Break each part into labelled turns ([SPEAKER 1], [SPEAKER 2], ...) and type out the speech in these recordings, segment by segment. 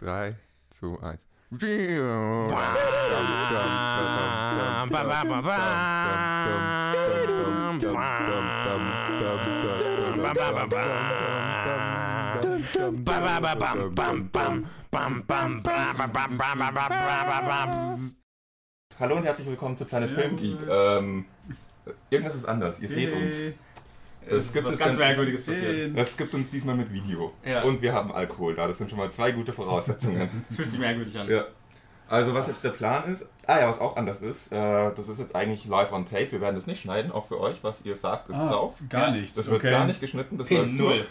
[SPEAKER 1] 3, 2, 1. Hallo und herzlich willkommen zu Planet Film Geek. Ähm, irgendwas ist anders, ihr seht uns.
[SPEAKER 2] Es
[SPEAKER 1] gibt
[SPEAKER 2] gibt was
[SPEAKER 1] es
[SPEAKER 2] ganz
[SPEAKER 1] ganz-
[SPEAKER 2] Merkwürdiges passiert.
[SPEAKER 1] Es gibt uns diesmal mit Video.
[SPEAKER 2] Ja.
[SPEAKER 1] Und wir haben Alkohol da, das sind schon mal zwei gute Voraussetzungen.
[SPEAKER 2] Es fühlt sich merkwürdig an.
[SPEAKER 1] Ja. Also was jetzt der Plan ist, ah ja, was auch anders ist, äh, das ist jetzt eigentlich live on tape, wir werden das nicht schneiden, auch für euch, was ihr sagt, ist
[SPEAKER 3] Ah,
[SPEAKER 1] drauf.
[SPEAKER 3] Gar
[SPEAKER 2] Ja,
[SPEAKER 3] nichts.
[SPEAKER 1] Das wird
[SPEAKER 3] okay.
[SPEAKER 1] gar nicht geschnitten, das
[SPEAKER 2] Pin
[SPEAKER 1] hörst du.
[SPEAKER 2] Null.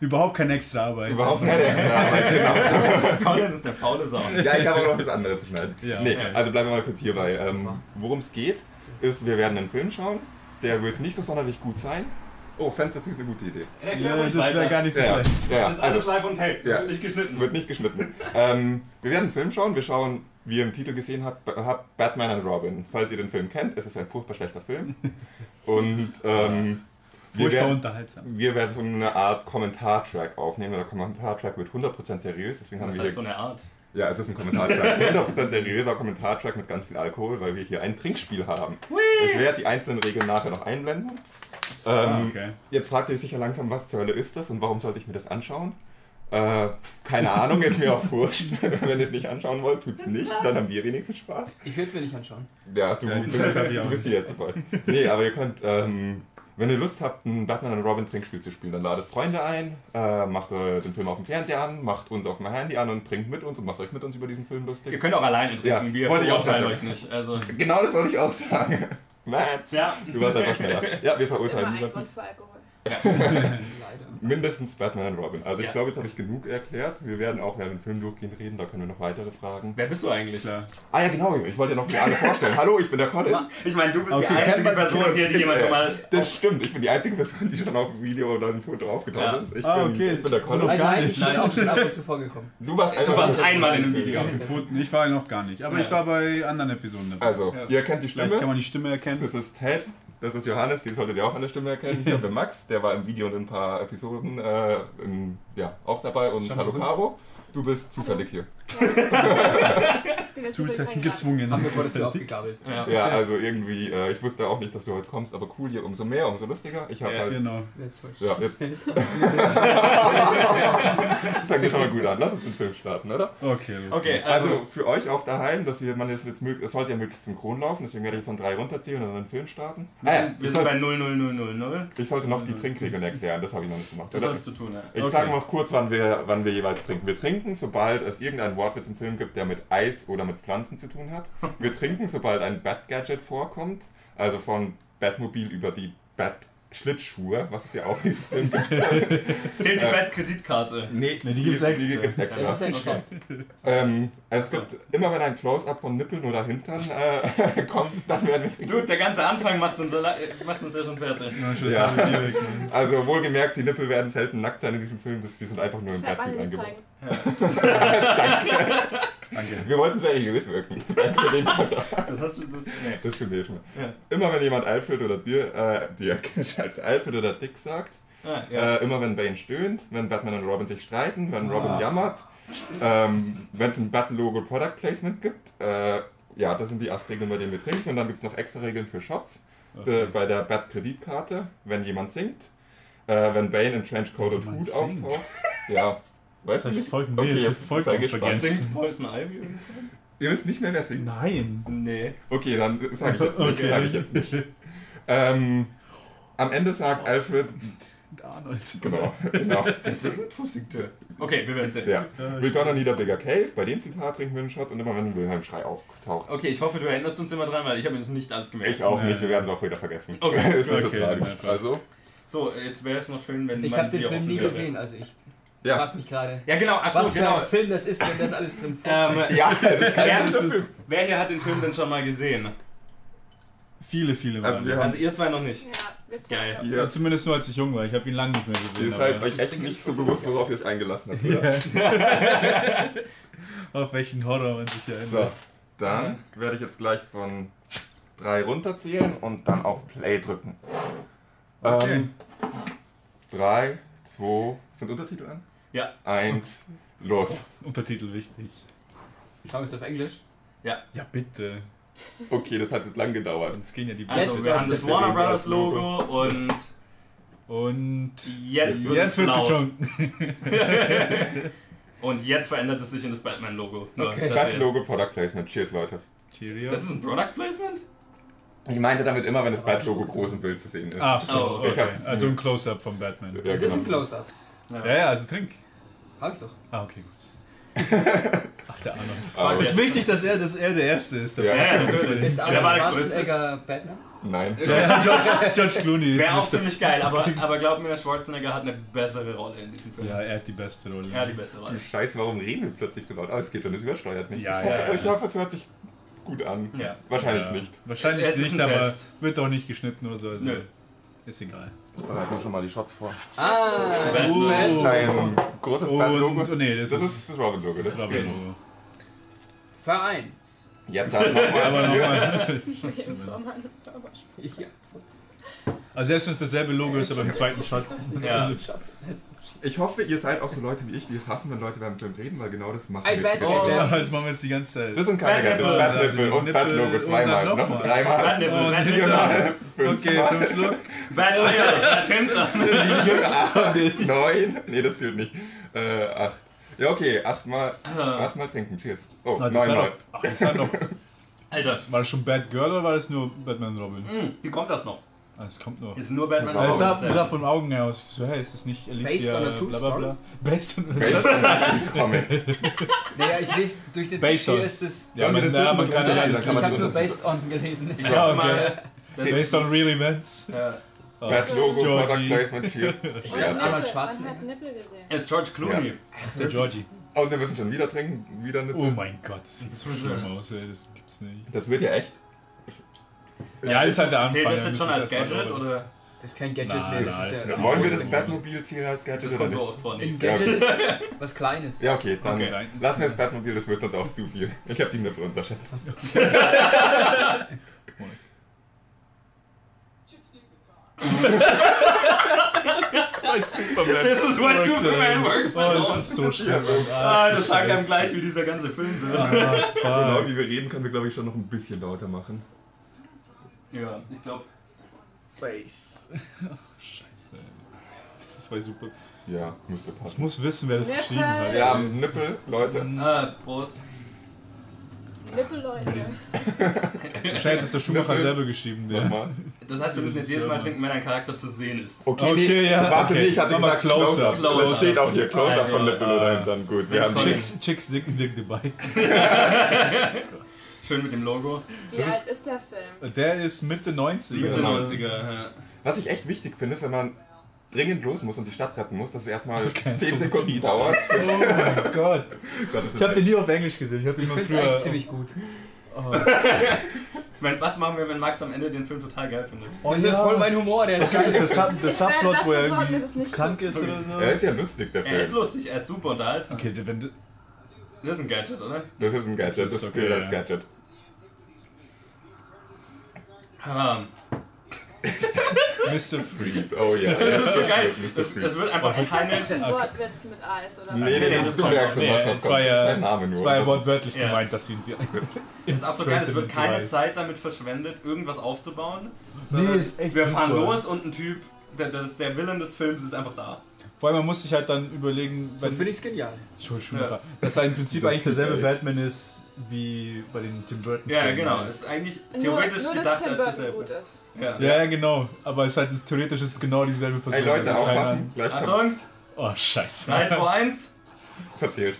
[SPEAKER 3] Überhaupt keine extra Arbeit.
[SPEAKER 1] Überhaupt keine extra Arbeit, genau.
[SPEAKER 2] Colin ist der faule Sau.
[SPEAKER 1] Ja, ich habe auch noch das andere zu schneiden.
[SPEAKER 3] Ja.
[SPEAKER 1] nee,
[SPEAKER 2] Okay.
[SPEAKER 1] also bleiben wir mal kurz hierbei.
[SPEAKER 2] Das- das
[SPEAKER 1] Ähm,
[SPEAKER 2] war-
[SPEAKER 1] Worum es geht, ist, wir werden einen Film schauen, der wird nicht so sonderlich gut sein. Oh, Fenster zu ist eine gute Idee.
[SPEAKER 3] Ja, das wäre gar nicht so
[SPEAKER 1] Ja, ja,
[SPEAKER 3] schlecht.
[SPEAKER 1] ja,
[SPEAKER 2] Das ist alles
[SPEAKER 1] also
[SPEAKER 2] live on tape,
[SPEAKER 1] Ja.
[SPEAKER 2] nicht geschnitten.
[SPEAKER 1] wird nicht geschnitten. ähm, wir werden einen Film schauen, wir schauen, wie ihr im Titel gesehen habt, Ba- habt Batman and Robin. Falls ihr den Film kennt, es ist ein furchtbar schlechter Film. Und ähm, wir
[SPEAKER 3] Furchtbar
[SPEAKER 1] werden...
[SPEAKER 3] unterhaltsam.
[SPEAKER 1] Wir werden so eine Art Kommentartrack aufnehmen. Der Kommentartrack wird 100% seriös, deswegen haben
[SPEAKER 2] Das
[SPEAKER 1] wir
[SPEAKER 2] heißt
[SPEAKER 1] hier
[SPEAKER 2] so eine Art.
[SPEAKER 1] Ja, es ist ein Kommentartrack. 100% seriöser Kommentartrack mit ganz viel Alkohol, weil wir hier ein Trinkspiel haben. Ich werde die einzelnen Regeln nachher noch einblenden.
[SPEAKER 3] Ah,
[SPEAKER 1] Ähm,
[SPEAKER 3] okay.
[SPEAKER 1] Jetzt fragt ihr euch sicher langsam, was zur Hölle ist das und warum sollte ich mir das anschauen? Äh, keine Ahnung, ist mir auch wurscht. Wenn ihr es nicht anschauen wollt, tut's nicht, dann haben wir wenigstens Spaß.
[SPEAKER 4] Ich will es mir nicht anschauen.
[SPEAKER 1] Ja, du,
[SPEAKER 3] Ja, die
[SPEAKER 1] du,
[SPEAKER 3] Zeit hab ich
[SPEAKER 1] du
[SPEAKER 3] auch
[SPEAKER 1] bist hier jetzt voll. Nee, aber ihr könnt, ähm, wenn ihr Lust habt, ein Batman und Robin Trinkspiel zu spielen, dann ladet Freunde ein, äh, macht äh, den Film auf dem Fernseher an, macht uns auf dem Handy an und trinkt mit uns und macht euch mit uns über diesen Film lustig.
[SPEAKER 2] Ihr könnt auch alleine trinken,
[SPEAKER 1] Ja,
[SPEAKER 2] wir
[SPEAKER 1] wollte ich auch
[SPEAKER 2] verurteilen euch
[SPEAKER 1] sagen.
[SPEAKER 2] nicht. Also,
[SPEAKER 1] Genau das wollte ich auch sagen. Matt,
[SPEAKER 2] tja.
[SPEAKER 1] du warst einfach schneller. Ja, wir
[SPEAKER 5] Immer
[SPEAKER 1] verurteilen
[SPEAKER 5] ein
[SPEAKER 1] niemanden.
[SPEAKER 5] Grund für Alkohol.
[SPEAKER 4] Leider.
[SPEAKER 1] Mindestens Batman und Robin. Also ich
[SPEAKER 2] Ja.
[SPEAKER 1] glaube, jetzt habe ich genug erklärt. Wir werden auch während dem Film durchgehen reden, da können wir noch weitere Fragen.
[SPEAKER 2] Wer bist du eigentlich?
[SPEAKER 3] Klar.
[SPEAKER 1] Ah ja, genau, ich wollte ja noch mir alle vorstellen. Hallo, ich bin der Colin.
[SPEAKER 2] Ich meine, du bist
[SPEAKER 3] Okay,
[SPEAKER 2] die einzige
[SPEAKER 3] kennt man-
[SPEAKER 2] Person hier, die jemand schon mal.
[SPEAKER 1] Das stimmt, ich bin die einzige Person, die schon auf dem Video oder einem Foto aufgetaucht
[SPEAKER 2] Ja.
[SPEAKER 1] ist. Ich,
[SPEAKER 3] Ah,
[SPEAKER 1] bin,
[SPEAKER 3] okay.
[SPEAKER 1] ich bin der Colin.
[SPEAKER 4] Nein, nein, ich bin
[SPEAKER 2] Nein.
[SPEAKER 4] auch schon ab und zu vorgekommen.
[SPEAKER 1] Du warst,
[SPEAKER 2] Du warst einmal in einem Video.
[SPEAKER 3] Pfoten- Ich war noch gar nicht, aber ich war bei anderen Episoden dabei.
[SPEAKER 1] Also,
[SPEAKER 3] Ja.
[SPEAKER 1] ihr kennt die
[SPEAKER 3] Vielleicht kann
[SPEAKER 1] Stimme.
[SPEAKER 3] man die Stimme erkennen.
[SPEAKER 1] Das ist Ted, das ist Johannes, den solltet ihr auch an der Stimme erkennen. Hier haben wir Max, der war im Video und in ein paar Episoden äh, im, ja, auch dabei. Und
[SPEAKER 4] Schon
[SPEAKER 1] hallo
[SPEAKER 4] berühmt.
[SPEAKER 1] Caro, du bist zufällig hier.
[SPEAKER 5] Ich bin jetzt
[SPEAKER 3] Zu
[SPEAKER 5] übrigens kein
[SPEAKER 3] gezwungen.
[SPEAKER 4] Haben wir vor der Tür aufgegabelt.
[SPEAKER 2] Ja.
[SPEAKER 1] Ja, also irgendwie, äh, ich wusste auch nicht, dass du heute kommst, aber cool hier, umso mehr, umso lustiger. Ich habe
[SPEAKER 2] Ja,
[SPEAKER 1] halt.
[SPEAKER 3] Genau.
[SPEAKER 4] Jetzt voll
[SPEAKER 1] Ja, jetzt-
[SPEAKER 4] Scheiße.
[SPEAKER 1] Das fängt ja schon mal gut an. Lass uns den Film starten, oder?
[SPEAKER 3] Okay. los
[SPEAKER 2] Okay,
[SPEAKER 3] geht's.
[SPEAKER 1] Also
[SPEAKER 2] also.
[SPEAKER 1] für euch auch daheim, dass wir, man das jetzt möglich, es sollte ja möglichst synchron laufen, deswegen werde ich von drei runterzählen und dann den Film starten. Ah, ja,
[SPEAKER 2] Wir
[SPEAKER 1] ich,
[SPEAKER 2] sind bei
[SPEAKER 1] sollte,
[SPEAKER 2] 00000.
[SPEAKER 1] ich sollte noch die Trinkregeln erklären, das habe ich noch nicht gemacht.
[SPEAKER 2] Das
[SPEAKER 1] Oder?
[SPEAKER 2] solltest du tun, ja.
[SPEAKER 1] Ich
[SPEAKER 3] Mhm. Okay.
[SPEAKER 1] sage mal kurz, wann wir, wann wir jeweils trinken. Wir trinken, sobald es irgendeinen Wortwitz im Film gibt, der mit Eis oder mit Pflanzen zu tun hat. Wir trinken, sobald ein Bat-Gadget vorkommt, also von Batmobil über die Bat-Schlittschuhe, was es ja auch in diesem Film gibt.
[SPEAKER 2] Zählt die Bad-Kreditkarte.
[SPEAKER 1] Nee,
[SPEAKER 3] Nee, die gibt's
[SPEAKER 1] Die
[SPEAKER 3] extra.
[SPEAKER 1] gibt's
[SPEAKER 4] Es
[SPEAKER 1] extra.
[SPEAKER 4] ist ein
[SPEAKER 2] Okay.
[SPEAKER 4] Schrott.
[SPEAKER 1] Ähm, es gibt immer, wenn ein Close-Up von Nippeln oder Hintern äh, kommt, dann werden wir trinken.
[SPEAKER 2] Dude, der ganze Anfang macht uns, alle- macht uns ja schon fertig.
[SPEAKER 3] Ja, Schluss,
[SPEAKER 1] Ja.
[SPEAKER 3] alle Bier weg, ne?
[SPEAKER 1] Also wohlgemerkt, die Nippel werden selten nackt sein in diesem Film, das, die sind einfach nur
[SPEAKER 5] Ich
[SPEAKER 1] im
[SPEAKER 5] werde
[SPEAKER 1] Batsuit
[SPEAKER 5] alle nicht
[SPEAKER 1] eingebaut.
[SPEAKER 5] zeigen.
[SPEAKER 3] Danke.
[SPEAKER 1] Wir wollten seriös wirken. Danke für den Kommentar.
[SPEAKER 2] Das hast du. Das, nee.
[SPEAKER 1] Das können wir schon mal.
[SPEAKER 2] Ja.
[SPEAKER 1] Immer wenn jemand Alfred oder Dir, äh, Dirk, scheiße, Alfred oder Dick sagt,
[SPEAKER 2] Ah, ja.
[SPEAKER 1] äh, immer wenn Bane stöhnt, wenn Batman und Robin sich streiten,
[SPEAKER 3] Ah.
[SPEAKER 1] wenn Robin jammert, ähm, wenn es ein Bat-Logo Product Placement gibt, äh, ja, das sind die acht Regeln, bei denen wir trinken und dann gibt es noch extra Regeln für Shots äh, bei der Bat-Kreditkarte, wenn jemand singt, äh, wenn Bane in Trenchcoat und
[SPEAKER 3] Jemand
[SPEAKER 1] Hut
[SPEAKER 3] singt?
[SPEAKER 1] auftaucht. Ja, weißt du
[SPEAKER 3] Das hab ich
[SPEAKER 1] nicht?
[SPEAKER 3] vollkommen- nee, das hab ich vollkommen
[SPEAKER 1] sei gespannt.
[SPEAKER 3] vergessen.
[SPEAKER 2] Singt Poison Ivy? irgendwie?
[SPEAKER 1] Ihr wisst nicht mehr, wer singt.
[SPEAKER 3] Nein.
[SPEAKER 2] Nee.
[SPEAKER 1] Okay, dann sage ich jetzt nicht. Sag ich jetzt nicht. Ähm, am Ende sagt Alfred,
[SPEAKER 3] Arnold.
[SPEAKER 1] genau, genau.
[SPEAKER 2] Der singt? Wo singt der? Okay, wir werden sehen.
[SPEAKER 1] Ja.
[SPEAKER 3] Äh,
[SPEAKER 1] Willkommen in Bigger Cave. Bei dem Zitat trinken wir einen Shot und immer wenn Wilhelm Schrei auftaucht.
[SPEAKER 2] Okay, ich hoffe, du erinnerst uns immer dran, weil ich habe mir das nicht alles gemerkt.
[SPEAKER 1] Ich auch
[SPEAKER 3] Nee.
[SPEAKER 1] nicht, wir werden es auch wieder vergessen.
[SPEAKER 2] Okay.
[SPEAKER 1] ist nicht so
[SPEAKER 3] Okay,
[SPEAKER 1] tragisch.
[SPEAKER 3] okay.
[SPEAKER 1] Also,
[SPEAKER 2] So, jetzt wäre es noch schön, wenn
[SPEAKER 4] Ich
[SPEAKER 2] man
[SPEAKER 4] habe den
[SPEAKER 2] die auch
[SPEAKER 4] Film nie
[SPEAKER 2] wieder-
[SPEAKER 4] gesehen, also ich
[SPEAKER 1] ja.
[SPEAKER 4] frag mich gerade.
[SPEAKER 2] Ja, genau, achso,
[SPEAKER 4] was für
[SPEAKER 2] genau.
[SPEAKER 4] ein Film das ist, wenn das alles drin vorkommt.
[SPEAKER 2] Ähm,
[SPEAKER 1] Ja, es ist
[SPEAKER 2] wer,
[SPEAKER 1] kein guter Film.
[SPEAKER 2] wer hier hat den Film denn schon mal gesehen?
[SPEAKER 3] Viele, viele
[SPEAKER 1] Also
[SPEAKER 3] waren
[SPEAKER 1] wir
[SPEAKER 3] das.
[SPEAKER 2] Also ihr zwei noch nicht.
[SPEAKER 5] Ja, jetzt
[SPEAKER 2] Geil.
[SPEAKER 5] mal-
[SPEAKER 1] Ihr,
[SPEAKER 3] Also Zumindest nur als ich jung war. Ich habe ihn lange nicht mehr gesehen.
[SPEAKER 1] ihr seid
[SPEAKER 3] aber-
[SPEAKER 1] euch halt echt nicht so bewusst, worauf ihr euch eingelassen habt.
[SPEAKER 3] Genau, Ja.
[SPEAKER 1] Oder?
[SPEAKER 3] Auf welchen Horror man sich
[SPEAKER 1] So,
[SPEAKER 3] erinnert.
[SPEAKER 1] dann werde ich jetzt gleich von drei runterzählen und dann auf Play drücken. Ähm, drei, zwei, sind Untertitel an?
[SPEAKER 2] Ja.
[SPEAKER 1] Eins, Los.
[SPEAKER 3] Untertitel wichtig.
[SPEAKER 4] Schauen wir es auf Englisch.
[SPEAKER 3] Ja, bitte.
[SPEAKER 1] Okay, das hat jetzt lang gedauert.
[SPEAKER 3] Sonst gehen ja die
[SPEAKER 2] Also,
[SPEAKER 4] Jetzt
[SPEAKER 2] wir
[SPEAKER 4] kommt
[SPEAKER 2] haben das
[SPEAKER 1] das
[SPEAKER 2] Warner
[SPEAKER 1] Warner
[SPEAKER 2] Brothers Logo
[SPEAKER 1] Logo.
[SPEAKER 2] und
[SPEAKER 3] Und.
[SPEAKER 2] jetzt wird es
[SPEAKER 3] Jetzt wird
[SPEAKER 2] blau.
[SPEAKER 3] getrunken.
[SPEAKER 2] Und jetzt verändert es sich in das Batman-Logo. Nur,
[SPEAKER 4] Okay.
[SPEAKER 2] dass
[SPEAKER 1] Bad
[SPEAKER 2] wir-
[SPEAKER 1] Logo Product Placement. Cheers, Leute.
[SPEAKER 3] Cheerio.
[SPEAKER 2] Das ist ein Product Placement?
[SPEAKER 1] Ich meinte damit immer,
[SPEAKER 3] Ah,
[SPEAKER 1] wenn das Bad Logo groß im Bild zu sehen ist.
[SPEAKER 3] Ach so,
[SPEAKER 2] Oh,
[SPEAKER 1] ich
[SPEAKER 3] okay.
[SPEAKER 1] hab's-
[SPEAKER 3] Also ein Close-Up von Batman.
[SPEAKER 1] Ja,
[SPEAKER 4] Es ist ein
[SPEAKER 1] genau.
[SPEAKER 4] Close-Up.
[SPEAKER 3] Ja, ja, also trink.
[SPEAKER 4] Hab ich doch.
[SPEAKER 3] Ah, okay, gut. Ach, der Arnold.
[SPEAKER 1] Aber-
[SPEAKER 3] Es ist wichtig, dass er, dass er der Erste ist.
[SPEAKER 1] Ja.
[SPEAKER 2] Ja, ja, natürlich.
[SPEAKER 4] Ist
[SPEAKER 2] Wer war
[SPEAKER 4] Arnold
[SPEAKER 2] der Größte?
[SPEAKER 4] Schwarzenegger Batman?
[SPEAKER 1] Nein.
[SPEAKER 3] Ja, ja, George, George Clooney ist
[SPEAKER 2] Wäre auch
[SPEAKER 3] Mr.
[SPEAKER 2] ziemlich geil, aber, aber glaub mir, Schwarzenegger hat eine bessere Rolle in diesem Film.
[SPEAKER 3] Ja, er hat die beste Rolle.
[SPEAKER 2] Er hat die bessere Rolle.
[SPEAKER 1] Scheiße, warum reden wir plötzlich so laut? Aber es geht schon, es übersteuert nicht.
[SPEAKER 3] Ja,
[SPEAKER 1] ich, hoffe,
[SPEAKER 3] ja, ja.
[SPEAKER 1] ich hoffe, es hört sich gut an.
[SPEAKER 2] Ja.
[SPEAKER 1] Wahrscheinlich
[SPEAKER 3] Ja.
[SPEAKER 1] nicht.
[SPEAKER 3] Wahrscheinlich
[SPEAKER 2] Es ist
[SPEAKER 3] nicht,
[SPEAKER 2] ein
[SPEAKER 3] aber
[SPEAKER 2] Test.
[SPEAKER 3] wird auch nicht geschnitten oder so. Also
[SPEAKER 2] Nö.
[SPEAKER 3] Ist egal.
[SPEAKER 1] Ich bereite mir schon mal die Shots vor.
[SPEAKER 4] Ah,
[SPEAKER 2] Best
[SPEAKER 4] Batman.
[SPEAKER 2] Man.
[SPEAKER 1] Ein großes Bad Logo.
[SPEAKER 3] Und, oh nee, das,
[SPEAKER 1] Das
[SPEAKER 3] ist,
[SPEAKER 1] ist das Robin-Logo. Das
[SPEAKER 3] das
[SPEAKER 1] ist
[SPEAKER 3] Robin
[SPEAKER 1] Robin.
[SPEAKER 3] Logo.
[SPEAKER 4] Verein.
[SPEAKER 1] Jetzt halt nochmal.
[SPEAKER 3] Aber
[SPEAKER 1] Cheers.
[SPEAKER 3] nochmal.
[SPEAKER 5] Welche Form
[SPEAKER 4] Ja.
[SPEAKER 3] Also selbst wenn es dasselbe Logo ist, aber im zweiten Shot.
[SPEAKER 2] Ja.
[SPEAKER 3] Also,
[SPEAKER 1] Ich hoffe, ihr seid auch so Leute wie ich, die es hassen, wenn Leute beim Film reden, weil genau das machen
[SPEAKER 4] Ein
[SPEAKER 1] wir.
[SPEAKER 4] Bad
[SPEAKER 1] jetzt.
[SPEAKER 2] Oh.
[SPEAKER 4] Gadget.
[SPEAKER 3] das machen wir jetzt die ganze Zeit.
[SPEAKER 1] Das sind keine
[SPEAKER 2] Bad
[SPEAKER 1] Gadgets.
[SPEAKER 2] Apple.
[SPEAKER 1] Bad
[SPEAKER 3] Also die
[SPEAKER 1] Nippel und Bad
[SPEAKER 3] Nippel
[SPEAKER 1] Logo
[SPEAKER 3] und
[SPEAKER 1] zweimal.
[SPEAKER 3] dann
[SPEAKER 1] Noch
[SPEAKER 3] nochmal.
[SPEAKER 2] Bad
[SPEAKER 1] dreimal.
[SPEAKER 2] Nipple,
[SPEAKER 3] Und
[SPEAKER 2] Bad Nipple.
[SPEAKER 1] Viermal.
[SPEAKER 3] okay,
[SPEAKER 1] Fünfmal.
[SPEAKER 3] fünf Schluck.
[SPEAKER 2] Bad Nipple, das stimmt das.
[SPEAKER 1] Neun. Nee, das zählt nicht. Äh, acht. Ja, okay. Achtmal, achtmal trinken. Cheers. Oh,
[SPEAKER 3] Ah, das war
[SPEAKER 1] neunmal.
[SPEAKER 3] noch- Ach, das war noch.
[SPEAKER 2] Alter,
[SPEAKER 3] War das schon Bad Girl oder war das nur Batman Robin?
[SPEAKER 2] mh, wie kommt das noch?
[SPEAKER 3] Ah, es kommt noch.
[SPEAKER 2] Ist nur Batman
[SPEAKER 1] Ja,
[SPEAKER 3] Es
[SPEAKER 1] Robin
[SPEAKER 3] sah,
[SPEAKER 2] Robin.
[SPEAKER 3] sah von Augen her aus. So, hey, ist das nicht Alicia?
[SPEAKER 4] Based on a true
[SPEAKER 3] bla, bla, bla. Based on a
[SPEAKER 1] Based on Russian Comics.
[SPEAKER 4] Naja, ich lese durch den
[SPEAKER 3] Based
[SPEAKER 4] Tisch hier
[SPEAKER 3] on.
[SPEAKER 4] ist es.
[SPEAKER 3] Ja,
[SPEAKER 1] Sollen wir
[SPEAKER 3] man,
[SPEAKER 1] den
[SPEAKER 3] ja,
[SPEAKER 1] Typen
[SPEAKER 3] man
[SPEAKER 1] mit
[SPEAKER 3] kann
[SPEAKER 1] Untertitel-
[SPEAKER 3] ja
[SPEAKER 1] da
[SPEAKER 4] ich
[SPEAKER 1] kann man
[SPEAKER 4] habe
[SPEAKER 1] die
[SPEAKER 4] nur
[SPEAKER 1] Untertitel-
[SPEAKER 4] Based on gelesen.
[SPEAKER 2] Ich
[SPEAKER 3] Ja,
[SPEAKER 2] hab's
[SPEAKER 3] okay.
[SPEAKER 2] mal. das
[SPEAKER 3] Based
[SPEAKER 2] ist-
[SPEAKER 3] on real events.
[SPEAKER 2] Ja.
[SPEAKER 1] Bad Logo,
[SPEAKER 3] Georgie.
[SPEAKER 1] Product Placement, Cheers.
[SPEAKER 4] Ist
[SPEAKER 5] Man
[SPEAKER 4] das
[SPEAKER 5] hat
[SPEAKER 4] Arnold
[SPEAKER 5] Nippel- man
[SPEAKER 4] Schwarzenegger?
[SPEAKER 5] hat Nippel gesehen.
[SPEAKER 2] Äh, Ist George Clooney.
[SPEAKER 3] Ach, der Oh, Georgie.
[SPEAKER 1] Und wir müssen schon wieder trinken, wieder eine.
[SPEAKER 3] Oh mein Gott, das sieht so schlimm aus, ey. Das gibt's nicht.
[SPEAKER 1] Das wird ja echt.
[SPEAKER 3] Ja, das ist halt der Anfang.
[SPEAKER 2] Zählt das
[SPEAKER 3] dann
[SPEAKER 2] jetzt schon
[SPEAKER 3] müssen
[SPEAKER 2] als
[SPEAKER 3] wir erst mal
[SPEAKER 2] Gadget
[SPEAKER 3] drüber-
[SPEAKER 2] oder?
[SPEAKER 4] Das ist kein Gadget
[SPEAKER 3] Nein,
[SPEAKER 4] mehr.
[SPEAKER 3] nein,
[SPEAKER 4] Das ist
[SPEAKER 3] ist
[SPEAKER 4] ja.
[SPEAKER 3] nicht.
[SPEAKER 1] Wollen wir das
[SPEAKER 3] Groß.
[SPEAKER 1] Batmobil zählen als Gadget
[SPEAKER 2] Das
[SPEAKER 1] oder
[SPEAKER 2] kommt so
[SPEAKER 1] nicht?
[SPEAKER 2] oft vor.
[SPEAKER 4] Ein
[SPEAKER 2] Nee.
[SPEAKER 4] Gadget ist was Kleines.
[SPEAKER 1] Ja, okay, dann
[SPEAKER 2] Okay.
[SPEAKER 1] lassen wir das Batmobil, das wird sonst auch zu viel. Ich habe die Nippel unterschätzt.
[SPEAKER 3] Das ist Superman.
[SPEAKER 2] This is what Superman works.
[SPEAKER 3] Oh, das ist so schlimm.
[SPEAKER 2] Ah, das sagt einem gleich, wie dieser ganze Film wird.
[SPEAKER 1] So
[SPEAKER 3] Ah,
[SPEAKER 1] laut Genau, wie wir reden, können wir glaube ich schon noch ein bisschen lauter machen.
[SPEAKER 2] Ja, ich glaube.
[SPEAKER 3] Scheiße. Das ist bei Super.
[SPEAKER 1] Ja, müsste
[SPEAKER 3] Ich
[SPEAKER 1] passen.
[SPEAKER 3] muss wissen, wer das
[SPEAKER 5] Sehr
[SPEAKER 3] geschrieben hat.
[SPEAKER 5] geil.
[SPEAKER 1] Ja, Nippel, Leute.
[SPEAKER 2] Ah, Prost.
[SPEAKER 5] Nippelleute.
[SPEAKER 3] Wahrscheinlich hat das der Schumacher selber geschrieben, der.
[SPEAKER 1] Nochmal.
[SPEAKER 2] Das heißt, wir müssen jetzt jedes Mal trinken, wenn ein Charakter zu sehen ist.
[SPEAKER 1] Okay,
[SPEAKER 3] Okay,
[SPEAKER 1] nee,
[SPEAKER 3] ja,
[SPEAKER 1] warte,
[SPEAKER 3] okay.
[SPEAKER 1] nee, ich hatte
[SPEAKER 3] Mach mal
[SPEAKER 1] gesagt
[SPEAKER 3] Close-up.
[SPEAKER 1] Close-Up.
[SPEAKER 2] Close-up.
[SPEAKER 1] das steht auch hier, Close-Up
[SPEAKER 2] Also,
[SPEAKER 1] von Nippel
[SPEAKER 2] äh,
[SPEAKER 1] oder dann gut. Wir haben
[SPEAKER 2] Connect.
[SPEAKER 1] Chicks.
[SPEAKER 3] Chicks, Chicks dicken dick dabei.
[SPEAKER 2] Schön mit dem Logo.
[SPEAKER 5] Wie
[SPEAKER 3] Das ist-
[SPEAKER 5] alt ist der Film?
[SPEAKER 3] Der ist Mitte 90.
[SPEAKER 2] Mitte
[SPEAKER 1] Ja.
[SPEAKER 2] 90er. Ja.
[SPEAKER 1] Was ich echt wichtig finde, ist, wenn man dringend los muss und die Stadt retten muss, dass es erstmal
[SPEAKER 3] Kein
[SPEAKER 1] 10
[SPEAKER 3] so
[SPEAKER 1] Sekunden
[SPEAKER 3] Piez.
[SPEAKER 1] dauert.
[SPEAKER 3] Oh mein Gott.
[SPEAKER 1] Gott, das
[SPEAKER 3] Ich habe
[SPEAKER 1] ist
[SPEAKER 3] den nie auf Englisch gesehen. Ich habe
[SPEAKER 4] Ich
[SPEAKER 3] immer
[SPEAKER 4] finde es
[SPEAKER 3] früher.
[SPEAKER 4] eigentlich ziemlich gut.
[SPEAKER 3] oh,
[SPEAKER 2] Wenn, was machen wir, wenn Max am Ende den Film total geil findet?
[SPEAKER 3] oh,
[SPEAKER 4] Das ist voll mein Humor, der ist
[SPEAKER 3] Das
[SPEAKER 4] geil.
[SPEAKER 3] ist der, Sub, der
[SPEAKER 5] Ich werde
[SPEAKER 3] Subplot, wo
[SPEAKER 5] dafür
[SPEAKER 3] er
[SPEAKER 5] sorgen,
[SPEAKER 3] irgendwie
[SPEAKER 5] dass es nicht
[SPEAKER 3] krank ist oder so.
[SPEAKER 1] er ist ja lustig, der
[SPEAKER 2] Er ist
[SPEAKER 1] Film.
[SPEAKER 2] lustig, er ist super unterhaltsam.
[SPEAKER 3] Okay, wenn du-
[SPEAKER 2] Das ist ein Gadget, oder? Ähm,
[SPEAKER 1] Das ist ein Gadget,
[SPEAKER 3] Das
[SPEAKER 1] das
[SPEAKER 3] ist
[SPEAKER 1] ist
[SPEAKER 3] okay,
[SPEAKER 1] okay, als
[SPEAKER 3] ja.
[SPEAKER 1] Gadget.
[SPEAKER 2] Ah.
[SPEAKER 3] Mr. Freeze.
[SPEAKER 1] Oh ja,
[SPEAKER 2] Das ist so geil.
[SPEAKER 1] Das
[SPEAKER 2] Es,
[SPEAKER 1] ist
[SPEAKER 2] es
[SPEAKER 1] das
[SPEAKER 2] wird einfach
[SPEAKER 5] Ist das nicht
[SPEAKER 2] keine.
[SPEAKER 5] ein Wortwitz mit Eis oder
[SPEAKER 1] Nee,
[SPEAKER 5] was?
[SPEAKER 1] nee,
[SPEAKER 2] Nee,
[SPEAKER 1] nee,
[SPEAKER 2] das
[SPEAKER 1] das du
[SPEAKER 2] kommt-
[SPEAKER 1] merkst,
[SPEAKER 3] Nee,
[SPEAKER 1] was da
[SPEAKER 3] es
[SPEAKER 1] kommt.
[SPEAKER 3] war
[SPEAKER 1] Das ist
[SPEAKER 3] ja,
[SPEAKER 1] sein Name nur.
[SPEAKER 3] es war ja
[SPEAKER 1] Das-
[SPEAKER 3] wortwörtlich
[SPEAKER 2] Ja.
[SPEAKER 3] gemeint, dass sie ihn direkt.
[SPEAKER 2] Das ist auch so geil, es wird keine Zeit damit verschwendet, irgendwas aufzubauen.
[SPEAKER 3] Nee, ist echt
[SPEAKER 2] Wir fahren
[SPEAKER 3] super.
[SPEAKER 2] los und ein Typ, der, das ist der Willen des Films ist einfach da.
[SPEAKER 3] Vor allem, man muss sich halt dann überlegen,
[SPEAKER 4] So
[SPEAKER 3] wenn,
[SPEAKER 4] finde ich es genial.
[SPEAKER 3] Entschuldigung, Schumacher, dass er im Prinzip
[SPEAKER 1] Dieser
[SPEAKER 3] eigentlich derselbe
[SPEAKER 1] Typ, ey.
[SPEAKER 3] Batman ist wie bei den Tim Halt. Burton.
[SPEAKER 2] Ja,
[SPEAKER 3] Filmen.
[SPEAKER 2] genau. Ist eigentlich
[SPEAKER 5] Nur,
[SPEAKER 2] theoretisch
[SPEAKER 5] nur dass
[SPEAKER 2] gedacht
[SPEAKER 5] Tim
[SPEAKER 2] als
[SPEAKER 5] Burton
[SPEAKER 2] dasselbe.
[SPEAKER 5] gut ist.
[SPEAKER 2] Ja.
[SPEAKER 3] Ja, ja, genau. Aber es ist halt theoretisch ist es genau dieselbe Person.
[SPEAKER 1] Ey Leute,
[SPEAKER 3] Also keiner-
[SPEAKER 1] aufpassen. Gleich kommt
[SPEAKER 2] Achtung,
[SPEAKER 3] Oh, scheiße.
[SPEAKER 2] 3, 2, 1.
[SPEAKER 1] verzählt.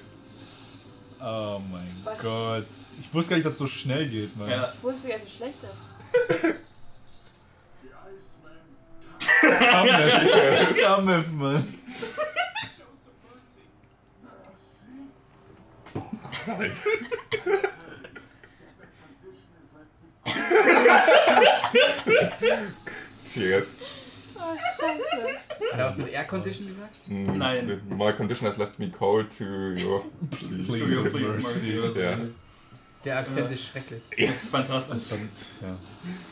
[SPEAKER 3] Oh mein
[SPEAKER 5] Was?
[SPEAKER 3] Gott. Ich wusste gar nicht, dass es so schnell geht, Mann.
[SPEAKER 2] Ja.
[SPEAKER 5] Wo ist sie also schlecht ist?
[SPEAKER 3] Kamef. Kamef, Mann.
[SPEAKER 1] Cheers.
[SPEAKER 5] Oh, scheiße.
[SPEAKER 4] Hat er was mit Air Condition gesagt?
[SPEAKER 1] Mm,
[SPEAKER 2] Nein.
[SPEAKER 1] My condition has left me cold to your...
[SPEAKER 3] Please
[SPEAKER 2] Entschuldigung,
[SPEAKER 3] have
[SPEAKER 2] Please,
[SPEAKER 3] mercy.
[SPEAKER 2] Mercy.
[SPEAKER 1] Ja.
[SPEAKER 4] Der Akzent
[SPEAKER 2] Ja.
[SPEAKER 4] ist schrecklich.
[SPEAKER 2] Das ist
[SPEAKER 3] Das
[SPEAKER 2] fantastisch.
[SPEAKER 3] stand,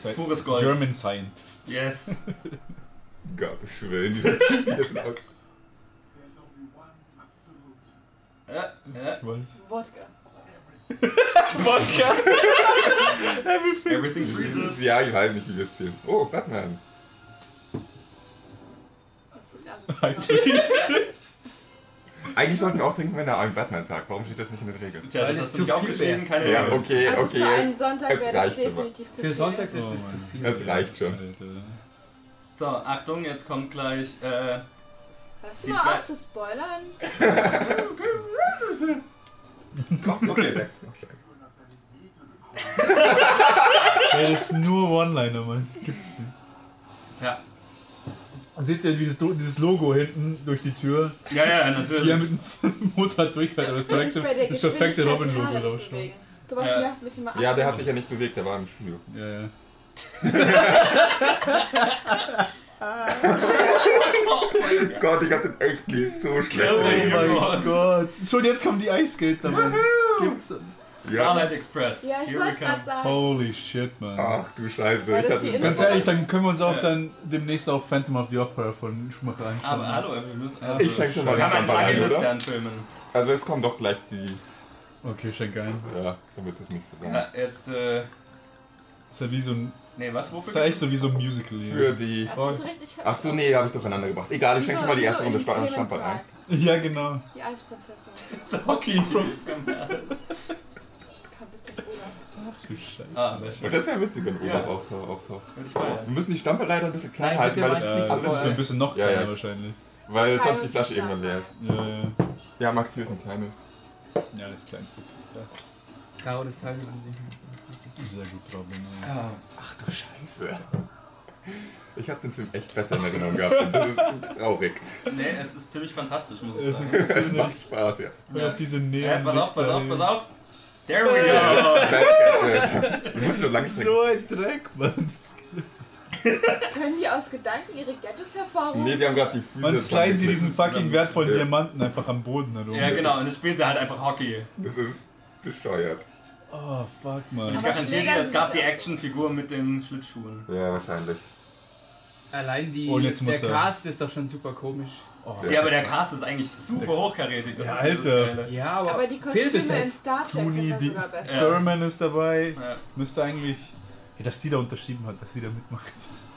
[SPEAKER 3] ja.
[SPEAKER 2] Pures Gold.
[SPEAKER 3] German Science.
[SPEAKER 2] Yes.
[SPEAKER 1] Gottes Willen. dieser Typ sieht aus-
[SPEAKER 2] Ja, ja.
[SPEAKER 6] Was?
[SPEAKER 5] Wodka.
[SPEAKER 2] Wodka. Everything freezes.
[SPEAKER 1] Ja, ich weiß nicht, wie wir es zählen. Oh, Batman.
[SPEAKER 5] Achso, ja, das
[SPEAKER 1] Eigentlich sollten wir auch trinken, wenn er einen Batman sagt. Warum steht das nicht in den Regeln?
[SPEAKER 2] Tja,
[SPEAKER 4] Weil
[SPEAKER 2] das
[SPEAKER 4] es
[SPEAKER 2] hast du
[SPEAKER 4] zu
[SPEAKER 2] nicht
[SPEAKER 4] viel
[SPEAKER 2] aufgeschrieben,
[SPEAKER 4] wäre.
[SPEAKER 2] keine
[SPEAKER 1] Ja,
[SPEAKER 2] Ahnung.
[SPEAKER 1] okay,
[SPEAKER 5] also
[SPEAKER 1] okay.
[SPEAKER 5] Für einen Sonntag
[SPEAKER 1] Es
[SPEAKER 5] wäre das
[SPEAKER 1] reicht aber.
[SPEAKER 5] definitiv zu viel.
[SPEAKER 4] Für sonntags ist
[SPEAKER 6] Oh
[SPEAKER 4] das zu
[SPEAKER 6] Mann.
[SPEAKER 4] viel.
[SPEAKER 1] Es reicht schon.
[SPEAKER 6] Alter.
[SPEAKER 2] So, Achtung, jetzt kommt gleich. Äh,
[SPEAKER 5] Hörst
[SPEAKER 2] Die
[SPEAKER 5] du mal
[SPEAKER 2] Ble-
[SPEAKER 5] auf zu spoilern?
[SPEAKER 1] Okay, weg. Ach, scheiße.
[SPEAKER 3] Ey, das ist nur One-Liner, Mann. Das gibt's nicht.
[SPEAKER 2] ja.
[SPEAKER 3] Seht ihr, wie das, Do- dieses Logo hinten durch die Tür,
[SPEAKER 2] ja, ja,
[SPEAKER 3] wie er
[SPEAKER 2] natürlich.
[SPEAKER 3] mit dem Motorrad durchfährt, aber das
[SPEAKER 5] Muss ich
[SPEAKER 3] perfekte,
[SPEAKER 5] bei der
[SPEAKER 3] das perfekte
[SPEAKER 5] Geschwindigkeit
[SPEAKER 3] Robin-Logo
[SPEAKER 5] total
[SPEAKER 3] drauf
[SPEAKER 5] nicht
[SPEAKER 3] schon.
[SPEAKER 5] bewegen. Sowas
[SPEAKER 2] Ja.
[SPEAKER 5] nervt mich immer ab.
[SPEAKER 1] Ja, der hat sich ja nicht bewegt, der war im Studio.
[SPEAKER 6] Ja, ja.
[SPEAKER 1] Gott, ich hab den echt lieb, so schlecht.
[SPEAKER 2] Oh
[SPEAKER 3] Oh
[SPEAKER 1] Regeln.
[SPEAKER 3] mein
[SPEAKER 2] Was?
[SPEAKER 3] Gott. Schon jetzt kommen die Eiskater, Mann. Das gibt's.
[SPEAKER 2] Starlight Express.
[SPEAKER 5] Ja, ich
[SPEAKER 2] Here we
[SPEAKER 5] wollte
[SPEAKER 2] come.
[SPEAKER 5] gerade sagen.
[SPEAKER 6] Holy shit, man.
[SPEAKER 1] Ach du Scheiße.
[SPEAKER 5] War
[SPEAKER 1] Ich
[SPEAKER 5] das
[SPEAKER 1] hatte
[SPEAKER 5] die
[SPEAKER 1] den
[SPEAKER 5] Info?
[SPEAKER 3] Ganz
[SPEAKER 1] Batman-
[SPEAKER 3] ehrlich, dann können wir uns auch
[SPEAKER 2] Ah. Ja.
[SPEAKER 3] dann demnächst auch Phantom of the Opera von Schumacher anschauen.
[SPEAKER 2] Aber hallo, wir müssen. Also,
[SPEAKER 1] Ich schenke schon mal
[SPEAKER 2] wir
[SPEAKER 1] den
[SPEAKER 2] haben
[SPEAKER 1] Kampf ein,
[SPEAKER 2] eine
[SPEAKER 1] oder?
[SPEAKER 2] Liste an Filmen.
[SPEAKER 1] Also es kommen doch gleich die.
[SPEAKER 3] Okay, schenk ein.
[SPEAKER 1] Ja, damit das nicht so lang.
[SPEAKER 2] Ja, jetzt, äh.
[SPEAKER 3] Ist ja wie so ein.
[SPEAKER 2] Nee, was, wofür?
[SPEAKER 3] Ist ja echt
[SPEAKER 2] gibt's-
[SPEAKER 3] so wie so ein Musical
[SPEAKER 1] Für
[SPEAKER 3] hier.
[SPEAKER 1] die.
[SPEAKER 5] Hast du recht, ich hab-
[SPEAKER 1] Ach so, nee, habe ich durcheinander gebracht. Egal, ich schenke schon mal die erste
[SPEAKER 5] Wieso
[SPEAKER 1] Runde
[SPEAKER 5] in Themen
[SPEAKER 1] Stammball ein.
[SPEAKER 5] Park?
[SPEAKER 3] Ja, genau.
[SPEAKER 5] Die Eisprinzessin.
[SPEAKER 2] Hockey from.
[SPEAKER 5] Kommt das nicht ohne.
[SPEAKER 3] Ach du Scheiße.
[SPEAKER 2] ah, wäre schön.
[SPEAKER 1] Und das wäre witzig, wenn Olaf
[SPEAKER 2] Ja.
[SPEAKER 1] auftau- auftaucht.
[SPEAKER 2] Würde ich feiern.
[SPEAKER 1] Wir müssen die Stampe leider ein bisschen klein
[SPEAKER 4] Nein,
[SPEAKER 1] halten,
[SPEAKER 4] bitte
[SPEAKER 1] weil,
[SPEAKER 4] mein's
[SPEAKER 1] es
[SPEAKER 4] nicht
[SPEAKER 3] Äh,
[SPEAKER 4] so
[SPEAKER 1] alles,
[SPEAKER 4] vorerst.
[SPEAKER 3] ein bisschen noch
[SPEAKER 1] Ja,
[SPEAKER 3] kleiner
[SPEAKER 1] ja.
[SPEAKER 3] wahrscheinlich.
[SPEAKER 1] weil sonst die
[SPEAKER 5] Kleines
[SPEAKER 1] Flasche irgendwann leer ist.
[SPEAKER 5] Stammball.
[SPEAKER 3] Ja, ja.
[SPEAKER 1] Ja, Max, hier ist ein kleines.
[SPEAKER 3] Ja, das kleinste.
[SPEAKER 4] Caro, das Teil an sich.
[SPEAKER 3] Sehr gut, Robin. Ja.
[SPEAKER 2] Ah,
[SPEAKER 1] Ach du Scheiße. Ich habe den Film echt besser in Erinnerung gehabt. Das ist traurig.
[SPEAKER 2] nee, es ist ziemlich fantastisch, muss ich
[SPEAKER 3] Es
[SPEAKER 2] sagen.
[SPEAKER 3] ist
[SPEAKER 1] Es
[SPEAKER 3] ziemlich.
[SPEAKER 1] macht Spaß, ja.
[SPEAKER 3] Auf diese Nähe.
[SPEAKER 2] Äh, pass auf, pass auf, pass auf. There we
[SPEAKER 1] äh, Du musst nur lange trinken.
[SPEAKER 3] So ein Dreck, Mann.
[SPEAKER 5] Können die aus Gedanken ihre Gadgets
[SPEAKER 1] Nee,
[SPEAKER 5] hervorrufen?
[SPEAKER 1] die haben gerade die Füße.
[SPEAKER 3] Man sliden sie diesen fucking wertvollen
[SPEAKER 1] Ja.
[SPEAKER 3] Diamanten einfach am Boden dann
[SPEAKER 2] go.
[SPEAKER 3] oben.
[SPEAKER 2] ja, genau, und jetzt spielen sie halt einfach Hockey.
[SPEAKER 1] Das ist bescheuert.
[SPEAKER 3] Oh, fuck,
[SPEAKER 2] Und ich
[SPEAKER 3] man.
[SPEAKER 5] Aber
[SPEAKER 2] garantiere dir,
[SPEAKER 5] Schläger
[SPEAKER 2] es gab
[SPEAKER 5] sind
[SPEAKER 2] die
[SPEAKER 5] nicht aus.
[SPEAKER 2] Actionfigur mit den Schlittschuhen.
[SPEAKER 1] Ja, wahrscheinlich.
[SPEAKER 4] Allein die,
[SPEAKER 3] Oh, jetzt
[SPEAKER 4] der
[SPEAKER 3] muss er.
[SPEAKER 4] Cast ist doch schon super komisch.
[SPEAKER 3] Oh,
[SPEAKER 1] Ja.
[SPEAKER 2] Ja, aber der Cast ist eigentlich super hochkarätig. Das
[SPEAKER 3] Ja,
[SPEAKER 2] ist ja
[SPEAKER 3] Alter.
[SPEAKER 2] Das Geile.
[SPEAKER 4] Ja, aber,
[SPEAKER 5] Aber die Kostüme in
[SPEAKER 4] fehlbesetzt.
[SPEAKER 5] Star Trek sind
[SPEAKER 3] Clooney,
[SPEAKER 5] da
[SPEAKER 3] die-
[SPEAKER 5] sogar besser.
[SPEAKER 2] Ja.
[SPEAKER 3] Thurman ist dabei.
[SPEAKER 2] Ja,
[SPEAKER 3] Müsste eigentlich. Ja, dass die da unterschrieben hat, dass die da mitmacht.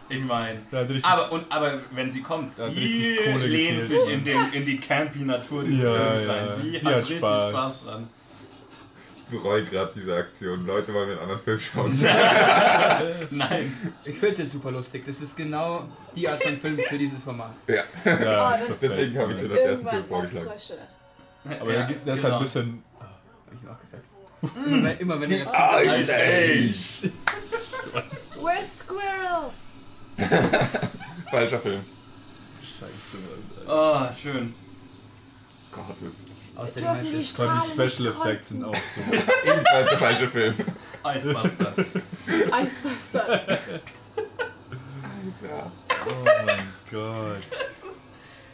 [SPEAKER 2] ich meine.
[SPEAKER 3] Da hat richtig
[SPEAKER 2] Aber, und, aber wenn sie kommt,
[SPEAKER 3] Da hat
[SPEAKER 2] sie
[SPEAKER 3] richtig Kohle
[SPEAKER 2] lehnt
[SPEAKER 3] gefehlt,
[SPEAKER 2] sich in, den, in die campy Natur dieses
[SPEAKER 3] Ja,
[SPEAKER 2] Films
[SPEAKER 3] ja.
[SPEAKER 2] rein. Sie,
[SPEAKER 3] Sie
[SPEAKER 2] hat,
[SPEAKER 3] hat
[SPEAKER 2] richtig Spaß,
[SPEAKER 3] Spaß.
[SPEAKER 2] dran.
[SPEAKER 1] Ich bereue gerade diese Aktion. Leute wollen mir einen anderen Film schauen.
[SPEAKER 2] Nein.
[SPEAKER 4] Ich finde den super lustig. Das ist genau die Art von Film für dieses Format.
[SPEAKER 3] Ja,
[SPEAKER 5] Oh,
[SPEAKER 3] ist
[SPEAKER 5] das-
[SPEAKER 3] doch
[SPEAKER 1] Deswegen
[SPEAKER 3] geil.
[SPEAKER 1] habe ich dir das erste Film
[SPEAKER 5] Irgendwann mal
[SPEAKER 1] vorgeschlagen.
[SPEAKER 5] Frösche.
[SPEAKER 3] Aber
[SPEAKER 2] ja,
[SPEAKER 3] da gibt- das ist
[SPEAKER 2] genau.
[SPEAKER 3] halt ein bisschen.
[SPEAKER 4] Hab ich auch gesagt. Immer wenn, immer wenn
[SPEAKER 1] Die
[SPEAKER 4] er
[SPEAKER 1] Ice Age!
[SPEAKER 2] Ice
[SPEAKER 5] Where's Squirrel?
[SPEAKER 1] Falscher Film.
[SPEAKER 3] Scheiße, Mann.
[SPEAKER 2] Oh, schön.
[SPEAKER 1] Gottes.
[SPEAKER 4] Außerdem
[SPEAKER 5] Dürfen
[SPEAKER 4] heißt
[SPEAKER 5] die
[SPEAKER 4] es.
[SPEAKER 3] Vor allem die
[SPEAKER 5] Strahlen nicht
[SPEAKER 3] Special Effects sind auch so. oh
[SPEAKER 1] Ebenfalls der falsche Film.
[SPEAKER 2] Icebusters.
[SPEAKER 5] kreuzen? Eisbusters.
[SPEAKER 1] Ja.
[SPEAKER 3] Oh mein Gott.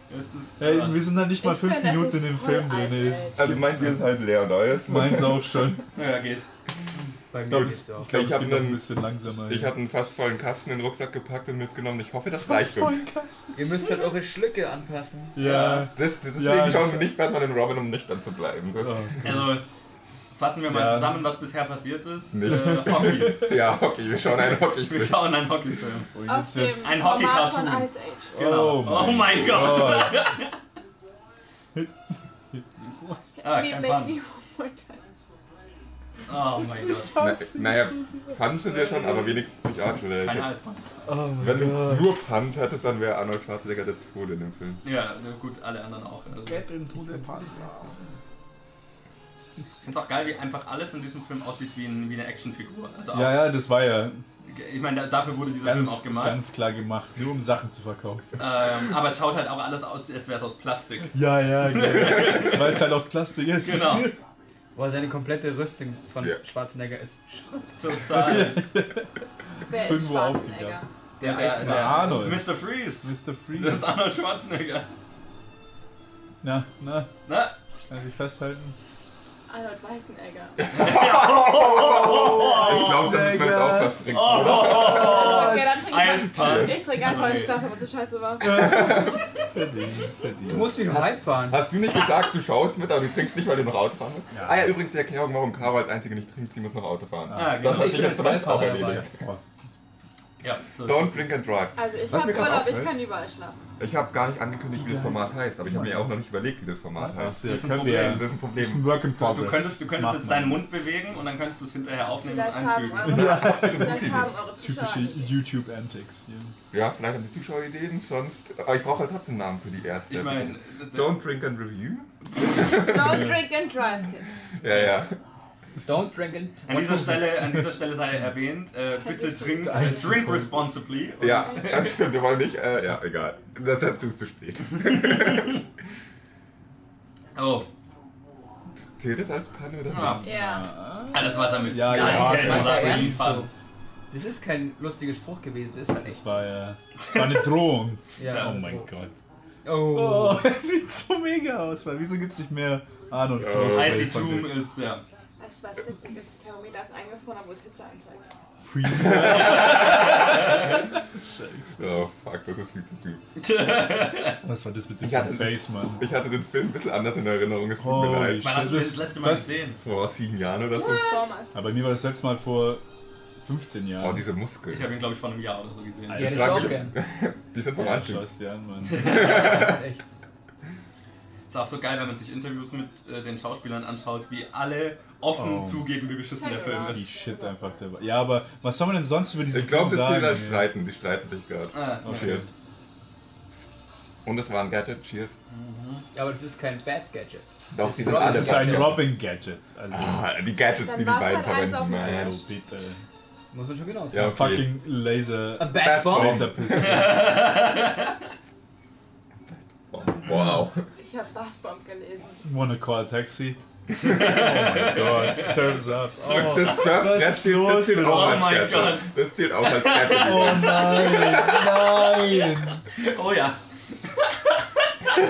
[SPEAKER 2] Das ist.
[SPEAKER 3] Ey,
[SPEAKER 2] ja.
[SPEAKER 3] wir sind da nicht mal
[SPEAKER 5] Ich
[SPEAKER 3] fünf
[SPEAKER 5] find, das
[SPEAKER 3] Minuten
[SPEAKER 5] ist
[SPEAKER 3] in dem
[SPEAKER 5] voll
[SPEAKER 3] Film drin.
[SPEAKER 5] Ice
[SPEAKER 3] ey.
[SPEAKER 1] Also meins hier ist halb leer und euers.
[SPEAKER 3] Meins auch schon.
[SPEAKER 2] Ja, geht.
[SPEAKER 4] Bei mir
[SPEAKER 1] Gut.
[SPEAKER 4] geht's auch.
[SPEAKER 3] Ich glaube,
[SPEAKER 1] Ich
[SPEAKER 3] es
[SPEAKER 1] hab
[SPEAKER 3] geht noch
[SPEAKER 1] nen-
[SPEAKER 3] ein bisschen langsamer.
[SPEAKER 1] Ich hatte einen fast vollen Kasten in den Rucksack gepackt und mitgenommen. Ich hoffe, das reicht uns.
[SPEAKER 4] Ihr müsst halt eure Schlücke anpassen.
[SPEAKER 3] Ja.
[SPEAKER 1] Das, deswegen
[SPEAKER 3] Ja,
[SPEAKER 1] schauen
[SPEAKER 3] das-
[SPEAKER 1] sie nicht Batman und Robin, um nüchtern zu bleiben. Das,
[SPEAKER 3] Oh.
[SPEAKER 2] Also, fassen wir mal
[SPEAKER 3] Ja.
[SPEAKER 2] zusammen, was bisher passiert ist.
[SPEAKER 1] Nicht.
[SPEAKER 2] Äh, Hockey.
[SPEAKER 1] Ja, Hockey, wir schauen einen
[SPEAKER 2] Wir
[SPEAKER 1] Hockey-Film.
[SPEAKER 2] schauen einen Hockeyfilm.
[SPEAKER 3] Oh,
[SPEAKER 5] Auf
[SPEAKER 3] jetzt,
[SPEAKER 5] dem
[SPEAKER 3] jetzt.
[SPEAKER 2] Ein
[SPEAKER 5] Format von
[SPEAKER 2] Hockey-Cartoon.
[SPEAKER 5] Ice Age.
[SPEAKER 2] Genau. Oh mein Gott. Ah,
[SPEAKER 5] We
[SPEAKER 2] kein
[SPEAKER 5] make
[SPEAKER 2] Bann.
[SPEAKER 5] me one more time.
[SPEAKER 2] Oh mein Gott.
[SPEAKER 1] Na, naja, Puns sind ja schon, aber wenigstens nicht
[SPEAKER 2] Kein
[SPEAKER 1] Arschlöcher.
[SPEAKER 2] Eisband.
[SPEAKER 3] Oh mein
[SPEAKER 1] Wenn du
[SPEAKER 3] Gott.
[SPEAKER 1] nur Puns hättest, dann wäre Arnold Schwarzenegger der Tod in dem Film.
[SPEAKER 2] Ja, na gut, alle anderen auch. Also, ich find's auch geil, wie einfach alles in diesem Film aussieht wie, ein, wie eine Actionfigur. Also auch,
[SPEAKER 3] Ja, ja, das war ja
[SPEAKER 2] ich meine, da- dafür wurde dieser Film auch
[SPEAKER 3] ganz,
[SPEAKER 2] gemacht.
[SPEAKER 3] ganz klar gemacht. Nur um Sachen zu verkaufen.
[SPEAKER 2] Ähm, aber es schaut halt auch alles aus, als wäre es aus Plastik.
[SPEAKER 3] Ja, ja, genau. Weil es halt aus Plastik ist.
[SPEAKER 2] Genau,
[SPEAKER 4] Boah, seine komplette Rüstung von
[SPEAKER 1] Ja.
[SPEAKER 4] Schwarzenegger ist Schrott.
[SPEAKER 2] total.
[SPEAKER 5] Wer ist
[SPEAKER 3] Irgendwo
[SPEAKER 5] Schwarzenegger?
[SPEAKER 2] Der,
[SPEAKER 3] Der ist der Arnold.
[SPEAKER 2] Mr. Freeze. Das
[SPEAKER 3] Mr.
[SPEAKER 2] ist
[SPEAKER 3] Freeze.
[SPEAKER 2] Arnold Schwarzenegger. Ne?
[SPEAKER 3] Na, na,
[SPEAKER 2] Na?
[SPEAKER 3] kann sich festhalten.
[SPEAKER 5] Arnold Weißenegger.
[SPEAKER 2] Oh,
[SPEAKER 1] Oh, ich glaube, da müssen wir jetzt auch was trinken.
[SPEAKER 2] Oh,
[SPEAKER 5] okay, dann trinke ich mal.
[SPEAKER 2] Eispass.
[SPEAKER 5] Ich trinke einfach eine Staffel, was so scheiße war.
[SPEAKER 3] Verdient,
[SPEAKER 4] Du
[SPEAKER 3] verdient.
[SPEAKER 4] musst mich
[SPEAKER 1] Hast-
[SPEAKER 4] weit fahren.
[SPEAKER 1] Hast du nicht gesagt, du schaust mit, aber du trinkst nicht, weil du noch Auto fahren musst?
[SPEAKER 3] Ja.
[SPEAKER 1] Ah ja, übrigens die Erklärung, warum Caro als Einzige nicht trinkt, sie muss noch Auto fahren.
[SPEAKER 2] Ah,
[SPEAKER 1] Das
[SPEAKER 2] genau.
[SPEAKER 1] hat sich jetzt vielleicht auch
[SPEAKER 4] Beifahrer dabei.
[SPEAKER 1] erledigt.
[SPEAKER 3] Boah.
[SPEAKER 2] Ja, so ist
[SPEAKER 1] Don't drink and drive.
[SPEAKER 5] Also ich
[SPEAKER 1] Was mir
[SPEAKER 5] habe
[SPEAKER 1] gerade
[SPEAKER 5] Urlaub, ich
[SPEAKER 1] auffällt-
[SPEAKER 5] kann überall schlafen.
[SPEAKER 1] Ich habe gar nicht angekündigt, wie das Format heißt, aber ich habe mir auch noch nicht überlegt, wie das Format heißt.
[SPEAKER 3] Das ist
[SPEAKER 2] ein
[SPEAKER 3] ja- können
[SPEAKER 1] Das
[SPEAKER 2] Problem.
[SPEAKER 3] wir-
[SPEAKER 1] ist ein
[SPEAKER 3] das ist ein
[SPEAKER 1] Problem.
[SPEAKER 3] Work in
[SPEAKER 2] Du
[SPEAKER 3] Progress.
[SPEAKER 2] könntest, du
[SPEAKER 3] Das
[SPEAKER 2] könntest
[SPEAKER 3] macht
[SPEAKER 2] jetzt
[SPEAKER 3] man.
[SPEAKER 2] deinen Mund bewegen und dann könntest du es hinterher aufnehmen und
[SPEAKER 5] Vielleicht haben,
[SPEAKER 2] einfügen.
[SPEAKER 5] eure, vielleicht haben eure Zuschauer
[SPEAKER 3] Hm, Typische
[SPEAKER 5] eine Idee.
[SPEAKER 3] YouTube-Antics. hier.
[SPEAKER 1] Ja, vielleicht haben die Zuschauer Ideen, sonst. Aber ich brauche halt trotzdem einen Namen für die erste.
[SPEAKER 2] Ich meine,
[SPEAKER 1] Don't drink and review?
[SPEAKER 5] Don't drink and drive, Kids.
[SPEAKER 1] Ja, ja.
[SPEAKER 4] Don't drink and
[SPEAKER 2] an dieser Stelle, an dieser Stelle sei erwähnt, äh, bitte trink, äh, drink responsibly.
[SPEAKER 1] Ja, äh, stimmt, wir wollen nicht. Äh, ja, egal. Das, dazu ist zu spät.
[SPEAKER 2] Oh,
[SPEAKER 1] Zählt das als Panne oder
[SPEAKER 2] ah,
[SPEAKER 5] Ja.
[SPEAKER 2] alles Wasser mit.
[SPEAKER 3] Ja,
[SPEAKER 4] Nein,
[SPEAKER 3] ja,
[SPEAKER 2] Nein,
[SPEAKER 4] das
[SPEAKER 3] ja,
[SPEAKER 2] kein
[SPEAKER 4] war
[SPEAKER 2] Wasser,
[SPEAKER 4] ja
[SPEAKER 2] aber
[SPEAKER 4] ernst
[SPEAKER 2] die Farbe.
[SPEAKER 4] so. Das ist kein lustiger Spruch gewesen, das ist halt echt.
[SPEAKER 3] Das war ja. Das war eine Drohung.
[SPEAKER 4] ja,
[SPEAKER 3] Oh
[SPEAKER 4] so.
[SPEAKER 3] mein Gott.
[SPEAKER 4] Oh.
[SPEAKER 3] Oh, es sieht so mega aus, weil wieso gibt es nicht mehr Arnold
[SPEAKER 1] Ja.
[SPEAKER 3] Klosterberg
[SPEAKER 2] Icy
[SPEAKER 3] von
[SPEAKER 2] Tomb
[SPEAKER 3] dem
[SPEAKER 2] ist, ja.
[SPEAKER 5] Weißt du, was witzig ist? Das Thermometer ist eingefroren, obwohl es Hitze anzeigt.
[SPEAKER 3] Freeze-
[SPEAKER 1] so? Oh, fuck, das ist viel zu viel.
[SPEAKER 3] Was war das mit dem
[SPEAKER 1] Ich hatte-
[SPEAKER 3] Face, Mann?
[SPEAKER 1] Ich hatte den Film ein bisschen anders in Erinnerung, es tut
[SPEAKER 3] Holy
[SPEAKER 1] mir leid.
[SPEAKER 2] Wann hast du
[SPEAKER 3] Das-
[SPEAKER 2] das, das letzte Mal
[SPEAKER 3] das-
[SPEAKER 2] gesehen?
[SPEAKER 1] Vor sieben Jahren oder so.
[SPEAKER 5] Transformers.
[SPEAKER 3] Aber bei mir war das letzte Mal vor 15
[SPEAKER 1] Oh,
[SPEAKER 3] Jahren.
[SPEAKER 1] diese Muskeln.
[SPEAKER 2] Ich habe ihn, glaube ich, vor einem Jahr oder so gesehen.
[SPEAKER 4] Ja, das
[SPEAKER 1] frag
[SPEAKER 4] war
[SPEAKER 1] mich-
[SPEAKER 4] auch gern. Das
[SPEAKER 1] Die sind vom
[SPEAKER 3] ja,
[SPEAKER 1] Anzug.
[SPEAKER 3] schau's dir an, Mann.
[SPEAKER 4] ist echt.
[SPEAKER 2] Ist auch so geil, wenn man sich Interviews mit äh, den Schauspielern anschaut, wie alle offen
[SPEAKER 3] Oh.
[SPEAKER 2] zugeben, wie beschissen der Film
[SPEAKER 3] Die
[SPEAKER 2] ist.
[SPEAKER 3] Shit einfach. Der war. Ja, aber was soll man denn sonst über diese
[SPEAKER 1] Ich glaube, das Ziel
[SPEAKER 3] sagen?
[SPEAKER 1] als
[SPEAKER 3] ey?
[SPEAKER 1] Streiten. Die streiten sich gerade.
[SPEAKER 2] Ah,
[SPEAKER 1] Cheers. Und es war ein Gadget. Cheers.
[SPEAKER 4] Ja, aber das ist kein Bad Gadget.
[SPEAKER 1] Doch, die sind
[SPEAKER 4] Robin.
[SPEAKER 1] alle
[SPEAKER 3] Das ist ein
[SPEAKER 1] Gadget.
[SPEAKER 3] Robin Gadget. Also,
[SPEAKER 1] Ah, die Gadgets, die die
[SPEAKER 5] Dann war's
[SPEAKER 1] beiden
[SPEAKER 5] halt eins
[SPEAKER 1] verwenden.
[SPEAKER 5] auf dem
[SPEAKER 1] Mensch.
[SPEAKER 3] also bitte.
[SPEAKER 4] Muss man schon genau sagen.
[SPEAKER 1] Ja, okay.
[SPEAKER 3] Fucking Laser.
[SPEAKER 4] A Bad
[SPEAKER 1] Bomb.
[SPEAKER 4] Bomb.
[SPEAKER 3] Laserpistole.
[SPEAKER 1] Oh, Wow.
[SPEAKER 3] Oh,
[SPEAKER 5] Ich habe Bathbomb gelesen.
[SPEAKER 3] Wanna call a taxi? Oh mein Gott. Serves up. Oh.
[SPEAKER 1] Das Surf,
[SPEAKER 3] Was
[SPEAKER 1] das
[SPEAKER 3] ist
[SPEAKER 1] zählt, das
[SPEAKER 3] los
[SPEAKER 1] zählt
[SPEAKER 3] mit-
[SPEAKER 1] auch
[SPEAKER 2] Oh
[SPEAKER 1] als
[SPEAKER 2] mein
[SPEAKER 1] Gadget.
[SPEAKER 2] Gott.
[SPEAKER 1] Das zählt auch als
[SPEAKER 3] Oh
[SPEAKER 1] Gadget.
[SPEAKER 4] nein, nein.
[SPEAKER 2] Oh ja.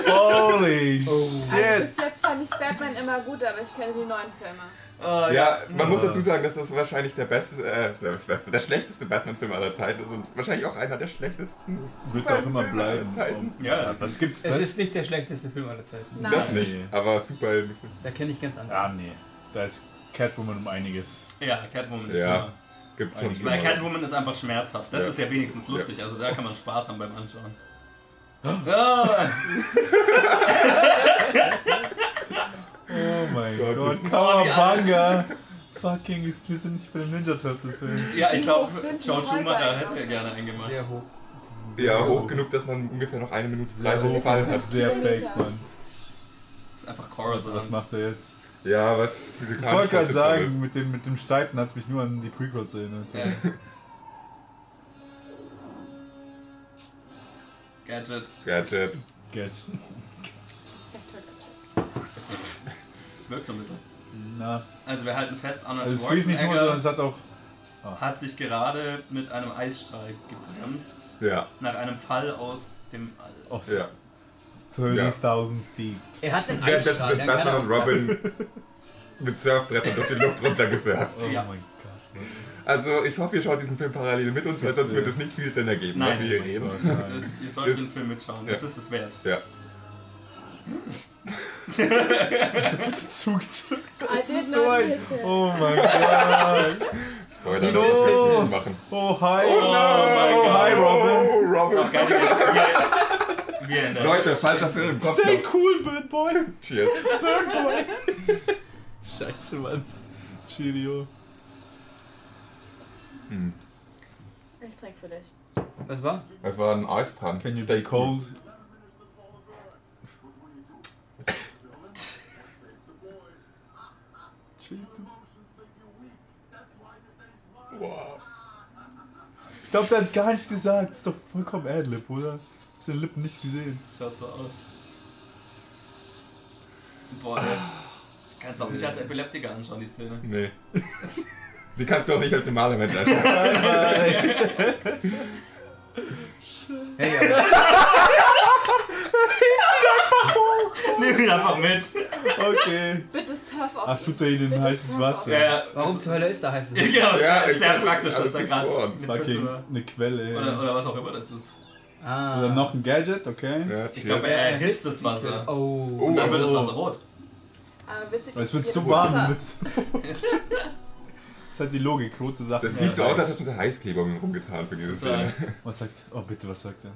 [SPEAKER 3] Holy
[SPEAKER 4] Oh.
[SPEAKER 5] Also
[SPEAKER 3] shit.
[SPEAKER 5] bis jetzt fand ich Batman immer gut, aber ich kenne die neuen Filme.
[SPEAKER 2] Äh,
[SPEAKER 1] Ja, man muss dazu sagen, dass das wahrscheinlich der beste, äh, der beste, der schlechteste Batman-Film aller Zeiten ist und wahrscheinlich auch einer der schlechtesten.
[SPEAKER 3] Wird auch immer
[SPEAKER 1] Superheldenfilme aller
[SPEAKER 3] bleiben.
[SPEAKER 1] Zeiten.
[SPEAKER 2] Ja,
[SPEAKER 3] Was gibt's?
[SPEAKER 4] Es
[SPEAKER 3] was?
[SPEAKER 4] ist nicht der schlechteste Film aller Zeiten.
[SPEAKER 5] Nein.
[SPEAKER 1] Das
[SPEAKER 3] Nee.
[SPEAKER 1] nicht, aber Superheldenfilm.
[SPEAKER 4] Da kenne ich ganz
[SPEAKER 3] Ah,
[SPEAKER 4] andere.
[SPEAKER 3] nee. Da ist Catwoman um einiges.
[SPEAKER 2] Ja, Catwoman ist
[SPEAKER 1] Ja.
[SPEAKER 2] schlimmer.
[SPEAKER 1] Gibt schon
[SPEAKER 2] Bei
[SPEAKER 3] halt
[SPEAKER 1] schlimmere.
[SPEAKER 2] Catwoman ist einfach schmerzhaft. Das
[SPEAKER 1] Ja.
[SPEAKER 2] ist ja wenigstens lustig, also da kann man Spaß haben beim Anschauen. Ah,
[SPEAKER 3] Oh mein
[SPEAKER 1] Gott,
[SPEAKER 3] Gott,
[SPEAKER 1] das-
[SPEAKER 3] Kawabanga! Fucking, wir sind nicht bei dem Ninja Turtle Film.
[SPEAKER 2] ja, ich
[SPEAKER 5] Wie
[SPEAKER 2] glaube,
[SPEAKER 5] hoch sind die
[SPEAKER 2] Joe
[SPEAKER 5] Häuser
[SPEAKER 2] Schumacher
[SPEAKER 5] in
[SPEAKER 2] hätte ja
[SPEAKER 5] Gotham?
[SPEAKER 2] gerne einen gemacht.
[SPEAKER 4] Sehr hoch.
[SPEAKER 1] Ja, hoch genug, dass man ungefähr noch eine Minute Zeit
[SPEAKER 3] Also,
[SPEAKER 1] im Fall hat.
[SPEAKER 3] sehr fake, Mann.
[SPEAKER 2] Das ist einfach
[SPEAKER 3] Also, was
[SPEAKER 2] Coruscant.
[SPEAKER 3] macht er jetzt?
[SPEAKER 1] Ja, was
[SPEAKER 3] Ich wollte gerade
[SPEAKER 1] physikalisch
[SPEAKER 3] sagen, mit dem, mit dem Streiten hat es mich nur an die Prequels erinnert.
[SPEAKER 2] Ja. Gadget.
[SPEAKER 1] Gadget.
[SPEAKER 3] Geld.
[SPEAKER 5] Inspektor Gadget.
[SPEAKER 2] Wirkt so ein bisschen.
[SPEAKER 3] Na,
[SPEAKER 2] Also wir halten fest, Arnold
[SPEAKER 3] also es fließt nicht nur, sondern
[SPEAKER 2] Schwarzenegger
[SPEAKER 3] es hat auch.
[SPEAKER 2] hat sich gerade mit einem Eisstrahl gebremst.
[SPEAKER 1] Ja,
[SPEAKER 2] Nach einem Fall aus dem All.
[SPEAKER 3] Oh,
[SPEAKER 1] ja.
[SPEAKER 3] 30.000 Feet.
[SPEAKER 4] Er hat den
[SPEAKER 1] Das ist
[SPEAKER 4] Eisstrahl, dann kann er
[SPEAKER 1] Batman
[SPEAKER 4] auch
[SPEAKER 1] und
[SPEAKER 4] Robin.
[SPEAKER 1] Robin mit Surfbrettern durch die Luft runtergesurft.
[SPEAKER 3] Oh
[SPEAKER 2] Ja.
[SPEAKER 3] mein Gott.
[SPEAKER 1] Also, ich hoffe, ihr schaut diesen Film parallel mit uns, weil sonst wird es nicht viel Sinn ergeben,
[SPEAKER 2] Nein.
[SPEAKER 1] was wir hier reden.
[SPEAKER 3] Gott,
[SPEAKER 2] Das,
[SPEAKER 3] Oh nein.
[SPEAKER 2] ist- ihr sollt
[SPEAKER 1] Das-
[SPEAKER 2] den Film mitschauen,
[SPEAKER 1] Ja.
[SPEAKER 2] das ist es wert.
[SPEAKER 1] Ja.
[SPEAKER 3] Zugedrückt.
[SPEAKER 5] I did
[SPEAKER 3] So
[SPEAKER 5] not
[SPEAKER 3] ein.
[SPEAKER 5] hit it.
[SPEAKER 3] Oh mein Gott.
[SPEAKER 1] Spoiler,
[SPEAKER 3] No.
[SPEAKER 1] das wird jetzt nicht machen.
[SPEAKER 3] Oh, hi.
[SPEAKER 2] Oh mein
[SPEAKER 1] Oh,
[SPEAKER 2] Gott.
[SPEAKER 3] hi, Robin.
[SPEAKER 1] Oh, Robin.
[SPEAKER 2] Ist auch geil, wie er- wie er in der
[SPEAKER 1] Leute, falscher Film.
[SPEAKER 2] Oh
[SPEAKER 1] Kommt
[SPEAKER 3] Stay
[SPEAKER 1] noch.
[SPEAKER 3] cool, Bird Boy.
[SPEAKER 1] Cheers.
[SPEAKER 3] Bird Boy. Scheiße, Mann. Cheerio.
[SPEAKER 5] Ich trinke für dich.
[SPEAKER 4] Was war?
[SPEAKER 1] Es war ein Eispunk.
[SPEAKER 3] Can you
[SPEAKER 1] Stay
[SPEAKER 3] stay cold?
[SPEAKER 1] cool. Wow.
[SPEAKER 3] Ich glaube, der hat gar nichts gesagt. Ist doch vollkommen Adlib, oder? Hab seine Lippen nicht gesehen.
[SPEAKER 2] Das schaut so aus. Boah, ey. kannst du auch nicht als Epileptiker anschauen, die Szene.
[SPEAKER 1] Nee. Die kannst du auch nicht als normaler Mensch anschauen.
[SPEAKER 4] Hey, aber
[SPEAKER 2] Nimm ihn einfach mit.
[SPEAKER 3] Okay.
[SPEAKER 5] Bitte surf auf
[SPEAKER 3] Ach,
[SPEAKER 5] ihn.
[SPEAKER 3] tut er ihn in
[SPEAKER 5] Bitte
[SPEAKER 3] heißes
[SPEAKER 5] surf
[SPEAKER 3] Wasser?
[SPEAKER 2] Ja, ja.
[SPEAKER 4] warum zur Hölle ist da heißes Wasser?
[SPEAKER 2] Genau, das
[SPEAKER 1] Ja,
[SPEAKER 2] ist sehr
[SPEAKER 1] ich-
[SPEAKER 2] praktisch, dass
[SPEAKER 1] alles
[SPEAKER 2] da
[SPEAKER 1] gut
[SPEAKER 2] gerade
[SPEAKER 1] geworden.
[SPEAKER 2] mit Pfütze
[SPEAKER 3] Fucking
[SPEAKER 2] war.
[SPEAKER 3] eine Quelle.
[SPEAKER 2] oder, oder was auch immer das ist.
[SPEAKER 4] Ah.
[SPEAKER 3] Oder noch ein Gadget, okay.
[SPEAKER 1] Ja, cheers.
[SPEAKER 2] Ich glaube, er erhitzt das Wasser.
[SPEAKER 4] Oh.
[SPEAKER 1] Oh.
[SPEAKER 2] Und dann wird das Wasser rot.
[SPEAKER 5] Aber witzig,
[SPEAKER 3] Weil es wird
[SPEAKER 5] hier
[SPEAKER 3] zu
[SPEAKER 5] das
[SPEAKER 3] warm.
[SPEAKER 5] Wasser-
[SPEAKER 3] Mit. Das ist halt die Logik, rote Sachen.
[SPEAKER 1] das sieht so aus, als
[SPEAKER 3] als
[SPEAKER 1] hätten sie Heißkleber um ihn rumgetan für diese Szene.
[SPEAKER 3] Was sagt Oh, bitte, was sagt er?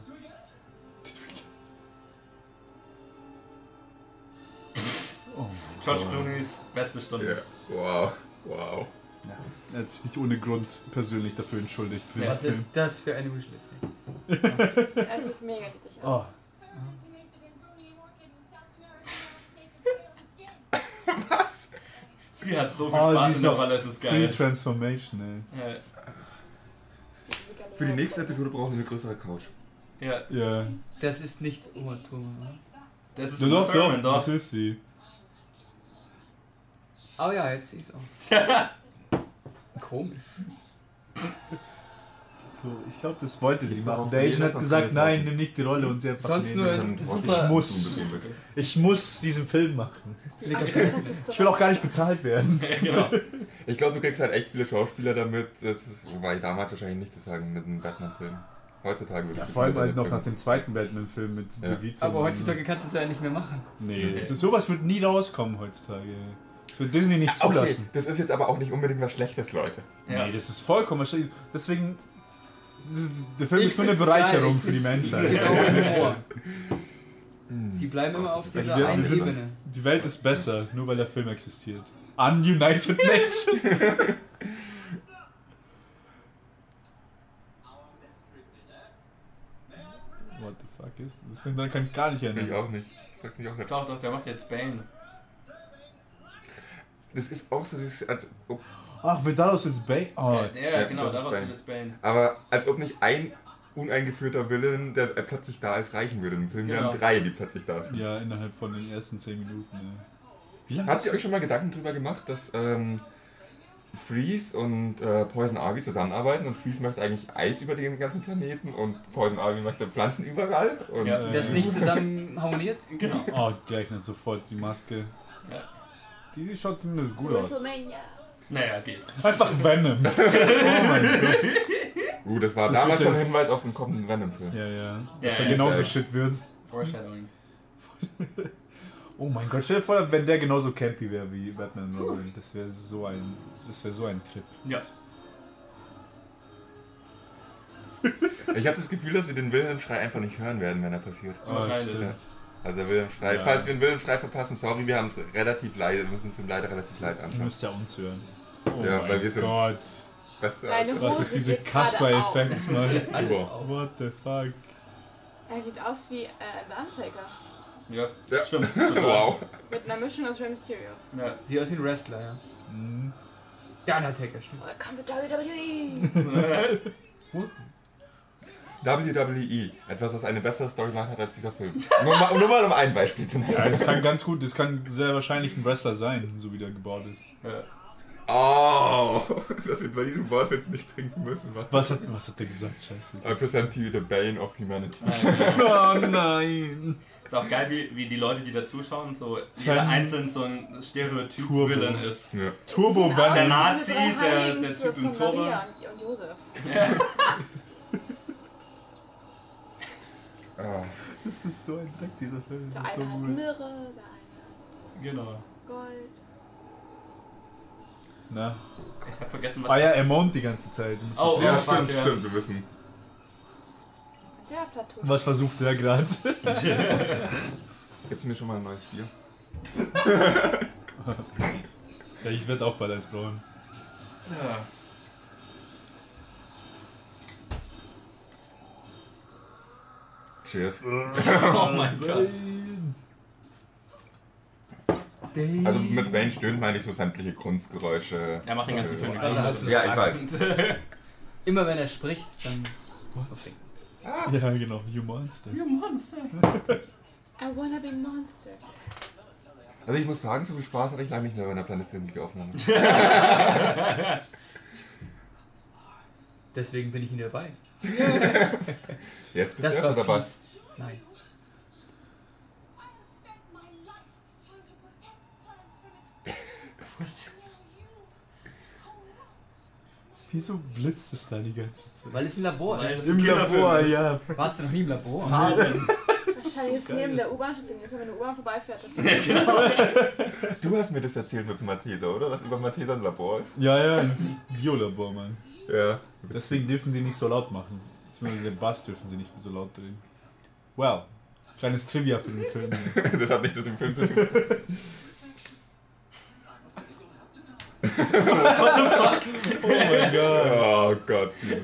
[SPEAKER 3] Oh,
[SPEAKER 2] George Clooney's beste
[SPEAKER 1] Ja.
[SPEAKER 2] Stunde.
[SPEAKER 1] Wow, wow.
[SPEAKER 3] er hat sich nicht ohne Grund persönlich dafür entschuldigt. Für den
[SPEAKER 4] Was
[SPEAKER 3] Film.
[SPEAKER 4] ist das für eine Wischlift?
[SPEAKER 5] Es sieht mega niedlich aus.
[SPEAKER 3] Oh,
[SPEAKER 2] Sie hat so viel
[SPEAKER 3] Oh, sie
[SPEAKER 2] Spaß
[SPEAKER 3] ist
[SPEAKER 2] in der
[SPEAKER 3] doch
[SPEAKER 2] Rolle, es ist
[SPEAKER 3] Free
[SPEAKER 2] geil.
[SPEAKER 3] Transformation, ey.
[SPEAKER 2] Ja,
[SPEAKER 5] Es gibt diese ganze
[SPEAKER 1] Für die nächste
[SPEAKER 5] Zeit.
[SPEAKER 1] Episode brauchen wir eine größere Couch.
[SPEAKER 2] ja.
[SPEAKER 3] Ja.
[SPEAKER 4] Das ist nicht Oma Thurman. oder?
[SPEAKER 2] Das ist
[SPEAKER 3] So, doch, doch,
[SPEAKER 2] Thurman,
[SPEAKER 3] das
[SPEAKER 2] doch.
[SPEAKER 3] ist sie.
[SPEAKER 4] Oh ja, jetzt sehe ich es auch. Komisch.
[SPEAKER 3] So, ich glaube, das wollte sie
[SPEAKER 1] Jetzt
[SPEAKER 3] machen.
[SPEAKER 1] darauf
[SPEAKER 3] Der Agent
[SPEAKER 1] gehen,
[SPEAKER 3] hat
[SPEAKER 1] dass
[SPEAKER 3] gesagt,
[SPEAKER 1] das
[SPEAKER 3] nein,
[SPEAKER 1] nicht-
[SPEAKER 3] nimm nicht die Rolle und sie hat gesagt,
[SPEAKER 4] Sonst
[SPEAKER 3] nee,
[SPEAKER 4] nur
[SPEAKER 3] nee.
[SPEAKER 1] Wir können
[SPEAKER 4] ein
[SPEAKER 1] trotzdem
[SPEAKER 4] super-
[SPEAKER 1] tun,
[SPEAKER 3] muss.
[SPEAKER 1] wir gehen weg.
[SPEAKER 3] Ich muss diesen Film machen.
[SPEAKER 5] Die Abkürzung
[SPEAKER 3] Ich will auch gar nicht bezahlt werden.
[SPEAKER 2] Ja, genau.
[SPEAKER 1] Ich glaube, du kriegst halt echt viele Schauspieler damit. Das ist, wobei damals wahrscheinlich nicht zu sagen mit einem Batman-Film. Heutzutage würde ich
[SPEAKER 3] Ja,
[SPEAKER 1] das
[SPEAKER 3] vor allem
[SPEAKER 1] mit
[SPEAKER 3] halt noch nach
[SPEAKER 1] Batman-
[SPEAKER 3] dem zweiten Batman-Film mit
[SPEAKER 1] Ja.
[SPEAKER 3] DeVito.
[SPEAKER 4] Aber heutzutage kannst du es ja nicht mehr machen.
[SPEAKER 3] Nee,
[SPEAKER 2] Nee.
[SPEAKER 3] das- Also sowas wird nie rauskommen heutzutage. Das wird Disney nicht
[SPEAKER 4] Ah,
[SPEAKER 1] Okay,
[SPEAKER 3] zulassen.
[SPEAKER 1] das ist jetzt aber auch nicht unbedingt was Schlechtes, Leute.
[SPEAKER 2] Ja.
[SPEAKER 3] Nee, das ist vollkommen schlecht. Deswegen, das- der Film
[SPEAKER 4] Ich
[SPEAKER 3] ist nur eine
[SPEAKER 4] find's
[SPEAKER 3] Bereicherung
[SPEAKER 4] geil, ich
[SPEAKER 3] für die
[SPEAKER 4] find's-
[SPEAKER 3] Menschheit.
[SPEAKER 4] ich find's Genau Humor.
[SPEAKER 1] Hm.
[SPEAKER 4] Sie bleiben immer
[SPEAKER 1] Gott,
[SPEAKER 4] auf
[SPEAKER 1] das ist
[SPEAKER 4] dieser
[SPEAKER 3] echt-
[SPEAKER 4] einen
[SPEAKER 3] wir sind-
[SPEAKER 4] Ebene.
[SPEAKER 3] Die Welt ist besser, nur weil der Film existiert. Ununited Nations. What the fuck ist das? Das Ding daran kann ich gar nicht
[SPEAKER 1] Ich
[SPEAKER 3] erinnern.
[SPEAKER 1] auch nicht. Ich frag's mich auch nicht.
[SPEAKER 2] Doch, doch, der macht jetzt Bane.
[SPEAKER 1] Das ist auch so, dieses, als ob,
[SPEAKER 3] Ach, wird daraus jetzt Bane? Oh,
[SPEAKER 2] Ja, ja,
[SPEAKER 1] Ja,
[SPEAKER 2] genau,
[SPEAKER 1] das ist
[SPEAKER 2] da war
[SPEAKER 1] Bane.
[SPEAKER 2] es Bane.
[SPEAKER 1] aber als ob nicht ein uneingeführter Villain, der äh, plötzlich da ist, reichen würde im Film. Wir
[SPEAKER 2] Genau.
[SPEAKER 1] haben drei, die plötzlich da sind.
[SPEAKER 3] ja, innerhalb von den ersten 10 Minuten. Ja. Wie lange
[SPEAKER 1] Habt
[SPEAKER 3] ist
[SPEAKER 1] ihr euch schon mal Gedanken darüber gemacht, dass ähm, Freeze und äh, Poison Ivy zusammenarbeiten und Freeze möchte eigentlich Eis über den ganzen Planeten und Poison Ivy möchte Pflanzen überall? Und
[SPEAKER 2] Ja,
[SPEAKER 4] Das nicht zusammen harmoniert?
[SPEAKER 2] Genau.
[SPEAKER 3] Oh, gleich nicht sofort die Maske.
[SPEAKER 2] Ja.
[SPEAKER 3] Die schaut zumindest gut aus.
[SPEAKER 5] WrestleMania.
[SPEAKER 2] Naja, geht.
[SPEAKER 3] Einfach Venom. oh mein Gott.
[SPEAKER 1] Uh, das war
[SPEAKER 3] Das
[SPEAKER 1] damals
[SPEAKER 3] wird
[SPEAKER 1] schon ein
[SPEAKER 3] das-
[SPEAKER 1] Hinweis auf den kommenden Venom-Film.
[SPEAKER 3] Ja, ja.
[SPEAKER 2] Ja,
[SPEAKER 3] Dass er
[SPEAKER 2] ja,
[SPEAKER 3] genauso
[SPEAKER 1] ist
[SPEAKER 3] shit wird.
[SPEAKER 2] Foreshadowing.
[SPEAKER 3] Oh mein Gott, stell dir vor, wenn der genauso campy wäre wie Batman und Robin. Das wäre so ein. Das wäre so ein Trip.
[SPEAKER 2] Ja.
[SPEAKER 1] Ich habe das Gefühl, dass wir den Wilhelm-Schrei einfach nicht hören werden, wenn er passiert.
[SPEAKER 2] Wahrscheinlich.
[SPEAKER 3] shit.
[SPEAKER 1] Also der Wilhelm-Schrei.
[SPEAKER 3] Ja.
[SPEAKER 1] Falls wir den Wilhelm-Schrei verpassen, sorry, wir haben es relativ leise, wir müssen den Film leider relativ leise
[SPEAKER 3] Du
[SPEAKER 1] anschauen.
[SPEAKER 3] müsst ja uns hören. Oh
[SPEAKER 1] Ja,
[SPEAKER 3] mein
[SPEAKER 1] weil wir sind-
[SPEAKER 3] Gott.
[SPEAKER 1] Besser
[SPEAKER 5] Seine
[SPEAKER 1] als-
[SPEAKER 3] Was ist
[SPEAKER 5] Hose
[SPEAKER 3] diese
[SPEAKER 5] geht gerade
[SPEAKER 3] Kasper-Effekts, Mann?
[SPEAKER 4] Alles
[SPEAKER 1] Wow.
[SPEAKER 4] auf.
[SPEAKER 3] What the fuck?
[SPEAKER 5] Er sieht aus wie äh, ein Anfänger.
[SPEAKER 2] Ja,
[SPEAKER 1] Ja.
[SPEAKER 2] stimmt. Total.
[SPEAKER 1] Wow.
[SPEAKER 5] Mit einer Mischung aus Rey Mysterio.
[SPEAKER 2] Ja.
[SPEAKER 4] Sieht aus wie ein Wrestler, ja.
[SPEAKER 3] Hm.
[SPEAKER 4] Der Undertaker, stimmt.
[SPEAKER 5] Welcome to WWE.
[SPEAKER 1] WWE. E, Etwas, was eine bessere Storyline hat als dieser Film. Nur mal, nur mal um ein Beispiel zu nennen.
[SPEAKER 3] Ja, das kann ganz gut, das kann sehr wahrscheinlich ein Wrestler sein, so wie der gebaut ist.
[SPEAKER 2] Ja.
[SPEAKER 1] Oh, dass wir bei diesem Wort jetzt nicht trinken müssen. Was?
[SPEAKER 3] Was hat, was hat der gesagt? Scheiße.
[SPEAKER 1] I present to you the bane of humanity.
[SPEAKER 2] Nein, ja.
[SPEAKER 3] Oh nein!
[SPEAKER 2] Ist auch geil, wie, wie die Leute, die dazuschauen, so jeder
[SPEAKER 3] Ten-
[SPEAKER 2] einzeln so ein
[SPEAKER 3] Turbo.
[SPEAKER 2] Stereotyp-Villain ist.
[SPEAKER 1] Ja.
[SPEAKER 3] Turbo
[SPEAKER 5] Sieht
[SPEAKER 3] Venom.
[SPEAKER 5] aus wie
[SPEAKER 2] Der Nazi,
[SPEAKER 5] diese drei
[SPEAKER 2] der-
[SPEAKER 5] Heiligen
[SPEAKER 2] der
[SPEAKER 5] für-
[SPEAKER 2] Typ im
[SPEAKER 5] von Maria
[SPEAKER 2] Turban.
[SPEAKER 5] Und, und Josef.
[SPEAKER 1] Ah,
[SPEAKER 2] Oh,
[SPEAKER 3] Das ist so ein Dreck, dieser Film.
[SPEAKER 5] Der
[SPEAKER 3] Das ist so
[SPEAKER 5] eine hat
[SPEAKER 3] gut.
[SPEAKER 5] Mirre, der eine
[SPEAKER 2] Genau.
[SPEAKER 5] hat Gold.
[SPEAKER 3] Na,
[SPEAKER 2] Ich hab vergessen, was.
[SPEAKER 3] Eier Amount die ganze Zeit. Du musst
[SPEAKER 2] Oh,
[SPEAKER 3] mal-
[SPEAKER 1] ja,
[SPEAKER 2] fuck,
[SPEAKER 1] stimmt,
[SPEAKER 2] ja.
[SPEAKER 1] stimmt, wir wissen.
[SPEAKER 5] Und Der hat Plateau.
[SPEAKER 3] Was versucht er gerade?
[SPEAKER 1] Gibst du mir schon mal ein neues Bier?
[SPEAKER 3] ja, ich werde auch bald eins brauchen.
[SPEAKER 2] Ja.
[SPEAKER 1] Cheers.
[SPEAKER 2] Oh mein Gott.
[SPEAKER 1] Also mit Bane stöhnt meine ich so sämtliche Grundgeräusche.
[SPEAKER 2] Er macht den ganzen Film
[SPEAKER 4] Was er halt so
[SPEAKER 1] Ja, ich
[SPEAKER 4] sagt.
[SPEAKER 1] weiß.
[SPEAKER 4] Immer wenn er spricht, dann. Was?
[SPEAKER 3] Ja, genau. You Monster.
[SPEAKER 2] You monster.
[SPEAKER 5] I wanna be monster.
[SPEAKER 1] Also ich muss sagen, so viel Spaß hatte ich lange nicht mehr bei einer Planet Film League Aufnahme.
[SPEAKER 4] Deswegen bin ich nie dabei.
[SPEAKER 1] Jetzt bist
[SPEAKER 4] Das
[SPEAKER 1] du
[SPEAKER 4] war
[SPEAKER 1] dabei.
[SPEAKER 4] fies. Nein.
[SPEAKER 3] Wieso blitzt es da die ganze Zeit?
[SPEAKER 4] Weil es ein Labor
[SPEAKER 2] Weil
[SPEAKER 4] ist.
[SPEAKER 2] es- Im Labor,
[SPEAKER 3] ja.
[SPEAKER 4] Warst du noch nie im Labor?
[SPEAKER 2] Farben.
[SPEAKER 5] Wahrscheinlich ist neben der U-Bahn-Station, jetzt wenn eine U-Bahn vorbeifährt. dann-
[SPEAKER 2] ja, genau.
[SPEAKER 1] Du hast mir das erzählt mit Mathesa, oder? Was über Mathesa ein Labor ist?
[SPEAKER 3] Ja, ja, ein Biolabor, Mann.
[SPEAKER 1] Ja.
[SPEAKER 7] Deswegen dürfen die nicht so laut machen. Beziehungsweise den Bass dürfen sie nicht so laut drehen. Well, kleines Trivia für den Film.
[SPEAKER 1] Das hat nichts mit dem Film zu tun.
[SPEAKER 3] Oh mein Gott.
[SPEAKER 1] Oh Gott. Du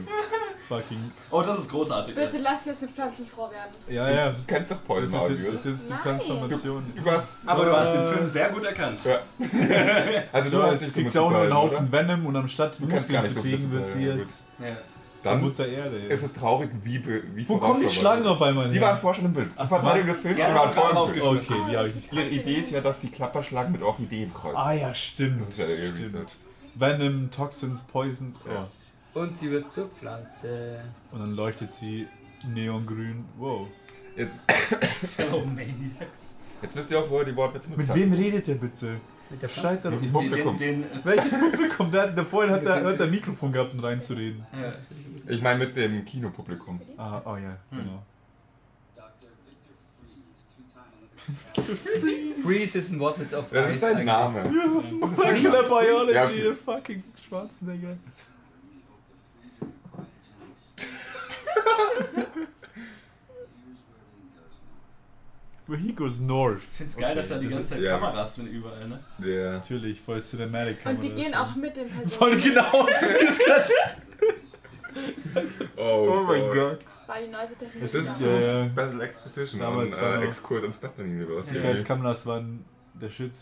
[SPEAKER 3] Fucking.
[SPEAKER 2] Oh, das ist großartig.
[SPEAKER 5] Bitte lass jetzt nicht pflanzenfroh werden.
[SPEAKER 7] Ja, ja.
[SPEAKER 1] kennst doch Paul
[SPEAKER 7] Das ist, jetzt-
[SPEAKER 1] Mario,
[SPEAKER 7] das ist
[SPEAKER 1] oder?
[SPEAKER 7] jetzt die
[SPEAKER 5] Nein.
[SPEAKER 7] Transformation.
[SPEAKER 1] Du warst...
[SPEAKER 2] Aber du hast den Film sehr gut erkannt.
[SPEAKER 1] Ja. Also du
[SPEAKER 7] Ja,
[SPEAKER 1] hast
[SPEAKER 7] jetzt kriegt
[SPEAKER 1] nicht genug
[SPEAKER 7] sie auch noch einen
[SPEAKER 1] Superhelden,
[SPEAKER 7] Haufen Venom und anstatt
[SPEAKER 1] kannst
[SPEAKER 7] Muskeln
[SPEAKER 1] gar nicht
[SPEAKER 7] zu
[SPEAKER 1] so
[SPEAKER 7] kriegen,
[SPEAKER 1] viel
[SPEAKER 7] wird sie
[SPEAKER 1] Superhelden,
[SPEAKER 7] jetzt
[SPEAKER 2] Ja.
[SPEAKER 1] oder?
[SPEAKER 7] zur
[SPEAKER 1] Dann
[SPEAKER 7] Mutter Erde.
[SPEAKER 1] ist es traurig, wie... be- wie
[SPEAKER 3] Wo kommen die Schlangen auf einmal
[SPEAKER 1] Die
[SPEAKER 3] her?
[SPEAKER 1] waren vorher schon im Bild. Zur Verteidigung des Films, die
[SPEAKER 2] Ja,
[SPEAKER 1] waren vorher im Bild.
[SPEAKER 2] draufgeschmissen.
[SPEAKER 3] Okay,
[SPEAKER 5] Oh,
[SPEAKER 3] die hab ich nicht.
[SPEAKER 1] Ihre Idee ist ja, dass sie Klapperschlangen mit Orchideen kreuzt.
[SPEAKER 3] Ah ja, stimmt.
[SPEAKER 1] Das ist ja irgendwie so.
[SPEAKER 3] stimmt. Venom, Toxins, Poison.
[SPEAKER 1] Ja.
[SPEAKER 3] Oh.
[SPEAKER 4] Und sie wird äh. zur Pflanze.
[SPEAKER 3] Und dann leuchtet sie neongrün. Wow.
[SPEAKER 1] Jetzt,
[SPEAKER 2] So Oh, Maniacs.
[SPEAKER 1] jetzt wisst ihr auch, woher die Wortwitze
[SPEAKER 3] Mit
[SPEAKER 1] mitkamen.
[SPEAKER 3] wem redet der bitte?
[SPEAKER 4] Mit der Pflanze.
[SPEAKER 3] Schreit er
[SPEAKER 1] Mit
[SPEAKER 3] doch.
[SPEAKER 1] dem Publikum.
[SPEAKER 2] Den, den, äh,
[SPEAKER 3] Welches Publikum? Der, der vorhin hat er hat der Mikrofon gehabt, um reinzureden.
[SPEAKER 2] ja.
[SPEAKER 1] Ich meine mit dem Kinopublikum.
[SPEAKER 3] Ah, oh ja,
[SPEAKER 1] Hm.
[SPEAKER 3] genau.
[SPEAKER 4] Freeze ist ein Wortwitz auf
[SPEAKER 1] Das
[SPEAKER 4] Eis
[SPEAKER 1] ist sein
[SPEAKER 4] eigentlich.
[SPEAKER 1] Name. Das ist sein
[SPEAKER 3] Molecular
[SPEAKER 1] Name.
[SPEAKER 3] Biology,
[SPEAKER 1] Ja, okay.
[SPEAKER 3] der fucking Schwarzenegger. Where he goes north.
[SPEAKER 2] Ich find's geil, dass da die ganze Zeit
[SPEAKER 1] Ja.
[SPEAKER 2] Kameras sind überall, ne?
[SPEAKER 1] Ja.
[SPEAKER 3] Natürlich, voll Cinematic.
[SPEAKER 5] Und die gehen auch mit den
[SPEAKER 3] Voll
[SPEAKER 5] Personen.
[SPEAKER 3] genau. ist grad-
[SPEAKER 1] Oh,
[SPEAKER 3] oh mein Gott.
[SPEAKER 5] Das war die neueste Technik.
[SPEAKER 1] Es ist so
[SPEAKER 3] Ja, ja.
[SPEAKER 1] Basil Exposition
[SPEAKER 3] Damals
[SPEAKER 1] und
[SPEAKER 3] war
[SPEAKER 1] äh,
[SPEAKER 3] noch-
[SPEAKER 1] Exkurs ins Batman Universe. irgendwie.
[SPEAKER 3] Sicherheitskameras waren der Shit.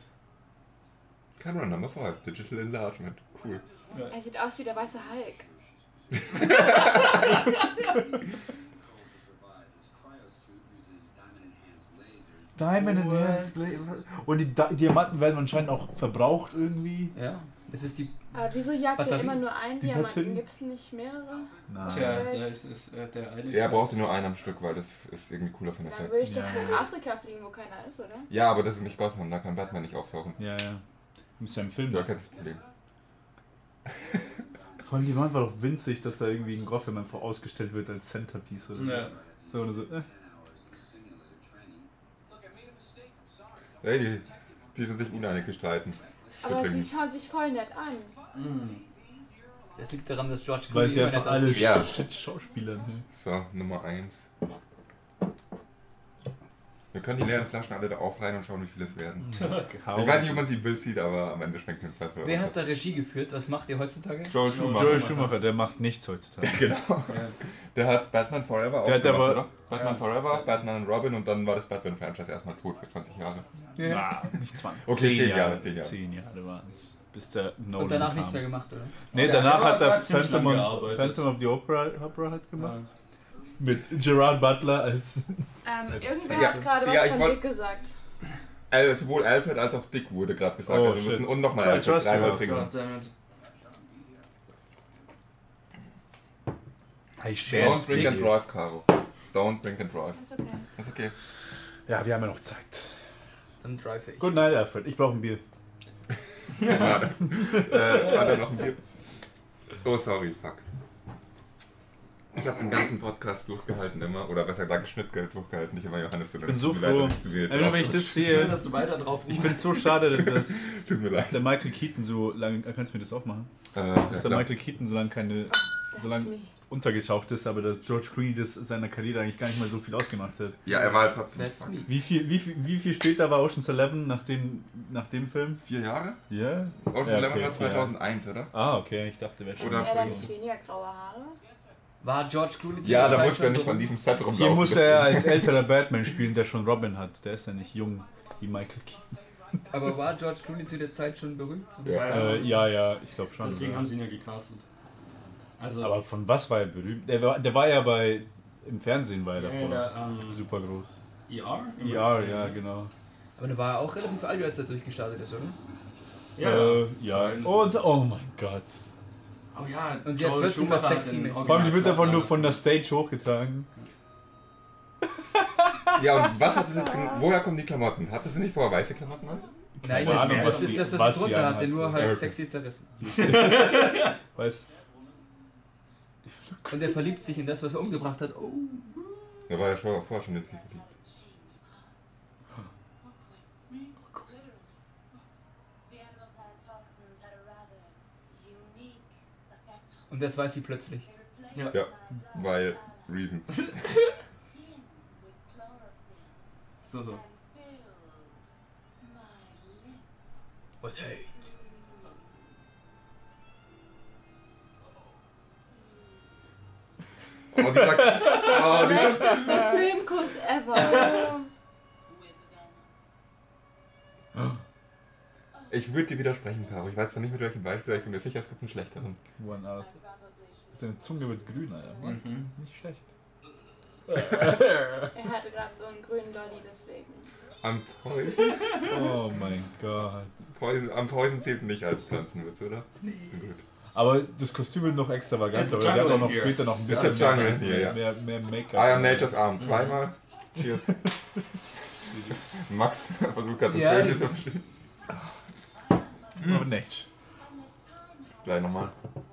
[SPEAKER 1] Camera Number 5, Digital Enlargement. Cool.
[SPEAKER 5] Er sieht aus wie der weiße Hulk.
[SPEAKER 3] Diamond Enhanced Laser. Und die Di Diamanten werden anscheinend auch verbraucht irgendwie.
[SPEAKER 4] Ja, es ist die.
[SPEAKER 5] Aber wieso jagt er
[SPEAKER 4] Batterie.
[SPEAKER 5] immer nur einen
[SPEAKER 3] Die Batterie.
[SPEAKER 5] Diamanten? Gibt es nicht mehrere?
[SPEAKER 3] Nein.
[SPEAKER 2] Tja, da ist, ist äh, der eine.
[SPEAKER 1] Er brauchte nur einen am Stück, weil das ist irgendwie cooler von der
[SPEAKER 5] Dann
[SPEAKER 1] Zeit.
[SPEAKER 5] würde ich doch
[SPEAKER 3] Ja.
[SPEAKER 5] nach Afrika fliegen, wo keiner ist, oder?
[SPEAKER 1] Ja, aber das ist nicht Gotham, da kann Batman nicht auftauchen.
[SPEAKER 3] Ja, ja. Mit seinem Film.
[SPEAKER 1] Ja, kennst das Problem.
[SPEAKER 3] Vor allem die Wand war doch winzig, dass da irgendwie ein Goffin einfach ausgestellt wird als Centerpiece oder so.
[SPEAKER 2] Ja.
[SPEAKER 3] So, oder so. Äh.
[SPEAKER 1] Ey, die, die sind sich uneinig streiten.
[SPEAKER 5] Aber sie
[SPEAKER 1] Übrigens.
[SPEAKER 5] schauen sich voll nett an.
[SPEAKER 2] Mhm.
[SPEAKER 4] Das liegt daran, dass George Clooney
[SPEAKER 3] Weil sie
[SPEAKER 4] immer
[SPEAKER 3] einfach
[SPEAKER 4] nett
[SPEAKER 3] alle
[SPEAKER 4] aussieht.
[SPEAKER 1] Ja.
[SPEAKER 3] Shit Schauspieler. Ne?
[SPEAKER 1] So, Nummer 1. Wir können die leeren Flaschen alle da aufreihen und schauen, wie viel es werden.
[SPEAKER 3] Genau.
[SPEAKER 1] Ich weiß nicht, ob man sie im Bild sieht, aber am Ende schmeckt mir im Zweifel.
[SPEAKER 4] Wer hat da Regie geführt? Was macht ihr heutzutage?
[SPEAKER 1] Joel Schumacher. ne?
[SPEAKER 3] Joel Schumacher, der macht nichts heutzutage.
[SPEAKER 1] Genau. Der hat Batman Forever auch
[SPEAKER 3] Der hat
[SPEAKER 1] gemacht,
[SPEAKER 3] aber-
[SPEAKER 1] oder? Batman Forever, Batman und Robin und dann war das Batman-Franchise erstmal tot für 20 Jahre.
[SPEAKER 3] Na, nicht 20.
[SPEAKER 1] Okay, zehn Jahre, zehn Jahre.
[SPEAKER 3] Zehn Jahre waren es. Bis der Nolan
[SPEAKER 4] Und danach
[SPEAKER 3] kam.
[SPEAKER 4] nichts mehr gemacht, oder?
[SPEAKER 3] Nee,
[SPEAKER 2] Ja,
[SPEAKER 3] danach
[SPEAKER 2] der
[SPEAKER 3] hat er
[SPEAKER 2] hat ziemlich
[SPEAKER 3] Phantom,
[SPEAKER 2] lange
[SPEAKER 3] on,
[SPEAKER 2] gearbeitet.
[SPEAKER 3] Phantom of the Opera, Opera hat gemacht.
[SPEAKER 2] Ja.
[SPEAKER 3] Mit Gerard Butler als.
[SPEAKER 5] Ähm, irgendwer
[SPEAKER 1] Ja,
[SPEAKER 5] hat gerade was
[SPEAKER 1] ja, ich
[SPEAKER 5] von
[SPEAKER 1] wollt-
[SPEAKER 5] Dick gesagt.
[SPEAKER 1] Also sowohl Alfred als auch Dick wurde gerade gesagt.
[SPEAKER 3] Oh,
[SPEAKER 1] also wir
[SPEAKER 3] shit.
[SPEAKER 1] müssen und nochmal
[SPEAKER 3] Try-
[SPEAKER 1] Alfred
[SPEAKER 3] trust
[SPEAKER 1] dreimal
[SPEAKER 3] you.
[SPEAKER 1] trinken.
[SPEAKER 2] Goddammit.
[SPEAKER 4] Wer
[SPEAKER 1] Don't
[SPEAKER 4] ist
[SPEAKER 1] drink
[SPEAKER 4] Dick?
[SPEAKER 1] and drive, Caro. Don't drink and drive.
[SPEAKER 5] Ist okay.
[SPEAKER 1] Ist okay.
[SPEAKER 3] Ja, wir haben ja noch Zeit.
[SPEAKER 4] Dann drive ich.
[SPEAKER 3] Good night, Alfred. Ich brauche ein Bier.
[SPEAKER 1] äh, hat er noch ein Bier? Oh, sorry, fuck. Ich habe den ganzen Podcast durchgehalten immer, oder besser gesagt, Schnittgeld durchgehalten, nicht immer Johannes, sondern
[SPEAKER 3] bin so
[SPEAKER 1] tut mir leid,
[SPEAKER 3] froh.
[SPEAKER 1] dass du mir jetzt
[SPEAKER 3] Immer wenn ich
[SPEAKER 1] auch-
[SPEAKER 3] das
[SPEAKER 2] Schön,
[SPEAKER 3] sehe,
[SPEAKER 2] dass du weiter drauf
[SPEAKER 3] ich finde so schade, dass
[SPEAKER 1] Tut mir leid.
[SPEAKER 3] der Michael Keaton so lange. Kannst du mir das aufmachen?
[SPEAKER 1] Äh,
[SPEAKER 3] Dass
[SPEAKER 1] ja,
[SPEAKER 3] der
[SPEAKER 1] klar.
[SPEAKER 3] Michael Keaton so lange keine.
[SPEAKER 5] That's
[SPEAKER 3] so lange
[SPEAKER 5] me.
[SPEAKER 3] untergetaucht ist, aber dass George Clooney das seiner Karriere eigentlich gar nicht mal so viel ausgemacht hat.
[SPEAKER 1] ja, er war halt trotzdem
[SPEAKER 4] That's me.
[SPEAKER 3] Wie viel, wie viel, wie viel später war Ocean's Eleven nach dem, nach dem Film?
[SPEAKER 1] vier Jahre?
[SPEAKER 3] Ja?
[SPEAKER 1] Ocean
[SPEAKER 3] Ja,
[SPEAKER 1] Eleven
[SPEAKER 3] okay,
[SPEAKER 1] war
[SPEAKER 3] vier Jahre.
[SPEAKER 1] 2001, oder?
[SPEAKER 3] Ah, okay, ich dachte, wäre schon.
[SPEAKER 1] Oder-
[SPEAKER 5] Hat er da nicht weniger graue Haare?
[SPEAKER 4] War George Clooney zu
[SPEAKER 1] Ja,
[SPEAKER 4] der
[SPEAKER 1] da
[SPEAKER 4] Zeit
[SPEAKER 1] muss er
[SPEAKER 4] schon
[SPEAKER 1] nicht von
[SPEAKER 4] berühmt?
[SPEAKER 1] diesem Set rumlaufen.
[SPEAKER 3] Hier muss er als älterer Batman spielen, der schon Robin hat. Der ist ja nicht jung, wie Michael Keaton.
[SPEAKER 4] Aber war George Clooney zu der Zeit schon berühmt?
[SPEAKER 1] Ja.
[SPEAKER 3] Äh, ja, ja, ich glaube schon.
[SPEAKER 2] Deswegen
[SPEAKER 3] ja.
[SPEAKER 2] haben sie ihn ja gecastet. Also,
[SPEAKER 3] Aber von was war er berühmt? Der war, der war ja bei. Im Fernsehen war er
[SPEAKER 2] ja,
[SPEAKER 3] davor.
[SPEAKER 2] der, ähm,
[SPEAKER 3] Super groß.
[SPEAKER 2] ER?
[SPEAKER 3] Ja, ja, genau.
[SPEAKER 4] Aber dann war er auch relativ alt, als er durchgestartet ist, oder?
[SPEAKER 2] Ja.
[SPEAKER 3] äh, ja.
[SPEAKER 2] Und,
[SPEAKER 3] Und, oh mein Gott.
[SPEAKER 2] oh ja,
[SPEAKER 4] Und sie hat plötzlich
[SPEAKER 2] Schumacher
[SPEAKER 4] was sexy
[SPEAKER 2] den
[SPEAKER 4] mit.
[SPEAKER 3] Vor
[SPEAKER 2] Original-
[SPEAKER 3] allem, die wird einfach nur von der Stage hochgetragen.
[SPEAKER 1] Ja, und was hat es jetzt gen- Woher kommen die Klamotten? Hatte sie nicht vorher weiße Klamotten an?
[SPEAKER 4] Nein,
[SPEAKER 3] Keine
[SPEAKER 4] das,
[SPEAKER 3] Ahnung,
[SPEAKER 4] das
[SPEAKER 3] was
[SPEAKER 4] ist
[SPEAKER 3] sie-
[SPEAKER 4] das, was,
[SPEAKER 3] was
[SPEAKER 4] er
[SPEAKER 3] sie
[SPEAKER 4] drunter hatte,
[SPEAKER 3] anhatte.
[SPEAKER 4] nur halt
[SPEAKER 1] Ja, okay.
[SPEAKER 4] sexy zerrissen.
[SPEAKER 3] Weiß.
[SPEAKER 4] Und er verliebt sich in das, was er umgebracht hat. Oh.
[SPEAKER 1] Er war ja schon vorher schon jetzt nicht verliebt.
[SPEAKER 8] The animal plant toxins had a rather unique effect on
[SPEAKER 4] Und das weiß sie plötzlich.
[SPEAKER 1] Ja, weil Reasons.
[SPEAKER 8] him with chlorophyll
[SPEAKER 2] So, so.
[SPEAKER 8] and filled my lips.
[SPEAKER 4] What hey.
[SPEAKER 1] Oh, dieser, oh, dieser,
[SPEAKER 5] Schlechtester Filmkuss ever.
[SPEAKER 8] With venom.
[SPEAKER 1] ich würde dir widersprechen, Caro. Ich weiß zwar nicht mit welchem Beispiel, aber ich bin mir sicher, es gibt einen schlechteren.
[SPEAKER 3] One Earth.
[SPEAKER 8] Probably should
[SPEAKER 3] Seine Zunge wird grün, Alter. Mann,
[SPEAKER 2] Mhm.
[SPEAKER 3] Nicht schlecht.
[SPEAKER 5] er hatte gerade so einen grünen Lolli, deswegen.
[SPEAKER 1] Am Poison,
[SPEAKER 3] Oh mein Gott.
[SPEAKER 1] Poison, am Poison zählt nicht als Pflanzenwitz, oder? Gut.
[SPEAKER 3] Aber das Kostüm wird noch extravaganter,
[SPEAKER 2] It's
[SPEAKER 3] weil der hat auch
[SPEAKER 2] jungle
[SPEAKER 3] noch
[SPEAKER 2] in here.
[SPEAKER 3] später noch ein
[SPEAKER 1] It's
[SPEAKER 3] bisschen
[SPEAKER 1] a jungle in
[SPEAKER 3] mehr,
[SPEAKER 1] here, Ah ja.
[SPEAKER 3] mehr, mehr Make-up.
[SPEAKER 1] I am Nature's Arm. Zweimal. Cheers. Max versucht gerade das
[SPEAKER 4] Ja,
[SPEAKER 1] Vögel
[SPEAKER 4] ich-
[SPEAKER 1] zu verstehen.
[SPEAKER 3] Aber Nature.
[SPEAKER 1] Gleich nochmal.
[SPEAKER 8] plants to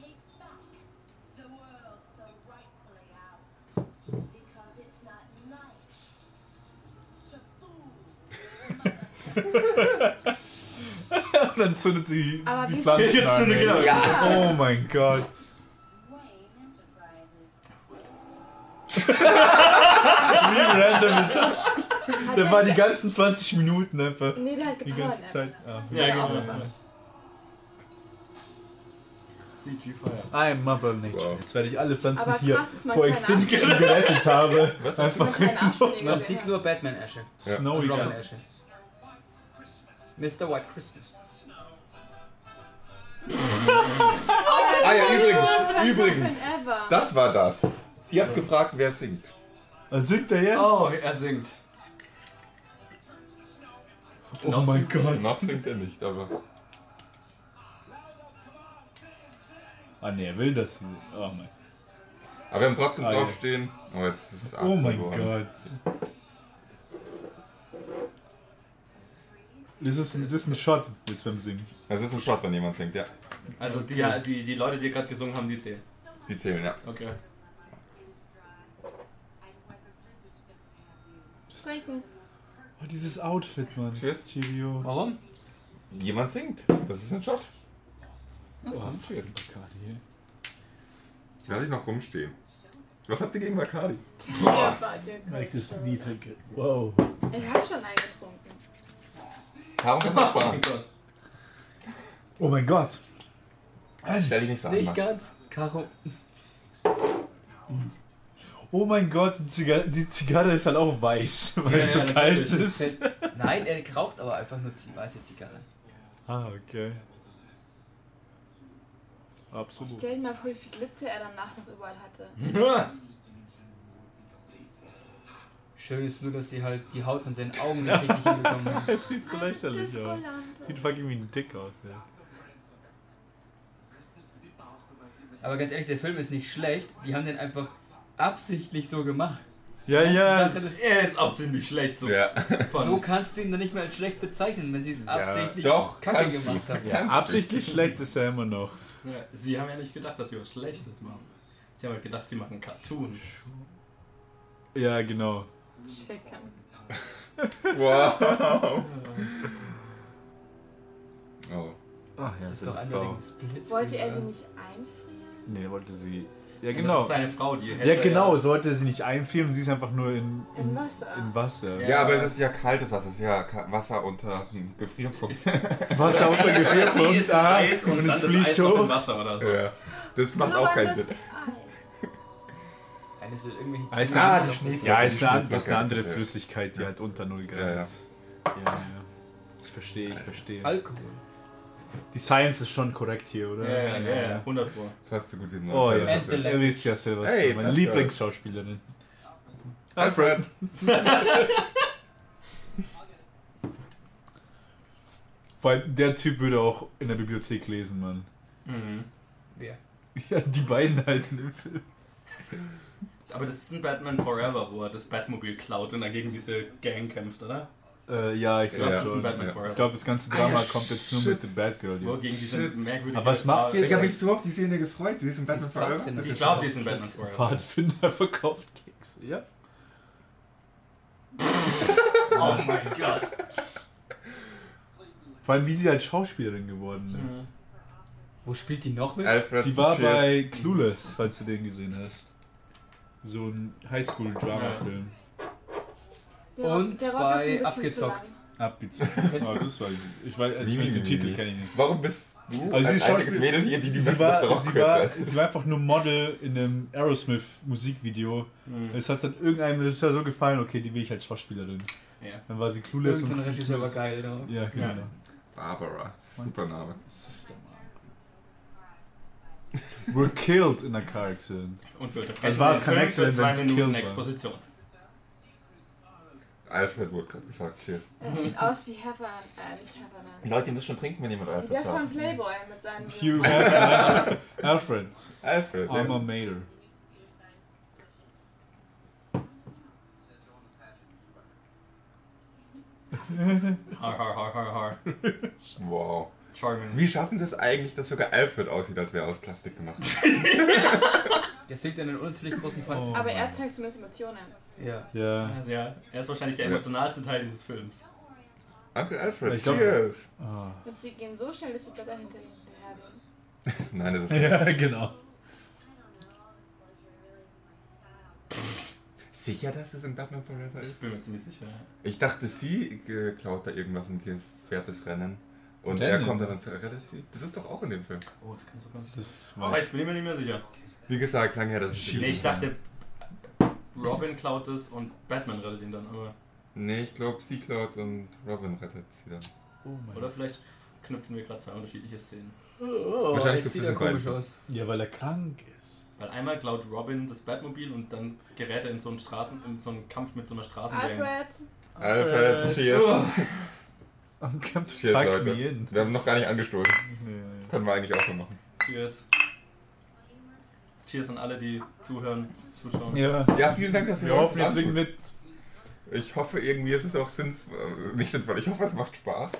[SPEAKER 8] take back the world so rightfully ours. Because it's not nice to fool with mother
[SPEAKER 3] Und dann zündet sie
[SPEAKER 5] Aber
[SPEAKER 3] die
[SPEAKER 5] wie-
[SPEAKER 3] Pflanze
[SPEAKER 2] Jetzt
[SPEAKER 3] an,
[SPEAKER 2] zündet
[SPEAKER 3] ey.
[SPEAKER 2] genau-
[SPEAKER 3] Oh mein Gott.
[SPEAKER 8] Wayne Enterprises.
[SPEAKER 3] Wie random ist das?
[SPEAKER 5] Hat
[SPEAKER 3] Der
[SPEAKER 5] er-
[SPEAKER 3] war die ganzen 20 Minuten einfach.
[SPEAKER 5] Nee, der hat
[SPEAKER 3] Die ganze
[SPEAKER 5] gepowered.
[SPEAKER 3] Zeit. Ah,
[SPEAKER 2] Ja,
[SPEAKER 5] Ja,
[SPEAKER 2] genau.
[SPEAKER 5] auch.
[SPEAKER 2] CG Fire.
[SPEAKER 3] I'm Mother Nature.
[SPEAKER 1] Wow.
[SPEAKER 3] Jetzt werde ich alle Pflanzen
[SPEAKER 5] Aber
[SPEAKER 3] hier
[SPEAKER 5] krass, dass man
[SPEAKER 3] vor
[SPEAKER 5] keinen
[SPEAKER 3] Extinction gerettet habe.
[SPEAKER 1] Was?
[SPEAKER 3] Einfach
[SPEAKER 5] keinen Arsch
[SPEAKER 4] Man sieht nur Batman-Asche.
[SPEAKER 1] Ja.
[SPEAKER 3] Snowy
[SPEAKER 4] Und
[SPEAKER 3] Gun.
[SPEAKER 4] Robin-Asche. Mr. White Christmas.
[SPEAKER 1] Ah ja, übrigens, übrigens.
[SPEAKER 5] Ever.
[SPEAKER 1] Das war das. Ihr habt gefragt, wer singt.
[SPEAKER 3] Was singt der jetzt?
[SPEAKER 2] Oh, er singt.
[SPEAKER 3] Oh mein Gott.
[SPEAKER 1] Noch singt er nicht, aber.
[SPEAKER 3] Ah ne, er will das. Oh mein,
[SPEAKER 1] Aber wir haben trotzdem
[SPEAKER 3] Ah, ja.
[SPEAKER 1] draufstehen. Oh, jetzt ist es
[SPEAKER 3] oh
[SPEAKER 1] acht
[SPEAKER 3] mein
[SPEAKER 1] geworden.
[SPEAKER 3] Gott. Das ist, das ist ein Shot jetzt beim Singen.
[SPEAKER 1] Das ist ein Shot, wenn jemand singt, ja.
[SPEAKER 2] Also die, ja, die, die Leute, die gerade gesungen haben, die zählen.
[SPEAKER 1] Die zählen, ja.
[SPEAKER 2] Okay.
[SPEAKER 5] Trinken.
[SPEAKER 3] Oh, dieses Outfit, Mann.
[SPEAKER 1] Cheers.
[SPEAKER 3] Cheerio.
[SPEAKER 2] Warum?
[SPEAKER 1] Jemand singt. Das ist ein Shot. Oh, cheers.
[SPEAKER 3] Bacardi.
[SPEAKER 1] Werde ich noch rumstehen. Was habt ihr gegen Bacardi?
[SPEAKER 5] Ja, war der
[SPEAKER 3] Nächstes
[SPEAKER 5] größte.
[SPEAKER 3] Niedrige. Wow.
[SPEAKER 5] Ich hab schon eingetrunken.
[SPEAKER 1] Warum kannst du
[SPEAKER 2] Oh
[SPEAKER 1] sparen?
[SPEAKER 2] Gott.
[SPEAKER 3] Oh mein Gott.
[SPEAKER 1] Stell dich nicht so an.
[SPEAKER 4] Nicht
[SPEAKER 1] Max.
[SPEAKER 4] ganz. Karo.
[SPEAKER 3] Oh mein Gott, die Zigarre, die Zigarre ist halt auch weiß, weil es so
[SPEAKER 2] ja,
[SPEAKER 3] kalt
[SPEAKER 2] natürlich.
[SPEAKER 3] ist.
[SPEAKER 4] Nein, er raucht aber einfach nur zi- weiße Zigarren.
[SPEAKER 3] Ah, okay. Absolut.
[SPEAKER 5] Stell dir mal vor, wie viel Glitzer er danach noch überall hatte.
[SPEAKER 4] Schön ist nur, dass sie halt die Haut von seinen Augen nicht richtig hinbekommen haben.
[SPEAKER 3] Sieht so lächerlich aus. Sieht fucking wie ein Dick aus, ja.
[SPEAKER 4] Aber ganz ehrlich, der Film ist nicht schlecht. Die haben den einfach absichtlich so gemacht.
[SPEAKER 3] Ja,
[SPEAKER 4] Die
[SPEAKER 3] ja.
[SPEAKER 4] ganzen Sachen,
[SPEAKER 2] Er ist auch ziemlich schlecht. So.
[SPEAKER 1] Ja.
[SPEAKER 4] das-
[SPEAKER 2] Von,
[SPEAKER 4] So kannst du ihn dann nicht mehr als schlecht bezeichnen, wenn sie es absichtlich
[SPEAKER 1] doch,
[SPEAKER 4] kacke
[SPEAKER 1] kannst
[SPEAKER 4] gemacht
[SPEAKER 1] du.
[SPEAKER 4] haben.
[SPEAKER 1] Ja.
[SPEAKER 3] Absichtlich schlecht ist er immer noch.
[SPEAKER 2] ja, sie haben ja nicht gedacht, dass sie was Schlechtes machen. Sie haben halt gedacht, sie machen Cartoon.
[SPEAKER 3] Ja, genau.
[SPEAKER 5] Chicken.
[SPEAKER 1] Wow. Oh.
[SPEAKER 3] Ach Ah, ja,
[SPEAKER 4] Das ist doch
[SPEAKER 1] genau.
[SPEAKER 4] eindeutig ein Split.
[SPEAKER 5] Wollte er sie nicht einfrieren?
[SPEAKER 3] Nee, wollte sie.
[SPEAKER 2] Aber
[SPEAKER 3] Ja,
[SPEAKER 2] Das
[SPEAKER 3] genau.
[SPEAKER 2] ist seine Frau, die hätte
[SPEAKER 3] Ja, genau, so wollte er sie nicht einfrieren und sie ist einfach nur in,
[SPEAKER 5] Im
[SPEAKER 3] in,
[SPEAKER 5] Wasser.
[SPEAKER 3] in Wasser.
[SPEAKER 2] Ja.
[SPEAKER 1] Ja, aber es ist ja kaltes Wasser. Es ist ja ka- Wasser unter hm, Gefrierpunkt.
[SPEAKER 3] Wasser unter
[SPEAKER 2] Sie ist
[SPEAKER 3] Gefrierpunkt.
[SPEAKER 2] im
[SPEAKER 3] aha,
[SPEAKER 2] Eis und,
[SPEAKER 3] und
[SPEAKER 2] dann
[SPEAKER 3] es
[SPEAKER 2] das Eis
[SPEAKER 3] fließt
[SPEAKER 2] noch im
[SPEAKER 3] hoch.
[SPEAKER 2] Wasser oder so.
[SPEAKER 1] ja. Das macht
[SPEAKER 5] Nur
[SPEAKER 1] auch
[SPEAKER 5] war
[SPEAKER 1] keinen
[SPEAKER 5] das
[SPEAKER 1] Sinn.
[SPEAKER 5] Eis.
[SPEAKER 4] Eines wird irgendwelche
[SPEAKER 3] Ah, ist
[SPEAKER 1] Ah,
[SPEAKER 4] Kinder-
[SPEAKER 1] die Schneeflocke.
[SPEAKER 3] Ja,
[SPEAKER 1] die
[SPEAKER 3] ist eine, an- das ist eine
[SPEAKER 1] Schneeflocke.
[SPEAKER 3] andere Flüssigkeit, die halt unter Null Grad
[SPEAKER 1] Ja, ja.
[SPEAKER 3] ist. Ja, ja. Ich verstehe, ich verstehe.
[SPEAKER 4] Alkohol.
[SPEAKER 3] Die Science ist schon korrekt hier,
[SPEAKER 2] Ja,
[SPEAKER 3] oder?
[SPEAKER 2] ja, ja, ja, 100 Pro.
[SPEAKER 1] Ja. Fast so gut wie ein
[SPEAKER 3] Oh ja,
[SPEAKER 4] And the Lamb.
[SPEAKER 3] Alicia Silverstone,
[SPEAKER 1] Hey,
[SPEAKER 3] meine
[SPEAKER 1] Pascal.
[SPEAKER 3] Lieblingsschauspielerin.
[SPEAKER 1] Alfred.
[SPEAKER 3] Vor allem, der Typ würde auch in der Bibliothek lesen, Mann.
[SPEAKER 2] Mhm.
[SPEAKER 4] Wer?
[SPEAKER 3] Ja, die beiden halt in dem Film.
[SPEAKER 2] Aber das ist ein Batman Forever, wo er das Batmobil klaut und dann gegen diese Gang kämpft, oder?
[SPEAKER 3] Äh, ja, ich
[SPEAKER 2] Ich glaube,
[SPEAKER 3] glaube
[SPEAKER 2] das ist ein
[SPEAKER 3] schon.
[SPEAKER 2] Batman
[SPEAKER 1] Ja.
[SPEAKER 2] Forever.
[SPEAKER 3] Ich glaube, das ganze Drama kommt jetzt nur mit The Batgirl
[SPEAKER 2] Wo
[SPEAKER 3] jetzt.
[SPEAKER 2] gegen diese merkwürdige.
[SPEAKER 3] Aber was macht sie
[SPEAKER 1] Ich
[SPEAKER 3] jetzt?
[SPEAKER 1] habe mich so auf die Szene gefreut, die ist in Batman
[SPEAKER 4] ist Pfadfinder.
[SPEAKER 1] Forever. Das
[SPEAKER 2] Ich
[SPEAKER 1] ist
[SPEAKER 2] glaube, die ist in Batman Forever.
[SPEAKER 3] Pfadfinder verkauft Kekse, ja?
[SPEAKER 2] Oh mein Gott.
[SPEAKER 3] Vor allem, wie sie als Schauspielerin geworden ist.
[SPEAKER 1] Mhm.
[SPEAKER 4] Wo spielt die noch mit?
[SPEAKER 1] Alfred
[SPEAKER 3] Die war
[SPEAKER 1] Hitchens.
[SPEAKER 3] bei Clueless, falls du den gesehen hast. So ein Highschool-Drama-Film.
[SPEAKER 5] Der Rock-
[SPEAKER 4] Und
[SPEAKER 5] der Rock ist ein
[SPEAKER 4] bei
[SPEAKER 5] bisschen
[SPEAKER 4] Abgezockt.
[SPEAKER 5] zu lang.
[SPEAKER 3] Abgezogen. Ah, das weiß ich. Ich weiß,
[SPEAKER 1] Wie, wie,
[SPEAKER 3] ich weiß den
[SPEAKER 1] wie,
[SPEAKER 3] Titel
[SPEAKER 1] wie?
[SPEAKER 3] kenne ich nicht.
[SPEAKER 1] Warum bist du
[SPEAKER 3] Also sie
[SPEAKER 1] ein
[SPEAKER 3] ist
[SPEAKER 1] einziges
[SPEAKER 3] Schauspiel-
[SPEAKER 1] Mädel hier, die die
[SPEAKER 3] sie,
[SPEAKER 1] Möchte, dass der
[SPEAKER 3] war,
[SPEAKER 1] Rock
[SPEAKER 3] sie,
[SPEAKER 1] kürzer
[SPEAKER 3] war,
[SPEAKER 1] ist?
[SPEAKER 3] sie war einfach nur Model in einem Aerosmith-Musikvideo.
[SPEAKER 2] Mhm.
[SPEAKER 3] Es hat dann irgendeinem Regisseur so gefallen, okay, die will ich als Schauspielerin.
[SPEAKER 2] Ja.
[SPEAKER 3] Dann war sie Clueless.
[SPEAKER 4] Irgend so ein
[SPEAKER 3] und
[SPEAKER 4] Regisseur war
[SPEAKER 3] Clueless.
[SPEAKER 4] geil ne? drauf.
[SPEAKER 3] Ja, genau.
[SPEAKER 2] Ja.
[SPEAKER 1] Barbara, super Name.
[SPEAKER 3] Das ist doch mal- We're killed in a car accident.
[SPEAKER 2] Und wir unterbrechen
[SPEAKER 3] Also war es
[SPEAKER 2] den
[SPEAKER 3] kein
[SPEAKER 2] Film für
[SPEAKER 3] Accident,
[SPEAKER 2] zwei
[SPEAKER 3] wenn's
[SPEAKER 2] Minuten
[SPEAKER 3] killed war.
[SPEAKER 2] Exposition.
[SPEAKER 1] Alfred wurde gerade gesagt, cheers.
[SPEAKER 5] Das sieht aus wie Heffer, äh, nicht Heffer,
[SPEAKER 1] Leute, ihr müsst schon trinken, wenn jemand
[SPEAKER 5] Wie der
[SPEAKER 1] Alfred
[SPEAKER 5] von
[SPEAKER 1] sagt.
[SPEAKER 5] Playboy mit seinen.
[SPEAKER 3] Hugh Hefner. Alfred.
[SPEAKER 1] Alfred,
[SPEAKER 3] Alma
[SPEAKER 1] ja.
[SPEAKER 3] Mater.
[SPEAKER 2] Har, har, har, har, har.
[SPEAKER 1] Wow.
[SPEAKER 2] Charmin.
[SPEAKER 1] Wie schaffen sie es eigentlich, dass sogar Alfred aussieht, als wäre er aus Plastik gemacht?
[SPEAKER 4] Das liegt an den unnatürlich großen Fall.
[SPEAKER 3] Oh
[SPEAKER 5] Aber
[SPEAKER 3] mein
[SPEAKER 5] er zeigt zumindest Emotionen.
[SPEAKER 4] Ja.
[SPEAKER 3] Ja.
[SPEAKER 2] Also ja, er ist wahrscheinlich der
[SPEAKER 1] Ja.
[SPEAKER 2] emotionalste Teil dieses Films.
[SPEAKER 1] Onkel Alfred,
[SPEAKER 3] Ich glaub-
[SPEAKER 1] cheers!
[SPEAKER 3] Ah.
[SPEAKER 5] Und sie gehen so schnell, dass die Blätter hinter ihnen hergehen.
[SPEAKER 1] Nein, das ist
[SPEAKER 3] Ja, genau.
[SPEAKER 1] Sicher, dass es in Batman Forever
[SPEAKER 2] Ich
[SPEAKER 1] ist?
[SPEAKER 2] bin mir ziemlich sicher.
[SPEAKER 1] Ich dachte, sie äh, klaut da irgendwas und ge- fährt das Rennen. Und
[SPEAKER 3] Rennen?
[SPEAKER 1] er kommt dann und rettet sie. Das ist doch auch in dem Film.
[SPEAKER 2] Oh, das kann so kommen.
[SPEAKER 3] Das
[SPEAKER 2] Aber
[SPEAKER 3] weiß
[SPEAKER 2] jetzt bin ich mir nicht mehr sicher.
[SPEAKER 1] Wie gesagt, lange her, dass ich
[SPEAKER 2] Nee, ich dachte, Robin klaut es und Batman rettet ihn dann. Aber,
[SPEAKER 1] Nee, ich glaube, sie klaut's und Robin rettet sie dann.
[SPEAKER 3] Oh mein
[SPEAKER 2] oder vielleicht knüpfen wir gerade zwei unterschiedliche Szenen.
[SPEAKER 4] Oh,
[SPEAKER 1] Wahrscheinlich gibt's
[SPEAKER 4] jetzt sieht er
[SPEAKER 1] diesen
[SPEAKER 4] komisch
[SPEAKER 1] beiden.
[SPEAKER 4] aus.
[SPEAKER 3] Ja, weil er krank ist.
[SPEAKER 2] Weil einmal klaut Robin das Batmobil und dann gerät er in so einen, Straßen, in so einen Kampf mit so einer Straßengang.
[SPEAKER 5] Alfred,
[SPEAKER 3] Äh,
[SPEAKER 1] Alfred, cheers!
[SPEAKER 3] Am Kampf
[SPEAKER 1] Cheers,
[SPEAKER 3] tag
[SPEAKER 1] Leute.
[SPEAKER 3] mir hin.
[SPEAKER 1] Wir haben noch gar nicht angestoßen.
[SPEAKER 3] Nee, nee.
[SPEAKER 1] Können wir eigentlich auch so machen.
[SPEAKER 2] Cheers. Cheers an alle, die zuhören, zuschauen.
[SPEAKER 3] Ja.
[SPEAKER 1] Ja, vielen Dank, dass ihr
[SPEAKER 3] Wir
[SPEAKER 1] heute
[SPEAKER 3] hoffen,
[SPEAKER 1] das
[SPEAKER 3] ihr trinkt
[SPEAKER 1] antut.
[SPEAKER 3] mit.
[SPEAKER 1] Ich hoffe, irgendwie ist es auch sinnvoll. äh, Nicht sinnvoll, ich hoffe, es macht Spaß.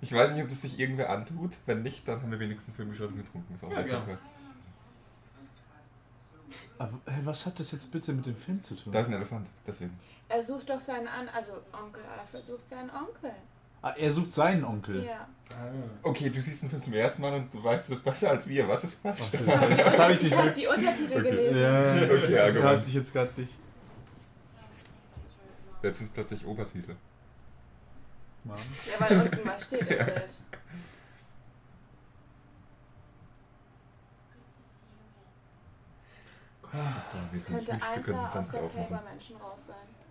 [SPEAKER 1] Ich weiß nicht, ob das sich irgendwer antut. Wenn nicht, dann haben wir wenigstens einen Film geschaut und getrunken. Ist auch
[SPEAKER 2] Ja,
[SPEAKER 1] nicht
[SPEAKER 2] genau.
[SPEAKER 1] verkehrt.
[SPEAKER 3] Aber, hey, was hat das jetzt bitte mit dem Film zu tun?
[SPEAKER 1] Da ist ein Elefant, deswegen.
[SPEAKER 5] er sucht doch seinen An, also Onkel Alfred sucht seinen Onkel.
[SPEAKER 3] ah, er sucht seinen Onkel.
[SPEAKER 5] Ja.
[SPEAKER 2] Ah.
[SPEAKER 1] Okay, du siehst den Film zum ersten Mal und du weißt es besser als wir. Was ist falsch?
[SPEAKER 3] Das habe ich
[SPEAKER 5] Ich
[SPEAKER 3] nicht
[SPEAKER 5] habe
[SPEAKER 3] mit.
[SPEAKER 5] die Untertitel
[SPEAKER 1] Okay.
[SPEAKER 5] gelesen.
[SPEAKER 1] Okay,
[SPEAKER 3] Ja,
[SPEAKER 1] Argument.
[SPEAKER 3] hatte ich jetzt gerade nicht.
[SPEAKER 1] Letztens plötzlich Obertitel.
[SPEAKER 3] Mann.
[SPEAKER 5] Ja, weil unten was steht im Bild.
[SPEAKER 1] Das war
[SPEAKER 5] Es
[SPEAKER 1] wirklich
[SPEAKER 5] könnte
[SPEAKER 1] nicht. Wir könnten
[SPEAKER 5] einser aus
[SPEAKER 1] Fenster
[SPEAKER 5] der
[SPEAKER 1] aufmachen.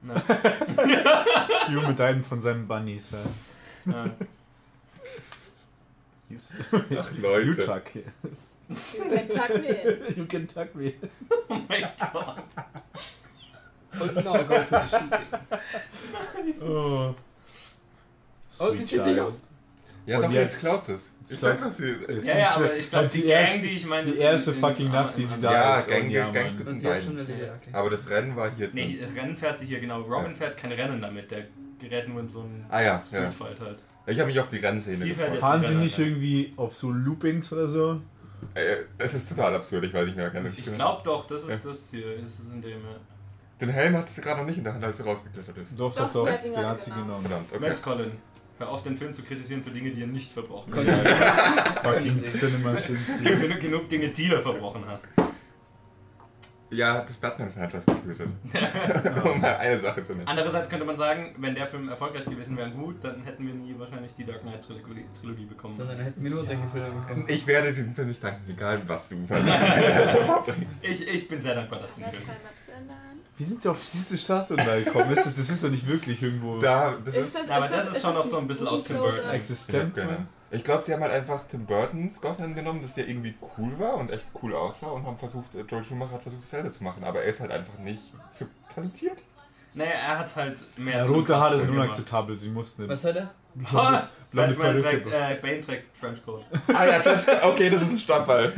[SPEAKER 5] Playboy-Menschen raus sein.
[SPEAKER 2] Nein.
[SPEAKER 3] Hugh mit einem von seinen Bunnies. Ja.
[SPEAKER 2] Nein.
[SPEAKER 1] Ach, Leute.
[SPEAKER 3] You tuck.
[SPEAKER 5] Den Tag wählen.
[SPEAKER 3] You can tuck me.
[SPEAKER 2] Oh mein Gott.
[SPEAKER 4] Und now go to the shooting.
[SPEAKER 3] Oh.
[SPEAKER 4] Und sie zieht sich aus.
[SPEAKER 1] Ja,
[SPEAKER 3] Und
[SPEAKER 1] doch, jetzt
[SPEAKER 3] jetzt
[SPEAKER 1] klaut es. Ich sag
[SPEAKER 3] klaut's.
[SPEAKER 1] doch, sie.
[SPEAKER 3] Ist
[SPEAKER 2] Ja,
[SPEAKER 3] nicht
[SPEAKER 2] ja, aber
[SPEAKER 3] schlimm.
[SPEAKER 2] ich glaube,
[SPEAKER 3] Und
[SPEAKER 2] die, Gang,
[SPEAKER 3] erste-
[SPEAKER 2] die ich meine,
[SPEAKER 3] die
[SPEAKER 2] ist in-
[SPEAKER 3] erste
[SPEAKER 2] in-
[SPEAKER 3] fucking
[SPEAKER 2] am-
[SPEAKER 3] Nacht, die
[SPEAKER 2] am-
[SPEAKER 3] sie da
[SPEAKER 1] Ja,
[SPEAKER 3] ist.
[SPEAKER 1] Gang,
[SPEAKER 3] Oh, ja,
[SPEAKER 1] Gangs
[SPEAKER 3] Mann.
[SPEAKER 1] gibt
[SPEAKER 4] Und
[SPEAKER 1] es
[SPEAKER 4] sie hat schon
[SPEAKER 1] beiden.
[SPEAKER 4] eine Leder. Okay.
[SPEAKER 1] Aber das Rennen war hier jetzt.
[SPEAKER 2] Nee,
[SPEAKER 1] drin.
[SPEAKER 2] Rennen fährt sie hier, genau. Robin
[SPEAKER 1] Ja.
[SPEAKER 2] fährt kein Rennen damit, der gerät nur in so
[SPEAKER 3] äh,
[SPEAKER 2] einen
[SPEAKER 1] Ah ja, ja.
[SPEAKER 2] Streetfight halt.
[SPEAKER 1] Ich habe mich auf die Rennszene
[SPEAKER 2] Sie fährt
[SPEAKER 1] gefreut.
[SPEAKER 2] jetzt-
[SPEAKER 3] Fahren sie nicht irgendwie auf so Loopings oder so?
[SPEAKER 1] Äh, Es ist total absurd, ich weiß nicht mehr ganz
[SPEAKER 2] Ich
[SPEAKER 1] genau.
[SPEAKER 2] glaube doch, das ist
[SPEAKER 1] Ja.
[SPEAKER 2] das hier. Das ist in dem. ja.
[SPEAKER 1] Den Helm hat sie gerade noch nicht in der Hand, als sie rausgeklettert ist.
[SPEAKER 3] Doch,
[SPEAKER 5] Doch,
[SPEAKER 3] doch,
[SPEAKER 5] sie
[SPEAKER 3] doch.
[SPEAKER 5] hat ihn
[SPEAKER 3] Den hat sie
[SPEAKER 5] genommen.
[SPEAKER 3] genommen.
[SPEAKER 1] Verdammt, okay.
[SPEAKER 2] Max Colin, hör auf, den Film zu kritisieren für Dinge, die er nicht verbrochen hat.
[SPEAKER 4] Konnte-
[SPEAKER 3] Fucking Cinema Sins.
[SPEAKER 2] Es gibt genug, genug Dinge, die er verbrochen hat.
[SPEAKER 1] Ja, das Batman-Fan hat was getötet. um mal eine Sache zu nennen.
[SPEAKER 2] Andererseits könnte man sagen, wenn der Film erfolgreich gewesen wäre, gut, dann hätten wir nie wahrscheinlich die Dark Knight Trilogie, Trilogie bekommen.
[SPEAKER 4] Sondern hätten wir nur solche Filme bekommen.
[SPEAKER 1] ähm, Ich werde diesem Film nicht danken, egal was du verbringst.
[SPEAKER 2] Ich, ich bin sehr dankbar, dass du den
[SPEAKER 5] Wer hat
[SPEAKER 2] Film.
[SPEAKER 5] zwei Maps in der Hand?
[SPEAKER 3] Wie sind sie auf diese Statue da gekommen? Ist das, das ist doch nicht wirklich irgendwo
[SPEAKER 1] Da, das ist.
[SPEAKER 2] aber das ist schon noch so ein bisschen aus Tim
[SPEAKER 5] Close-Up?
[SPEAKER 2] Burton.
[SPEAKER 1] Ich, hab
[SPEAKER 3] existent.
[SPEAKER 1] keine Ahnung. ich glaube, sie haben halt einfach Tim Burtons Gotham genommen, das ja irgendwie cool war und echt cool aussah und haben versucht, äh, Joel Schumacher hat versucht, dasselbe zu machen, aber er ist halt einfach nicht so talentiert.
[SPEAKER 2] Naja, er hat halt mehr
[SPEAKER 3] Ja,
[SPEAKER 2] zu dem
[SPEAKER 3] rote Haare sind
[SPEAKER 2] Charakter
[SPEAKER 3] unakzeptabel, sie mussten eine
[SPEAKER 4] Was hat er?
[SPEAKER 2] gemacht. Ha!
[SPEAKER 3] blonde
[SPEAKER 2] Batman
[SPEAKER 3] Perücke.
[SPEAKER 2] trägt, äh, Bane trägt Trenchcoat.
[SPEAKER 1] Ah ja, Trenchcoat. Okay, das ist ein Stammball.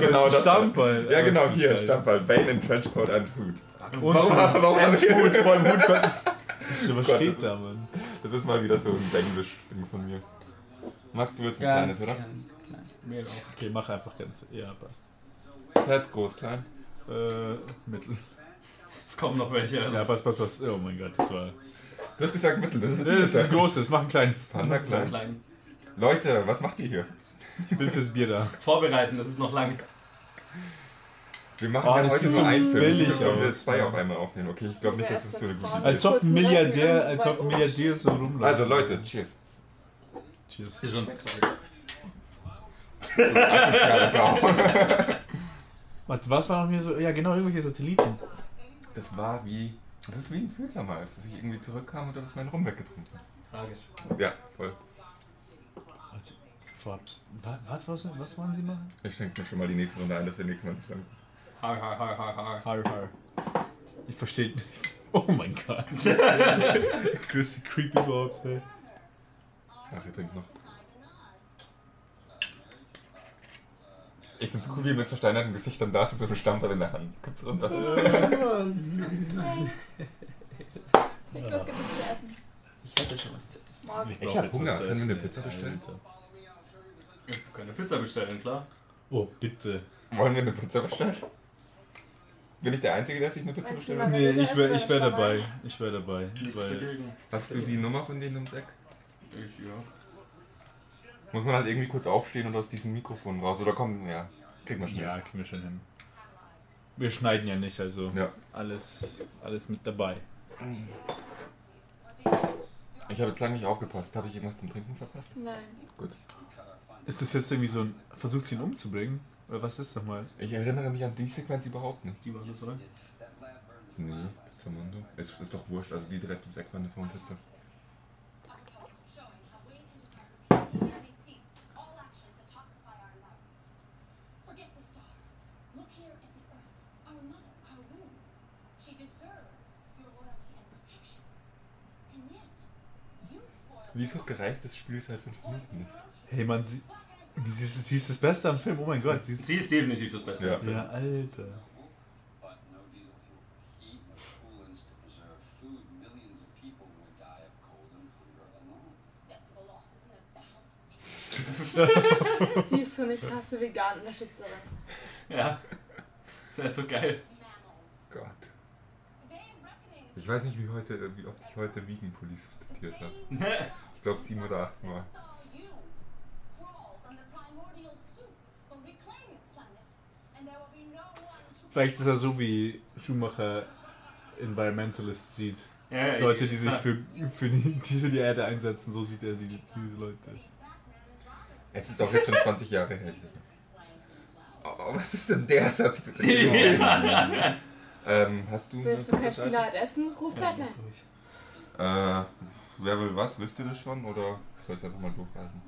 [SPEAKER 1] Genau das.
[SPEAKER 3] Stammball.
[SPEAKER 1] Ja, genau, hier,
[SPEAKER 3] Stammball.
[SPEAKER 1] Stammball. Bane in Trenchcoat and Hut.
[SPEAKER 3] Und
[SPEAKER 1] Warum, warum,
[SPEAKER 3] Hut, beim Hut, Gott. Was
[SPEAKER 1] Gott,
[SPEAKER 3] steht
[SPEAKER 1] das
[SPEAKER 3] da, Mann?
[SPEAKER 1] Das ist mal wieder so ein Englisch-Ding von mir. Machst du jetzt ein kleines, oder?
[SPEAKER 4] Ganz klein.
[SPEAKER 3] Mehr auch. Okay, mach einfach ganz. Ja, passt.
[SPEAKER 1] Fett, groß, klein.
[SPEAKER 3] Äh, mittel.
[SPEAKER 2] Es kommen noch welche. Also.
[SPEAKER 3] Ja, passt, passt, passt. Oh mein Gott, das war.
[SPEAKER 1] Du hast gesagt mittel, das ist die
[SPEAKER 3] Nee, das ist das
[SPEAKER 1] Mitte.
[SPEAKER 3] Große, mach ein kleines.
[SPEAKER 1] Panda
[SPEAKER 2] Klein.
[SPEAKER 1] klein. Leute, was macht ihr hier?
[SPEAKER 3] Ich bin fürs Bier da.
[SPEAKER 2] Vorbereiten, das ist noch lang.
[SPEAKER 1] Wir machen
[SPEAKER 3] Oh,
[SPEAKER 1] ja
[SPEAKER 3] das
[SPEAKER 1] heute
[SPEAKER 3] sieht
[SPEAKER 1] nur
[SPEAKER 3] so
[SPEAKER 1] einen Film,
[SPEAKER 3] billig
[SPEAKER 1] bevor wir
[SPEAKER 3] aus.
[SPEAKER 1] zwei auf einmal aufnehmen. Okay, ich glaube nicht, dass das so eine gute Idee
[SPEAKER 5] Also-
[SPEAKER 1] ist.
[SPEAKER 3] Als ob ein Milliardär, als ob ein Milliardär so rumläuft.
[SPEAKER 1] Also Leute, cheers.
[SPEAKER 3] Cheers.
[SPEAKER 2] Ist schon weg, sorry.
[SPEAKER 1] Ja, das, auch.
[SPEAKER 8] Was, was war noch mir so? Ja, genau, irgendwelche Satelliten.
[SPEAKER 1] das war wie. Das ist wie ein Film damals, dass ich irgendwie zurückkam und das ist mein Rum weggetrunken.
[SPEAKER 2] Tragisch.
[SPEAKER 1] Ja, voll.
[SPEAKER 8] Was, Forbes. Was, was, was, was wollen sie machen?
[SPEAKER 1] Ich schenke mir schon mal die nächste Runde ein, dass wir nächstes Mal nicht lang.
[SPEAKER 2] Har, har, har, har, har.
[SPEAKER 3] Har, har. Ich verstehe nicht. Oh mein Gott. Größte Creep überhaupt, ey.
[SPEAKER 1] Ach, ihr trinkt noch. Ich find's cool, wie ihr mit versteinerten Gesichtern da sitzt mit dem Stammball in der Hand. Gibt's runter.
[SPEAKER 5] Niklas gibt es zu essen.
[SPEAKER 4] Ich hatte schon was zu essen.
[SPEAKER 5] Morgen.
[SPEAKER 1] Ich hab Hunger. Können wir eine Pizza bestellen?
[SPEAKER 2] Ich kann eine Pizza bestellen, klar.
[SPEAKER 3] Oh, bitte.
[SPEAKER 1] Wollen wir eine Pizza bestellen? Bin ich der Einzige, der sich eine Pizza
[SPEAKER 5] Meinst du,
[SPEAKER 1] bestellt?
[SPEAKER 5] man-
[SPEAKER 1] hat?
[SPEAKER 3] Nee, ich wäre ich wär dabei. Ich wäre dabei.
[SPEAKER 2] Nichts
[SPEAKER 3] Weil
[SPEAKER 2] dagegen.
[SPEAKER 1] Hast du die Nummer von denen im Deck?
[SPEAKER 2] Ich, ja.
[SPEAKER 1] Muss man halt irgendwie kurz aufstehen und aus diesem Mikrofon raus. Oder komm, ja. Kriegt man schnell.
[SPEAKER 3] ja, kriegen wir schon hin. Wir schneiden ja nicht, also
[SPEAKER 1] Ja.
[SPEAKER 3] alles, alles mit dabei.
[SPEAKER 1] Ich habe jetzt lange nicht aufgepasst. Habe ich irgendwas zum Trinken verpasst?
[SPEAKER 5] Nein.
[SPEAKER 1] Gut.
[SPEAKER 3] Ist das jetzt irgendwie so ein. Versucht sie ihn umzubringen? Oder was ist das mal?
[SPEAKER 1] Ich erinnere mich an die Sequenz überhaupt nicht.
[SPEAKER 2] Die waren das, oder?
[SPEAKER 1] Nee, Pizzamundo. Ist, ist doch wurscht. Also die direkt um sechs Mann von Pizza. Wie es noch gereicht, das Spiel ist halt fünf Minuten nicht.
[SPEAKER 3] Hey, man, sie, sie, ist, sie ist das Beste am Film. Oh mein Gott, sie ist.
[SPEAKER 2] Sie ist definitiv das Beste.
[SPEAKER 1] Ja.
[SPEAKER 3] Ja, Alter.
[SPEAKER 9] But no diesel fuel for heat, no coolants to preserve food. Millions of people will die of cold and hunger alone.
[SPEAKER 5] Sie ist so eine krasse Vegan-Unterstützerin.
[SPEAKER 2] Ja. Ist ja so geil.
[SPEAKER 1] Gott. Ich weiß nicht, wie, heute, äh, wie oft ich heute Vegan Police zitiert habe. Ich glaube sieben oder acht Mal.
[SPEAKER 3] Vielleicht ist er so wie Schumacher Environmentalist sieht.
[SPEAKER 2] Ja, ja, ich-
[SPEAKER 3] Leute, die sich
[SPEAKER 2] Ah.
[SPEAKER 3] für, für, die, die für die Erde einsetzen, so sieht er sie, diese Leute.
[SPEAKER 1] Es ist auch jetzt schon 20 Jahre her. Oh, was ist denn der Satz bitte? ähm, hast du.
[SPEAKER 5] Willst du
[SPEAKER 1] eine
[SPEAKER 5] kein
[SPEAKER 1] Pizza?
[SPEAKER 5] Spinat essen? Ruf Batman.
[SPEAKER 1] Äh, wer will was? Wisst ihr das schon? Oder soll ich es einfach mal durchreichen?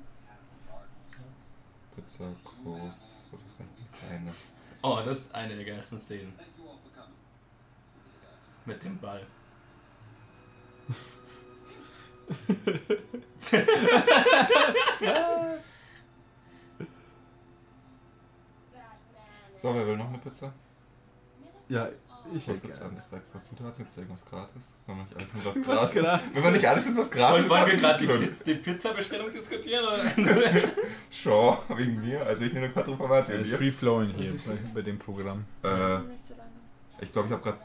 [SPEAKER 1] Pizza groß. Oder vielleicht eine kleine.
[SPEAKER 2] Oh, das ist eine der geilsten Szenen. Mit dem Ball.
[SPEAKER 1] So, wer will noch eine Pizza?
[SPEAKER 3] Ja, ich
[SPEAKER 1] Was
[SPEAKER 3] hätte
[SPEAKER 1] gibt's
[SPEAKER 3] gerne.
[SPEAKER 1] anderes extra Zutaten? Gibt's irgendwas gratis? Wenn man nicht alles nur was
[SPEAKER 3] Was
[SPEAKER 1] gratis.
[SPEAKER 3] gerade?
[SPEAKER 1] Wenn man nicht alles nur was
[SPEAKER 10] Ah,
[SPEAKER 1] gratis hat,
[SPEAKER 2] Wollen, wollen wir
[SPEAKER 1] ist
[SPEAKER 2] gerade die,
[SPEAKER 1] nicht
[SPEAKER 2] Piz- die Pizza-Bestellung diskutieren? Oder?
[SPEAKER 1] schlimm. Schau, wegen mir. Also ich nehme Quattro Formaggi
[SPEAKER 3] Es
[SPEAKER 1] und
[SPEAKER 3] ist
[SPEAKER 1] dir.
[SPEAKER 3] free flowing hier bei, bei dem Programm.
[SPEAKER 1] Äh,
[SPEAKER 5] Ich möchte lange.
[SPEAKER 1] ich glaube, ich habe gerade.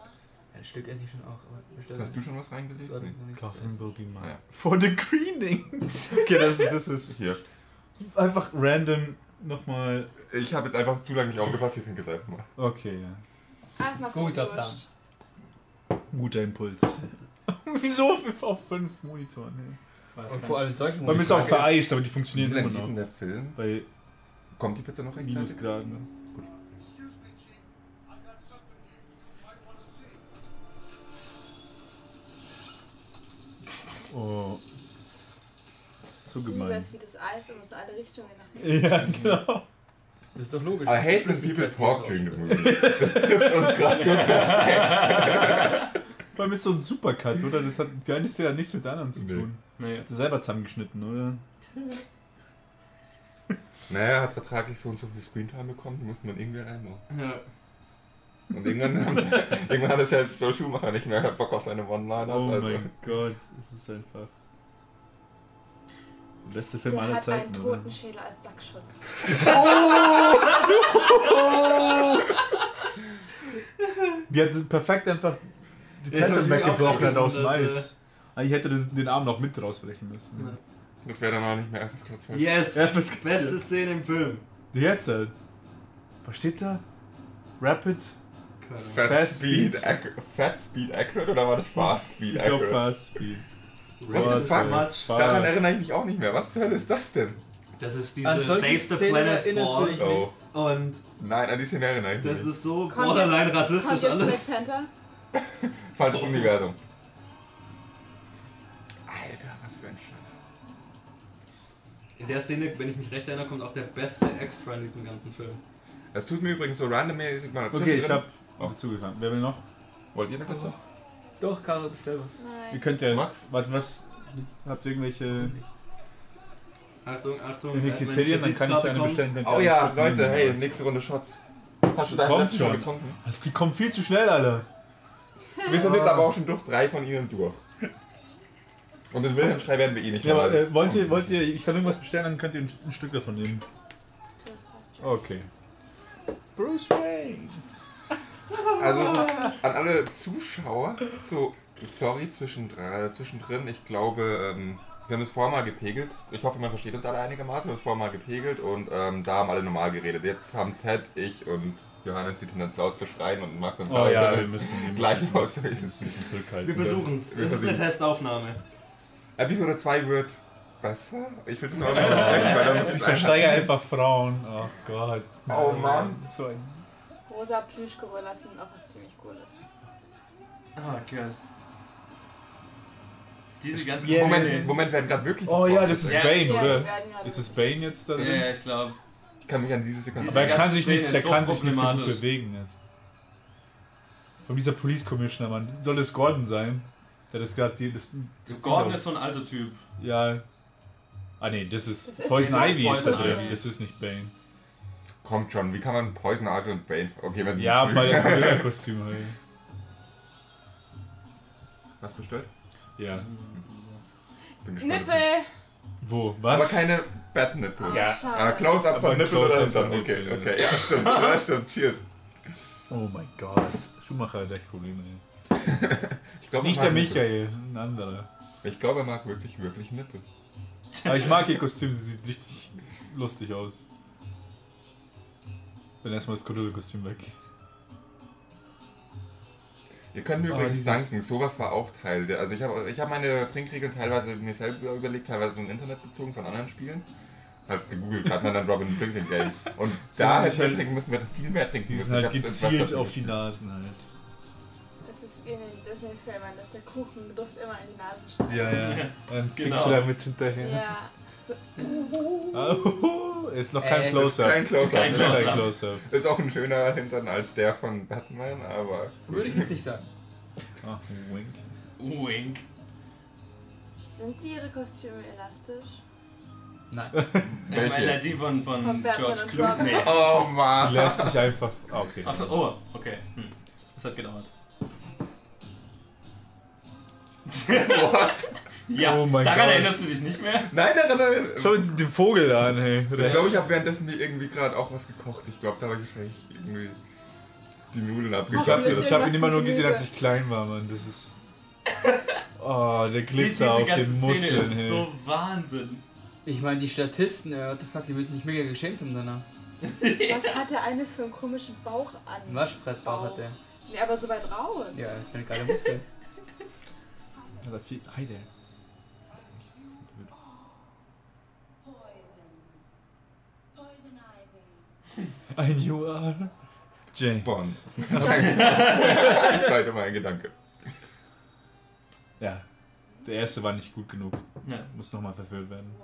[SPEAKER 4] Ein Stück esse ich schon auch, aber bestimmt.
[SPEAKER 1] Hast du schon was reingelegt?
[SPEAKER 4] Du hattest noch nichts zu essen.
[SPEAKER 3] will be mine.
[SPEAKER 1] Ja.
[SPEAKER 3] For the Greenings. Okay, das, das ist
[SPEAKER 1] Hier.
[SPEAKER 3] einfach random nochmal.
[SPEAKER 1] Ich habe jetzt einfach zu lange nicht aufgepasst, ich trinke jetzt einfach mal.
[SPEAKER 3] Okay, ja.
[SPEAKER 5] Ach, mach
[SPEAKER 4] Guter
[SPEAKER 5] Wurst.
[SPEAKER 4] Plan.
[SPEAKER 3] Guter Impuls. Wieso auf fünf Monitoren? Ja.
[SPEAKER 2] Weiß
[SPEAKER 4] Und
[SPEAKER 2] gar
[SPEAKER 4] vor allem solche
[SPEAKER 3] Man ist auch
[SPEAKER 1] Frage ist,
[SPEAKER 3] vereist, aber die
[SPEAKER 1] Wie
[SPEAKER 3] funktionieren
[SPEAKER 1] lange geht
[SPEAKER 3] immer
[SPEAKER 1] denn
[SPEAKER 3] noch.
[SPEAKER 1] der Film?
[SPEAKER 3] Bei ne?
[SPEAKER 1] Kommt die Pizza noch rechtzeitig?
[SPEAKER 3] Minusgraden.
[SPEAKER 9] Excuse me, Chief. I got something here you might want to see.
[SPEAKER 3] Oh. So
[SPEAKER 5] Ich liebe
[SPEAKER 3] gemein.
[SPEAKER 5] es wie das Eis und in alle Richtungen nach mir.
[SPEAKER 3] Ja, genau.
[SPEAKER 4] Das ist doch logisch.
[SPEAKER 1] I hate when people talk during the movie. Das trifft uns gerade so.
[SPEAKER 3] Vor allem ist so ein Supercut, oder? Das hat gar nichts, ja nichts mit der anderen zu
[SPEAKER 1] Nee.
[SPEAKER 3] tun.
[SPEAKER 2] Nee.
[SPEAKER 3] Hat er selber zusammengeschnitten, oder?
[SPEAKER 1] Naja, hat vertraglich so und so viel Screentime bekommen, die musste man irgendwie reinmachen.
[SPEAKER 2] Ja.
[SPEAKER 1] Und irgendwann, irgendwann hat es ja Joe Schumacher nicht mehr Bock auf seine One-Liners.
[SPEAKER 3] Oh
[SPEAKER 1] also.
[SPEAKER 3] mein Gott, es ist einfach. Beste Film
[SPEAKER 5] Der
[SPEAKER 3] aller
[SPEAKER 5] hat einen
[SPEAKER 3] Zeiten. oder?
[SPEAKER 5] Totenschädel als Sackschutz.
[SPEAKER 3] Die hat perfekt einfach die
[SPEAKER 4] hab
[SPEAKER 3] Zeitung
[SPEAKER 4] mich auch
[SPEAKER 3] weggebrochen hat aus dem
[SPEAKER 4] gewundert,
[SPEAKER 3] Eis. Ah, Ich hätte das- den Arm noch mit rausbrechen müssen.
[SPEAKER 1] Das wäre dann auch nicht mehr FSK 12.
[SPEAKER 10] Yes!
[SPEAKER 3] Ja, fürs
[SPEAKER 10] Beste Szene im Film.
[SPEAKER 3] Die jetzt halt. Was steht da? Rapid?
[SPEAKER 10] Keine Ahnung.
[SPEAKER 1] Fat,
[SPEAKER 3] Fast
[SPEAKER 1] Speed,
[SPEAKER 3] Speed.
[SPEAKER 1] Ac Fat Speed Accurate oder war das Fast Speed
[SPEAKER 3] Ich glaube
[SPEAKER 1] Accurate?
[SPEAKER 3] Fast Speed.
[SPEAKER 1] What the
[SPEAKER 10] Racist
[SPEAKER 1] fuck?
[SPEAKER 10] Much.
[SPEAKER 1] Daran erinnere ich mich auch nicht mehr. Was zur Hölle ist das denn?
[SPEAKER 10] Das ist diese
[SPEAKER 4] An
[SPEAKER 10] Save
[SPEAKER 4] solche
[SPEAKER 10] the
[SPEAKER 4] Szenen
[SPEAKER 10] Planet
[SPEAKER 4] erinnerst du dich
[SPEAKER 10] War.
[SPEAKER 1] Oh.
[SPEAKER 4] nicht.
[SPEAKER 10] Und
[SPEAKER 1] Nein, an die Szene erinnere ich mich.
[SPEAKER 10] das
[SPEAKER 1] nicht.
[SPEAKER 10] ist so
[SPEAKER 5] Kommt
[SPEAKER 10] borderline
[SPEAKER 5] jetzt-
[SPEAKER 10] rassistisch
[SPEAKER 5] Kommt
[SPEAKER 10] alles.
[SPEAKER 5] jetzt Black Panther?
[SPEAKER 1] Falsches Universum. Alter, was für ein Scheiß.
[SPEAKER 10] In der Szene, wenn ich mich recht erinnere, kommt auch der beste Extra in diesem ganzen Film.
[SPEAKER 1] Das tut mir übrigens so randommäßig mal
[SPEAKER 3] Okay, ich
[SPEAKER 1] zwischendrin-
[SPEAKER 3] hab
[SPEAKER 1] Oh.
[SPEAKER 3] zugefangen. Wer will noch?
[SPEAKER 1] Wollt ihr eine Katze?
[SPEAKER 4] Doch, Karl, bestell was.
[SPEAKER 3] Ihr
[SPEAKER 5] Nein.
[SPEAKER 3] könnt ja.
[SPEAKER 1] Max?
[SPEAKER 3] Was, was? Habt ihr irgendwelche
[SPEAKER 10] Achtung, Achtung.
[SPEAKER 3] irgendwelche
[SPEAKER 10] wenn
[SPEAKER 3] Kriterien? Dann kann ich
[SPEAKER 10] Kreditkarte
[SPEAKER 3] eine
[SPEAKER 10] kommt.
[SPEAKER 3] bestellen. könnt ihr
[SPEAKER 1] Oh
[SPEAKER 3] eine
[SPEAKER 1] ja,
[SPEAKER 3] Kreditkarte
[SPEAKER 1] Leute,
[SPEAKER 3] nehmen.
[SPEAKER 1] hey, nächste Runde Shots. Hast du deinen
[SPEAKER 3] Kommt
[SPEAKER 1] letzten schon
[SPEAKER 3] schon.
[SPEAKER 1] getrunken?
[SPEAKER 3] Das die kommt viel zu schnell, Alter.
[SPEAKER 1] Wir sind jetzt aber auch schon durch drei von ihnen durch. Und den Wilhelm Schrei werden wir eh nicht
[SPEAKER 3] Ja,
[SPEAKER 1] mehr.
[SPEAKER 3] aber
[SPEAKER 1] weil
[SPEAKER 3] äh,
[SPEAKER 1] es
[SPEAKER 3] wollt ihr,
[SPEAKER 1] kommt.
[SPEAKER 3] wollt ihr, ich kann irgendwas bestellen, dann könnt ihr ein, ein Stück davon nehmen. Okay. Bruce Wayne.
[SPEAKER 1] Also es ist an alle Zuschauer so, sorry zwischendrin, äh, zwischendrin ich glaube, ähm, wir haben es vorher mal gepegelt. Ich hoffe, man versteht uns alle einigermaßen. Wir haben es vorher mal gepegelt und ähm, da haben alle normal geredet. Jetzt haben Ted, ich und Johannes die Tendenz laut zu schreien und machen
[SPEAKER 3] Oh ja, wir müssen, wir müssen
[SPEAKER 1] gleich
[SPEAKER 3] wir
[SPEAKER 1] mal
[SPEAKER 3] müssen, wir müssen ein bisschen zurückhalten.
[SPEAKER 10] Wir versuchen es.
[SPEAKER 1] Wir
[SPEAKER 10] Es ist eine
[SPEAKER 1] versuchen's.
[SPEAKER 10] Testaufnahme.
[SPEAKER 1] Episode 2 wird besser. Ich will das noch nicht versprechen, weil dann muss
[SPEAKER 3] Ich
[SPEAKER 1] ich einfach...
[SPEAKER 3] versteige einfach Frauen. Oh Gott.
[SPEAKER 1] Oh Mann.
[SPEAKER 3] So ein
[SPEAKER 5] Rosa Plüschgorilla sind auch was ziemlich Gutes.
[SPEAKER 2] Oh Gott. Diese ganze
[SPEAKER 3] Yeah.
[SPEAKER 1] Moment, Moment, wir haben gerade wirklich...
[SPEAKER 3] oh ja, das ist
[SPEAKER 2] Ja.
[SPEAKER 3] Bane,
[SPEAKER 5] Ja, wir
[SPEAKER 3] oder?
[SPEAKER 5] werden gerade
[SPEAKER 3] Ist es Bane jetzt? Da?
[SPEAKER 2] Ja, ja, ich glaube.
[SPEAKER 1] Ich kann mich an diese Sekunde...
[SPEAKER 3] Aber er
[SPEAKER 2] Diese
[SPEAKER 3] kann
[SPEAKER 2] ganze
[SPEAKER 3] sich nicht,
[SPEAKER 2] Szene
[SPEAKER 3] der
[SPEAKER 2] ist so
[SPEAKER 3] kann sich nicht so gut
[SPEAKER 2] problematisch.
[SPEAKER 3] bewegen jetzt. Von dieser Police Commissioner, Mann. Soll das Gordon sein? Der das gerade die. Das, das genau.
[SPEAKER 2] Gordon ist so ein alter Typ.
[SPEAKER 3] Ja. Ah nee, das ist.
[SPEAKER 5] Das ist-
[SPEAKER 3] Poison
[SPEAKER 2] das ist
[SPEAKER 3] Ivy ist da
[SPEAKER 2] Poison
[SPEAKER 3] drin.
[SPEAKER 5] Ivy.
[SPEAKER 3] Das ist nicht Bane.
[SPEAKER 1] Kommt schon, wie kann man Poison Ivy und Bane... Okay, wenn
[SPEAKER 3] Ja, bei dem Gorilla-Kostüm halt.
[SPEAKER 1] Was bestellt?
[SPEAKER 3] Ja.
[SPEAKER 1] Bin gespannt.
[SPEAKER 5] Nippel!
[SPEAKER 3] Wo?
[SPEAKER 1] Aber
[SPEAKER 3] Was?
[SPEAKER 1] keine Batnippel.
[SPEAKER 5] Ja.
[SPEAKER 1] Ah, Close-Up
[SPEAKER 3] Aber
[SPEAKER 1] von Nippel
[SPEAKER 3] Close-up
[SPEAKER 1] oder Hintern.
[SPEAKER 3] von
[SPEAKER 1] Okay,
[SPEAKER 3] Nippel,
[SPEAKER 1] okay, ja, stimmt, ja, stimmt, cheers.
[SPEAKER 3] Oh mein Gott. Schumacher hat echt Probleme. ey.
[SPEAKER 1] Ich glaub, er
[SPEAKER 3] Nicht
[SPEAKER 1] mag
[SPEAKER 3] der
[SPEAKER 1] Nippel.
[SPEAKER 3] Michael, ein anderer.
[SPEAKER 1] Ich glaube, er mag wirklich, wirklich Nippel.
[SPEAKER 3] Aber ich mag ihr Kostüm, sie sieht richtig lustig aus. Wenn erstmal das Gorilla-Kostüm weg.
[SPEAKER 1] Ihr könnt mir
[SPEAKER 3] Oh,
[SPEAKER 1] übrigens
[SPEAKER 3] dieses-
[SPEAKER 1] danken, sowas war auch Teil der. Also ich habe ich hab meine Trinkregeln teilweise mir selber überlegt, teilweise so im Internet bezogen von anderen Spielen. Hab gegoogelt, hat man dann Robin Drinking Game. Und da
[SPEAKER 3] sind
[SPEAKER 1] hätten wir
[SPEAKER 3] halt-
[SPEAKER 1] trinken müssen, wir hätten viel mehr trinken
[SPEAKER 3] Die
[SPEAKER 1] müssen.
[SPEAKER 3] sind halt
[SPEAKER 1] Ich hab's ins Wasser
[SPEAKER 3] gezielt auf die
[SPEAKER 1] gemischt.
[SPEAKER 3] Nasen halt.
[SPEAKER 5] Das ist wie in den Disney-Filmen, dass der Kuchenduft immer in die Nase steigt.
[SPEAKER 3] Ja, ja. Dann kriegst
[SPEAKER 2] Genau.
[SPEAKER 3] du damit hinterher.
[SPEAKER 5] Ja.
[SPEAKER 3] Ah, huhu, Ist noch kein
[SPEAKER 1] Das
[SPEAKER 4] Äh,
[SPEAKER 1] ist
[SPEAKER 3] Close-Up.
[SPEAKER 1] kein Close-Up.
[SPEAKER 2] Kein
[SPEAKER 3] Ist
[SPEAKER 1] ne?
[SPEAKER 2] Close-Up.
[SPEAKER 3] kein Close-Up.
[SPEAKER 1] Ist auch ein schönerer Hintern als der von Batman, aber
[SPEAKER 4] Würde ich jetzt nicht sagen.
[SPEAKER 3] Ah, wink.
[SPEAKER 2] Oh, Wink.
[SPEAKER 5] Sind die ihre Kostüme elastisch?
[SPEAKER 4] Nein.
[SPEAKER 2] Ich
[SPEAKER 1] Welche?
[SPEAKER 2] meine, die von, von,
[SPEAKER 5] Von Batman
[SPEAKER 2] George
[SPEAKER 5] und
[SPEAKER 2] Clooney.
[SPEAKER 5] Robin.
[SPEAKER 1] Oh Mann!
[SPEAKER 3] Lässt sich einfach. ah, Okay.
[SPEAKER 2] Achso, oh, okay. Hm. Das hat gedauert.
[SPEAKER 1] What?
[SPEAKER 2] Ja,
[SPEAKER 3] Oh mein
[SPEAKER 2] daran
[SPEAKER 3] Gott.
[SPEAKER 2] erinnerst du dich nicht mehr?
[SPEAKER 1] Nein, nein, nein, nein!
[SPEAKER 3] Schau dir den Vogel an, hey.
[SPEAKER 1] Ich glaube, ich habe währenddessen mir irgendwie gerade auch was gekocht. Ich glaube, da habe ich wahrscheinlich irgendwie die Nudeln
[SPEAKER 3] Ich
[SPEAKER 1] abgeschafft.
[SPEAKER 3] habe
[SPEAKER 5] Warum ist
[SPEAKER 3] hab ihn
[SPEAKER 5] irgendwas
[SPEAKER 3] immer nur
[SPEAKER 5] mit
[SPEAKER 3] gesehen,
[SPEAKER 5] Gemüse?
[SPEAKER 3] als ich klein war, Mann. Das ist. Oh, der
[SPEAKER 2] Diese
[SPEAKER 3] Glitzer auf
[SPEAKER 2] ganze
[SPEAKER 3] den
[SPEAKER 2] Szene
[SPEAKER 3] Muskeln,
[SPEAKER 2] ist
[SPEAKER 3] hey.
[SPEAKER 2] so Wahnsinn.
[SPEAKER 4] Ich meine, die Statisten, äh, what the fuck, die müssen sich mega geschämt haben danach.
[SPEAKER 5] Was hat der eine für einen komischen Bauch
[SPEAKER 4] Ein
[SPEAKER 5] an?
[SPEAKER 4] Waschbrettbauch hat der.
[SPEAKER 5] Nee, aber so weit raus.
[SPEAKER 4] Ja, ist ja eine geile Muskel.
[SPEAKER 3] Hat er viel- Hi there.
[SPEAKER 11] Poison. Poison ivy.
[SPEAKER 3] I knew are. James.
[SPEAKER 1] Bond. Danke. das war halt mein Gedanke.
[SPEAKER 3] Ja. Der erste war nicht gut genug.
[SPEAKER 2] Ja.
[SPEAKER 3] Muss nochmal verfüllt werden.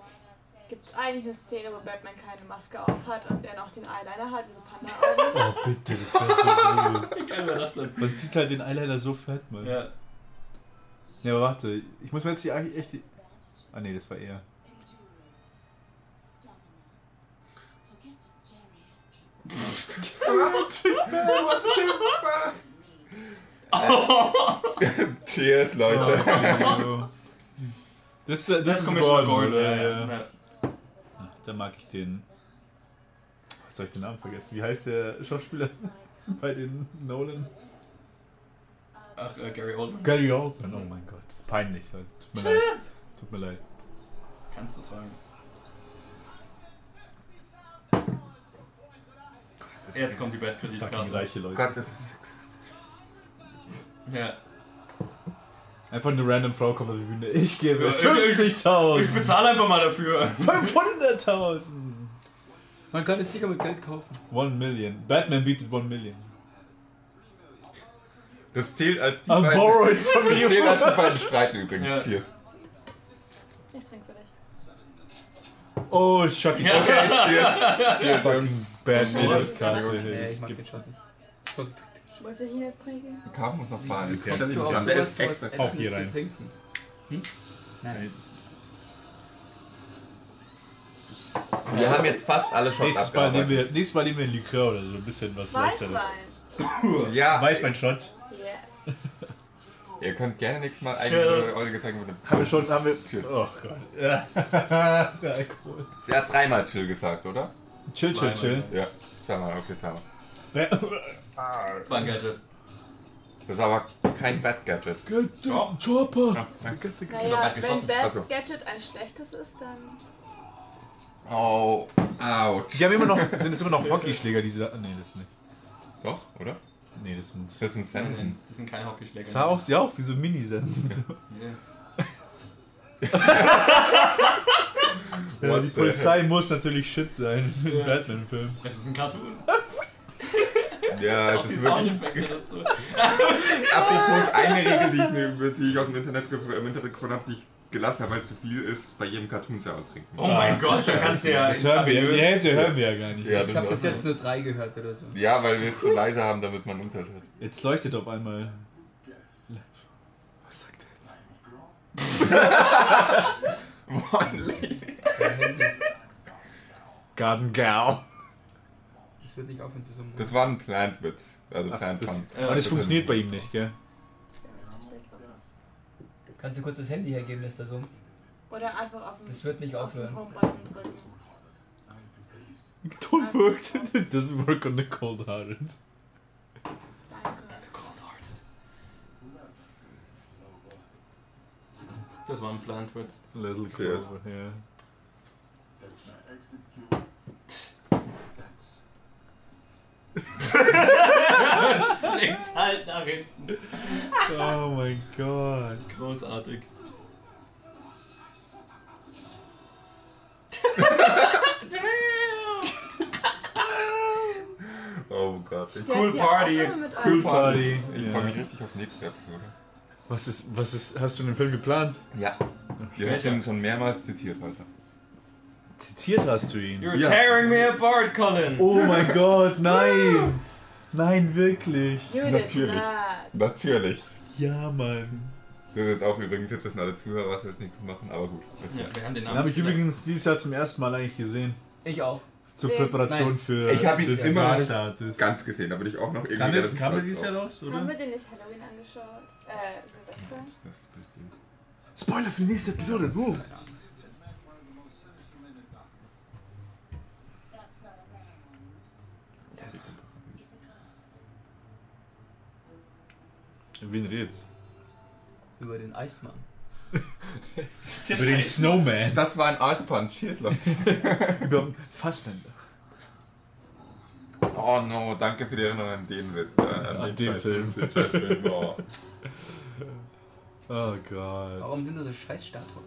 [SPEAKER 5] Gibt es eigentlich eine Szene, wo Batman keine Maske auf hat und er noch den Eyeliner hat, wie so Panda-Augen?
[SPEAKER 3] Oh, bitte, das war so cool.
[SPEAKER 2] Wie geil war das denn?
[SPEAKER 3] Man sieht halt den Eyeliner so fett, Mann. Ja,
[SPEAKER 2] Ja.
[SPEAKER 3] aber warte. Ich muss mir jetzt die echt. Die... Ah, nee, das war er.
[SPEAKER 11] Endurance. Stamina. Forget the geriatric.
[SPEAKER 1] Cheers, Leute.
[SPEAKER 3] Oh, Das, das, das ist
[SPEAKER 2] Commissioner
[SPEAKER 3] Gordon,
[SPEAKER 2] Gordon,
[SPEAKER 3] oder?
[SPEAKER 2] ja,
[SPEAKER 3] Ja.
[SPEAKER 2] ja.
[SPEAKER 3] Da mag ich den. Jetzt habe ich den Namen vergessen. Wie heißt der Schauspieler bei den Nolan?
[SPEAKER 2] Ach, äh, Gary Oldman.
[SPEAKER 3] Gary Oldman. Oh mein Gott, das ist peinlich. Leute. Tut mir leid. Tut mir leid.
[SPEAKER 2] Kannst du sagen. Jetzt kommt die
[SPEAKER 3] Fucking
[SPEAKER 2] Bad-Kreditkarte.
[SPEAKER 3] reiche Leute.
[SPEAKER 1] Oh Gott, das ist sexist.
[SPEAKER 2] Ja.
[SPEAKER 3] Einfach eine random Frau kommt auf die Bühne. Ich gebe
[SPEAKER 2] Ja, ich-
[SPEAKER 3] 50.000.
[SPEAKER 2] Ich bezahle einfach mal dafür.
[SPEAKER 3] 500.000.
[SPEAKER 4] Man kann es sicher mit Geld kaufen.
[SPEAKER 3] One Million. Batman bietet One Million.
[SPEAKER 1] Das zählt als die
[SPEAKER 3] I'll
[SPEAKER 1] beiden.
[SPEAKER 3] borrow it from
[SPEAKER 1] Das
[SPEAKER 3] you.
[SPEAKER 1] zählt als die beiden streiten übrigens.
[SPEAKER 2] Ja.
[SPEAKER 1] Cheers.
[SPEAKER 5] Ich trinke für dich.
[SPEAKER 3] Oh, Schocki.
[SPEAKER 2] Ja.
[SPEAKER 3] Okay.
[SPEAKER 1] Cheers. Cheers.
[SPEAKER 3] Fucking
[SPEAKER 1] Ja,
[SPEAKER 4] Nee,
[SPEAKER 3] Batman.
[SPEAKER 4] ich mag den Shot nicht.
[SPEAKER 5] Muss ich ihn jetzt trinken?
[SPEAKER 1] Karl muss noch fahren. Jetzt
[SPEAKER 3] Kannst
[SPEAKER 1] kommt er
[SPEAKER 4] Du
[SPEAKER 1] nicht
[SPEAKER 4] auch
[SPEAKER 1] dran. Der
[SPEAKER 4] sowas,
[SPEAKER 1] ist
[SPEAKER 4] sowas
[SPEAKER 1] extra.
[SPEAKER 4] Ätzendes
[SPEAKER 3] hier
[SPEAKER 4] zu
[SPEAKER 3] rein.
[SPEAKER 4] trinken. Nein.
[SPEAKER 1] Wir haben jetzt fast alle Shots
[SPEAKER 3] Nächstes Mal, nehmen
[SPEAKER 1] abgearbeitet.
[SPEAKER 3] wir, nächstes Mal nehmen wir ein Likör oder so. Ein bisschen was leichteres.
[SPEAKER 5] Weißwein.
[SPEAKER 2] Ah,
[SPEAKER 1] Ja,
[SPEAKER 3] Weißwein-Shot.
[SPEAKER 5] Yes.
[SPEAKER 1] ihr könnt gerne nächstes Mal
[SPEAKER 2] Chill.
[SPEAKER 1] eigene, eure Getränke mit dem...
[SPEAKER 3] Haben wir schon, haben wir.
[SPEAKER 1] Cheers.
[SPEAKER 3] Oh Gott. Ja. Der Alkohol.
[SPEAKER 1] Sie hat dreimal chill gesagt, oder?
[SPEAKER 3] Chill, chill, chill.
[SPEAKER 1] Ja. Zweimal, okay, zweimal.
[SPEAKER 2] Das war ein Gadget.
[SPEAKER 1] Das ist aber kein Bad Gadget.
[SPEAKER 3] Get the chopper. Get the-
[SPEAKER 5] Naja,
[SPEAKER 2] geschossen.
[SPEAKER 5] wenn Bad
[SPEAKER 4] Also.
[SPEAKER 1] Ach so.
[SPEAKER 5] Gadget ein schlechtes ist, dann.
[SPEAKER 1] Oh, ouch.
[SPEAKER 3] Die haben immer noch, sind es immer noch Hockeyschläger, diese. ah, Nee, das nicht.
[SPEAKER 1] Doch, oder?
[SPEAKER 3] Nee, das sind.
[SPEAKER 1] Das sind Sensen.
[SPEAKER 2] Das sind keine Hockeyschläger.
[SPEAKER 3] Das sah auch, ja auch wie so Minisensen.
[SPEAKER 2] Ja.
[SPEAKER 3] Ja, die
[SPEAKER 1] What the
[SPEAKER 3] Polizei muss natürlich shit sein für den Batman-Film.
[SPEAKER 2] Es ist ein Cartoon.
[SPEAKER 1] Ja, es
[SPEAKER 2] Die
[SPEAKER 1] ist wirklich...
[SPEAKER 2] Soundeffekte dazu.
[SPEAKER 1] Apropos eine Regel, die ich, mir, über die ich aus dem Internet, gef- im Internet gefunden habe, die ich gelassen habe, weil es zu viel ist, bei jedem Cartoon selber trinken.
[SPEAKER 2] Oh mein Gott, da kannst du ja
[SPEAKER 3] Ah. Das hören wir, die
[SPEAKER 2] instabil.
[SPEAKER 3] Hälfte hören wir ja gar nicht.
[SPEAKER 1] Ja,
[SPEAKER 4] Ich habe
[SPEAKER 1] das
[SPEAKER 4] bis
[SPEAKER 1] ist
[SPEAKER 4] jetzt nur drei gehört oder so.
[SPEAKER 1] ja, weil wir es zu leise haben, damit man uns halt hört.
[SPEAKER 3] Jetzt leuchtet auf einmal. Was sagt er?
[SPEAKER 1] One lady.
[SPEAKER 3] Garden Girl.
[SPEAKER 4] Das wird nicht aufhören zu summen.
[SPEAKER 1] Das war ein Plant-Witz. Also
[SPEAKER 3] Ach,
[SPEAKER 1] Plant
[SPEAKER 3] das-
[SPEAKER 1] von.
[SPEAKER 3] Und es funktioniert bei ihm nicht, gell?
[SPEAKER 4] Kannst du kurz das Handy hergeben, lässt das um.
[SPEAKER 5] Oder einfach auf
[SPEAKER 4] Das
[SPEAKER 5] den,
[SPEAKER 4] wird nicht
[SPEAKER 5] auf den
[SPEAKER 4] aufhören.
[SPEAKER 5] Homebutton drücken.
[SPEAKER 3] Don't work. It doesn't work on the cold-hearted.
[SPEAKER 5] Danke.
[SPEAKER 2] Das war ein Plantwitz.
[SPEAKER 3] Little
[SPEAKER 1] Cheers.
[SPEAKER 3] Clover, ja.
[SPEAKER 2] Direkt halt nach hinten.
[SPEAKER 3] Oh mein Gott.
[SPEAKER 2] Großartig.
[SPEAKER 1] Oh Gott. Ich,
[SPEAKER 5] Stärkt ihr auch
[SPEAKER 2] Party.
[SPEAKER 5] immer mit
[SPEAKER 3] Cool
[SPEAKER 5] eurem-
[SPEAKER 3] Party.
[SPEAKER 1] ich
[SPEAKER 3] Ja.
[SPEAKER 1] freue mich richtig auf nächste Episode.
[SPEAKER 3] Was ist, was ist, hast du den Film geplant?
[SPEAKER 1] Ja. Ihr habt
[SPEAKER 2] Welcher?
[SPEAKER 1] ihn schon mehrmals zitiert heute.
[SPEAKER 3] Zitiert hast du ihn.
[SPEAKER 2] You're
[SPEAKER 1] Ja.
[SPEAKER 2] tearing me apart, Colin.
[SPEAKER 3] Oh mein Gott, nein. Nein, wirklich.
[SPEAKER 5] You did
[SPEAKER 1] Natürlich.
[SPEAKER 5] not.
[SPEAKER 1] Natürlich.
[SPEAKER 3] Ja, Mann.
[SPEAKER 1] Das ist jetzt auch übrigens, jetzt wissen alle Zuhörer, was wir als nächstes machen, aber gut. Ist
[SPEAKER 2] Ja, wir haben den
[SPEAKER 3] Den
[SPEAKER 2] Namen.
[SPEAKER 3] habe ich
[SPEAKER 2] nicht gesagt.
[SPEAKER 3] übrigens dieses Jahr zum ersten Mal eigentlich gesehen.
[SPEAKER 4] Ich auch.
[SPEAKER 3] Zur
[SPEAKER 5] Nee.
[SPEAKER 3] Präparation
[SPEAKER 4] Nein.
[SPEAKER 3] für
[SPEAKER 1] Ich hab ihn
[SPEAKER 3] für
[SPEAKER 1] immer noch
[SPEAKER 3] Disaster
[SPEAKER 1] nicht
[SPEAKER 3] Artist.
[SPEAKER 1] Ganz gesehen, da bin ich auch noch irgendwie.
[SPEAKER 3] Kam der,
[SPEAKER 1] relativ
[SPEAKER 3] kam der
[SPEAKER 1] stolz
[SPEAKER 3] dieses Jahr
[SPEAKER 1] drauf.
[SPEAKER 3] raus,
[SPEAKER 5] Haben
[SPEAKER 3] oder?
[SPEAKER 5] wir den nicht Halloween angeschaut? Äh, Silvester?
[SPEAKER 1] Das ist bestimmt.
[SPEAKER 3] Spoiler für die nächste Episode, Boom.
[SPEAKER 11] That's not a man. He's a god.
[SPEAKER 3] Wen redet's?
[SPEAKER 4] Über den Eismann.
[SPEAKER 3] Über den Snowman.
[SPEAKER 1] Das war ein Eispun. Cheers, Leute.
[SPEAKER 3] Über Fassbender.
[SPEAKER 1] Oh no, danke für die Erinnerung an den Witz. Äh, an,
[SPEAKER 3] An den
[SPEAKER 1] Scheiß-
[SPEAKER 3] Film.
[SPEAKER 1] den Scheißfilm, boah.
[SPEAKER 3] Oh Gott.
[SPEAKER 4] Warum sind da so scheiß Statuen?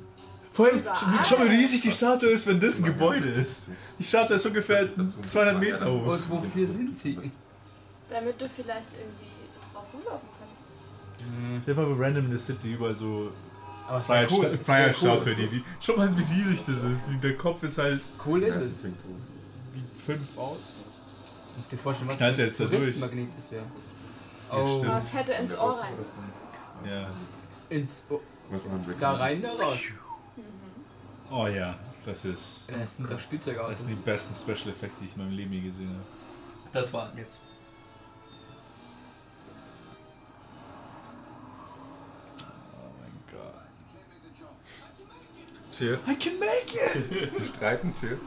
[SPEAKER 3] Vor allem,
[SPEAKER 5] Überall.
[SPEAKER 3] schau- schau mal, wie riesig die Statue ist, wenn das ein Gebäude ist. Die Statue ist ungefähr 200 Meter hoch.
[SPEAKER 4] Und wofür sind sie?
[SPEAKER 5] Damit du vielleicht irgendwie drauf rumlaufen kannst.
[SPEAKER 3] Der war bei Random in the City überall so
[SPEAKER 4] Aber es war cool. Es wär
[SPEAKER 3] Freiheitsstatue. die, die, schau mal, wie riesig das ist. Die, der Kopf ist halt
[SPEAKER 4] Cool
[SPEAKER 1] Das
[SPEAKER 4] ist
[SPEAKER 1] ist
[SPEAKER 4] es.
[SPEAKER 1] ein Punkt.
[SPEAKER 3] wie fünf aus.
[SPEAKER 4] Du musst dir vorstellen, was für
[SPEAKER 3] Knallt
[SPEAKER 4] ein
[SPEAKER 3] der jetzt da durch?
[SPEAKER 4] Touristenmagnet das wäre. Oh,
[SPEAKER 5] Aber es hätte ins Ohr rein müssen.
[SPEAKER 3] Ja.
[SPEAKER 4] ins oh,
[SPEAKER 1] Muss man weg.
[SPEAKER 4] da rein, da raus.
[SPEAKER 3] Oh ja, das ist.
[SPEAKER 4] Ja, Das sind doch
[SPEAKER 3] Das
[SPEAKER 4] Spielzeugautos.
[SPEAKER 3] sind die besten Special Effects, die ich in meinem Leben je gesehen habe.
[SPEAKER 2] Das war jetzt.
[SPEAKER 3] Oh mein Gott.
[SPEAKER 1] Cheers.
[SPEAKER 3] I can make it!
[SPEAKER 1] Sie streiten, cheers.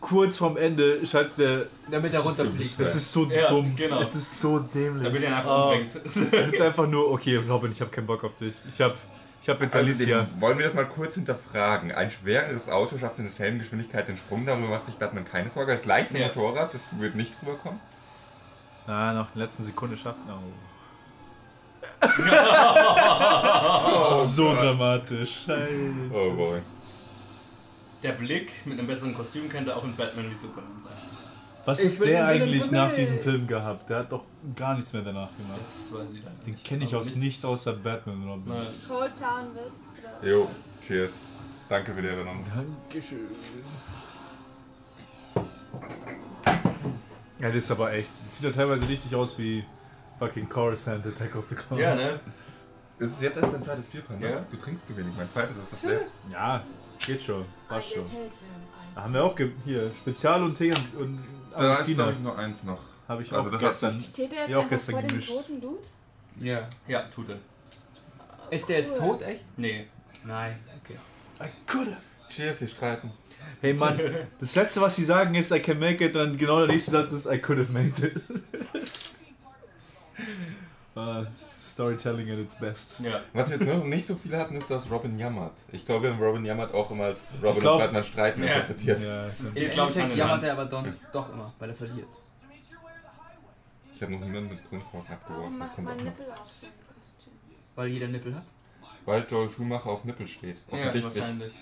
[SPEAKER 3] Kurz vorm Ende schaltet der.
[SPEAKER 4] Damit er runterfliegt.
[SPEAKER 3] Das ist so
[SPEAKER 2] Ja,
[SPEAKER 3] dumm.
[SPEAKER 2] genau.
[SPEAKER 3] Es ist so dämlich.
[SPEAKER 2] Da wird er einfach
[SPEAKER 3] Ah.
[SPEAKER 2] umbringt.
[SPEAKER 3] Jetzt einfach nur, okay, Robin, ich habe keinen Bock auf dich. Ich habe ich hab jetzt Alicia.
[SPEAKER 1] Außerdem Also wollen wir das mal kurz hinterfragen. Ein schweres Auto schafft in derselben Geschwindigkeit den Sprung, darüber macht sich Batman keine Sorge. Das leichte
[SPEAKER 2] Ja.
[SPEAKER 1] Motorrad, das wird nicht rüberkommen.
[SPEAKER 3] Ah, noch in der letzten Sekunde schafft er.
[SPEAKER 1] Oh,
[SPEAKER 3] so
[SPEAKER 1] Gott.
[SPEAKER 3] dramatisch. Scheiße.
[SPEAKER 1] Oh boy.
[SPEAKER 2] Der Blick mit einem besseren Kostüm könnte auch in Batman wie Superman sein.
[SPEAKER 3] Was
[SPEAKER 4] Ich
[SPEAKER 3] hat
[SPEAKER 4] will
[SPEAKER 3] der
[SPEAKER 4] den Willen
[SPEAKER 3] eigentlich
[SPEAKER 4] von
[SPEAKER 3] nach
[SPEAKER 4] mir.
[SPEAKER 3] diesem Film gehabt? Der hat doch gar nichts mehr danach gemacht.
[SPEAKER 2] Das weiß ich leider
[SPEAKER 3] Den
[SPEAKER 2] nicht.
[SPEAKER 3] kenne ich
[SPEAKER 2] Aber ne?
[SPEAKER 3] aus nichts außer Batman, Robin.
[SPEAKER 2] Nein.
[SPEAKER 5] Cold Town Witz.
[SPEAKER 1] Jo, cheers. Danke für die Erinnerung.
[SPEAKER 3] Dankeschön. Ja, das ist aber echt. Das sieht ja teilweise richtig aus wie fucking Coruscant Attack of the Clones.
[SPEAKER 2] Ja, ne?
[SPEAKER 1] Es ist jetzt erst dein zweites Bier, Panda.
[SPEAKER 2] Ja.
[SPEAKER 1] Du trinkst zu wenig. Mein zweites ist das letzte.
[SPEAKER 3] Ja, geht schon.
[SPEAKER 5] I
[SPEAKER 3] Passt schon.
[SPEAKER 5] get hit him. I-
[SPEAKER 3] Da haben wir auch ge hier Spezial und Tee und, und
[SPEAKER 1] Da ist,
[SPEAKER 3] Augustiner.
[SPEAKER 1] glaube ich, nur eins noch.
[SPEAKER 3] Habe ich
[SPEAKER 1] Also
[SPEAKER 3] auch
[SPEAKER 1] das hast du
[SPEAKER 3] gestern.
[SPEAKER 5] Steht er jetzt
[SPEAKER 3] Ja, auch
[SPEAKER 5] einfach
[SPEAKER 3] gestern
[SPEAKER 5] vor
[SPEAKER 3] gemischt.
[SPEAKER 5] dem toten Dude?
[SPEAKER 4] Ja.
[SPEAKER 2] Ja, tut er.
[SPEAKER 4] Ist der jetzt tot, echt?
[SPEAKER 2] Nee.
[SPEAKER 4] Nein. Okay.
[SPEAKER 1] Cheers, sie streiten.
[SPEAKER 3] Hey Mann, das letzte, was sie sagen, ist I can make it, dann genau der nächste Satz ist I could have made it. Ah, Storytelling at its best.
[SPEAKER 2] Ja.
[SPEAKER 1] Was wir jetzt noch nicht so viel hatten, ist, dass Robin jammert. Ich glaube, wir haben Robin jammert auch immer als Robin
[SPEAKER 3] glaub-
[SPEAKER 1] und Batman streiten
[SPEAKER 2] Ja.
[SPEAKER 1] interpretiert.
[SPEAKER 3] Ja,
[SPEAKER 2] ist-
[SPEAKER 4] Im
[SPEAKER 2] Geht, glaub ich, Hand
[SPEAKER 4] Endeffekt
[SPEAKER 2] in
[SPEAKER 4] jammert
[SPEAKER 2] Hand.
[SPEAKER 4] er aber don, doch immer, weil er verliert.
[SPEAKER 1] Ich habe noch niemanden mit Grundkorn abgeworfen.
[SPEAKER 5] Warum
[SPEAKER 1] Das
[SPEAKER 5] macht
[SPEAKER 1] kommt auch
[SPEAKER 5] man
[SPEAKER 1] noch.
[SPEAKER 5] Nippel auf sein Kostüm?
[SPEAKER 4] Weil jeder Nippel hat.
[SPEAKER 1] Weil Joel Schumacher auf Nippel steht.
[SPEAKER 2] ja,
[SPEAKER 1] Offensichtlich.
[SPEAKER 2] wahrscheinlich.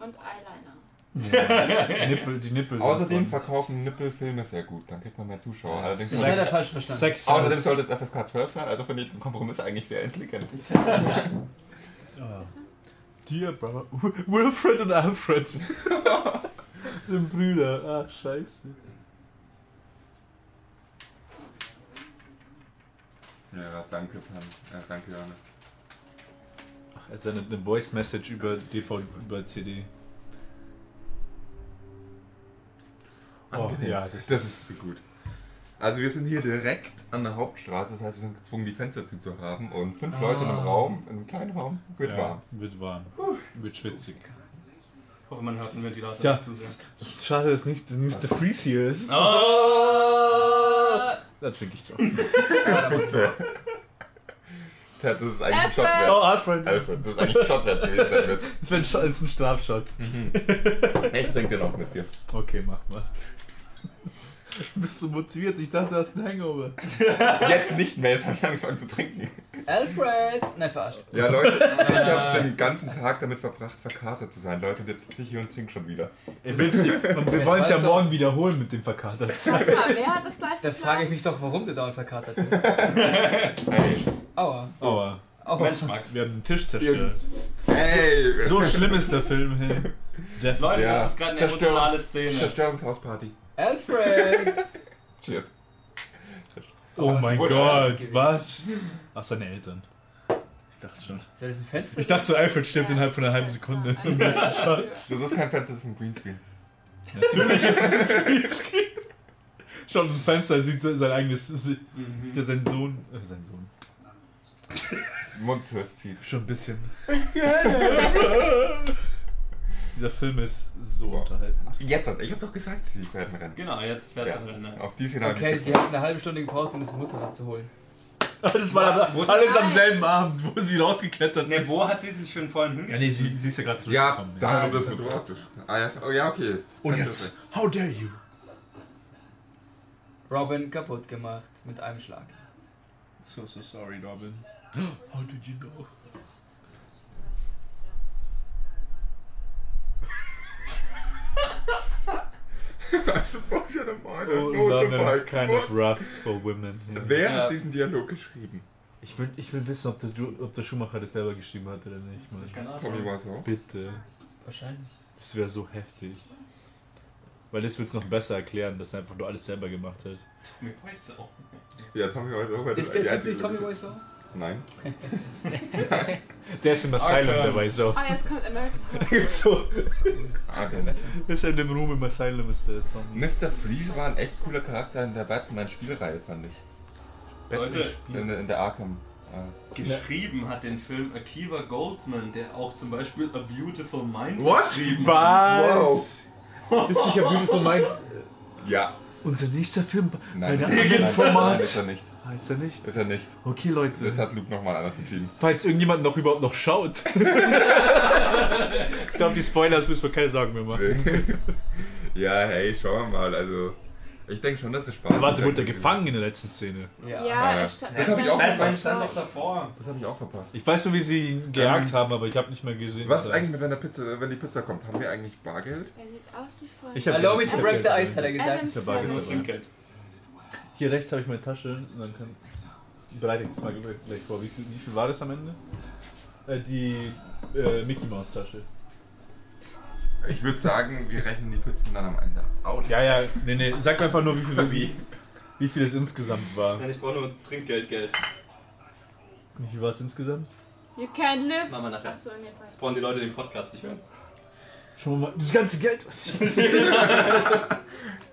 [SPEAKER 5] Und Eyeliner.
[SPEAKER 3] die Nippel, die Nippel sind
[SPEAKER 1] Außerdem
[SPEAKER 3] von-
[SPEAKER 1] verkaufen Nippelfilme sehr gut. Dann kriegt man mehr Zuschauer. Allerdings
[SPEAKER 4] Das hat er falsch verstanden.
[SPEAKER 3] Sex.
[SPEAKER 1] Außerdem sollte es FSK 12 sein, also finde ich den Kompromiss eigentlich sehr intelligent.
[SPEAKER 3] Ah. Dear Brother. Wil- Wilfred und Alfred. sind Brüder. Ah, scheiße.
[SPEAKER 1] Ja, danke, Pan. Äh, danke, Johannes.
[SPEAKER 3] Ach, er sendet eine Voice Message über DVD, über CD. Oh,
[SPEAKER 1] Angenehm.
[SPEAKER 3] ja, das,
[SPEAKER 1] Das ist gut. Also wir sind hier direkt an der Hauptstraße, das heißt, wir sind gezwungen, die Fenster zuzuhaben und fünf Leute in einem Raum, in einem kleinen Raum, wird
[SPEAKER 3] Ah. ja,
[SPEAKER 1] warm.
[SPEAKER 3] Wird warm. Wird schwitzig.
[SPEAKER 2] Ich hoffe, man hört den Ventilator
[SPEAKER 3] Tja.
[SPEAKER 2] nicht zu sehr.
[SPEAKER 3] Schade, dass nicht Mr. Freeze hier ist.
[SPEAKER 2] Oh!
[SPEAKER 3] Da trinke ich drauf.
[SPEAKER 1] Das ist eigentlich ein Shot
[SPEAKER 3] Oh,
[SPEAKER 5] Alfred!
[SPEAKER 1] wert.
[SPEAKER 4] Äh.
[SPEAKER 3] Alfred.
[SPEAKER 1] Alfred, das ist eigentlich ein Shot wert gewesen. der Witz.
[SPEAKER 3] Das wäre ein, ist ein Strafschott.
[SPEAKER 1] Ich trinke den auch mit dir.
[SPEAKER 3] Okay, mach mal. Bist du motiviert? Ich dachte, du hast einen Hangover.
[SPEAKER 1] Jetzt nicht mehr, jetzt habe ich angefangen zu trinken.
[SPEAKER 4] Alfred! Nein, verarscht.
[SPEAKER 1] Ja, Leute, ich habe den ganzen Tag damit verbracht, verkatert zu sein. Leute, und jetzt sitze ich hier und trinke schon wieder.
[SPEAKER 3] Ey, willst du, und wir wollen es ja
[SPEAKER 4] weißt du-
[SPEAKER 3] morgen wiederholen mit dem Verkater.
[SPEAKER 5] Sag mal, wer hat das gleich
[SPEAKER 4] Da frage ich
[SPEAKER 5] geplant?
[SPEAKER 4] mich doch, warum du dauernd verkatert bist.
[SPEAKER 1] Hey,
[SPEAKER 4] Aua.
[SPEAKER 3] Aua,
[SPEAKER 4] Aua.
[SPEAKER 2] Mensch, Max.
[SPEAKER 3] wir haben den Tisch zerstört.
[SPEAKER 1] hey.
[SPEAKER 3] So schlimm ist der Film hin. Jeff,
[SPEAKER 2] Leute,
[SPEAKER 1] Ja.
[SPEAKER 2] das ist gerade eine
[SPEAKER 1] Zerstörungs-
[SPEAKER 2] emotionale Szene.
[SPEAKER 1] Zerstörungshausparty.
[SPEAKER 4] Alfred!
[SPEAKER 1] Cheers.
[SPEAKER 3] oh
[SPEAKER 4] was
[SPEAKER 3] mein
[SPEAKER 4] ist das
[SPEAKER 3] Gott,
[SPEAKER 4] gewesen?
[SPEAKER 3] was? Ach, seine Eltern. Ich dachte schon.
[SPEAKER 4] Soll das ein Fenster
[SPEAKER 3] Ich dachte so, Alfred stirbt
[SPEAKER 5] Ja,
[SPEAKER 3] innerhalb von einer halben
[SPEAKER 5] das ist
[SPEAKER 3] Sekunde.
[SPEAKER 5] ein
[SPEAKER 1] Das ist kein Fenster, das ist ein Greenscreen.
[SPEAKER 3] Natürlich ist es ein Greenscreen. Schon im Fenster sieht se- sein eigenes. se- Sieht er seinen Sohn. Äh, seinen Sohn.
[SPEAKER 1] Mund zu zieht.
[SPEAKER 3] Schon ein bisschen. Dieser Film ist so
[SPEAKER 1] Wow.
[SPEAKER 3] unterhaltend.
[SPEAKER 1] Jetzt, ich habe doch gesagt, sie werden rennen.
[SPEAKER 2] Genau, jetzt ne? fährt's
[SPEAKER 1] Ja,
[SPEAKER 2] ja. rein.
[SPEAKER 1] auf die Szene hab
[SPEAKER 4] Okay,
[SPEAKER 1] ich
[SPEAKER 4] sie
[SPEAKER 1] geguckt.
[SPEAKER 4] hat eine halbe Stunde gebraucht, um das Motorrad zu holen.
[SPEAKER 3] Das war
[SPEAKER 2] Wo ist-
[SPEAKER 3] alles am selben Abend, wo sie rausgeklettert
[SPEAKER 2] Ne,
[SPEAKER 3] ist.
[SPEAKER 2] wo hat sie sich für den vollen
[SPEAKER 3] Ja,
[SPEAKER 2] hingestellt?
[SPEAKER 3] nee, sie, sie ist ja gerade
[SPEAKER 1] Ja,
[SPEAKER 3] zurückgekommen.
[SPEAKER 1] da
[SPEAKER 4] Ja,
[SPEAKER 1] haben wir
[SPEAKER 4] sie
[SPEAKER 1] das
[SPEAKER 4] hat
[SPEAKER 1] mit
[SPEAKER 4] gesagt.
[SPEAKER 1] Schreibtisch. Ah ja, oh ja, okay.
[SPEAKER 3] Und
[SPEAKER 1] Kann
[SPEAKER 3] jetzt,
[SPEAKER 1] das
[SPEAKER 3] how dare you?
[SPEAKER 4] Robin kaputt gemacht mit einem Schlag.
[SPEAKER 3] So, so sorry, Robin. How did you know?
[SPEAKER 1] sein. I suppose you're the mind
[SPEAKER 3] Oh,
[SPEAKER 1] of no
[SPEAKER 3] London is
[SPEAKER 1] device.
[SPEAKER 3] kind of rough for women.
[SPEAKER 1] Wer
[SPEAKER 2] Ja.
[SPEAKER 1] hat diesen Dialog geschrieben?
[SPEAKER 3] Ich, will, ich will wissen, ob der, Ju- ob der Schumacher das selber geschrieben hat oder nicht. Mann.
[SPEAKER 2] Keine
[SPEAKER 1] Tommy
[SPEAKER 2] Ahnung.
[SPEAKER 1] war so.
[SPEAKER 3] Bitte.
[SPEAKER 4] Wahrscheinlich.
[SPEAKER 3] Das wäre so heftig. Weil das wird es noch besser erklären, dass er einfach nur alles selber gemacht hat.
[SPEAKER 2] Mir weiß auch.
[SPEAKER 1] Ja, Tommy war so. weil das
[SPEAKER 4] Ist der
[SPEAKER 1] die
[SPEAKER 4] Typ
[SPEAKER 1] einzige
[SPEAKER 4] nicht Tommy
[SPEAKER 1] Lösung-
[SPEAKER 4] Wiseau?
[SPEAKER 1] Nein.
[SPEAKER 3] Der ist im Asylum
[SPEAKER 8] Arkham.
[SPEAKER 3] dabei, so.
[SPEAKER 5] Ah, jetzt kommt American Horror.
[SPEAKER 3] so.
[SPEAKER 1] Arkham.
[SPEAKER 3] Ist er in dem Room im Asylum, ist der Tom.
[SPEAKER 1] Mr. Freeze war ein echt cooler Charakter in der Batman-Spielreihe, fand ich.
[SPEAKER 2] Leute,
[SPEAKER 1] In, in der Arkham. äh,
[SPEAKER 3] Ne.
[SPEAKER 2] geschrieben hat den Film Akiva Goldsman, der auch zum Beispiel A Beautiful Mind
[SPEAKER 1] What?
[SPEAKER 2] geschrieben hat.
[SPEAKER 3] Was?
[SPEAKER 1] Wow.
[SPEAKER 3] Ist nicht Beauty von Minds
[SPEAKER 1] Ja.
[SPEAKER 3] unser nächster Film bei
[SPEAKER 1] Nein,
[SPEAKER 3] der
[SPEAKER 1] ist er nicht. nein, nein, nein,
[SPEAKER 3] Format?
[SPEAKER 1] ist er nicht.
[SPEAKER 3] Heißt er nicht?
[SPEAKER 1] Ist er nicht.
[SPEAKER 3] Okay, Leute.
[SPEAKER 1] Das hat Luke nochmal anders entschieden.
[SPEAKER 3] Falls irgendjemand noch überhaupt noch schaut. ich glaube, die Spoilers müssen wir keine Sorgen mehr machen.
[SPEAKER 1] ja, hey, schauen wir mal. Also, ich denke schon, dass es Spaß
[SPEAKER 3] Er war wurde er
[SPEAKER 1] Gewesen.
[SPEAKER 3] gefangen in der letzten Szene.
[SPEAKER 5] Ja,
[SPEAKER 1] Ja.
[SPEAKER 5] er stand.
[SPEAKER 1] Das hab ich auch
[SPEAKER 2] Batman
[SPEAKER 1] verpasst.
[SPEAKER 2] stand doch davor.
[SPEAKER 1] Das habe ich auch verpasst.
[SPEAKER 3] Ich weiß nur, wie sie ihn gejagt
[SPEAKER 1] Ähm,
[SPEAKER 3] haben, aber ich habe nicht mehr gesehen.
[SPEAKER 1] Was ist
[SPEAKER 3] dass er-
[SPEAKER 1] eigentlich mit, wenn, der Pizza, wenn die Pizza kommt? Haben wir eigentlich Bargeld?
[SPEAKER 5] Er sieht aus wie vorhin.
[SPEAKER 3] Ich hab-
[SPEAKER 4] Allow me
[SPEAKER 3] ich
[SPEAKER 4] to
[SPEAKER 3] hab
[SPEAKER 4] break the
[SPEAKER 3] Geld
[SPEAKER 4] ice, hat er gesagt.
[SPEAKER 5] Adams
[SPEAKER 3] dabei
[SPEAKER 5] Family.
[SPEAKER 2] Nur Trinkgeld.
[SPEAKER 3] Hier rechts habe ich meine Tasche und dann kann. Bereite ich das mal gleich vor. Wie viel, wie viel war das am Ende? Äh, die äh, Mickey Mouse Tasche.
[SPEAKER 1] Ich würde sagen, wir rechnen die Pizzen dann am Ende aus.
[SPEAKER 3] Ja, ja, nee, nee. Sag mir einfach nur, wie viel,
[SPEAKER 1] Wie?
[SPEAKER 3] wie, wie viel es insgesamt war.
[SPEAKER 12] Nein, ich brauche nur Trinkgeld, Geld.
[SPEAKER 3] Wie viel war es insgesamt?
[SPEAKER 5] You can't live.
[SPEAKER 12] Machen wir nachher.
[SPEAKER 5] Achso, in dem Fall.
[SPEAKER 12] Brauchen die Leute den Podcast nicht mehr.
[SPEAKER 3] Schauen wir mal. Das ganze Geld, was ich.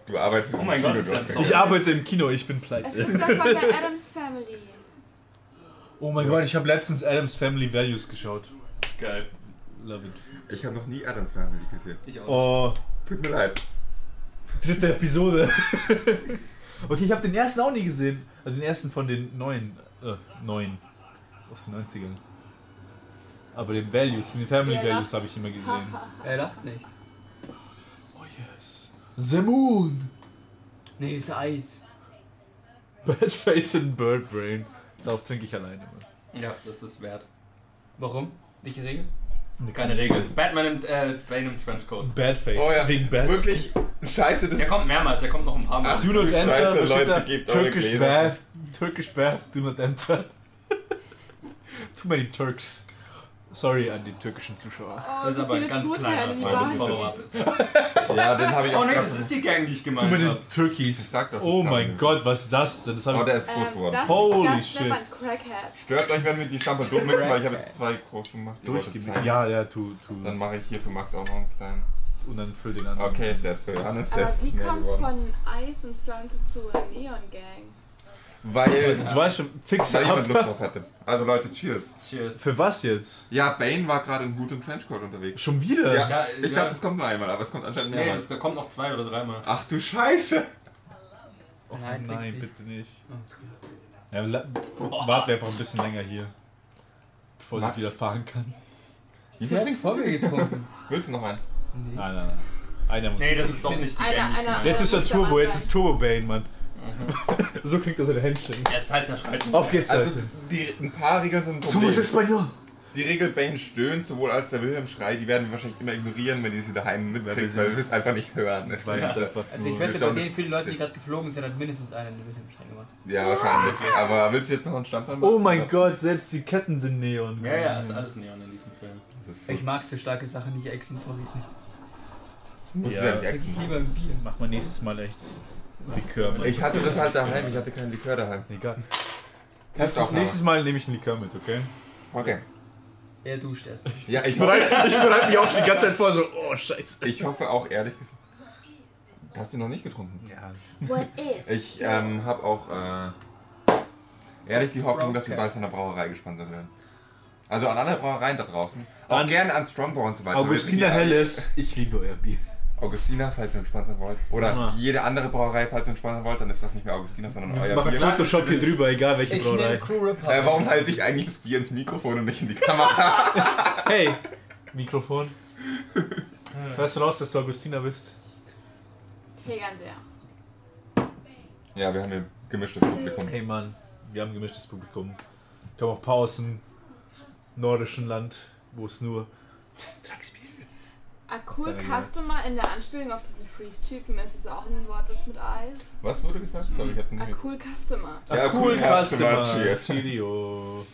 [SPEAKER 1] Du arbeitest
[SPEAKER 2] Oh mein Gott, ist
[SPEAKER 1] Kino,
[SPEAKER 2] das
[SPEAKER 1] du
[SPEAKER 2] so?
[SPEAKER 1] hast-
[SPEAKER 3] Ich arbeite im Kino, ich bin
[SPEAKER 5] Es
[SPEAKER 3] pleite.
[SPEAKER 5] ist doch von der Adams Family.
[SPEAKER 3] Oh mein Gott, ich habe letztens Adams Family Values geschaut.
[SPEAKER 12] Geil.
[SPEAKER 3] Love it.
[SPEAKER 1] Ich habe noch nie Adams Family gesehen.
[SPEAKER 12] Ich auch.
[SPEAKER 3] Oh,
[SPEAKER 1] Tut mir leid.
[SPEAKER 3] dritte Episode. okay, ich habe den ersten auch nie gesehen. Also den ersten von den neuen. Äh, neuen. Aus den 90ern. Aber den Values, den Family
[SPEAKER 5] Ja,
[SPEAKER 3] Values
[SPEAKER 5] ja.
[SPEAKER 3] habe ich immer gesehen.
[SPEAKER 4] Er lacht nicht.
[SPEAKER 3] Oh yes. The Moon!
[SPEAKER 4] Nee, ist Eis.
[SPEAKER 3] Badface and Bird Brain. Darauf trinke ich alleine.
[SPEAKER 12] Oh.
[SPEAKER 2] Ja, das ist wert.
[SPEAKER 4] Warum? Welche Regel?
[SPEAKER 2] Keine Regel. Batman im, äh, Bane im Trenchcoat.
[SPEAKER 3] Badface. Wegen Bad.
[SPEAKER 1] Oh Wirklich, scheiße, das
[SPEAKER 2] Der kommt mehrmals, der kommt noch ein paar Mal.
[SPEAKER 1] Ach,
[SPEAKER 3] Do not
[SPEAKER 1] Scheiße,
[SPEAKER 3] enter. was steht
[SPEAKER 1] Leute,
[SPEAKER 3] da?
[SPEAKER 1] gebt eure
[SPEAKER 3] Turkish
[SPEAKER 1] Gläser.
[SPEAKER 3] Bath. Turkish Bath. Do not enter. Too many Turks. Sorry an die türkischen Zuschauer.
[SPEAKER 5] Oh,
[SPEAKER 2] Das ist
[SPEAKER 5] so
[SPEAKER 2] aber
[SPEAKER 5] viele
[SPEAKER 2] ein ganz kleiner
[SPEAKER 5] Truthahn, die
[SPEAKER 1] Fall, das
[SPEAKER 2] kleines
[SPEAKER 1] ist
[SPEAKER 5] waren.
[SPEAKER 2] Follow-up ist.
[SPEAKER 1] Ja, den habe ich
[SPEAKER 2] Oh
[SPEAKER 1] auch
[SPEAKER 2] ne,
[SPEAKER 1] gerade-
[SPEAKER 2] das ist die Gang, die ich
[SPEAKER 3] Too
[SPEAKER 2] gemeint
[SPEAKER 3] many
[SPEAKER 2] habe.
[SPEAKER 1] Ich
[SPEAKER 3] Turkeys.
[SPEAKER 1] sag doch, das
[SPEAKER 3] Oh
[SPEAKER 1] kann
[SPEAKER 3] mein
[SPEAKER 1] man.
[SPEAKER 3] Gott, was ist das denn? Das
[SPEAKER 1] Oh,
[SPEAKER 3] hab
[SPEAKER 1] der
[SPEAKER 3] ich
[SPEAKER 1] ist groß
[SPEAKER 5] Ähm,
[SPEAKER 1] geworden.
[SPEAKER 5] das,
[SPEAKER 3] Holy
[SPEAKER 5] das
[SPEAKER 3] shit.
[SPEAKER 5] nennt man Crackhead.
[SPEAKER 1] Stört euch, wenn wir die Stampe dumm mixen, weil ich habe jetzt zwei groß gemacht. Ihr wolltet
[SPEAKER 3] durchgeblieben.
[SPEAKER 1] kleinen.
[SPEAKER 3] Ja, ja, tu, tu.
[SPEAKER 1] Dann mache ich hier für Max auch noch einen kleinen.
[SPEAKER 3] Und dann füll den anderen.
[SPEAKER 1] Okay, der ist für Johannes, der
[SPEAKER 5] Aber
[SPEAKER 1] ist
[SPEAKER 5] wie
[SPEAKER 1] mehr
[SPEAKER 5] kommt's
[SPEAKER 1] geworden.
[SPEAKER 5] von Eis und Pflanze zu der Neon Gang?
[SPEAKER 1] Weil,
[SPEAKER 3] Du weißt schon, fix
[SPEAKER 1] weil ich mit Lust
[SPEAKER 3] ab.
[SPEAKER 1] drauf hatte. Also Leute, cheers.
[SPEAKER 2] Cheers.
[SPEAKER 3] Für was jetzt?
[SPEAKER 1] Ja, Bane war gerade im gutem Trenchcoat unterwegs.
[SPEAKER 3] Schon wieder?
[SPEAKER 1] Ja,
[SPEAKER 2] Ja,
[SPEAKER 1] ich
[SPEAKER 2] ja.
[SPEAKER 1] dachte, es kommt nur einmal, aber es kommt anscheinend
[SPEAKER 2] Nee, das,
[SPEAKER 1] mehrmals.
[SPEAKER 2] da kommt noch zwei oder dreimal.
[SPEAKER 1] Ach du Scheiße!
[SPEAKER 3] Oh,
[SPEAKER 4] Nein,
[SPEAKER 3] nein,
[SPEAKER 4] trinkst nicht.
[SPEAKER 3] bitte nicht. Ja, la- warten wir einfach ein bisschen länger hier. Bevor
[SPEAKER 1] Max?
[SPEAKER 3] sie wieder fahren kann.
[SPEAKER 4] Sie hat vor mir getrunken.
[SPEAKER 1] Willst du noch einen?
[SPEAKER 3] Nein, nein, nein. Einer muss.
[SPEAKER 2] Nee, das ist doch nicht die
[SPEAKER 5] Einer-
[SPEAKER 2] Gang, die ich
[SPEAKER 5] einer-
[SPEAKER 2] gemeint
[SPEAKER 3] Jetzt ist er
[SPEAKER 5] muss der
[SPEAKER 3] Turbo,
[SPEAKER 5] Mann
[SPEAKER 3] jetzt
[SPEAKER 5] sein.
[SPEAKER 3] ist Turbo Bane, Mann. so klingt das in der Händchen.
[SPEAKER 2] habe. Jetzt heißt er schreit.
[SPEAKER 3] Auf geht's,
[SPEAKER 1] Mhm. Also, um
[SPEAKER 3] Leute.
[SPEAKER 1] die, ein paar Regeln sind ein
[SPEAKER 3] Somos
[SPEAKER 1] Problem.
[SPEAKER 3] Espanol.
[SPEAKER 1] Die Regel Bane stöhnt, sowohl als der Wilhelm schreit, die werden wir wahrscheinlich immer ignorieren, wenn ihr sie daheim
[SPEAKER 3] Weil wir
[SPEAKER 1] mitkriegt,
[SPEAKER 3] sie-
[SPEAKER 1] weil wir es einfach nicht hören. Das
[SPEAKER 3] Weil
[SPEAKER 1] ist, äh,
[SPEAKER 3] es einfach
[SPEAKER 4] Also ich
[SPEAKER 3] nur-
[SPEAKER 4] wette,
[SPEAKER 1] Ich
[SPEAKER 4] bei
[SPEAKER 1] glaub,
[SPEAKER 4] den
[SPEAKER 1] das-
[SPEAKER 4] vielen Leuten, die gerade geflogen sind, hat mindestens einer eine Wilhelmstein gemacht.
[SPEAKER 1] ja, wahrscheinlich. Aber willst du jetzt noch einen Stammbaum
[SPEAKER 3] Oh mein Gott, selbst die Ketten sind Neon.
[SPEAKER 2] Ja, ja, ist alles Neon in diesem Film.
[SPEAKER 4] Ich mag so starke Sachen nicht, Echsen, sorry.
[SPEAKER 1] Muss
[SPEAKER 3] Ja.
[SPEAKER 1] ja. nicht
[SPEAKER 4] Trinke ich
[SPEAKER 1] exen.
[SPEAKER 4] lieber ein Bier.
[SPEAKER 3] Mach mal nächstes Mal echt Likör mit.
[SPEAKER 1] Ich hatte das halt daheim, ich hatte keinen Likör daheim.
[SPEAKER 3] Egal.
[SPEAKER 1] Test auch
[SPEAKER 3] Nächstes Mal nehme ich einen Likör mit, okay?
[SPEAKER 1] Okay.
[SPEAKER 4] Er duscht erst.
[SPEAKER 1] Ja, ich,
[SPEAKER 3] Ich bereite, ich bereite mich auch schon die ganze Zeit vor, so, oh scheiße.
[SPEAKER 1] ich hoffe auch ehrlich gesagt. Hast du noch nicht getrunken?
[SPEAKER 3] Ja.
[SPEAKER 5] What is?
[SPEAKER 1] Ich ähm, habe auch äh, ehrlich die Hoffnung, dass wir bald von der Brauerei gesponsert werden. Also an alle Brauereien da draußen. Auch
[SPEAKER 3] An-
[SPEAKER 1] gerne an Strongbow und so weiter.
[SPEAKER 3] Augustiner
[SPEAKER 1] Wir trinken
[SPEAKER 3] Helles, ich liebe euer Bier.
[SPEAKER 1] die- Augustiner, falls ihr uns sponsern wollt. Oder
[SPEAKER 3] Ah.
[SPEAKER 1] jede andere Brauerei, falls ihr uns sponsern wollt, dann ist das nicht mehr Augustiner, sondern
[SPEAKER 3] Wir
[SPEAKER 1] euer
[SPEAKER 3] machen
[SPEAKER 1] Bier.
[SPEAKER 3] Photoshop hier drüber, egal welche
[SPEAKER 4] Ich nehme
[SPEAKER 3] Brauerei.
[SPEAKER 4] Crew Ripper.
[SPEAKER 1] Äh, warum halte ich eigentlich das Bier ins Mikrofon und nicht in die Kamera?
[SPEAKER 3] Hey, Mikrofon. Hörst du raus, dass du Augustiner bist?
[SPEAKER 5] Tegernseher.
[SPEAKER 1] ja, wir haben hier gemischtes Publikum.
[SPEAKER 3] Hey Mann, wir haben gemischtes Publikum. Ich habe auch Pausen, nordischen Land, wo es nur Drecksbier gibt.
[SPEAKER 5] A cool
[SPEAKER 1] Keine Ahnung.
[SPEAKER 5] Customer in der Anspielung auf diesen Freeze-Typen ist es auch ein Wort das mit Eis.
[SPEAKER 1] Was wurde gesagt? Sorry, ich hab's
[SPEAKER 5] A
[SPEAKER 1] nicht.
[SPEAKER 5] cool Customer.
[SPEAKER 1] Ja, cool, Customer. Cheers.
[SPEAKER 3] Cheerio.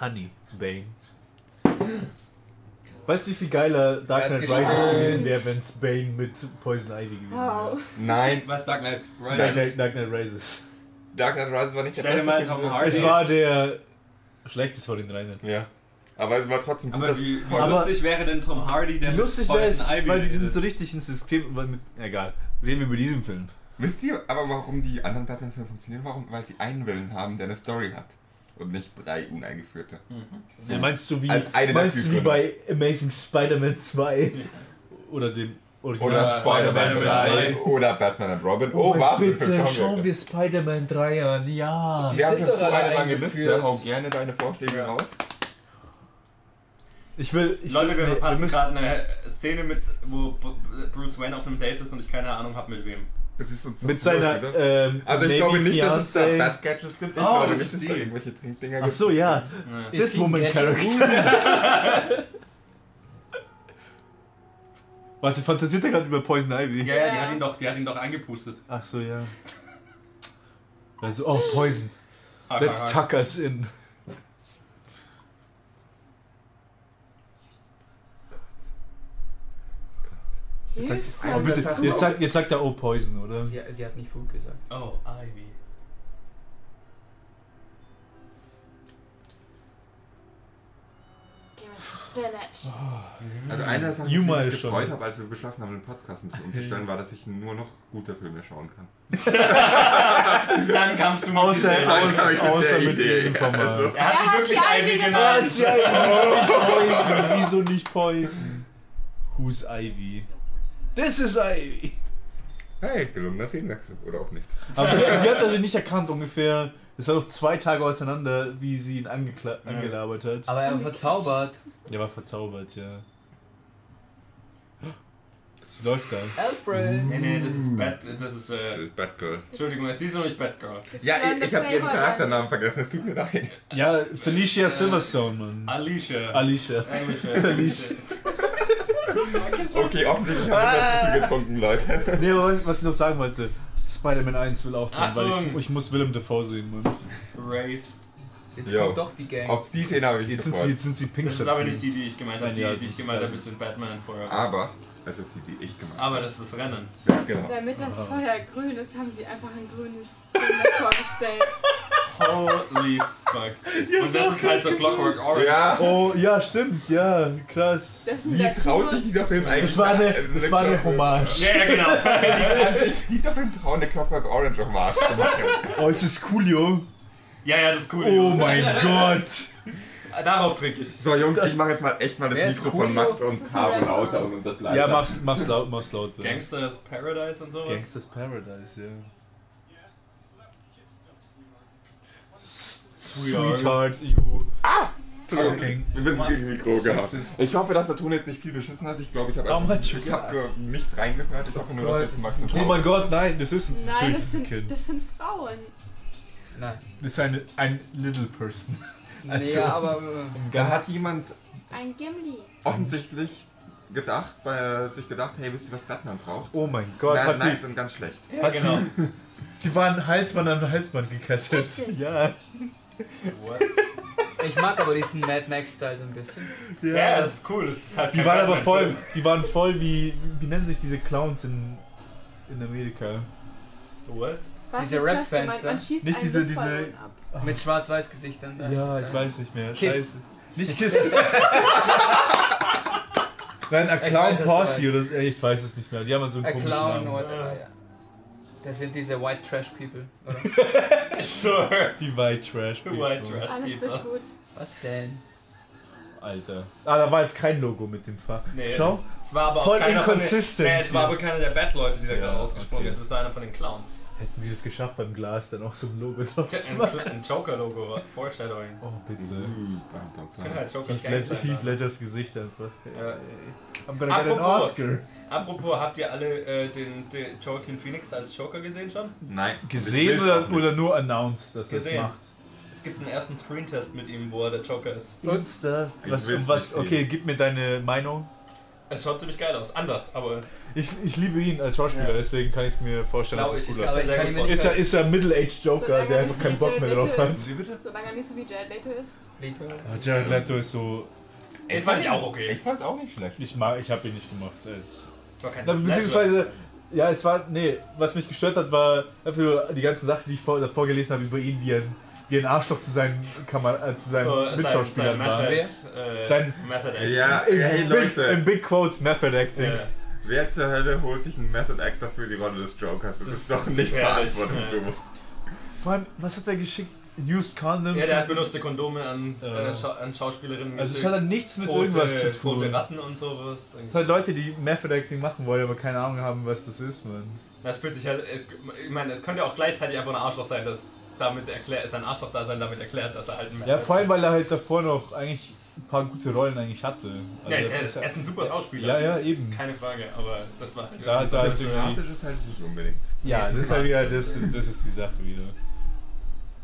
[SPEAKER 3] Honey, Bane. Weißt du, wie viel geiler Dark
[SPEAKER 4] Er hat
[SPEAKER 3] Knight Rises
[SPEAKER 4] geschrien.
[SPEAKER 3] gewesen wäre, wenn es Bane mit Poison Ivy gewesen wäre?
[SPEAKER 5] Wow.
[SPEAKER 1] Nein,
[SPEAKER 12] Was Dark Knight
[SPEAKER 3] Dark
[SPEAKER 12] Rises?
[SPEAKER 3] Knight, Dark Knight Rises.
[SPEAKER 1] Dark Knight Rises war nicht der
[SPEAKER 2] Stell
[SPEAKER 1] beste
[SPEAKER 2] dir mal
[SPEAKER 1] Film.
[SPEAKER 2] Tom Hardy-
[SPEAKER 3] Es war der Schlechtes von den Reinen.
[SPEAKER 1] Ja. Aber es war trotzdem gut,
[SPEAKER 12] Aber
[SPEAKER 1] dass.
[SPEAKER 12] wie, wie
[SPEAKER 3] Aber-
[SPEAKER 12] lustig wäre denn Tom Hardy, der
[SPEAKER 3] Wie
[SPEAKER 12] mit
[SPEAKER 3] lustig wäre
[SPEAKER 12] Poison
[SPEAKER 3] es,
[SPEAKER 12] Ivy
[SPEAKER 3] weil die sind
[SPEAKER 12] redet?
[SPEAKER 3] so richtig ins System. Weil mit, egal, reden wir über diesen Film.
[SPEAKER 1] Wisst ihr aber, warum die anderen Batman-Filme funktionieren? Warum? Weil sie einen Willen haben, der eine Story hat. Und nicht drei uneingeführte.
[SPEAKER 3] Ja, meinst du wie,
[SPEAKER 1] Als eine der
[SPEAKER 3] meinst du wie
[SPEAKER 1] Typen.
[SPEAKER 3] bei Amazing Spider-Man 2ä Oder dem Original
[SPEAKER 1] Oder Spider-Man
[SPEAKER 3] Spider-Man
[SPEAKER 1] 3. Oder Batman and Robin. Oh,
[SPEAKER 3] mein
[SPEAKER 1] warte, wie viel
[SPEAKER 3] bitte,
[SPEAKER 1] schauen wir.
[SPEAKER 3] wir Spider-Man 3 an, ja.
[SPEAKER 1] Wir haben schon
[SPEAKER 4] doch
[SPEAKER 1] so
[SPEAKER 4] alle
[SPEAKER 1] eine lange
[SPEAKER 4] eingeführt.
[SPEAKER 1] Liste. Hau gerne deine Vorschläge raus.
[SPEAKER 3] Ich will, ich
[SPEAKER 2] Leute, wir
[SPEAKER 3] nee,
[SPEAKER 2] verpassen
[SPEAKER 3] müssen-
[SPEAKER 2] gerade eine Szene mit, wo B- Bruce Wayne auf einem Date ist und ich keine Ahnung habe mit wem.
[SPEAKER 1] Das ist uns
[SPEAKER 3] mit
[SPEAKER 1] zu blöd,
[SPEAKER 3] seiner
[SPEAKER 1] oder?
[SPEAKER 3] ähm,
[SPEAKER 1] Also ich
[SPEAKER 3] Navy
[SPEAKER 1] glaube nicht, dass es da
[SPEAKER 3] Fiancé.
[SPEAKER 1] Bad Gadgets gibt. Ich
[SPEAKER 3] Oh,
[SPEAKER 1] glaube
[SPEAKER 3] das
[SPEAKER 1] nicht,
[SPEAKER 3] ist
[SPEAKER 1] dass es da
[SPEAKER 3] die.
[SPEAKER 1] irgendwelche Trinkdinger gibt.
[SPEAKER 3] Ach so, ja.
[SPEAKER 2] Naja.
[SPEAKER 4] Ist
[SPEAKER 3] Äh, This
[SPEAKER 4] sie
[SPEAKER 3] Woman
[SPEAKER 4] ein
[SPEAKER 3] Character. Warte, fantasiert er gerade über Poison Ivy?
[SPEAKER 2] Ja, ja, die
[SPEAKER 5] Ja.
[SPEAKER 2] hat ihn doch, die hat ihn doch angepustet.
[SPEAKER 3] Ach so, ja. Also, oh, Poison.
[SPEAKER 2] Hark,
[SPEAKER 3] Let's
[SPEAKER 2] hark, hark.
[SPEAKER 3] tuck us in.
[SPEAKER 5] Here's
[SPEAKER 1] Aber
[SPEAKER 5] some
[SPEAKER 1] oh, bitte,
[SPEAKER 5] food.
[SPEAKER 3] oh, Jetzt sagt, jetzt sagt er, oh, Poison, oder?
[SPEAKER 4] Sie, sie hat nicht Food gesagt.
[SPEAKER 2] Oh, Ivy.
[SPEAKER 5] Give us some spinach.
[SPEAKER 1] Also eine der Sachen, die
[SPEAKER 3] You mal
[SPEAKER 1] ich mich
[SPEAKER 3] schon.
[SPEAKER 1] gefreut habe, als wir beschlossen haben, den Podcast ein bisschen umzustellen, war, dass ich nur noch gute Filme schauen kann.
[SPEAKER 2] Dann kamst du mit
[SPEAKER 3] Außer,
[SPEAKER 2] dieser-
[SPEAKER 1] Dann
[SPEAKER 3] außer,
[SPEAKER 1] kam ich mit
[SPEAKER 3] außer
[SPEAKER 1] der
[SPEAKER 3] mit
[SPEAKER 1] Idee,
[SPEAKER 3] diesem Format.
[SPEAKER 1] also.
[SPEAKER 2] Er hat
[SPEAKER 5] Er
[SPEAKER 2] sie
[SPEAKER 5] hat
[SPEAKER 2] wirklich
[SPEAKER 5] die Ivy
[SPEAKER 2] Ivy
[SPEAKER 3] Ja,
[SPEAKER 2] genannt.
[SPEAKER 5] genannt.
[SPEAKER 3] tja, wieso nicht Poison? Wieso nicht Poison? Who's Ivy? This is Ivy!
[SPEAKER 1] Hey, gelungener Szenenwechsel. Oder auch nicht.
[SPEAKER 3] Aber die, die hat also nicht erkannt ungefähr, es war doch zwei Tage auseinander, wie sie ihn angekla- angelabert hat.
[SPEAKER 4] Aber er war verzaubert.
[SPEAKER 3] Der war verzaubert, ja. Es läuft da.
[SPEAKER 4] Alfred!
[SPEAKER 2] Nee, nee, das ist Bad, das ist, äh,
[SPEAKER 1] Batgirl.
[SPEAKER 2] Entschuldigung, sie ist noch nicht Batgirl.
[SPEAKER 1] Ja, ich, ich habe ihren Charakternamen vergessen, es tut mir leid.
[SPEAKER 3] Ja, Felicia Silverstone, Mann.
[SPEAKER 2] Alicia.
[SPEAKER 3] Alicia.
[SPEAKER 2] Alicia.
[SPEAKER 1] Okay, offensichtlich haben wir
[SPEAKER 3] Ah.
[SPEAKER 1] da zu viel getrunken, Leute.
[SPEAKER 3] Nee, aber was- was ich noch sagen wollte, Spider-Man 1 will auch dran, weil ich,
[SPEAKER 2] Achtung!
[SPEAKER 3] ich muss Willem Dafoe sehen, Mann.
[SPEAKER 2] Rave.
[SPEAKER 4] Jetzt
[SPEAKER 1] Jo.
[SPEAKER 4] kommt doch die Gang.
[SPEAKER 1] Auf die Szene habe ich mich
[SPEAKER 3] Jetzt sind sie,
[SPEAKER 1] gefreut.
[SPEAKER 3] jetzt sind sie pink
[SPEAKER 2] Das ist aber nicht die, die ich gemeint habe.
[SPEAKER 3] Nein, ja,
[SPEAKER 2] Die, die
[SPEAKER 3] das
[SPEAKER 2] ich
[SPEAKER 3] ist
[SPEAKER 2] gemeint habe,
[SPEAKER 3] das.
[SPEAKER 2] ist in Batman Forever.
[SPEAKER 1] Aber es ist die, die ich gemacht habe.
[SPEAKER 2] Aber das ist das Rennen.
[SPEAKER 1] Ja, genau.
[SPEAKER 5] Damit das Feuer grün ist, haben sie einfach ein grünes Ding vorgestellt.
[SPEAKER 2] Holy fuck. Und das ist halt so Clockwork Orange.
[SPEAKER 1] Ja.
[SPEAKER 3] Oh, ja, stimmt, ja, krass.
[SPEAKER 5] Das ist ein
[SPEAKER 1] Wie traut sich
[SPEAKER 5] Dachshund.
[SPEAKER 1] dieser Film eigentlich?
[SPEAKER 3] Das war eine,
[SPEAKER 1] äh,
[SPEAKER 3] das war eine Hommage.
[SPEAKER 2] Ja, ja, genau.
[SPEAKER 1] Kann sich dieser Film trauen, eine Clockwork Orange Hommage zu machen?
[SPEAKER 3] Oh, es ist Coolio.
[SPEAKER 2] Ja, ja, das ist cool. Äh,
[SPEAKER 3] Oh mein Gott.
[SPEAKER 2] Darauf trinke ich.
[SPEAKER 1] So, Jungs, ich mache jetzt mal echt mal
[SPEAKER 4] Wer
[SPEAKER 1] das
[SPEAKER 4] ist
[SPEAKER 1] Mikro von
[SPEAKER 4] Coolio?
[SPEAKER 1] Max und
[SPEAKER 5] Das ist
[SPEAKER 1] Caro
[SPEAKER 5] ein Rapper.
[SPEAKER 1] lauter und das leiser.
[SPEAKER 3] Ja, mach's, mach's laut, mach's laut. ja.
[SPEAKER 2] Gangsters Paradise und sowas.
[SPEAKER 3] Gangsters Paradise, ja. S- Sweetheart, you. Ah!
[SPEAKER 1] Entschuldigung,
[SPEAKER 3] Okay.
[SPEAKER 1] wir sind gegen das Mikro gehabt.
[SPEAKER 3] Sexist.
[SPEAKER 1] Ich hoffe, dass der Ton jetzt nicht viel beschissen hat. Ich glaube, ich habe
[SPEAKER 3] Oh
[SPEAKER 1] einfach-
[SPEAKER 3] mein Gott.
[SPEAKER 1] ich hab ge- nicht reingehört. Ich hoffe nur,
[SPEAKER 4] Gott,
[SPEAKER 1] dass jetzt Max
[SPEAKER 3] Oh mein Gott, nein, das ist ein,
[SPEAKER 5] Nein,
[SPEAKER 3] natürlich
[SPEAKER 5] das
[SPEAKER 3] ist ein
[SPEAKER 5] sind,
[SPEAKER 3] Kind.
[SPEAKER 5] das sind Frauen.
[SPEAKER 4] Nein.
[SPEAKER 3] Das ist eine, ein little person. Also-
[SPEAKER 4] ja, aber.
[SPEAKER 1] Da hat jemand
[SPEAKER 5] Ein Gimli.
[SPEAKER 1] offensichtlich gedacht, bei, sich gedacht, hey, wisst ihr, was Batman braucht?
[SPEAKER 3] Oh mein Gott,
[SPEAKER 1] Na,
[SPEAKER 3] hat
[SPEAKER 1] nice
[SPEAKER 3] sie,
[SPEAKER 1] und ganz schlecht.
[SPEAKER 2] Ja,
[SPEAKER 3] hat
[SPEAKER 2] genau.
[SPEAKER 3] sie, die waren Halsband an Halsband gekettet.
[SPEAKER 5] Echt?
[SPEAKER 3] Ja.
[SPEAKER 2] What?
[SPEAKER 4] Ich mag aber diesen Mad Max-Style so ein bisschen.
[SPEAKER 2] Ja, das ist cool. Das ist halt
[SPEAKER 3] Die
[SPEAKER 2] kein
[SPEAKER 3] waren aber voll,
[SPEAKER 2] Batman-Film.
[SPEAKER 3] die waren voll wie, wie nennen sich diese Clowns in, in Amerika?
[SPEAKER 2] What?
[SPEAKER 5] Was
[SPEAKER 4] Diese
[SPEAKER 5] ist das denn?
[SPEAKER 4] Rap-Fans
[SPEAKER 5] Man, man
[SPEAKER 4] da.
[SPEAKER 5] schießt
[SPEAKER 3] Nicht
[SPEAKER 5] einen
[SPEAKER 3] diese-
[SPEAKER 5] Luftballon
[SPEAKER 3] diese-
[SPEAKER 5] ab.
[SPEAKER 4] Mit Schwarz-Weiß-Gesichtern. ne? Äh,
[SPEAKER 3] Ja, ich weiß nicht mehr.
[SPEAKER 4] Kiss.
[SPEAKER 3] Scheiße. Nicht Kiss. Nein, A
[SPEAKER 4] Ich
[SPEAKER 3] Clown
[SPEAKER 4] weiß, was du
[SPEAKER 3] Posse
[SPEAKER 4] meinst.
[SPEAKER 3] oder so. Ey, Ich weiß es nicht mehr. Die haben halt so einen
[SPEAKER 4] A
[SPEAKER 3] komischen
[SPEAKER 4] Clown,
[SPEAKER 3] Namen.
[SPEAKER 4] whatever, ja. Das sind diese White Trash People, oder?
[SPEAKER 2] Sure.
[SPEAKER 3] Die White Trash. People.
[SPEAKER 2] White Trash
[SPEAKER 5] Alles wird
[SPEAKER 2] People.
[SPEAKER 5] gut.
[SPEAKER 4] Was denn?
[SPEAKER 3] Alter. Ah, da war jetzt kein Logo mit dem Fahr.
[SPEAKER 2] Nee.
[SPEAKER 3] Schau.
[SPEAKER 2] Es war aber auch
[SPEAKER 3] Voll
[SPEAKER 2] keiner von den,
[SPEAKER 3] inconsistent
[SPEAKER 2] nee, es war
[SPEAKER 3] hier.
[SPEAKER 2] aber keiner der Bad-Leute, die da
[SPEAKER 3] Ja,
[SPEAKER 2] gerade ausgesprochen
[SPEAKER 3] okay.
[SPEAKER 2] ist. Es war einer von den Clowns.
[SPEAKER 3] Hätten sie das geschafft beim Glas, dann auch so ein Logo drauf zu
[SPEAKER 2] Ein,
[SPEAKER 3] machen.
[SPEAKER 2] ein Joker-Logo. Foreshadowing.
[SPEAKER 3] Oh, bitte.
[SPEAKER 1] Mhm, bam, bam,
[SPEAKER 2] Das können
[SPEAKER 1] bam.
[SPEAKER 2] halt Jokers
[SPEAKER 3] Heath
[SPEAKER 2] Gang
[SPEAKER 3] Ledger,
[SPEAKER 2] sein.
[SPEAKER 3] Heath
[SPEAKER 2] dann.
[SPEAKER 3] Ledgers Gesicht einfach.
[SPEAKER 2] Ja.
[SPEAKER 3] I'm gonna get an
[SPEAKER 2] Apropos.
[SPEAKER 3] Oscar.
[SPEAKER 2] Apropos, habt ihr alle äh, den, den Joaquin Phoenix als Joker gesehen schon?
[SPEAKER 1] Nein.
[SPEAKER 3] Gesehen
[SPEAKER 1] Ich will's auch
[SPEAKER 3] oder, oder nur announced, dass er es
[SPEAKER 2] Gesehen.
[SPEAKER 3] macht?
[SPEAKER 2] Es gibt einen ersten Screentest mit ihm, wo er der Joker ist.
[SPEAKER 3] Insta.
[SPEAKER 1] Ich
[SPEAKER 3] Was,
[SPEAKER 1] will's
[SPEAKER 3] um was,
[SPEAKER 1] nicht sehen.
[SPEAKER 3] okay, gib mir deine Meinung.
[SPEAKER 2] Es schaut ziemlich geil aus. Anders, aber
[SPEAKER 3] Ich, ich liebe ihn als Schauspieler,
[SPEAKER 2] Ja.
[SPEAKER 3] deswegen kann ich es mir vorstellen,
[SPEAKER 2] glaube
[SPEAKER 3] dass
[SPEAKER 2] ich,
[SPEAKER 3] es
[SPEAKER 2] ich
[SPEAKER 3] gut Also
[SPEAKER 2] kann
[SPEAKER 3] ist.
[SPEAKER 4] Aber
[SPEAKER 2] es
[SPEAKER 4] ich kann
[SPEAKER 2] sehr gut
[SPEAKER 4] ihn mir nicht
[SPEAKER 3] Ist er, ist er ein Middle-Aged Joker,
[SPEAKER 5] Solange
[SPEAKER 3] der
[SPEAKER 5] er
[SPEAKER 3] einfach
[SPEAKER 5] nicht
[SPEAKER 3] keinen
[SPEAKER 5] wie
[SPEAKER 3] Bock mehr
[SPEAKER 5] Jared
[SPEAKER 3] drauf
[SPEAKER 5] Leto
[SPEAKER 3] hat?
[SPEAKER 5] ist.
[SPEAKER 2] Wie bitte?
[SPEAKER 5] Solange er nicht so wie Jared Leto ist.
[SPEAKER 4] Leto?
[SPEAKER 3] Ah, Jared Leto ist so.
[SPEAKER 2] Den fand ich auch okay.
[SPEAKER 1] Ich fand's auch nicht schlecht.
[SPEAKER 3] Ich mag, ich habe ihn nicht gemacht. Als,
[SPEAKER 2] Ich war kein
[SPEAKER 3] na, beziehungsweise, ja, es war. Nee, was mich gestört hat, war einfach nur die ganzen Sachen, die ich vor, davor gelesen habe über ihn, wie ein wie ein Arschloch zu seinen, Kamer äh, zu seinen
[SPEAKER 2] So, sein, sein
[SPEAKER 3] Mitschauspielern war.
[SPEAKER 2] Method, äh,
[SPEAKER 3] Sein-
[SPEAKER 2] Method Act. Äh,
[SPEAKER 1] Ja, hey
[SPEAKER 3] Big, in
[SPEAKER 1] Leute,
[SPEAKER 3] Big Quotes Method Acting.
[SPEAKER 2] Ja.
[SPEAKER 1] wer zur Hölle holt sich einen Method Actor für die Rolle des Jokers? Das,
[SPEAKER 2] Das
[SPEAKER 1] ist doch
[SPEAKER 2] ist
[SPEAKER 1] nicht
[SPEAKER 2] gefährlich,
[SPEAKER 1] verantwortungsbewusst.
[SPEAKER 3] Vor allem, was hat er geschickt? Used Condoms?
[SPEAKER 2] Ja, der hat benutzte Kondome an,
[SPEAKER 3] Ja.
[SPEAKER 2] äh, Schau an Schauspielerinnen
[SPEAKER 3] also es
[SPEAKER 2] geschickt.
[SPEAKER 3] hat dann nichts mit
[SPEAKER 2] tote,
[SPEAKER 3] irgendwas zu tun. Halt-
[SPEAKER 2] tote Ratten und sowas.
[SPEAKER 3] Es hat Leute, die Method Acting machen wollen, aber keine Ahnung haben, was das ist, man.
[SPEAKER 2] Das fühlt sich halt. Ich meine, es könnte auch gleichzeitig einfach ein Arschloch sein, dass damit erklärt, sein Arschloch da sein damit erklärt, dass er halt ein
[SPEAKER 3] Ja,
[SPEAKER 2] Method
[SPEAKER 3] vor allem,
[SPEAKER 2] ist.
[SPEAKER 3] weil er halt davor noch eigentlich ein paar gute Rollen eigentlich hatte.
[SPEAKER 2] Ja,
[SPEAKER 3] Also,
[SPEAKER 2] er ist, er ist ein super Schauspieler.
[SPEAKER 3] ja, ja, eben.
[SPEAKER 2] Keine Frage, aber das war halt.
[SPEAKER 3] Da hat er halt so irgendwie-
[SPEAKER 1] Dramatisch ist halt nicht unbedingt.
[SPEAKER 3] Ja, das ist halt wieder, das, das ist die Sache wieder.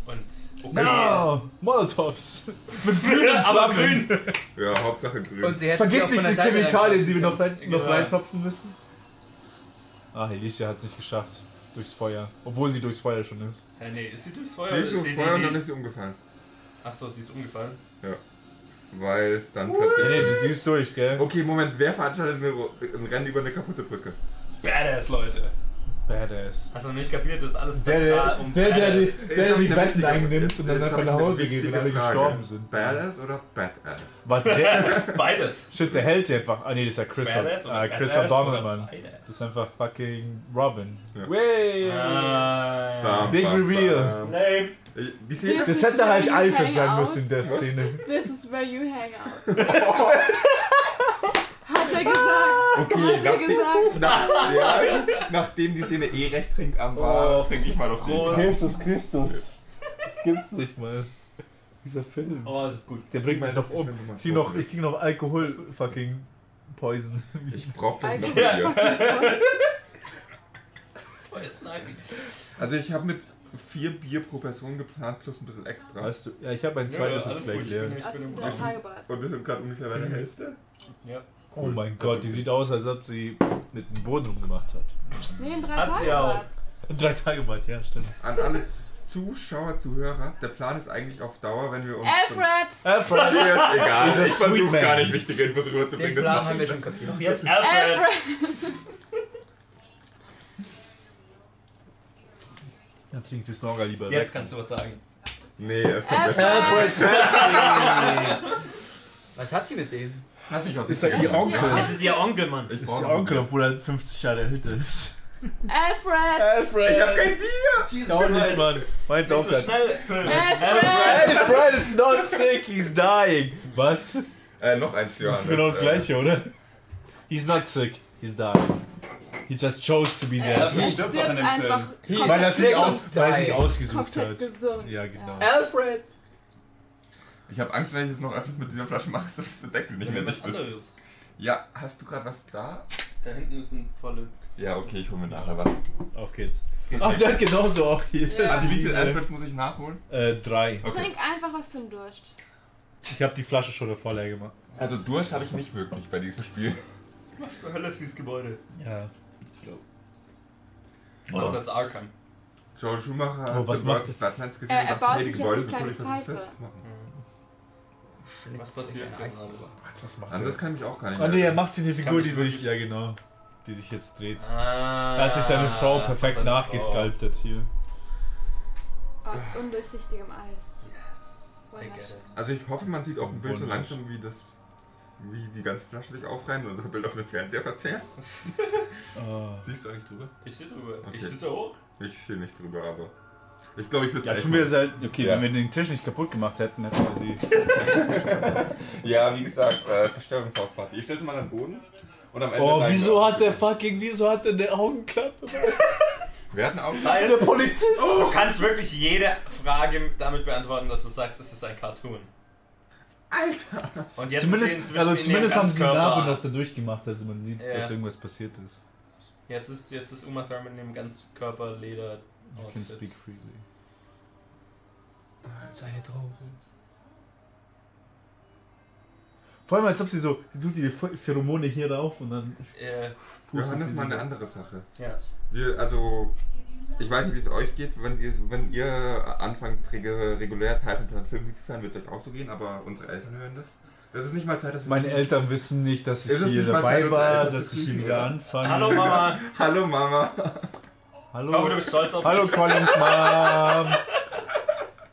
[SPEAKER 2] Und. Okay.
[SPEAKER 3] No! Molotovs! Mit grünen
[SPEAKER 2] aber
[SPEAKER 3] Flammen!
[SPEAKER 2] grün!
[SPEAKER 1] Ja, Hauptsache grün.
[SPEAKER 4] Und sie hätten
[SPEAKER 3] Vergiss
[SPEAKER 4] sie auch von der
[SPEAKER 3] nicht die
[SPEAKER 4] Seite
[SPEAKER 3] Chemikalien, die
[SPEAKER 4] reinschmeißen
[SPEAKER 3] wir noch, rein,
[SPEAKER 2] Genau.
[SPEAKER 3] noch reintropfen müssen. Ah, Alicia hat es nicht geschafft. Durchs Feuer. Obwohl sie durchs Feuer schon ist.
[SPEAKER 2] Ja, nee, ist sie durchs Feuer?
[SPEAKER 1] Die
[SPEAKER 2] oder
[SPEAKER 1] ist so
[SPEAKER 2] sie
[SPEAKER 1] Feuer und
[SPEAKER 2] die-
[SPEAKER 1] dann ist sie umgefallen.
[SPEAKER 2] Achso, sie ist umgefallen.
[SPEAKER 1] Weil dann
[SPEAKER 3] Nee,
[SPEAKER 1] plötzlich.
[SPEAKER 3] nee, sie ist durch, gell?
[SPEAKER 1] Okay, Moment, wer veranstaltet eine Ro- ein Rennen über eine kaputte Brücke?
[SPEAKER 2] Badass, Leute.
[SPEAKER 3] Badass.
[SPEAKER 2] Hast du noch nicht kapiert, dass alles
[SPEAKER 3] Der, der,
[SPEAKER 2] da um
[SPEAKER 3] der, der,
[SPEAKER 2] Badass.
[SPEAKER 3] die-
[SPEAKER 1] Jetzt
[SPEAKER 3] der,
[SPEAKER 1] hab
[SPEAKER 3] der die
[SPEAKER 1] ich eine
[SPEAKER 3] Betten
[SPEAKER 1] wichtige-
[SPEAKER 3] einnimmt
[SPEAKER 1] jetzt-
[SPEAKER 3] und dann
[SPEAKER 1] jetzt
[SPEAKER 3] einfach
[SPEAKER 1] hab ich
[SPEAKER 3] nach
[SPEAKER 1] eine
[SPEAKER 3] Hause geht, wenn
[SPEAKER 1] wichtige
[SPEAKER 3] alle
[SPEAKER 1] Frage.
[SPEAKER 3] gestorben sind.
[SPEAKER 1] Badass oder Badass?
[SPEAKER 3] Warte, der,
[SPEAKER 2] Beides.
[SPEAKER 3] shit, der hält sie einfach. Ah, nee, das ist ja Chris,
[SPEAKER 2] Badass oder
[SPEAKER 3] äh, Chris
[SPEAKER 2] Badass
[SPEAKER 3] O'Donnell,
[SPEAKER 2] oder
[SPEAKER 3] Mann.
[SPEAKER 2] Badass?
[SPEAKER 3] Das ist einfach fucking Robin.
[SPEAKER 1] Ja.
[SPEAKER 3] Way!
[SPEAKER 2] Ah,
[SPEAKER 3] Äh,
[SPEAKER 1] Bam,
[SPEAKER 3] Big
[SPEAKER 1] bam,
[SPEAKER 3] Reveal.
[SPEAKER 1] bam.
[SPEAKER 2] Lame.
[SPEAKER 1] Äh, Die Szene
[SPEAKER 3] Das hätte halt
[SPEAKER 5] Hang
[SPEAKER 3] Alfred sein
[SPEAKER 5] out.
[SPEAKER 3] müssen in der Szene.
[SPEAKER 5] This is where you hang out. Hat er gesagt.
[SPEAKER 1] Okay,
[SPEAKER 5] Hat er
[SPEAKER 1] nachdem,
[SPEAKER 5] gesagt.
[SPEAKER 1] nach, ja, nachdem die Szene eh recht trinkarm war,
[SPEAKER 3] Oh,
[SPEAKER 1] trinke ich mal noch
[SPEAKER 2] groß.
[SPEAKER 1] den.
[SPEAKER 3] Christus, Christus. Das gibt's nicht mal. Dieser Film.
[SPEAKER 2] Oh, das ist gut.
[SPEAKER 3] Der bringt mich doch um. Ich krieg noch, ich krieg noch Alkohol fucking Poison.
[SPEAKER 1] Ich brauch das noch
[SPEAKER 5] Alkohol.
[SPEAKER 1] hier.
[SPEAKER 2] Voll Nein.
[SPEAKER 1] Also ich habe mit vier Bier pro Person geplant, plus ein bisschen extra.
[SPEAKER 3] Weißt du, ja, ich habe ein zweites
[SPEAKER 2] Ja,
[SPEAKER 3] ja,
[SPEAKER 2] alles gut.
[SPEAKER 3] gleich leer.
[SPEAKER 2] Ich
[SPEAKER 5] Hast
[SPEAKER 2] bin
[SPEAKER 5] du
[SPEAKER 2] im
[SPEAKER 5] das
[SPEAKER 2] Bauch.
[SPEAKER 5] Tagebad?
[SPEAKER 1] Und wir sind gerade ungefähr
[SPEAKER 3] Mhm.
[SPEAKER 1] bei der Hälfte.
[SPEAKER 2] Ja.
[SPEAKER 3] Oh mein Gott, die sieht aus, als ob sie mit dem Boden rumgemacht hat.
[SPEAKER 5] Nee, ein
[SPEAKER 2] Hat sie auch.
[SPEAKER 5] Drei-Tage-Bad.
[SPEAKER 3] Drei Tage bald, ja, stimmt.
[SPEAKER 1] An alle Zuschauer, Zuhörer, der Plan ist eigentlich auf Dauer, wenn wir uns...
[SPEAKER 5] Alfred!
[SPEAKER 1] Mir
[SPEAKER 3] Alfred!
[SPEAKER 1] ist egal,
[SPEAKER 3] Dieser
[SPEAKER 1] ich versuche
[SPEAKER 3] Sweet Man.
[SPEAKER 1] gar nicht wichtige Infos
[SPEAKER 4] Den
[SPEAKER 1] rüberzubringen. das
[SPEAKER 4] Plan
[SPEAKER 1] macht
[SPEAKER 4] haben wir
[SPEAKER 1] ihr.
[SPEAKER 4] schon kapiert.
[SPEAKER 2] Doch jetzt
[SPEAKER 5] Alfred!
[SPEAKER 2] Alfred.
[SPEAKER 3] Dann trinkt die Snorga lieber
[SPEAKER 2] Jetzt
[SPEAKER 3] weg.
[SPEAKER 2] kannst du was sagen.
[SPEAKER 1] Nee, es kommt besser.
[SPEAKER 5] Alfred!
[SPEAKER 4] Was hat sie mit dem?
[SPEAKER 1] Lass mich aus.
[SPEAKER 3] Ist ja ihr Onkel.
[SPEAKER 2] Es ist ihr Onkel, Mann.
[SPEAKER 1] Ich
[SPEAKER 3] Das ist
[SPEAKER 1] brauche
[SPEAKER 3] ihr Onkel, obwohl er 50 Jahre älter ist.
[SPEAKER 5] Alfred!
[SPEAKER 3] Alfred!
[SPEAKER 1] Ich hab kein Bier!
[SPEAKER 3] Auch nicht, Mann. Meins
[SPEAKER 2] Nicht
[SPEAKER 3] auch
[SPEAKER 2] so
[SPEAKER 3] gleich.
[SPEAKER 2] schnell, Phil.
[SPEAKER 5] Alfred!
[SPEAKER 3] Alfred is not sick, he's dying. Was?
[SPEAKER 1] Äh, noch eins, Johannes.
[SPEAKER 3] Das ist genau das
[SPEAKER 1] Äh,
[SPEAKER 3] Gleiche, oder? He's not sick, he's dying. He just chose to be there.
[SPEAKER 2] Alfred stirbt doch in
[SPEAKER 5] Stirbt
[SPEAKER 2] dem
[SPEAKER 5] einfach
[SPEAKER 2] Film.
[SPEAKER 3] Weil er
[SPEAKER 5] komplett,
[SPEAKER 3] sich,
[SPEAKER 4] sick
[SPEAKER 3] aus,
[SPEAKER 4] und
[SPEAKER 3] weil er sich
[SPEAKER 4] dying.
[SPEAKER 3] ausgesucht
[SPEAKER 5] komplett
[SPEAKER 3] hat.
[SPEAKER 5] gesund.
[SPEAKER 3] Ja, genau.
[SPEAKER 4] Alfred!
[SPEAKER 1] Ich habe Angst, wenn ich es noch öfters mit dieser Flasche mache, dass der Deckel nicht mehr
[SPEAKER 2] Was
[SPEAKER 1] dicht ist.
[SPEAKER 2] anderes.
[SPEAKER 1] Ja, hast du gerade was da?
[SPEAKER 2] Da hinten ist ein volle.
[SPEAKER 1] Ja, okay, ich hole mir nachher was.
[SPEAKER 3] Auf geht's. Ach, der hat genauso auch hier.
[SPEAKER 5] Ja.
[SPEAKER 1] Also wie viel Alfred muss ich nachholen?
[SPEAKER 3] Äh, drei.
[SPEAKER 5] Trink einfach was für einen Durst.
[SPEAKER 3] Ich habe die Flasche schon davor leer gemacht.
[SPEAKER 1] Also Durst habe ich nicht wirklich bei diesem Spiel.
[SPEAKER 2] Was zur Hölle ist dieses Gebäude?
[SPEAKER 3] Ja.
[SPEAKER 2] Oder das ist Arkham.
[SPEAKER 1] Joel Schumacher
[SPEAKER 3] Oh,
[SPEAKER 1] hat
[SPEAKER 3] was
[SPEAKER 1] The
[SPEAKER 3] macht-
[SPEAKER 1] World of Batmans gesehen
[SPEAKER 5] Er-
[SPEAKER 1] und
[SPEAKER 5] er
[SPEAKER 1] dachte,
[SPEAKER 5] baut
[SPEAKER 1] hey, die
[SPEAKER 5] sich jetzt
[SPEAKER 1] Gebäude
[SPEAKER 5] eine
[SPEAKER 1] sind cool, ich
[SPEAKER 5] kleine
[SPEAKER 1] versuche
[SPEAKER 5] Pfeife.
[SPEAKER 1] das zu machen.
[SPEAKER 2] Was passiert
[SPEAKER 4] in
[SPEAKER 2] gerade?
[SPEAKER 4] Eiskuchen.
[SPEAKER 3] Was macht
[SPEAKER 1] Anders
[SPEAKER 3] er?
[SPEAKER 1] kann ich auch gar nicht.
[SPEAKER 3] Ah, nee, er macht sich eine Figur,
[SPEAKER 2] mich
[SPEAKER 3] die sich.
[SPEAKER 2] wirklich-
[SPEAKER 3] Ja, genau. Die sich jetzt dreht.
[SPEAKER 2] Ah,
[SPEAKER 3] Er hat sich seine Frau
[SPEAKER 2] von
[SPEAKER 3] perfekt
[SPEAKER 2] seiner
[SPEAKER 3] nachgesculptet hier.
[SPEAKER 5] Aus undurchsichtigem Eis.
[SPEAKER 2] Frau. Yes, I get it.
[SPEAKER 1] Also ich hoffe, man sieht auf dem Bild so
[SPEAKER 3] Wunderlich.
[SPEAKER 1] langsam, wie das wie die ganze Flasche sich aufreihen und unser Bild auf dem Fernseher verzehrt.
[SPEAKER 3] Ah.
[SPEAKER 1] Siehst du eigentlich drüber?
[SPEAKER 2] Ich stehe drüber.
[SPEAKER 1] Okay.
[SPEAKER 2] Ich sitze hoch.
[SPEAKER 1] Ich sehe nicht drüber, aber ich glaube, ich würde
[SPEAKER 3] Ja,
[SPEAKER 1] echt
[SPEAKER 3] tun wir
[SPEAKER 1] mal-
[SPEAKER 3] es halt. Okay,
[SPEAKER 1] Ja.
[SPEAKER 3] wenn wir den Tisch nicht kaputt gemacht hätten, hätten wir sie.
[SPEAKER 1] Ja, wie gesagt, äh, Zerstörungshausparty. Ich stelle sie mal an den Boden und am Ende...
[SPEAKER 3] Oh,
[SPEAKER 1] rein-
[SPEAKER 3] wieso hat der fucking. Wieso hat der eine Augenklappe?
[SPEAKER 1] Wir hatten auch...
[SPEAKER 2] Weil
[SPEAKER 3] Der Polizist!
[SPEAKER 2] du kannst wirklich jede Frage damit beantworten, dass du sagst, es ist ein Cartoon.
[SPEAKER 1] Alter!
[SPEAKER 2] Und jetzt ist sie
[SPEAKER 3] Zumindest,
[SPEAKER 2] inzwischen
[SPEAKER 3] also
[SPEAKER 2] in ihrem
[SPEAKER 3] zumindest haben sie die
[SPEAKER 2] Ganzkörper-
[SPEAKER 3] Narbe noch dadurch gemacht, also man sieht,
[SPEAKER 2] Ja.
[SPEAKER 3] dass irgendwas passiert ist.
[SPEAKER 2] Jetzt ist, jetzt ist Uma Thurman in dem Ganzkörperleder.
[SPEAKER 3] You can speak freely.
[SPEAKER 4] Seine Drogen.
[SPEAKER 3] Hm. Vor allem, als ob sie so, sie tut die Ph- Pheromone hier rauf und dann
[SPEAKER 2] Äh,
[SPEAKER 3] pustet
[SPEAKER 1] Johannes,
[SPEAKER 3] sie
[SPEAKER 1] mal
[SPEAKER 3] sie
[SPEAKER 1] eine
[SPEAKER 3] weg.
[SPEAKER 1] andere Sache.
[SPEAKER 2] ja.
[SPEAKER 1] Wir, also, ich weiß nicht, wie es euch geht, wenn ihr, wenn ihr anfangt, reg- regulär Teil von Planet Film zu sein, wird es euch auch so gehen, aber unsere Eltern hören das. Das ist nicht mal Zeit, dass wir...
[SPEAKER 3] Meine Eltern wissen nicht, dass ich
[SPEAKER 1] Ist es
[SPEAKER 3] hier
[SPEAKER 1] nicht mal Zeit,
[SPEAKER 3] dabei
[SPEAKER 1] uns
[SPEAKER 3] war,
[SPEAKER 1] Eltern zu
[SPEAKER 3] dass ich hier
[SPEAKER 1] grüßen,
[SPEAKER 3] wieder
[SPEAKER 1] oder?
[SPEAKER 3] anfange.
[SPEAKER 2] Hallo Mama.
[SPEAKER 1] Hallo Mama!
[SPEAKER 2] Ich hoffe, du
[SPEAKER 3] Hallo,
[SPEAKER 2] bist stolz auf
[SPEAKER 3] Hallo
[SPEAKER 2] mich.
[SPEAKER 3] Collins Mom.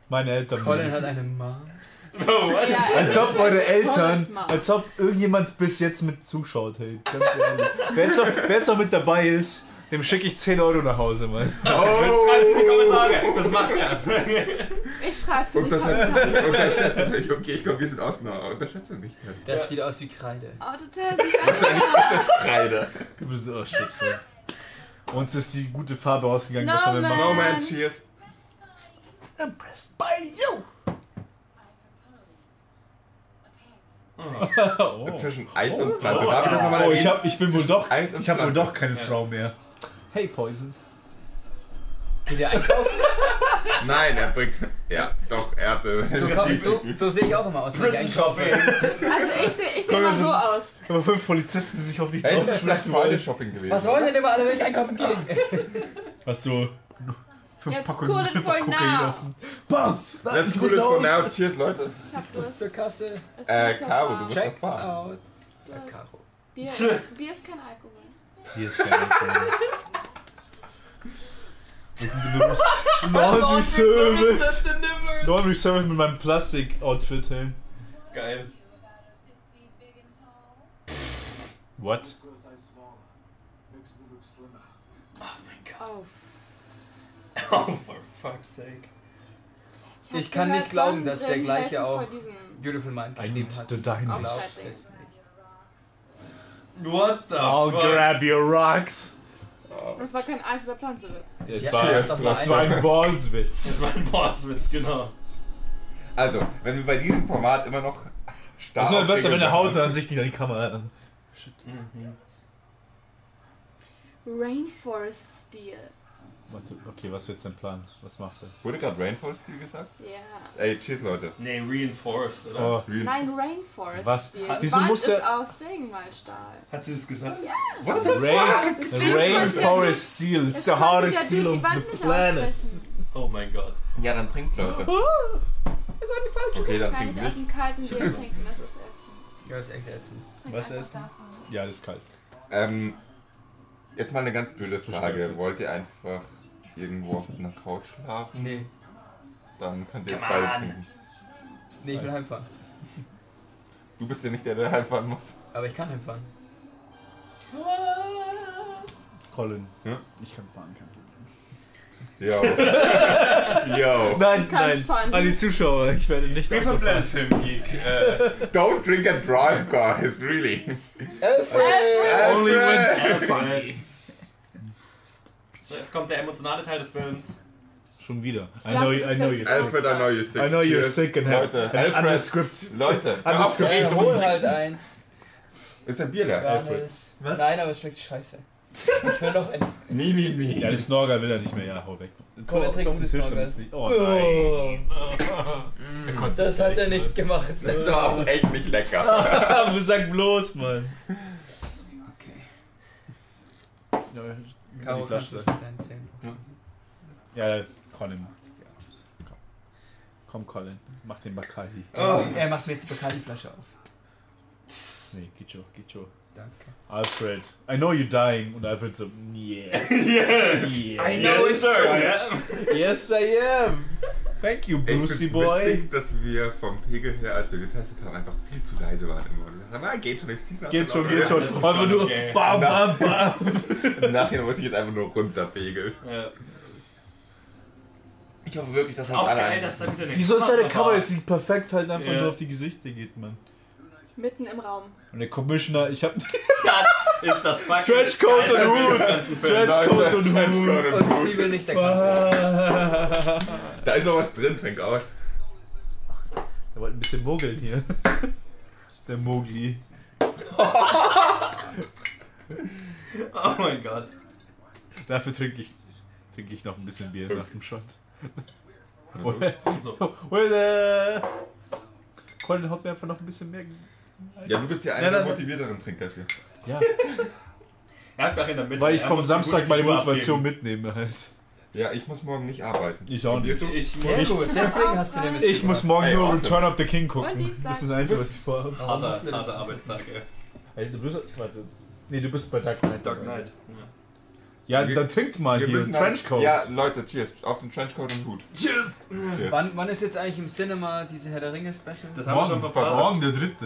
[SPEAKER 3] Meine Eltern.
[SPEAKER 4] Colin hat eine Mom.
[SPEAKER 2] Oh,
[SPEAKER 5] Ja,
[SPEAKER 3] Als ob meine Eltern,
[SPEAKER 5] Volles Maß.
[SPEAKER 3] als ob irgendjemand bis jetzt mit zuschaut, hey, ganz ehrlich. Wer jetzt, noch, wer jetzt noch mit dabei ist, dem schicke ich 10 Euro nach Hause, Mann.
[SPEAKER 1] Oh!
[SPEAKER 2] Schreib's in die Kommentare. Das macht er.
[SPEAKER 5] ich schreib's in die
[SPEAKER 1] Unterschätzt
[SPEAKER 5] Kommentare.
[SPEAKER 1] es unterschätzt es nicht. Okay, ich komme, wir sind ausgenommen. Unterschätzt es nicht.
[SPEAKER 4] Das sieht aus wie Kreide.
[SPEAKER 5] Oh, total süß.
[SPEAKER 1] Wahrscheinlich ist das Kreide.
[SPEAKER 3] Oh, shit, so. Uns ist die gute Farbe ausgegangen, was wir machen.
[SPEAKER 1] Oh man, cheers.
[SPEAKER 3] Impressed by you!
[SPEAKER 11] I propose a pair.
[SPEAKER 1] Zwischen Eis und Pflanze. Darf ich das nochmal
[SPEAKER 3] Oh, ich,
[SPEAKER 1] erwähnen?
[SPEAKER 3] hab, ich bin wohl doch,
[SPEAKER 1] Eis und
[SPEAKER 3] ich habe wohl
[SPEAKER 1] Pflanze.
[SPEAKER 3] doch keine Frau mehr. Hey, Poison.
[SPEAKER 4] Geht ihr einkaufen?
[SPEAKER 1] Nein, er bringt. Ja, doch, er hatte.
[SPEAKER 4] So, komm, so, so sehe ich auch immer aus. wenn ich einkaufe.
[SPEAKER 5] Also ich sehe ich seh
[SPEAKER 3] Komm,
[SPEAKER 5] mal
[SPEAKER 3] wir sind-
[SPEAKER 5] so aus.
[SPEAKER 3] Aber fünf Polizisten sich auf dich
[SPEAKER 1] Ey, das ist vielleicht
[SPEAKER 3] draufschmeißen wollen.
[SPEAKER 1] Shopping gewesen.
[SPEAKER 4] Was wollen denn immer alle, wenn ich einkaufen gehe?
[SPEAKER 3] Hast du fünf
[SPEAKER 5] Jetzt
[SPEAKER 3] Packungen
[SPEAKER 5] cool it for
[SPEAKER 3] Kokain
[SPEAKER 5] now.
[SPEAKER 3] offen? Bam!
[SPEAKER 1] Let's cool
[SPEAKER 3] Ich muss
[SPEAKER 1] it
[SPEAKER 3] nach
[SPEAKER 1] for
[SPEAKER 3] Hause.
[SPEAKER 1] now. Cheers, Leute.
[SPEAKER 5] Ich hab
[SPEAKER 4] Bis
[SPEAKER 5] Durst.
[SPEAKER 4] zur Kasse.
[SPEAKER 5] Es
[SPEAKER 1] Äh,
[SPEAKER 5] ist so
[SPEAKER 1] Caro,
[SPEAKER 5] warm.
[SPEAKER 1] du bist
[SPEAKER 4] Check
[SPEAKER 1] erfahren.
[SPEAKER 4] out. Ja,
[SPEAKER 5] Durst.
[SPEAKER 4] Karo.
[SPEAKER 5] Bier, Bier ist kein Alkohol.
[SPEAKER 3] Hier ist keine Frau.
[SPEAKER 4] Oh,
[SPEAKER 3] Laundry Service! Laundry Service mit meinem Plastik-Outfit, hey.
[SPEAKER 2] Geil.
[SPEAKER 3] What?
[SPEAKER 5] Oh.
[SPEAKER 2] Oh, for fuck's sake.
[SPEAKER 5] hab
[SPEAKER 4] Ich kann
[SPEAKER 5] gehört,
[SPEAKER 4] nicht glauben, dass der
[SPEAKER 5] Sonnenbrillen
[SPEAKER 4] gleiche
[SPEAKER 5] helfen
[SPEAKER 4] auch-
[SPEAKER 5] vor diesem-
[SPEAKER 4] Beautiful Mind
[SPEAKER 3] I
[SPEAKER 4] geschrieben
[SPEAKER 3] need
[SPEAKER 4] hat.
[SPEAKER 3] the diamonds.
[SPEAKER 5] Auf-
[SPEAKER 4] Glaub es nicht.
[SPEAKER 2] What the
[SPEAKER 3] I'll
[SPEAKER 2] fuck?
[SPEAKER 3] Oh, grab your rocks!
[SPEAKER 5] Das war kein Eis- oder Pflanzewitz.
[SPEAKER 3] Es
[SPEAKER 4] Ja,
[SPEAKER 3] war,
[SPEAKER 4] das war
[SPEAKER 3] das war ein
[SPEAKER 2] Das
[SPEAKER 3] Ballswitz.
[SPEAKER 2] war ein Bosswitz, genau.
[SPEAKER 1] Also, wenn wir bei diesem Format immer noch stark.
[SPEAKER 3] Das wäre besser, wenn er haut, dann sich die an die Kamera an.
[SPEAKER 2] Mhm.
[SPEAKER 5] Rainforest Steel.
[SPEAKER 3] Warte, Okay, was ist jetzt dein Plan? Was macht er?
[SPEAKER 1] Wurde gerade Rainfall Steel gesagt?
[SPEAKER 5] Ja.
[SPEAKER 1] Ey, cheers, Leute.
[SPEAKER 2] Nee, reinforced, oder?
[SPEAKER 3] Oh,
[SPEAKER 5] Nein, Rainforest
[SPEAKER 3] Was?
[SPEAKER 5] Steel.
[SPEAKER 3] Ha-
[SPEAKER 5] Die
[SPEAKER 3] wieso
[SPEAKER 5] Wand
[SPEAKER 3] muss der-
[SPEAKER 5] ist aus Regenwaldstahl.
[SPEAKER 12] Hat sie das gesagt?
[SPEAKER 1] What the
[SPEAKER 3] Rain,
[SPEAKER 5] Es stimmt, konnte-
[SPEAKER 3] Rainforest Steel, it's
[SPEAKER 5] es
[SPEAKER 3] the
[SPEAKER 5] konnte
[SPEAKER 3] hardest
[SPEAKER 5] ja die-
[SPEAKER 3] steel
[SPEAKER 5] die
[SPEAKER 3] on
[SPEAKER 5] Wand
[SPEAKER 3] the
[SPEAKER 5] nicht
[SPEAKER 3] planet.
[SPEAKER 5] aufbrechen.
[SPEAKER 2] Oh mein Gott.
[SPEAKER 1] Ja, dann trinkt, Leute.
[SPEAKER 4] Ah!
[SPEAKER 5] Das war die falsche
[SPEAKER 1] Okay, dann
[SPEAKER 5] Ich kann
[SPEAKER 1] trinken
[SPEAKER 5] nicht
[SPEAKER 1] wir.
[SPEAKER 5] aus
[SPEAKER 3] ne?
[SPEAKER 5] dem kalten Bier trinken, das ist ätzend.
[SPEAKER 4] Ja, das ist echt ätzend.
[SPEAKER 5] Trink
[SPEAKER 3] Was
[SPEAKER 5] einfach
[SPEAKER 3] essen?
[SPEAKER 5] davon.
[SPEAKER 3] Ja, das ist kalt.
[SPEAKER 1] Ähm, jetzt mal eine ganz blöde Frage. Wollt ihr einfach irgendwo auf einer Couch schlafen?
[SPEAKER 4] Nee.
[SPEAKER 1] Dann könnt ihr jetzt
[SPEAKER 2] Come
[SPEAKER 1] beide
[SPEAKER 2] on.
[SPEAKER 1] trinken.
[SPEAKER 4] Nee, ich will heimfahren.
[SPEAKER 1] Du bist ja nicht der, der heimfahren muss.
[SPEAKER 4] Aber ich kann heimfahren.
[SPEAKER 3] Colin.
[SPEAKER 1] Ja?
[SPEAKER 3] Ich kann fahren, kein Problem.
[SPEAKER 1] Yo. Yo.
[SPEAKER 3] Nein,
[SPEAKER 5] kannst
[SPEAKER 3] nein,
[SPEAKER 5] fahren.
[SPEAKER 3] an die Zuschauer, ich werde nicht
[SPEAKER 2] Wir
[SPEAKER 3] Auto
[SPEAKER 2] vom
[SPEAKER 3] fahren.
[SPEAKER 2] Blendfilm-Geek. Äh,
[SPEAKER 1] Don't drink and drive, guys. Really.
[SPEAKER 4] Alfred!
[SPEAKER 1] Only when's
[SPEAKER 2] Alfred. so, jetzt kommt der emotionale Teil des Films.
[SPEAKER 3] Schon wieder. I
[SPEAKER 5] glaub,
[SPEAKER 3] know,
[SPEAKER 5] das
[SPEAKER 3] I know you're
[SPEAKER 5] ist jetzt-
[SPEAKER 3] sick.
[SPEAKER 1] Alfred, I know you're sick.
[SPEAKER 3] I know you're
[SPEAKER 1] Cheers.
[SPEAKER 3] sick and have
[SPEAKER 1] Leute,
[SPEAKER 3] an
[SPEAKER 1] Alfred,
[SPEAKER 3] underscript.
[SPEAKER 1] Leute, hör
[SPEAKER 3] Alles
[SPEAKER 1] auf zu
[SPEAKER 3] klar.
[SPEAKER 4] Ey,
[SPEAKER 1] reden.
[SPEAKER 4] hol halt eins.
[SPEAKER 1] Ist ein Bier leer?
[SPEAKER 4] Johannes.
[SPEAKER 3] Was?
[SPEAKER 4] Nein, aber es schmeckt scheiße. Ich will noch eins.
[SPEAKER 1] Nee, nee, nee.
[SPEAKER 3] Ja, den Snorger will er nicht mehr, ja, hau weg. Oh,
[SPEAKER 4] Colin trinkt
[SPEAKER 3] Auf den
[SPEAKER 4] gute
[SPEAKER 3] Tisch,
[SPEAKER 4] Snorgers.
[SPEAKER 3] damit's nicht- Oh nein. Er konnte
[SPEAKER 4] Oh, Das
[SPEAKER 3] es
[SPEAKER 4] hat er nicht gemacht.
[SPEAKER 1] Das war auch echt nicht lecker.
[SPEAKER 3] Aber sag bloß, Mann.
[SPEAKER 4] Caro, kannst du es mit deinen Zähnen?
[SPEAKER 3] Ja, Colin. Komm. Komm, Colin, mach den Bacardi.
[SPEAKER 1] Oh.
[SPEAKER 4] Er macht mir jetzt bekannt die Flasche auf.
[SPEAKER 3] Nee, geht schon, geht schon.
[SPEAKER 4] Danke.
[SPEAKER 3] Alfred, I know you're dying. Und Alfred so, yes. yes.
[SPEAKER 2] know
[SPEAKER 1] it, sir.
[SPEAKER 3] Yes, I am. Thank you,
[SPEAKER 1] Ich
[SPEAKER 3] Brucey
[SPEAKER 1] find's
[SPEAKER 3] Boy.
[SPEAKER 1] witzig, dass wir vom Pegel her, als wir getestet haben, einfach viel zu leise waren immer. Und wir haben, ah, geht schon, ich schließe
[SPEAKER 3] Geht schon, geht schon.
[SPEAKER 2] Das ist
[SPEAKER 3] Einfach
[SPEAKER 2] schon
[SPEAKER 3] nur
[SPEAKER 2] okay.
[SPEAKER 3] bam, bam, bam.
[SPEAKER 1] Im Nachhinein muss ich jetzt einfach nur runterpegeln.
[SPEAKER 2] Ja.
[SPEAKER 1] Ich hoffe wirklich, dass
[SPEAKER 2] Auch geil, dass da wieder eine
[SPEAKER 3] Wieso ist deine Kamera
[SPEAKER 2] war.
[SPEAKER 3] jetzt nicht perfekt halt einfach
[SPEAKER 2] Ja.
[SPEAKER 3] nur auf die Gesichter geht, Mann?
[SPEAKER 5] Mitten im Raum.
[SPEAKER 3] Und der Commissioner, ich hab
[SPEAKER 2] Das ist das fucking
[SPEAKER 3] Trenchcoat und
[SPEAKER 2] Geisterbild
[SPEAKER 3] Hut.
[SPEAKER 2] des ganzen Films.
[SPEAKER 3] Trenchcoat und Hut.
[SPEAKER 1] Trenchcoat
[SPEAKER 4] Und
[SPEAKER 1] und
[SPEAKER 4] sie
[SPEAKER 1] Hut.
[SPEAKER 4] will nicht erkannt.
[SPEAKER 3] Ah.
[SPEAKER 1] Da ist noch was drin, trink aus.
[SPEAKER 3] Der wollte ein bisschen mogeln hier. Der Mogli.
[SPEAKER 2] Oh mein Gott.
[SPEAKER 3] Dafür trinke ich, trinke ich noch ein bisschen Bier nach dem Shot.
[SPEAKER 2] So.
[SPEAKER 3] Oder. Colin haut mir einfach noch ein bisschen mehr.
[SPEAKER 1] Ja, du bist ja einer
[SPEAKER 3] Nein,
[SPEAKER 1] der
[SPEAKER 3] nein,
[SPEAKER 1] motivierteren Trinker hier.
[SPEAKER 3] Ja,
[SPEAKER 2] Er hat doch in der Mitte.
[SPEAKER 3] weil ich
[SPEAKER 2] er
[SPEAKER 3] vom
[SPEAKER 2] muss
[SPEAKER 3] Samstag
[SPEAKER 2] eine
[SPEAKER 3] meine
[SPEAKER 2] gute Figur
[SPEAKER 3] Motivation
[SPEAKER 2] abgeben.
[SPEAKER 3] mitnehme halt.
[SPEAKER 1] Ja, ich muss morgen nicht arbeiten.
[SPEAKER 3] Ich auch
[SPEAKER 1] Und ihr
[SPEAKER 3] nicht.
[SPEAKER 1] so?
[SPEAKER 2] Ich muss.
[SPEAKER 4] Sehr gut, deswegen hast du den mit.
[SPEAKER 3] Ich muss morgen
[SPEAKER 1] Ey,
[SPEAKER 3] nur
[SPEAKER 1] awesome.
[SPEAKER 3] Return of the King
[SPEAKER 5] Und ich
[SPEAKER 3] gucken.
[SPEAKER 5] sag-
[SPEAKER 3] Das ist das Einzige, was ich vorhabe.
[SPEAKER 4] Warum
[SPEAKER 2] Harter,
[SPEAKER 4] musst du das
[SPEAKER 2] harter
[SPEAKER 4] machen?
[SPEAKER 2] Arbeitstag, ey.
[SPEAKER 3] Ey, du bist. Warte. Nee, du bist bei Dark Knight.
[SPEAKER 2] Dark Knight. Ja.
[SPEAKER 3] Ja,
[SPEAKER 1] Wir-
[SPEAKER 3] dann trinkt mal
[SPEAKER 1] Wir
[SPEAKER 3] hier
[SPEAKER 1] müssen
[SPEAKER 3] einen
[SPEAKER 1] halt-
[SPEAKER 3] Trenchcoat.
[SPEAKER 1] Ja, Leute, cheers. Auf den Trenchcoat und Hut.
[SPEAKER 3] Cheers!
[SPEAKER 1] Cheers.
[SPEAKER 4] Wann, wann ist jetzt eigentlich im Cinema diese Herr der Ringe Special?
[SPEAKER 8] Das
[SPEAKER 3] Morgen,
[SPEAKER 8] haben wir schon verpasst.
[SPEAKER 3] morgen der dritte.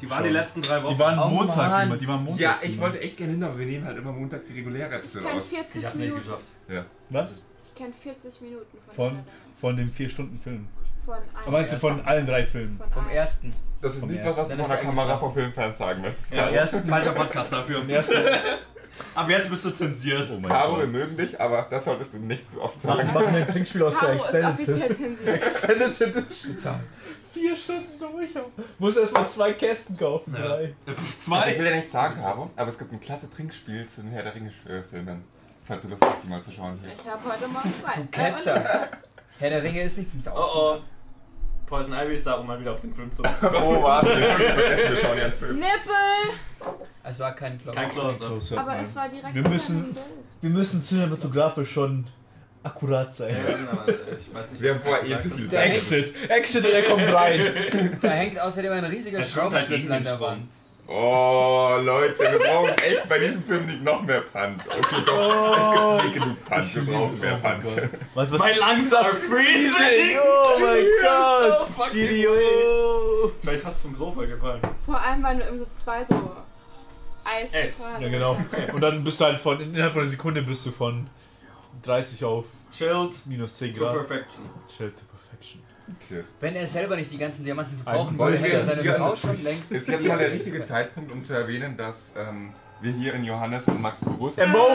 [SPEAKER 8] Die waren die letzten drei Wochen.
[SPEAKER 3] Die waren
[SPEAKER 4] Oh
[SPEAKER 3] Montag
[SPEAKER 4] Mann.
[SPEAKER 3] immer, die waren Montag.
[SPEAKER 1] Ja, ich wollte echt gerne hin, aber wir nehmen halt immer montags die reguläre
[SPEAKER 5] Ich
[SPEAKER 1] Episode
[SPEAKER 5] kann
[SPEAKER 1] aus.
[SPEAKER 5] 40
[SPEAKER 12] Ich hab's nicht
[SPEAKER 5] Minuten.
[SPEAKER 12] geschafft.
[SPEAKER 3] Was?
[SPEAKER 5] Ich kenne 40 Minuten von
[SPEAKER 3] Von-
[SPEAKER 5] Herr der Ringe.
[SPEAKER 3] Von dem 4-Stunden-Film.
[SPEAKER 5] Von einem.
[SPEAKER 3] Meinst du von allen drei Filmen?
[SPEAKER 5] von
[SPEAKER 4] Vom
[SPEAKER 5] einem.
[SPEAKER 4] ersten.
[SPEAKER 1] Das ist
[SPEAKER 3] Vom
[SPEAKER 1] nicht was, was du vor
[SPEAKER 4] ersten. Dann
[SPEAKER 1] der
[SPEAKER 4] ist er
[SPEAKER 1] Kamera
[SPEAKER 4] eingeschlafen.
[SPEAKER 1] vor Filmfans sagen möchtest.
[SPEAKER 3] Ja, ersten.
[SPEAKER 12] Falscher Podcast dafür.
[SPEAKER 3] ersten
[SPEAKER 8] Ab jetzt bist du zensiert.
[SPEAKER 3] oh mein
[SPEAKER 1] Caro, wir
[SPEAKER 3] Gott.
[SPEAKER 1] mögen dich, aber das solltest du nicht zu oft
[SPEAKER 3] Wir
[SPEAKER 1] sagen.
[SPEAKER 3] machen ein Trinkspiel aus der
[SPEAKER 5] Caro ist
[SPEAKER 3] Extended
[SPEAKER 5] offiziell zensiert.
[SPEAKER 3] Extended Edition. Vier Stunden durch. Muss erstmal zwei Kästen kaufen.
[SPEAKER 8] Ja.
[SPEAKER 3] Drei.
[SPEAKER 1] Ich
[SPEAKER 8] Zwei.
[SPEAKER 1] will ja nichts sagen, Caro, aber es gibt ein klasse Trinkspiel zu den Herr der Ringe-Filmen. Falls du Lust hast, die mal zu schauen hier.
[SPEAKER 5] Ich habe heute Morgen äh, frei. Du
[SPEAKER 4] Ketzer. Herr der Ringe ist nicht zum Saufen.
[SPEAKER 2] Oh oh. Poison Ivy ist da, um mal wieder auf den Film zu machen.
[SPEAKER 1] Oh, warte, wir haben vergessen, wir schauen ja einen Film.
[SPEAKER 5] Nippel!
[SPEAKER 4] Es war kein Klopf.
[SPEAKER 2] Kein Close-Up.
[SPEAKER 5] Aber es war direkt
[SPEAKER 3] Wir
[SPEAKER 5] unter
[SPEAKER 3] müssen-
[SPEAKER 5] dem Bild.
[SPEAKER 3] Wir müssen cinematografisch schon akkurat sein.
[SPEAKER 2] Ja, genau, Ich weiß nicht,
[SPEAKER 1] Wir
[SPEAKER 2] was
[SPEAKER 1] haben
[SPEAKER 2] du
[SPEAKER 1] vorher eh
[SPEAKER 2] gesagt
[SPEAKER 1] zu
[SPEAKER 2] hast.
[SPEAKER 1] viel
[SPEAKER 4] Der
[SPEAKER 1] Zeit.
[SPEAKER 3] Exit und er kommt rein.
[SPEAKER 4] Da hängt außerdem ein riesiger
[SPEAKER 8] Es kommt halt
[SPEAKER 4] Schraubenschlüssel an
[SPEAKER 8] gegen
[SPEAKER 4] der
[SPEAKER 8] den
[SPEAKER 4] Wand.
[SPEAKER 1] Oh, Leute, wir brauchen echt bei diesem Film nicht noch mehr Puns. Okay,
[SPEAKER 3] Oh
[SPEAKER 4] Oh.
[SPEAKER 1] doch, es gibt nicht genug Puns, wir brauchen mehr Puns.
[SPEAKER 3] Was, was?
[SPEAKER 2] Meine Lungs are freezing!
[SPEAKER 3] Oh mein
[SPEAKER 2] so
[SPEAKER 3] Gott!
[SPEAKER 2] fucking
[SPEAKER 3] GDO!
[SPEAKER 2] Jetzt wäre ich fast vom Sofa gefallen.
[SPEAKER 5] Vor allem waren nur eben so zwei so
[SPEAKER 3] Ja,
[SPEAKER 5] Eisstrahlen.
[SPEAKER 3] genau. Und dann bist du halt von, innerhalb von einer Sekunde bist du von 30 auf
[SPEAKER 2] Chilled
[SPEAKER 3] minus 10
[SPEAKER 2] to
[SPEAKER 3] Grad.
[SPEAKER 2] perfection.
[SPEAKER 3] Chill to perfection.
[SPEAKER 1] Cheers.
[SPEAKER 4] Wenn er selber nicht die ganzen Diamanten verbrauchen
[SPEAKER 3] Ein
[SPEAKER 4] würde, hätte er
[SPEAKER 1] Wolf.
[SPEAKER 4] seine
[SPEAKER 1] Ja,
[SPEAKER 4] Frau
[SPEAKER 1] also-
[SPEAKER 4] schon längst.
[SPEAKER 1] Ist jetzt mal der richtige Zeitpunkt, um zu erwähnen, dass ähm, wir hier in Johannes und Max Büros
[SPEAKER 3] Emond!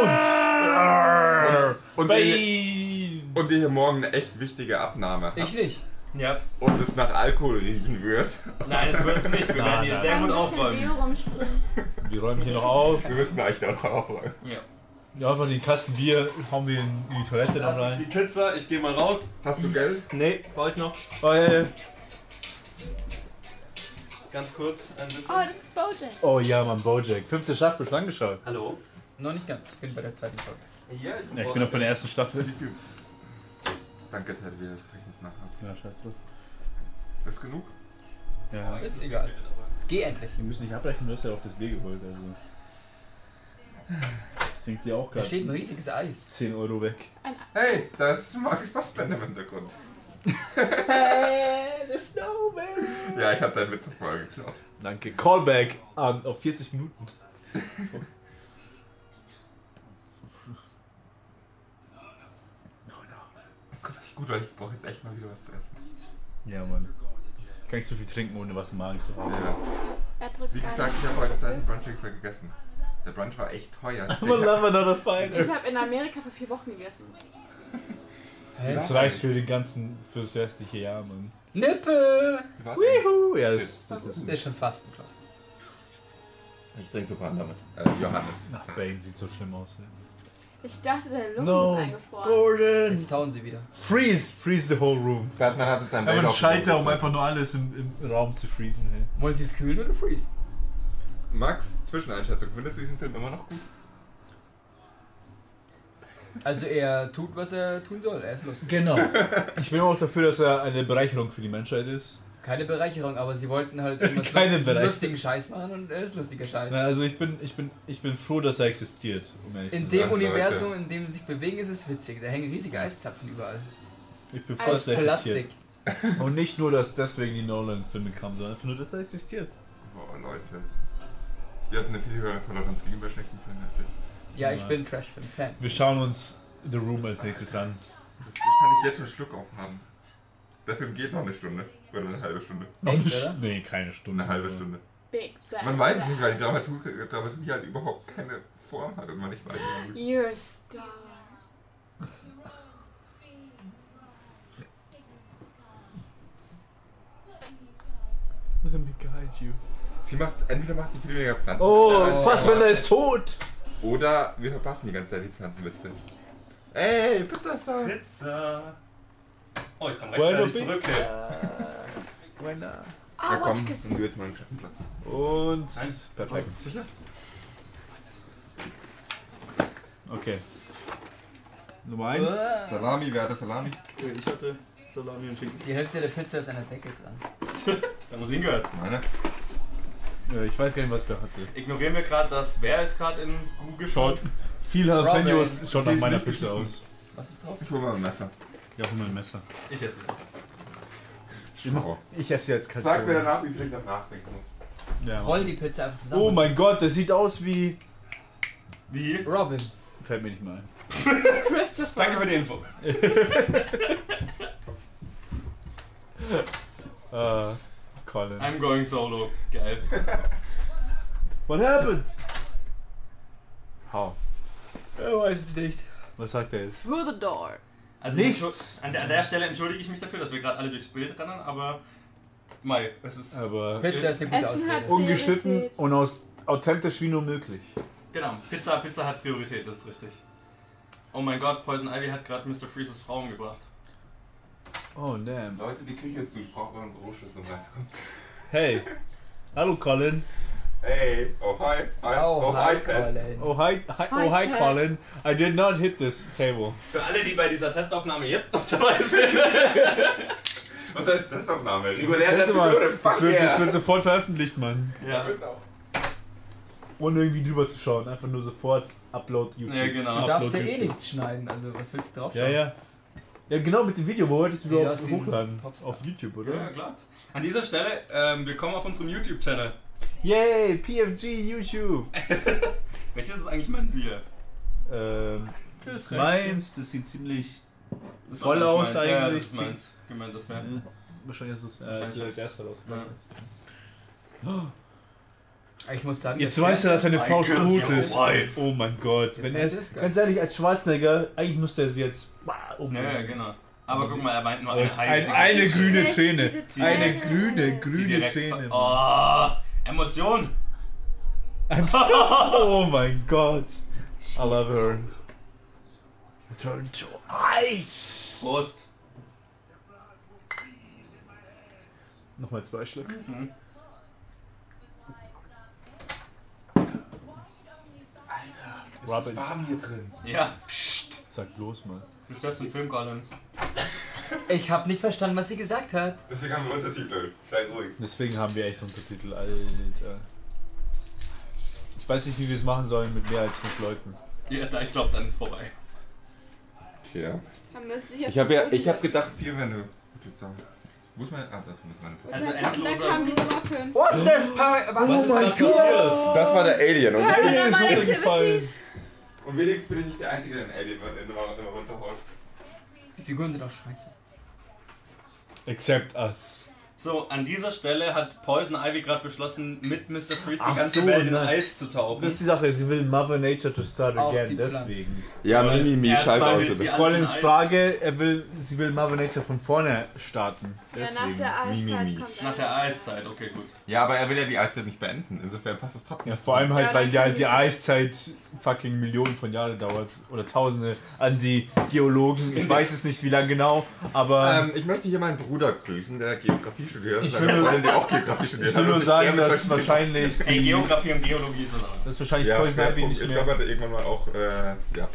[SPEAKER 1] und ihr, und ihr hier morgen eine echt wichtige Abnahme habt
[SPEAKER 4] Ich nicht.
[SPEAKER 2] Ja.
[SPEAKER 1] und es nach Alkohol riechen wird.
[SPEAKER 2] Nein, das wird es nicht. Wir werden
[SPEAKER 3] Nein,
[SPEAKER 2] hier
[SPEAKER 3] nein.
[SPEAKER 2] sehr
[SPEAKER 5] Kann
[SPEAKER 2] gut
[SPEAKER 5] ein bisschen Deo
[SPEAKER 2] aufräumen.
[SPEAKER 5] rumsprühen.
[SPEAKER 3] Wir räumen hier noch auf.
[SPEAKER 1] Wir müssen eigentlich da noch aufräumen.
[SPEAKER 2] Ja.
[SPEAKER 3] Ja, einfach den Kasten Bier hauen wir in in die Toilette dann
[SPEAKER 8] Das ist die
[SPEAKER 3] rein.
[SPEAKER 8] Pizza. Ich gehe mal raus.
[SPEAKER 1] Hast du Geld?
[SPEAKER 8] Nee, brauche ich noch.
[SPEAKER 3] Oh, ja, ja.
[SPEAKER 8] Ganz kurz ein bisschen.
[SPEAKER 5] Oh, das ist Bojack.
[SPEAKER 3] oh ja, Mann, Bojack. Fünfte Staffel, schon angeschaut.
[SPEAKER 12] Hallo?
[SPEAKER 4] Noch nicht ganz. Ich bin bei der zweiten Folge.
[SPEAKER 12] Ja, ich,
[SPEAKER 3] Ja, ich bin noch bei der ersten Staffel.
[SPEAKER 1] Danke, Ted, wir sprechen es nachher.
[SPEAKER 3] Ja, scheiß drauf.
[SPEAKER 1] Ist genug?
[SPEAKER 3] Ja,
[SPEAKER 4] Ist egal. Geh endlich.
[SPEAKER 3] wir müssen nicht abbrechen, du hast ja auch das Bier geholt, also. Trinkt ihr auch
[SPEAKER 4] Da
[SPEAKER 3] gerade
[SPEAKER 4] steht ein riesiges Eis.
[SPEAKER 3] 10 Euro weg.
[SPEAKER 1] Hey, da ist Markus Fassbender im Hintergrund.
[SPEAKER 4] Hey, the Snowman!
[SPEAKER 1] Ja, ich habe deinen Witz vorher geklaut.
[SPEAKER 3] Danke. Callback an, auf 40 Minuten.
[SPEAKER 1] Das ist richtig gut, weil ich brauche jetzt echt mal wieder was zu essen.
[SPEAKER 3] Ja, Mann. Ich kann nicht so viel trinken, ohne was im Magen zu haben.
[SPEAKER 1] Ja.
[SPEAKER 5] Er drückt
[SPEAKER 1] Wie
[SPEAKER 5] gar
[SPEAKER 1] gesagt,
[SPEAKER 5] nicht.
[SPEAKER 1] ich habe heute seit dem Brunch nichts mehr gegessen. Der Brunch war echt teuer.
[SPEAKER 3] I will love another fighter.
[SPEAKER 5] Ich habe in Amerika vor vier Wochen gegessen.
[SPEAKER 4] Hä?
[SPEAKER 3] Das reicht für den ganzen, für das restliche Jahr, Mann.
[SPEAKER 4] Nippe!
[SPEAKER 1] Wie war's eigentlich?
[SPEAKER 3] Wihu! Ja, das, das
[SPEAKER 4] Das
[SPEAKER 3] ist.
[SPEAKER 4] ist schon fast ein Klotz.
[SPEAKER 1] Ich trinke super damit. Äh, Johannes.
[SPEAKER 3] Ach, Bane sieht so schlimm aus.
[SPEAKER 5] Ich dachte, deine Lungen
[SPEAKER 3] No.
[SPEAKER 5] sind eingefroren.
[SPEAKER 3] Gordon!
[SPEAKER 4] Jetzt tauen sie wieder.
[SPEAKER 3] Freeze! Freeze the whole room.
[SPEAKER 1] Batman hat jetzt seinen
[SPEAKER 3] Einfach ein
[SPEAKER 1] Weltaufbruch
[SPEAKER 3] Schalter, um
[SPEAKER 1] gemacht.
[SPEAKER 3] einfach nur alles im, im Raum zu freezen, hey.
[SPEAKER 4] Wollen sie es kühlen oder freeze?
[SPEAKER 1] Max, Zwischeneinschätzung. Findest du diesen Film immer noch gut?
[SPEAKER 4] Also er tut, was er tun soll. Er ist lustig.
[SPEAKER 3] Genau. Ich bin auch dafür, dass er eine Bereicherung für die Menschheit ist.
[SPEAKER 4] Keine Bereicherung, aber sie wollten halt irgendwas
[SPEAKER 3] Keine
[SPEAKER 4] lustigen,
[SPEAKER 3] Bereicherung.
[SPEAKER 4] lustigen Scheiß machen und er ist lustiger Scheiß.
[SPEAKER 3] Na, Also ich bin, ich bin, ich bin froh, dass er existiert, um ehrlich
[SPEAKER 4] In
[SPEAKER 3] zu
[SPEAKER 4] dem
[SPEAKER 1] Leute.
[SPEAKER 4] Universum, in dem sie sich bewegen, ist es witzig. Da hängen riesige Eiszapfen überall.
[SPEAKER 3] sein. Ich bin froh,
[SPEAKER 5] Alles
[SPEAKER 3] dass er
[SPEAKER 4] Plastik.
[SPEAKER 3] existiert. Und nicht nur, dass deswegen die Nolan-Filme kamen, sondern einfach nur, dass er existiert.
[SPEAKER 1] Boah, Oh, Leute. Ihr habt eine viel höhere Toleranz gegenüber schlechten Filmen als ich.
[SPEAKER 4] Ja, ich
[SPEAKER 3] Ja.
[SPEAKER 4] bin Trash-Film-Fan.
[SPEAKER 3] Wir schauen uns The Room als nächstes an.
[SPEAKER 1] Das kann ich jetzt schon einen Schluck aufhaben. Der Film geht noch eine Stunde. Oder eine halbe Stunde.
[SPEAKER 3] Noch eine
[SPEAKER 4] Echt,
[SPEAKER 3] Sch-
[SPEAKER 4] oder?
[SPEAKER 3] Nee, keine Stunde.
[SPEAKER 1] Eine halbe Stunde.
[SPEAKER 5] Big Bang.
[SPEAKER 1] Man weiß es nicht, weil die Dramaturgie, Dramaturgie halt überhaupt keine Form hat und man nicht weiß. wie man-
[SPEAKER 5] You're a star.
[SPEAKER 3] Let me guide you.
[SPEAKER 1] Sie macht, entweder macht sie viel weniger Pflanzen.
[SPEAKER 3] Oh,
[SPEAKER 1] wenn
[SPEAKER 3] Fassbender ist tot!
[SPEAKER 1] Oder wir verpassen die ganze Zeit die Pflanzenwitze. Ey, Pizza ist da!
[SPEAKER 8] Pizza. Oh, ich komme
[SPEAKER 3] Bueno,
[SPEAKER 8] rechtzeitig zurück.
[SPEAKER 1] Ja,
[SPEAKER 5] Ah,
[SPEAKER 1] komm,
[SPEAKER 5] Watkins.
[SPEAKER 1] dann geh jetzt mal einen Schattenplatz.
[SPEAKER 3] Und.
[SPEAKER 8] Nein.
[SPEAKER 3] Perfekt.
[SPEAKER 1] Sicher?
[SPEAKER 3] Okay. Nummer 1.
[SPEAKER 1] Salami, wer hat das Salami?
[SPEAKER 8] Ich hatte Salami und Schinken.
[SPEAKER 4] Die Hälfte der Pizza ist an der Decke dran.
[SPEAKER 8] Da muss hingehört.
[SPEAKER 1] Meine.
[SPEAKER 3] Äh, Ich weiß gar nicht, was der hatte.
[SPEAKER 2] Ignorieren wir gerade das, wer ist gerade in Google
[SPEAKER 3] Schaut. Viel Jalapenos
[SPEAKER 4] Robin.
[SPEAKER 3] schon
[SPEAKER 13] Sie
[SPEAKER 3] nach
[SPEAKER 13] ist
[SPEAKER 3] meiner
[SPEAKER 13] nicht
[SPEAKER 3] Pizza
[SPEAKER 13] geschnitten.
[SPEAKER 3] aus.
[SPEAKER 4] Was ist drauf?
[SPEAKER 1] Ich hole mal ein Messer.
[SPEAKER 13] Ja, hol mal ein Messer.
[SPEAKER 2] Ich esse es.
[SPEAKER 1] Schau.
[SPEAKER 3] Ich esse jetzt
[SPEAKER 1] Sag mir
[SPEAKER 3] Kalzone.
[SPEAKER 1] danach, wie viel ich noch nachdenken muss.
[SPEAKER 13] Ja.
[SPEAKER 4] Roll die Pizza einfach zusammen.
[SPEAKER 3] Oh mein Gott, das sieht aus wie.
[SPEAKER 2] Wie?
[SPEAKER 4] Robin.
[SPEAKER 3] Fällt mir nicht mal ein.
[SPEAKER 5] Christopher.
[SPEAKER 2] Danke für die Info.
[SPEAKER 3] Äh, Colin.
[SPEAKER 2] I'm going solo. Geil.
[SPEAKER 3] What happened? How?
[SPEAKER 2] Er weiß es nicht.
[SPEAKER 3] Was sagt er jetzt?
[SPEAKER 5] Through the door.
[SPEAKER 2] Also
[SPEAKER 3] Nichts.
[SPEAKER 2] An der, an der Stelle entschuldige ich mich dafür, dass wir gerade alle durchs Bild rennen, aber. Mai, es ist.
[SPEAKER 3] Aber.
[SPEAKER 4] Pizza ist eine gute
[SPEAKER 5] Essen hat
[SPEAKER 4] Ausrede.
[SPEAKER 1] Oh,
[SPEAKER 3] Ungeschnitten
[SPEAKER 5] Priorität.
[SPEAKER 3] und aus authentisch wie nur möglich.
[SPEAKER 2] Genau, Pizza, Pizza hat Priorität, das ist richtig. Oh mein Gott, Poison Ivy hat gerade Mr. Freezes Frau umgebracht.
[SPEAKER 3] Oh damn.
[SPEAKER 1] Leute, die Küche ist zu. Ich brauche euren Büroschlüssel, um reinzukommen.
[SPEAKER 13] Hey. Hallo Colin.
[SPEAKER 1] Hey, oh hi, hi, oh, hi, Ted.
[SPEAKER 4] Colin.
[SPEAKER 3] Oh hi, hi oh hi
[SPEAKER 5] Hi, Ted.
[SPEAKER 3] Colin. I did not hit this table.
[SPEAKER 14] Für alle, die bei dieser Testaufnahme jetzt noch dabei sind.
[SPEAKER 1] Was heißt Testaufnahme? Regulär
[SPEAKER 3] Das,
[SPEAKER 1] das
[SPEAKER 3] ist immer,
[SPEAKER 1] Episode,
[SPEAKER 3] das,
[SPEAKER 1] fuck
[SPEAKER 3] wird, das
[SPEAKER 1] yeah.
[SPEAKER 3] wird sofort veröffentlicht, Mann.
[SPEAKER 2] Ja.
[SPEAKER 3] Ohne irgendwie drüber zu schauen. Einfach nur sofort Upload YouTube.
[SPEAKER 2] Ja, genau.
[SPEAKER 4] Du
[SPEAKER 3] Upload
[SPEAKER 4] darfst ja eh
[SPEAKER 3] YouTube.
[SPEAKER 4] nichts schneiden, also was willst du drauf
[SPEAKER 3] Ja, ja. Ja, genau, mit dem Video. Wo wolltest du
[SPEAKER 4] Sieht
[SPEAKER 3] überhaupt
[SPEAKER 4] aus wie ein
[SPEAKER 3] hochladen?
[SPEAKER 4] Popstar.
[SPEAKER 3] Auf YouTube,
[SPEAKER 2] Ja, ja,
[SPEAKER 3] oder?
[SPEAKER 2] klar. An dieser Stelle, ähm, willkommen auf unserem YouTube-Channel.
[SPEAKER 3] Yay, PFG YouTube.
[SPEAKER 2] Welches ist eigentlich mein Bier?
[SPEAKER 3] ähm,
[SPEAKER 13] Das meins, das sieht ziemlich.
[SPEAKER 2] Das ist
[SPEAKER 13] Voll aus
[SPEAKER 2] wahrscheinlich meins. Ja, das
[SPEAKER 13] eigentlich.
[SPEAKER 2] ist meins. Gemeint, das wäre.
[SPEAKER 3] hm, wahrscheinlich ist es äh,
[SPEAKER 2] Wahrscheinlich
[SPEAKER 3] als
[SPEAKER 2] ist-
[SPEAKER 3] erster rausgekommen.
[SPEAKER 4] schauen? Ich muss sagen,
[SPEAKER 3] Jetzt
[SPEAKER 4] der
[SPEAKER 3] weiß er, dass seine
[SPEAKER 2] I
[SPEAKER 3] Frau
[SPEAKER 2] killed
[SPEAKER 3] tot
[SPEAKER 2] your
[SPEAKER 3] ist.
[SPEAKER 2] wife.
[SPEAKER 3] Oh mein Gott.
[SPEAKER 4] Der
[SPEAKER 3] Wenn er es,
[SPEAKER 4] Franziska.
[SPEAKER 3] ganz ehrlich, als Schwarzenegger, eigentlich müsste er sie jetzt um bah,
[SPEAKER 2] Ja,
[SPEAKER 3] umbringen.
[SPEAKER 2] ja, genau. Aber guck mal, er weint nur
[SPEAKER 3] Aber es
[SPEAKER 2] eine
[SPEAKER 3] Oh, ist ein,
[SPEAKER 2] heiße.
[SPEAKER 3] eine grüne
[SPEAKER 5] Echt,
[SPEAKER 3] Träne.
[SPEAKER 5] diese Träne.
[SPEAKER 3] Eine grüne,
[SPEAKER 2] die
[SPEAKER 3] grüne
[SPEAKER 2] direkt
[SPEAKER 3] Träne.
[SPEAKER 2] ver-
[SPEAKER 3] Mann.
[SPEAKER 2] Oh, Emotion.
[SPEAKER 3] I'm so, oh mein Gott. I love her. Turn to ice.
[SPEAKER 2] Prost.
[SPEAKER 3] Nochmal zwei Schluck.
[SPEAKER 2] Mhm.
[SPEAKER 1] Es
[SPEAKER 3] Robin.
[SPEAKER 1] ist warm hier drin.
[SPEAKER 2] Ja.
[SPEAKER 3] Sag bloß mal.
[SPEAKER 2] Du störst den Film, Colin.
[SPEAKER 4] Ich hab nicht verstanden, was sie gesagt hat.
[SPEAKER 1] Deswegen haben wir Untertitel. Sei ruhig.
[SPEAKER 3] Deswegen haben wir echt Untertitel, Alter. Ich weiß nicht, wie wir es machen sollen mit mehr als fünf Leuten.
[SPEAKER 2] Ja, da, ich glaube, dann ist vorbei.
[SPEAKER 1] Tja.
[SPEAKER 5] Man müsste sich auf
[SPEAKER 1] Ich habe ja,
[SPEAKER 5] den Boden
[SPEAKER 1] ich habe
[SPEAKER 5] setzen.
[SPEAKER 1] gedacht, vier Wände. Pizza. Wo ist meine. Ah, da drüben ist meine Pizza.
[SPEAKER 5] Und
[SPEAKER 2] Also
[SPEAKER 5] dann, kam- dann
[SPEAKER 2] endloser-
[SPEAKER 5] kam die Nummer 5.
[SPEAKER 4] What the fuck? Was ist das?
[SPEAKER 3] Gott!
[SPEAKER 1] Das war der Alien. Und,
[SPEAKER 5] Paranormal
[SPEAKER 3] Alien ist
[SPEAKER 5] Activities.
[SPEAKER 1] und wenigstens bin ich nicht der Einzige, der einen Alien immer, immer runterholt.
[SPEAKER 4] Die Figuren sind auch scheiße.
[SPEAKER 3] Except us.
[SPEAKER 2] So, an dieser Stelle hat Poison Ivy gerade beschlossen, mit Mr. Freeze die
[SPEAKER 3] Ach
[SPEAKER 2] ganze
[SPEAKER 3] so,
[SPEAKER 2] Welt in
[SPEAKER 3] nein.
[SPEAKER 2] Eis zu tauchen.
[SPEAKER 3] Das ist die Sache, sie will Mother Nature to start
[SPEAKER 4] Auch
[SPEAKER 3] again,
[SPEAKER 4] die Pflanze.
[SPEAKER 3] deswegen.
[SPEAKER 1] Ja,
[SPEAKER 2] Weil
[SPEAKER 1] Mimimi,
[SPEAKER 2] erst
[SPEAKER 1] scheiß
[SPEAKER 2] mal
[SPEAKER 1] aus,
[SPEAKER 2] will sie
[SPEAKER 1] bitte.
[SPEAKER 2] alles in
[SPEAKER 3] Collins
[SPEAKER 2] Eis.
[SPEAKER 3] Frage, er will, sie will Mother Nature von vorne starten.
[SPEAKER 5] Ja,
[SPEAKER 3] Deswegen.
[SPEAKER 5] nach der Eiszeit kommt
[SPEAKER 2] Nach der Eiszeit, okay, gut.
[SPEAKER 1] Ja, aber er will ja die Eiszeit nicht beenden. Insofern passt es trotzdem.
[SPEAKER 3] Ja, vor allem
[SPEAKER 5] Ja,
[SPEAKER 3] halt, weil
[SPEAKER 5] dann
[SPEAKER 3] ja
[SPEAKER 5] können
[SPEAKER 3] die
[SPEAKER 5] wir-
[SPEAKER 3] Eiszeit fucking Millionen von Jahren dauert. Oder Tausende an die Geologen. Ich weiß es nicht, wie lang genau, aber
[SPEAKER 1] Ähm, ich möchte hier meinen Bruder grüßen, der Geografie studiert.
[SPEAKER 3] Ich
[SPEAKER 1] Seine
[SPEAKER 3] will nur-
[SPEAKER 1] Freundin, die auch Geografie studiert.
[SPEAKER 3] ich
[SPEAKER 1] hat
[SPEAKER 3] will
[SPEAKER 1] und
[SPEAKER 3] nur
[SPEAKER 1] sich
[SPEAKER 3] sagen,
[SPEAKER 1] sehr mit
[SPEAKER 3] dass
[SPEAKER 1] solchen-
[SPEAKER 3] wahrscheinlich
[SPEAKER 2] Ey,
[SPEAKER 3] die,
[SPEAKER 2] Geografie und Geologie ist anders.
[SPEAKER 3] dass wahrscheinlich
[SPEAKER 1] Ja,
[SPEAKER 3] Poison Ivy
[SPEAKER 1] Schwerpunkt.
[SPEAKER 3] nicht
[SPEAKER 1] ich glaube, er
[SPEAKER 3] mehr.
[SPEAKER 1] hat irgendwann mal auch. Äh, ja.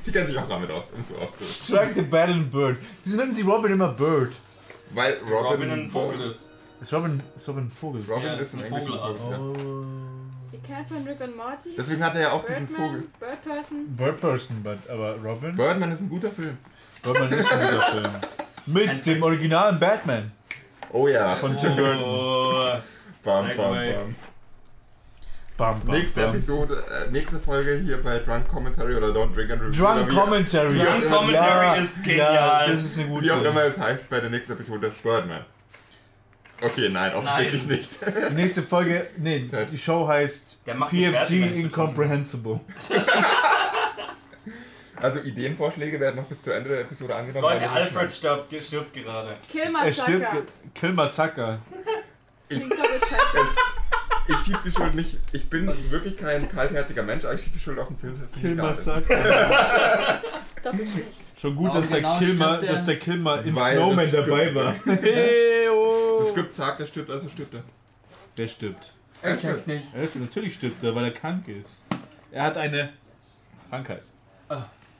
[SPEAKER 1] Sie kennt sich auch damit aus, um so auszudrücken.
[SPEAKER 3] Strike the Battle Bird. Wieso nennen sie Robin immer Bird?
[SPEAKER 1] Weil Robin,
[SPEAKER 2] Robin ein Vogel ist.
[SPEAKER 3] Ist Robin, ist Robin ein Vogel? Oh.
[SPEAKER 1] Robin
[SPEAKER 2] Ja,
[SPEAKER 1] ist ein
[SPEAKER 2] eine
[SPEAKER 1] englischer
[SPEAKER 2] Vogelart.
[SPEAKER 1] Vogel. Ja.
[SPEAKER 5] Die Cat von Rick und Morty.
[SPEAKER 1] Deswegen hat er ja auch diesen Vogel.
[SPEAKER 5] Birdman. Bird Person.
[SPEAKER 3] Bird Person, but, aber Robin?
[SPEAKER 1] Birdman ist ein guter Film.
[SPEAKER 3] Birdman ist ein guter Film. Mit dem originalen Batman
[SPEAKER 1] Oh ja.
[SPEAKER 3] von Tim Burton.
[SPEAKER 2] Oh,
[SPEAKER 1] bam, bam,
[SPEAKER 2] Segway.
[SPEAKER 1] bam.
[SPEAKER 3] Bam, bam,
[SPEAKER 1] Nächste
[SPEAKER 3] bam.
[SPEAKER 1] Episode, äh, nächste Folge hier bei Drunk Commentary oder Don't Drink and Review.
[SPEAKER 3] Drunk
[SPEAKER 1] oder wie-
[SPEAKER 3] Commentary.
[SPEAKER 1] Drunk
[SPEAKER 2] Commentary ist
[SPEAKER 3] Ja,
[SPEAKER 2] genial.
[SPEAKER 3] das ist eine gute.
[SPEAKER 1] Wie auch immer es heißt bei der nächsten Episode Birdman. Okay, nein, offensichtlich
[SPEAKER 2] Nein.
[SPEAKER 1] nicht.
[SPEAKER 3] Die nächste Folge, nee, die Show heißt
[SPEAKER 2] Der macht mich fertig, wenn ich
[SPEAKER 3] PFG Incomprehensible.
[SPEAKER 1] Also Ideenvorschläge werden noch bis zu Ende der Episode angenommen. Also
[SPEAKER 2] Leute,
[SPEAKER 1] aber das ist
[SPEAKER 2] Alfred stirbt, stirbt gerade.
[SPEAKER 5] Kill
[SPEAKER 3] Er stirbt.
[SPEAKER 5] Massacre.
[SPEAKER 3] Kill Massacre.
[SPEAKER 5] Klingt doppelt scheiße.
[SPEAKER 1] mein- Ich schieb die Schuld nicht. Ich bin wirklich kein kaltherziger Mensch, aber ich schieb die Schuld auf den Film, dass ich nicht da bin.
[SPEAKER 5] Doppelt schlecht.
[SPEAKER 3] Schon gut,
[SPEAKER 4] Warum
[SPEAKER 3] dass der
[SPEAKER 4] genau
[SPEAKER 3] Kilmer,
[SPEAKER 4] stirbt er?
[SPEAKER 3] dass der Kilmer in
[SPEAKER 1] Weil
[SPEAKER 3] Snowman
[SPEAKER 1] das stirbt.
[SPEAKER 3] dabei war. Hey,
[SPEAKER 1] Das
[SPEAKER 3] oh.
[SPEAKER 1] Skript sagt, er stirbt, also stirbt er.
[SPEAKER 13] Wer stirbt?
[SPEAKER 1] Er
[SPEAKER 4] Ich check's nicht.
[SPEAKER 13] Alfred, natürlich stirbt er, weil er krank ist. Er hat eine Krankheit.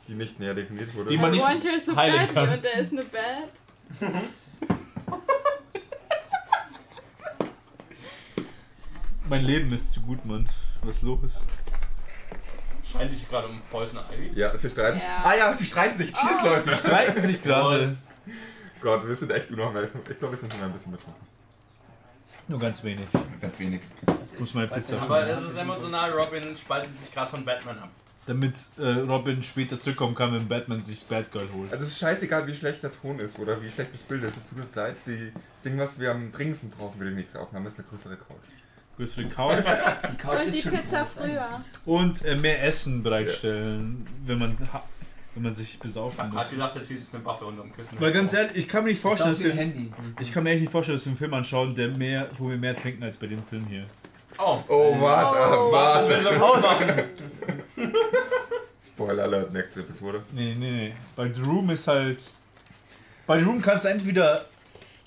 [SPEAKER 1] Die nicht näher definiert wurde.
[SPEAKER 13] Die
[SPEAKER 5] I
[SPEAKER 13] man nicht
[SPEAKER 5] want her so
[SPEAKER 13] heilen
[SPEAKER 5] badly
[SPEAKER 13] kann.
[SPEAKER 5] und da ist eine Bad.
[SPEAKER 13] Mein Leben ist zu gut, Mann. Was los ist?
[SPEAKER 12] Scheint dich gerade um Poison Ivy.
[SPEAKER 1] Ja, sie streiten.
[SPEAKER 5] Ja.
[SPEAKER 1] Ah ja, sie streiten sich. Cheers, Leute.
[SPEAKER 3] Streiten sich gerade.
[SPEAKER 1] Gott, wir sind echt nur noch mehr. Ich glaube, wir sind nur ein bisschen betroffen.
[SPEAKER 3] Nur ganz wenig.
[SPEAKER 1] Ganz wenig.
[SPEAKER 3] Muss meine Pizza
[SPEAKER 12] Aber es ist emotional, Robin spaltet sich gerade von Batman ab.
[SPEAKER 3] Damit äh, Robin später zurückkommen kann, wenn Batman sich Batgirl holt.
[SPEAKER 1] Also es ist scheißegal, wie schlecht der Ton ist oder wie schlecht das Bild ist. Es tut uns leid. Die, das Ding, was wir am dringendsten brauchen für die nächste Aufnahme, ist eine größere Couch.
[SPEAKER 3] Größere Couch.
[SPEAKER 4] Die Couch
[SPEAKER 5] Und
[SPEAKER 4] ist
[SPEAKER 5] die
[SPEAKER 4] schon
[SPEAKER 5] Pizza
[SPEAKER 4] groß, eigentlich.
[SPEAKER 5] früher.
[SPEAKER 3] Und äh, mehr Essen bereitstellen, wenn man ha- wenn man sich besaufen
[SPEAKER 12] Gerade
[SPEAKER 3] muss.
[SPEAKER 12] gedacht, der Typ ist eine Waffe unterm Kissen.
[SPEAKER 3] Weil ganz ehrlich, ich kann mir nicht
[SPEAKER 4] Das ist
[SPEAKER 3] vorstellen,
[SPEAKER 4] aus
[SPEAKER 3] dass
[SPEAKER 4] wie ein
[SPEAKER 3] wir,
[SPEAKER 4] Handy.
[SPEAKER 3] ich kann mir echt nicht vorstellen, dass wir einen Film anschauen, der mehr, wo wir mehr trinken als bei dem Film hier.
[SPEAKER 12] Oh,
[SPEAKER 1] Oh, warte,
[SPEAKER 5] Oh.
[SPEAKER 2] Ah,
[SPEAKER 12] das
[SPEAKER 1] warte.
[SPEAKER 12] will er auch machen.
[SPEAKER 1] Spoiler Alert, nächste Episode.
[SPEAKER 3] Nee, nee, nee. Bei The Room ist halt. Bei The Room kannst du entweder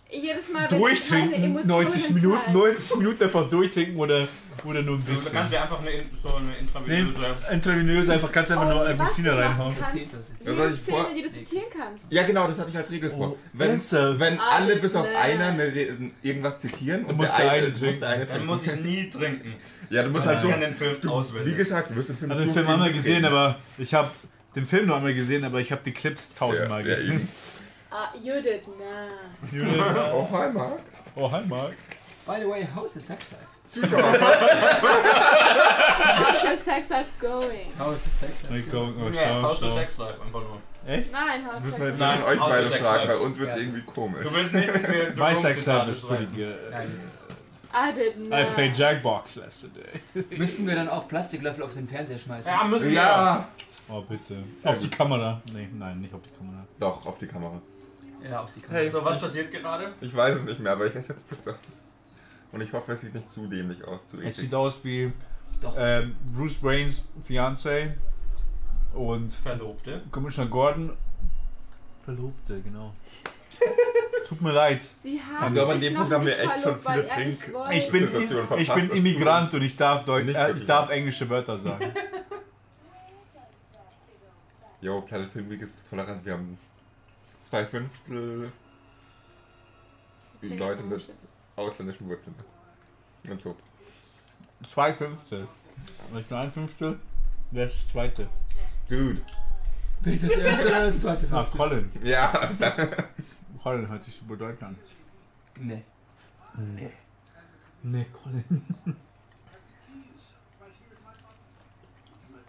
[SPEAKER 5] Jedes Mal, wenn ich keine
[SPEAKER 3] durchtrinken,
[SPEAKER 5] Emotionen
[SPEAKER 3] 90 Minuten,
[SPEAKER 5] zeige.
[SPEAKER 3] 90 Minuten einfach durchtrinken oder, oder nur ein
[SPEAKER 12] Du kannst
[SPEAKER 3] bisschen.
[SPEAKER 12] ja einfach eine, In- so eine intravenöse.
[SPEAKER 3] Intravenös einfach, kannst du einfach
[SPEAKER 5] Oh,
[SPEAKER 3] nur
[SPEAKER 5] was
[SPEAKER 3] Agustina
[SPEAKER 5] du machen
[SPEAKER 3] reinhauen.
[SPEAKER 5] kannst.
[SPEAKER 4] Tetas ist-
[SPEAKER 1] Was
[SPEAKER 5] Jede
[SPEAKER 1] ich vor-
[SPEAKER 5] Szene, die du zitieren kannst.
[SPEAKER 1] Ja, genau, das hatte ich als Regel
[SPEAKER 3] Oh,
[SPEAKER 1] vor. Wenn,
[SPEAKER 3] Ernsthaft?
[SPEAKER 1] wenn alle bis auf
[SPEAKER 5] Alle.
[SPEAKER 1] einer eine Re irgendwas zitieren und
[SPEAKER 3] muss
[SPEAKER 1] der
[SPEAKER 3] der
[SPEAKER 1] eine,
[SPEAKER 3] eine
[SPEAKER 1] muss
[SPEAKER 3] trinken.
[SPEAKER 1] der eine
[SPEAKER 12] Dann
[SPEAKER 1] trinken.
[SPEAKER 12] muss ich nie trinken.
[SPEAKER 1] ja, du musst halt
[SPEAKER 12] Ich kann
[SPEAKER 1] schon.
[SPEAKER 12] den Film
[SPEAKER 1] Wie
[SPEAKER 12] auswählen.
[SPEAKER 1] gesagt, du wirst den Film
[SPEAKER 3] Ich habe Also den
[SPEAKER 1] so
[SPEAKER 3] Film
[SPEAKER 1] viel
[SPEAKER 3] einmal gesehen,
[SPEAKER 1] mitkriegen.
[SPEAKER 3] aber ich habe den Film noch einmal gesehen, aber ich habe die Clips tausendmal
[SPEAKER 1] Ja, ja,
[SPEAKER 3] gesehen.
[SPEAKER 1] eben.
[SPEAKER 5] Ah, you did not.
[SPEAKER 1] Oh, hi, Marc.
[SPEAKER 3] oh, hi Mark.
[SPEAKER 4] By the way, how's the sex life?
[SPEAKER 1] Zuschauer.
[SPEAKER 5] How's your sex life going?
[SPEAKER 4] How is the sex life?
[SPEAKER 3] Ich glaub, oh,
[SPEAKER 12] Ja,
[SPEAKER 3] schau,
[SPEAKER 12] House of
[SPEAKER 3] schau.
[SPEAKER 12] Sex Life einfach nur.
[SPEAKER 5] Nein, how's
[SPEAKER 1] Das müssen
[SPEAKER 5] sex
[SPEAKER 1] wir jetzt
[SPEAKER 5] life?
[SPEAKER 1] an
[SPEAKER 12] Nein,
[SPEAKER 1] euch beide
[SPEAKER 12] Autosex
[SPEAKER 1] fragen,
[SPEAKER 12] live.
[SPEAKER 1] bei uns wird es
[SPEAKER 4] Ja.
[SPEAKER 1] irgendwie komisch.
[SPEAKER 12] Du willst nicht mit mir The
[SPEAKER 3] My
[SPEAKER 12] Room
[SPEAKER 3] sex
[SPEAKER 12] Zitate
[SPEAKER 3] life is pretty
[SPEAKER 12] schreiben.
[SPEAKER 3] good.
[SPEAKER 4] Nein.
[SPEAKER 5] I did not.
[SPEAKER 3] I played Jackbox yesterday.
[SPEAKER 4] Müssen wir dann auch Plastiklöffel auf den Fernseher schmeißen?
[SPEAKER 12] Ja, müssen wir.
[SPEAKER 1] Ja.
[SPEAKER 3] Oh, bitte. auf die Kamera. Nee, nein, nicht auf die Kamera.
[SPEAKER 1] Doch, auf die Kamera.
[SPEAKER 4] Ja, auf die Kamera.
[SPEAKER 1] Hey.
[SPEAKER 12] So, was passiert gerade?
[SPEAKER 1] Ich weiß es nicht mehr, aber ich esse jetzt Pizza. Und ich hoffe, es sieht nicht zu dämlich aus, zu
[SPEAKER 3] Es
[SPEAKER 1] eklig.
[SPEAKER 3] sieht aus wie
[SPEAKER 4] Doch.
[SPEAKER 3] ähm, Bruce Waynes Fiance und
[SPEAKER 12] Verlobte.
[SPEAKER 3] Commissioner Gordon. Verlobte, genau. Tut mir leid.
[SPEAKER 5] Sie
[SPEAKER 1] Ich
[SPEAKER 5] haben
[SPEAKER 1] glaube, an
[SPEAKER 5] sich
[SPEAKER 1] dem
[SPEAKER 5] noch
[SPEAKER 1] Punkt haben wir
[SPEAKER 5] nicht
[SPEAKER 1] echt schon
[SPEAKER 5] verlobt,
[SPEAKER 1] viele
[SPEAKER 5] weil er nicht
[SPEAKER 1] Trink-
[SPEAKER 5] wollte.
[SPEAKER 3] Ich bin,
[SPEAKER 1] Situation
[SPEAKER 3] ich
[SPEAKER 1] verpasst, dass
[SPEAKER 3] bin
[SPEAKER 1] du
[SPEAKER 3] Immigrant und ich darf, Deutsch,
[SPEAKER 1] nicht
[SPEAKER 3] äh, ich
[SPEAKER 1] wirklich
[SPEAKER 3] darf englische Wörter sagen.
[SPEAKER 1] Jo, Planet Film Week ist tolerant. Wir haben zwei Fünftel
[SPEAKER 5] Zehn
[SPEAKER 1] Leute mit
[SPEAKER 5] Prozent.
[SPEAKER 1] ausländischen Wurzeln. Und so.
[SPEAKER 3] Zwei Fünftel. Nicht nur ein Fünftel, wer ist das zweite?
[SPEAKER 1] Dude.
[SPEAKER 4] Bin ich das erste oder das zweite?
[SPEAKER 3] Ah, Colin.
[SPEAKER 1] Ja.
[SPEAKER 3] Colin hört sich super deutsch an.
[SPEAKER 4] Nee.
[SPEAKER 3] Nee. Nee, Colin.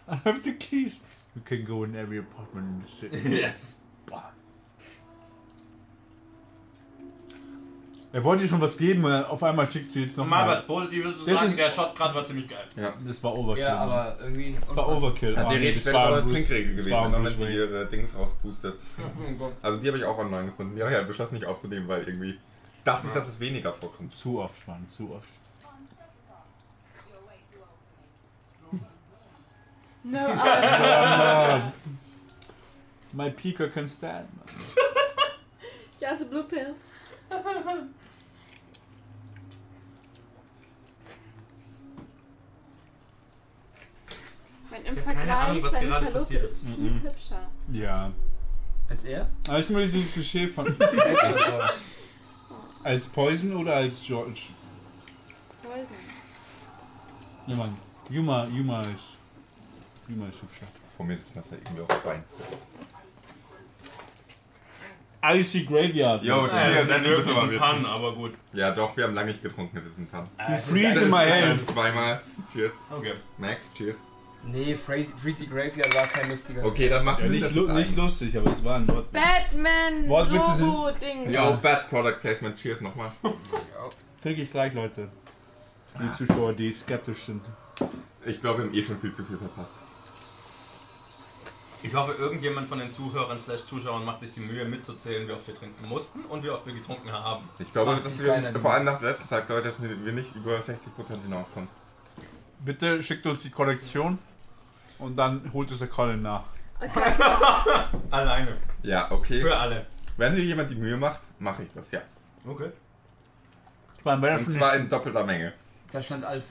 [SPEAKER 3] I have the keys. You can go in every apartment in the city.
[SPEAKER 12] Yes.
[SPEAKER 3] Er wollte ihr schon was geben, äh, auf einmal schickt sie jetzt
[SPEAKER 12] Mal
[SPEAKER 3] nochmal.
[SPEAKER 12] was Positives zu
[SPEAKER 3] Das
[SPEAKER 12] sagen,
[SPEAKER 3] ist-
[SPEAKER 12] der Shot gerade war ziemlich geil.
[SPEAKER 3] Das war Overkill.
[SPEAKER 4] Ja,
[SPEAKER 3] Mann.
[SPEAKER 4] aber irgendwie.
[SPEAKER 3] das war Overkill.
[SPEAKER 1] Hat
[SPEAKER 3] Ah,
[SPEAKER 1] die
[SPEAKER 3] nee,
[SPEAKER 1] Rede
[SPEAKER 3] das
[SPEAKER 1] wäre
[SPEAKER 3] war
[SPEAKER 1] aber
[SPEAKER 3] Bruce-
[SPEAKER 1] Trinkregel
[SPEAKER 3] das
[SPEAKER 1] gewesen,
[SPEAKER 3] war
[SPEAKER 1] immer wenn
[SPEAKER 3] Bruce
[SPEAKER 1] sie
[SPEAKER 3] Wayne.
[SPEAKER 1] ihre Dings rauspustet. Also die habe ich auch online gefunden. Die habe ich halt beschlossen nicht aufzunehmen, weil irgendwie dachte ich, dass es weniger vorkommt.
[SPEAKER 3] Zu oft, Mann, zu oft.
[SPEAKER 5] No,
[SPEAKER 3] Oh,
[SPEAKER 5] I-
[SPEAKER 3] My Pika can stand. Mann.
[SPEAKER 5] just a blue pill. Wenn im
[SPEAKER 12] habe keine Ahnung,
[SPEAKER 5] Vergleich
[SPEAKER 12] was
[SPEAKER 5] seine
[SPEAKER 12] gerade
[SPEAKER 5] Verlobte
[SPEAKER 12] passiert
[SPEAKER 5] ist viel hübscher.
[SPEAKER 3] Ja.
[SPEAKER 4] Als er?
[SPEAKER 3] Aber ist immer dieses Klischee von. als Poison oder als George?
[SPEAKER 5] Poison.
[SPEAKER 3] Ja, Mann. Yuma, Yuma ist. Yuma ist hübscher.
[SPEAKER 1] Vor mir sitzt das ja irgendwie auf dem Bein.
[SPEAKER 3] Icy Graveyard.
[SPEAKER 1] Jo,
[SPEAKER 12] Ja,
[SPEAKER 1] cheers, jetzt
[SPEAKER 12] wirklich
[SPEAKER 1] müssen wir
[SPEAKER 12] ein
[SPEAKER 1] mal
[SPEAKER 12] Pan, aber gut.
[SPEAKER 1] Ja doch, wir haben lange nicht getrunken, es ist ein paar.
[SPEAKER 3] You freeze in my hand.
[SPEAKER 1] Zweimal. Cheers.
[SPEAKER 12] Okay.
[SPEAKER 1] Max, cheers.
[SPEAKER 4] Nee, Freezy, Freezy Graveyard war kein lustiger.
[SPEAKER 1] Okay, das macht
[SPEAKER 3] Ja,
[SPEAKER 1] Sinn.
[SPEAKER 3] nicht, lu
[SPEAKER 1] dass
[SPEAKER 3] nicht
[SPEAKER 1] es ein-
[SPEAKER 3] lustig, aber es war ein Wort.
[SPEAKER 5] Batman Oh
[SPEAKER 3] Wortwitze sind-
[SPEAKER 5] Logo Ding.
[SPEAKER 1] Jo, Bad Product Placement, cheers nochmal.
[SPEAKER 3] Trinke ich gleich, Leute. Die Zuschauer, die skeptisch sind.
[SPEAKER 1] Ich glaube, wir haben eh schon viel zu viel verpasst.
[SPEAKER 12] Ich hoffe, irgendjemand von den Zuhörern slash Zuschauern macht sich die Mühe mitzuzählen, wie oft wir trinken mussten und wie oft wir getrunken haben.
[SPEAKER 1] Ich glaube,
[SPEAKER 4] Macht
[SPEAKER 1] dass
[SPEAKER 4] sich
[SPEAKER 1] wir
[SPEAKER 4] keiner die
[SPEAKER 1] vor allem nach der letzten Zeit, Leute, dass wir wir nicht über 60% hinauskommen.
[SPEAKER 3] Bitte schickt uns die Kollektion und dann holt es der Colin nach.
[SPEAKER 5] Okay.
[SPEAKER 12] Alleine.
[SPEAKER 1] Ja, okay.
[SPEAKER 12] Für alle.
[SPEAKER 1] Wenn sich jemand die Mühe macht, mache ich das, ja.
[SPEAKER 12] Okay.
[SPEAKER 3] Ich meine, wenn er,
[SPEAKER 1] Und
[SPEAKER 3] schon
[SPEAKER 1] zwar
[SPEAKER 3] nicht,
[SPEAKER 1] in doppelter Menge.
[SPEAKER 4] Da stand Alf.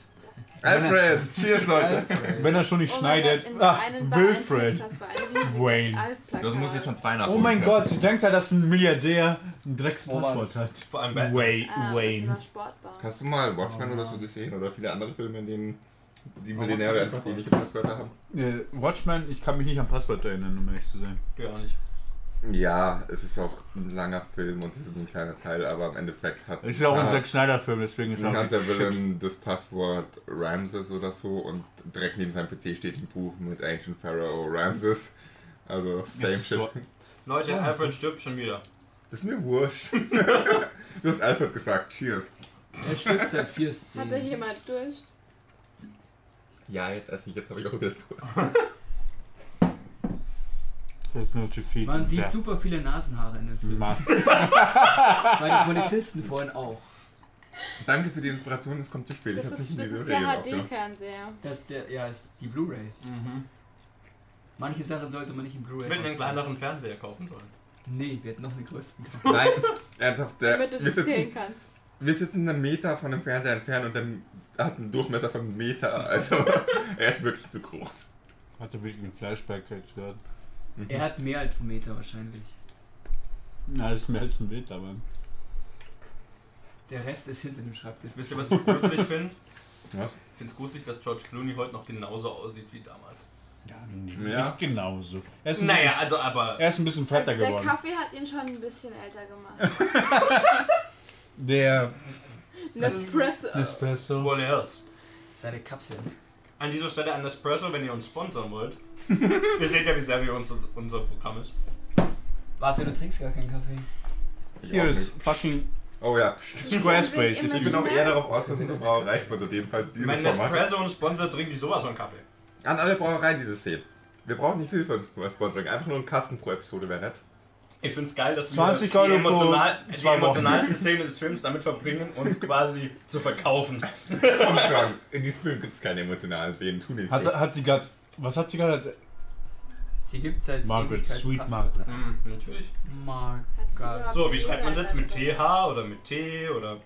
[SPEAKER 1] Alfred, cheers, Leute.
[SPEAKER 4] Alfred.
[SPEAKER 3] wenn er schon nicht
[SPEAKER 5] Oh mein Gott,
[SPEAKER 3] schneidet.
[SPEAKER 5] in
[SPEAKER 3] Ah,
[SPEAKER 5] einem Ah. Bar in
[SPEAKER 3] Wilfred.
[SPEAKER 5] Texas war ein riesiges
[SPEAKER 3] Wayne.
[SPEAKER 5] Alf-Plakat.
[SPEAKER 1] Das muss jetzt schon zwei nach
[SPEAKER 3] Oh mein Gott, sie denkt ja, dass ein Milliardär ein Dreckspasswort hat.
[SPEAKER 12] Vor allem Batman.
[SPEAKER 3] Way,
[SPEAKER 5] Ah, von so
[SPEAKER 3] Wayne.
[SPEAKER 5] einer Sportbar.
[SPEAKER 1] Hast du mal Watchmen oder so gesehen? Oder viele andere Filme, in denen die Millionäre einfach die nicht Passwörter haben.
[SPEAKER 3] Äh, Watchmen, ich kann mich nicht an Passwörter erinnern, um ehrlich zu sein.
[SPEAKER 2] Geht auch nicht.
[SPEAKER 1] Ja, es ist auch ein langer Film und es ist ein kleiner Teil, aber im Endeffekt hat,
[SPEAKER 3] Es ist auch
[SPEAKER 1] hat,
[SPEAKER 3] ein Zack Schneider-Film, deswegen ist
[SPEAKER 1] hat
[SPEAKER 3] er
[SPEAKER 1] der Villain Ah. das Passwort Ramses oder so und direkt neben seinem PC steht ein Buch mit Ancient Pharaoh Ramses. Also same
[SPEAKER 3] Jetzt
[SPEAKER 1] shit.
[SPEAKER 3] so-
[SPEAKER 2] Leute, Alfred stirbt schon wieder.
[SPEAKER 1] Das ist mir wurscht. du hast Alfred gesagt. Cheers.
[SPEAKER 4] Er stirbt seit vier
[SPEAKER 5] Hat da
[SPEAKER 4] Szenen.
[SPEAKER 5] jemand Durst?
[SPEAKER 1] Ja, jetzt esse ich. Jetzt habe ich auch wieder Durst.
[SPEAKER 3] Das ist nur zu viel.
[SPEAKER 4] Man sieht super viele Nasenhaare in dem Film.
[SPEAKER 3] Maß.
[SPEAKER 4] Bei den Polizisten vorhin auch.
[SPEAKER 1] Danke für die Inspiration. Es kommt zu spät.
[SPEAKER 5] Das
[SPEAKER 1] ich habe
[SPEAKER 5] ist,
[SPEAKER 1] nicht
[SPEAKER 5] das
[SPEAKER 1] in die
[SPEAKER 5] ist
[SPEAKER 1] Serie
[SPEAKER 5] der
[SPEAKER 1] gedacht.
[SPEAKER 5] HD-Fernseher.
[SPEAKER 1] Äh,
[SPEAKER 4] Das der, ja, ist die Blu-ray.
[SPEAKER 2] Mhm.
[SPEAKER 4] Manche Sachen sollte man nicht im Blu-ray.
[SPEAKER 2] Wir hätten einen
[SPEAKER 4] ausprobieren.
[SPEAKER 2] kleineren Fernseher kaufen sollen.
[SPEAKER 4] Nee, wir hätten noch eine größten. gekauft.
[SPEAKER 1] Nein, ernsthaft. Der,
[SPEAKER 5] Damit du
[SPEAKER 1] wir,
[SPEAKER 5] das zählen
[SPEAKER 1] sitzen,
[SPEAKER 5] kannst.
[SPEAKER 1] wir sitzen einen Meter von dem Fernseher entfernt und der hat einen Durchmesser von einem Meter. Also er ist wirklich zu groß.
[SPEAKER 3] Hatte wirklich einen Flashback jetzt gehört.
[SPEAKER 4] Er hat mehr als einen Meter wahrscheinlich.
[SPEAKER 3] Na, das ist mir jetzt ein Bild, aber.
[SPEAKER 4] Der Rest ist hinter dem Schreibtisch.
[SPEAKER 2] Wisst ihr, was ich gruselig finde?
[SPEAKER 3] Was?
[SPEAKER 2] Ich finde es gruselig, dass George Clooney heute noch genauso aussieht wie damals.
[SPEAKER 3] Ja, nee,
[SPEAKER 1] Ja.
[SPEAKER 3] nicht genauso. Er ist ein
[SPEAKER 2] Naja, also aber.
[SPEAKER 3] bisschen, er ist ein bisschen fetter
[SPEAKER 5] Also der
[SPEAKER 3] geworden.
[SPEAKER 5] Kaffee hat ihn schon ein bisschen älter gemacht.
[SPEAKER 3] Der
[SPEAKER 2] Ähm,
[SPEAKER 5] Nespresso.
[SPEAKER 3] Espresso.
[SPEAKER 2] What else?
[SPEAKER 4] Seine Kapsel. ne?
[SPEAKER 2] An dieser Stelle an Espresso, wenn ihr uns sponsern wollt. ihr seht ja, wie seriös unser, unser Programm ist.
[SPEAKER 4] Warte, du trinkst gar keinen Kaffee.
[SPEAKER 1] Ich
[SPEAKER 3] Hier
[SPEAKER 1] auch
[SPEAKER 3] ist
[SPEAKER 1] nicht.
[SPEAKER 3] fucking
[SPEAKER 1] Oh ja.
[SPEAKER 3] Squarespace.
[SPEAKER 5] Ich
[SPEAKER 1] Ich bin auch eher darauf aus, dass unsere Brauerei sponsert. Jedenfalls dieses
[SPEAKER 2] Wenn
[SPEAKER 1] Format.
[SPEAKER 2] Espresso uns sponsert, trinke ich sowas von Kaffee.
[SPEAKER 1] An alle Brauereien dieses sehen. Wir brauchen nicht viel von Sponsoring. Einfach nur einen Kasten pro Episode wäre nett.
[SPEAKER 2] Ich finde es geil, dass wir
[SPEAKER 3] 20
[SPEAKER 2] die,
[SPEAKER 3] Euro pro
[SPEAKER 2] emotional, die
[SPEAKER 3] zwei Wochen.
[SPEAKER 2] emotionalste Szene des Films damit verbringen, uns quasi zu verkaufen.
[SPEAKER 1] Und schon, in diesem Film gibt es keine emotionalen Szenen. Tun nichts.
[SPEAKER 3] Hat, hat sie gerade. Was hat sie gerade als.
[SPEAKER 4] Sie gibt seit
[SPEAKER 3] Margaret,
[SPEAKER 4] Ewigkeiten
[SPEAKER 3] sweet
[SPEAKER 4] Passwörter.
[SPEAKER 2] Hm, natürlich.
[SPEAKER 4] Margaret.
[SPEAKER 2] So, wie schreibt man es jetzt? Mit TH oder mit T oder.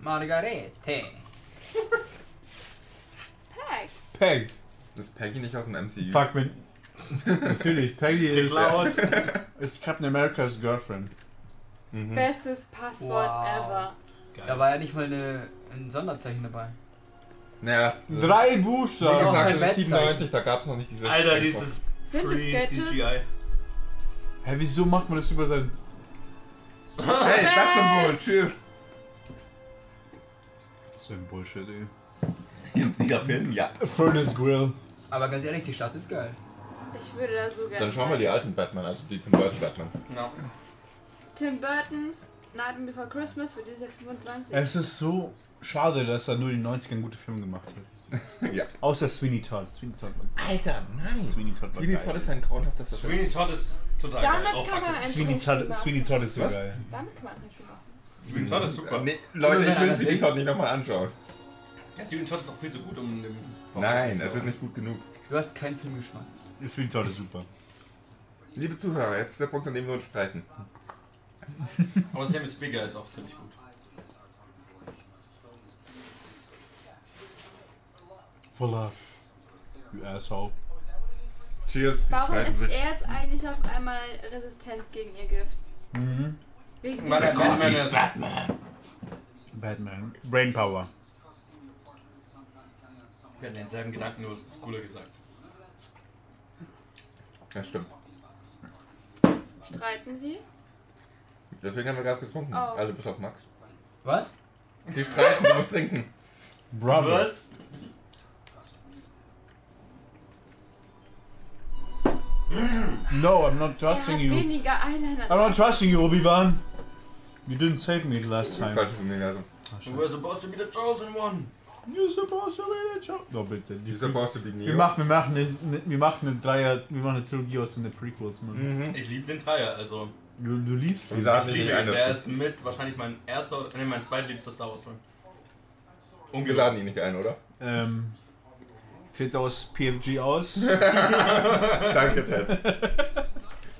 [SPEAKER 4] Margarete.
[SPEAKER 5] Pack.
[SPEAKER 3] Peg.
[SPEAKER 1] Ist Peggy nicht aus dem MCU?
[SPEAKER 3] Fuck me. Natürlich, Peggy ist,
[SPEAKER 2] Geklaut?
[SPEAKER 3] ist Captain America's Girlfriend.
[SPEAKER 2] Mhm.
[SPEAKER 5] Bestes Passwort
[SPEAKER 4] Wow.
[SPEAKER 5] ever.
[SPEAKER 4] Da war ja nicht mal eine, ein Sonderzeichen dabei.
[SPEAKER 1] Naja. das-
[SPEAKER 3] Drei
[SPEAKER 1] Wie
[SPEAKER 3] Buchstaben.
[SPEAKER 4] auch
[SPEAKER 1] gesagt,
[SPEAKER 4] kein
[SPEAKER 1] das ist
[SPEAKER 4] Wettzeichen.
[SPEAKER 1] 97, da gab es noch nicht diese.
[SPEAKER 2] Alter, dieses
[SPEAKER 5] Sind es
[SPEAKER 2] Pre-CGI.
[SPEAKER 5] Gadgets?
[SPEAKER 3] Hä, wieso macht man das über sein.
[SPEAKER 1] Hey, Platzsymbol, tschüss.
[SPEAKER 3] Das ist ein Bullshit, ey.
[SPEAKER 1] Dieser Film, ja.
[SPEAKER 3] Furnace Grill.
[SPEAKER 4] Aber ganz ehrlich, die Stadt ist geil.
[SPEAKER 5] Ich würde da so gerne.
[SPEAKER 1] alten Batman, also die Tim Burton Batman.
[SPEAKER 2] No.
[SPEAKER 5] Tim Burton's Night Before Christmas für diese 25.
[SPEAKER 3] Es ist so schade, dass er nur in den 90ern gute Filme gemacht hat.
[SPEAKER 1] Ja.
[SPEAKER 3] Außer Sweeney Todd. Sweeney Todd war
[SPEAKER 1] Alter, nein.
[SPEAKER 3] Sweeney Todd war
[SPEAKER 1] Sweeney
[SPEAKER 3] geil.
[SPEAKER 1] Todd ist ein grauenhaftes
[SPEAKER 2] Sweeney Todd ist total geil.
[SPEAKER 5] Damit
[SPEAKER 2] Oh,
[SPEAKER 5] kann
[SPEAKER 2] fuck.
[SPEAKER 5] man
[SPEAKER 2] das-
[SPEAKER 5] einen
[SPEAKER 3] Sweeney
[SPEAKER 5] Trinkspiel
[SPEAKER 3] Todd,
[SPEAKER 5] machen.
[SPEAKER 3] Sweeney Todd ist so
[SPEAKER 1] Was?
[SPEAKER 3] geil.
[SPEAKER 5] Damit kann man einen Trinkspiel machen.
[SPEAKER 2] Sweeney Todd ist super.
[SPEAKER 1] Nee, Leute,
[SPEAKER 4] Wenn
[SPEAKER 1] ich
[SPEAKER 4] einer
[SPEAKER 1] will Sweeney
[SPEAKER 4] singt.
[SPEAKER 1] Todd nicht nochmal anschauen.
[SPEAKER 2] Ja, Sweeney Todd ist auch viel zu gut, um dem.
[SPEAKER 1] Nein, es ist nicht gut genug.
[SPEAKER 4] Du hast keinen Filmgeschmack.
[SPEAKER 3] Sweeney Todd ist super.
[SPEAKER 1] Liebe Zuhörer, jetzt ist der Punkt, an dem wir uns streiten.
[SPEAKER 2] Aber Sam ist bigger ist auch ziemlich gut.
[SPEAKER 3] Voller. You asshole.
[SPEAKER 1] Cheers. die
[SPEAKER 5] Warum
[SPEAKER 1] streiten
[SPEAKER 5] ist
[SPEAKER 1] sich.
[SPEAKER 5] er jetzt eigentlich auf einmal resistent gegen ihr Gift?
[SPEAKER 2] Mhm.
[SPEAKER 5] Wegen
[SPEAKER 2] Weil der Batman
[SPEAKER 1] ist
[SPEAKER 2] ist.
[SPEAKER 3] Batman. Brainpower.
[SPEAKER 2] Wir hatten denselben Gedanken, nur es ist cooler gesagt.
[SPEAKER 1] Ja, stimmt.
[SPEAKER 5] streiten sie?
[SPEAKER 1] Deswegen haben wir gerade getrunken.
[SPEAKER 5] Oh.
[SPEAKER 1] Also bis auf Max.
[SPEAKER 4] Was?
[SPEAKER 1] Die streiten, du musst trinken.
[SPEAKER 3] Brother.
[SPEAKER 2] Was?
[SPEAKER 3] No, I'm not
[SPEAKER 5] Er hat
[SPEAKER 3] trusting you.
[SPEAKER 5] weniger Eyeliner.
[SPEAKER 3] I'm not trusting you, Obi-Wan. You didn't save me the last time.
[SPEAKER 1] Falsches Universum.
[SPEAKER 2] We were supposed to be the chosen one.
[SPEAKER 3] You're supposed to be the job. No, bitte. Die-
[SPEAKER 1] You're supposed to be
[SPEAKER 3] Wir
[SPEAKER 1] Neo.
[SPEAKER 3] machen, wir machen eine, wir machen eine Dreier, wir machen eine Trilogie aus den Prequels, Mann.
[SPEAKER 1] Mhm.
[SPEAKER 2] Ich liebe den Dreier, also.
[SPEAKER 3] Du, du liebst
[SPEAKER 1] Und
[SPEAKER 3] sie.
[SPEAKER 1] da
[SPEAKER 2] Ich
[SPEAKER 1] hat
[SPEAKER 2] liebe
[SPEAKER 1] nicht
[SPEAKER 2] ihn. Der
[SPEAKER 1] ein.
[SPEAKER 2] ist mit wahrscheinlich mein erster, oder- nee, mein zweitliebster Star Wars-Film.
[SPEAKER 1] Wir
[SPEAKER 2] Ungelogen.
[SPEAKER 1] laden ihn nicht ein, oder?
[SPEAKER 3] Ähm, fällt aus PFG aus.
[SPEAKER 1] Danke, Ted.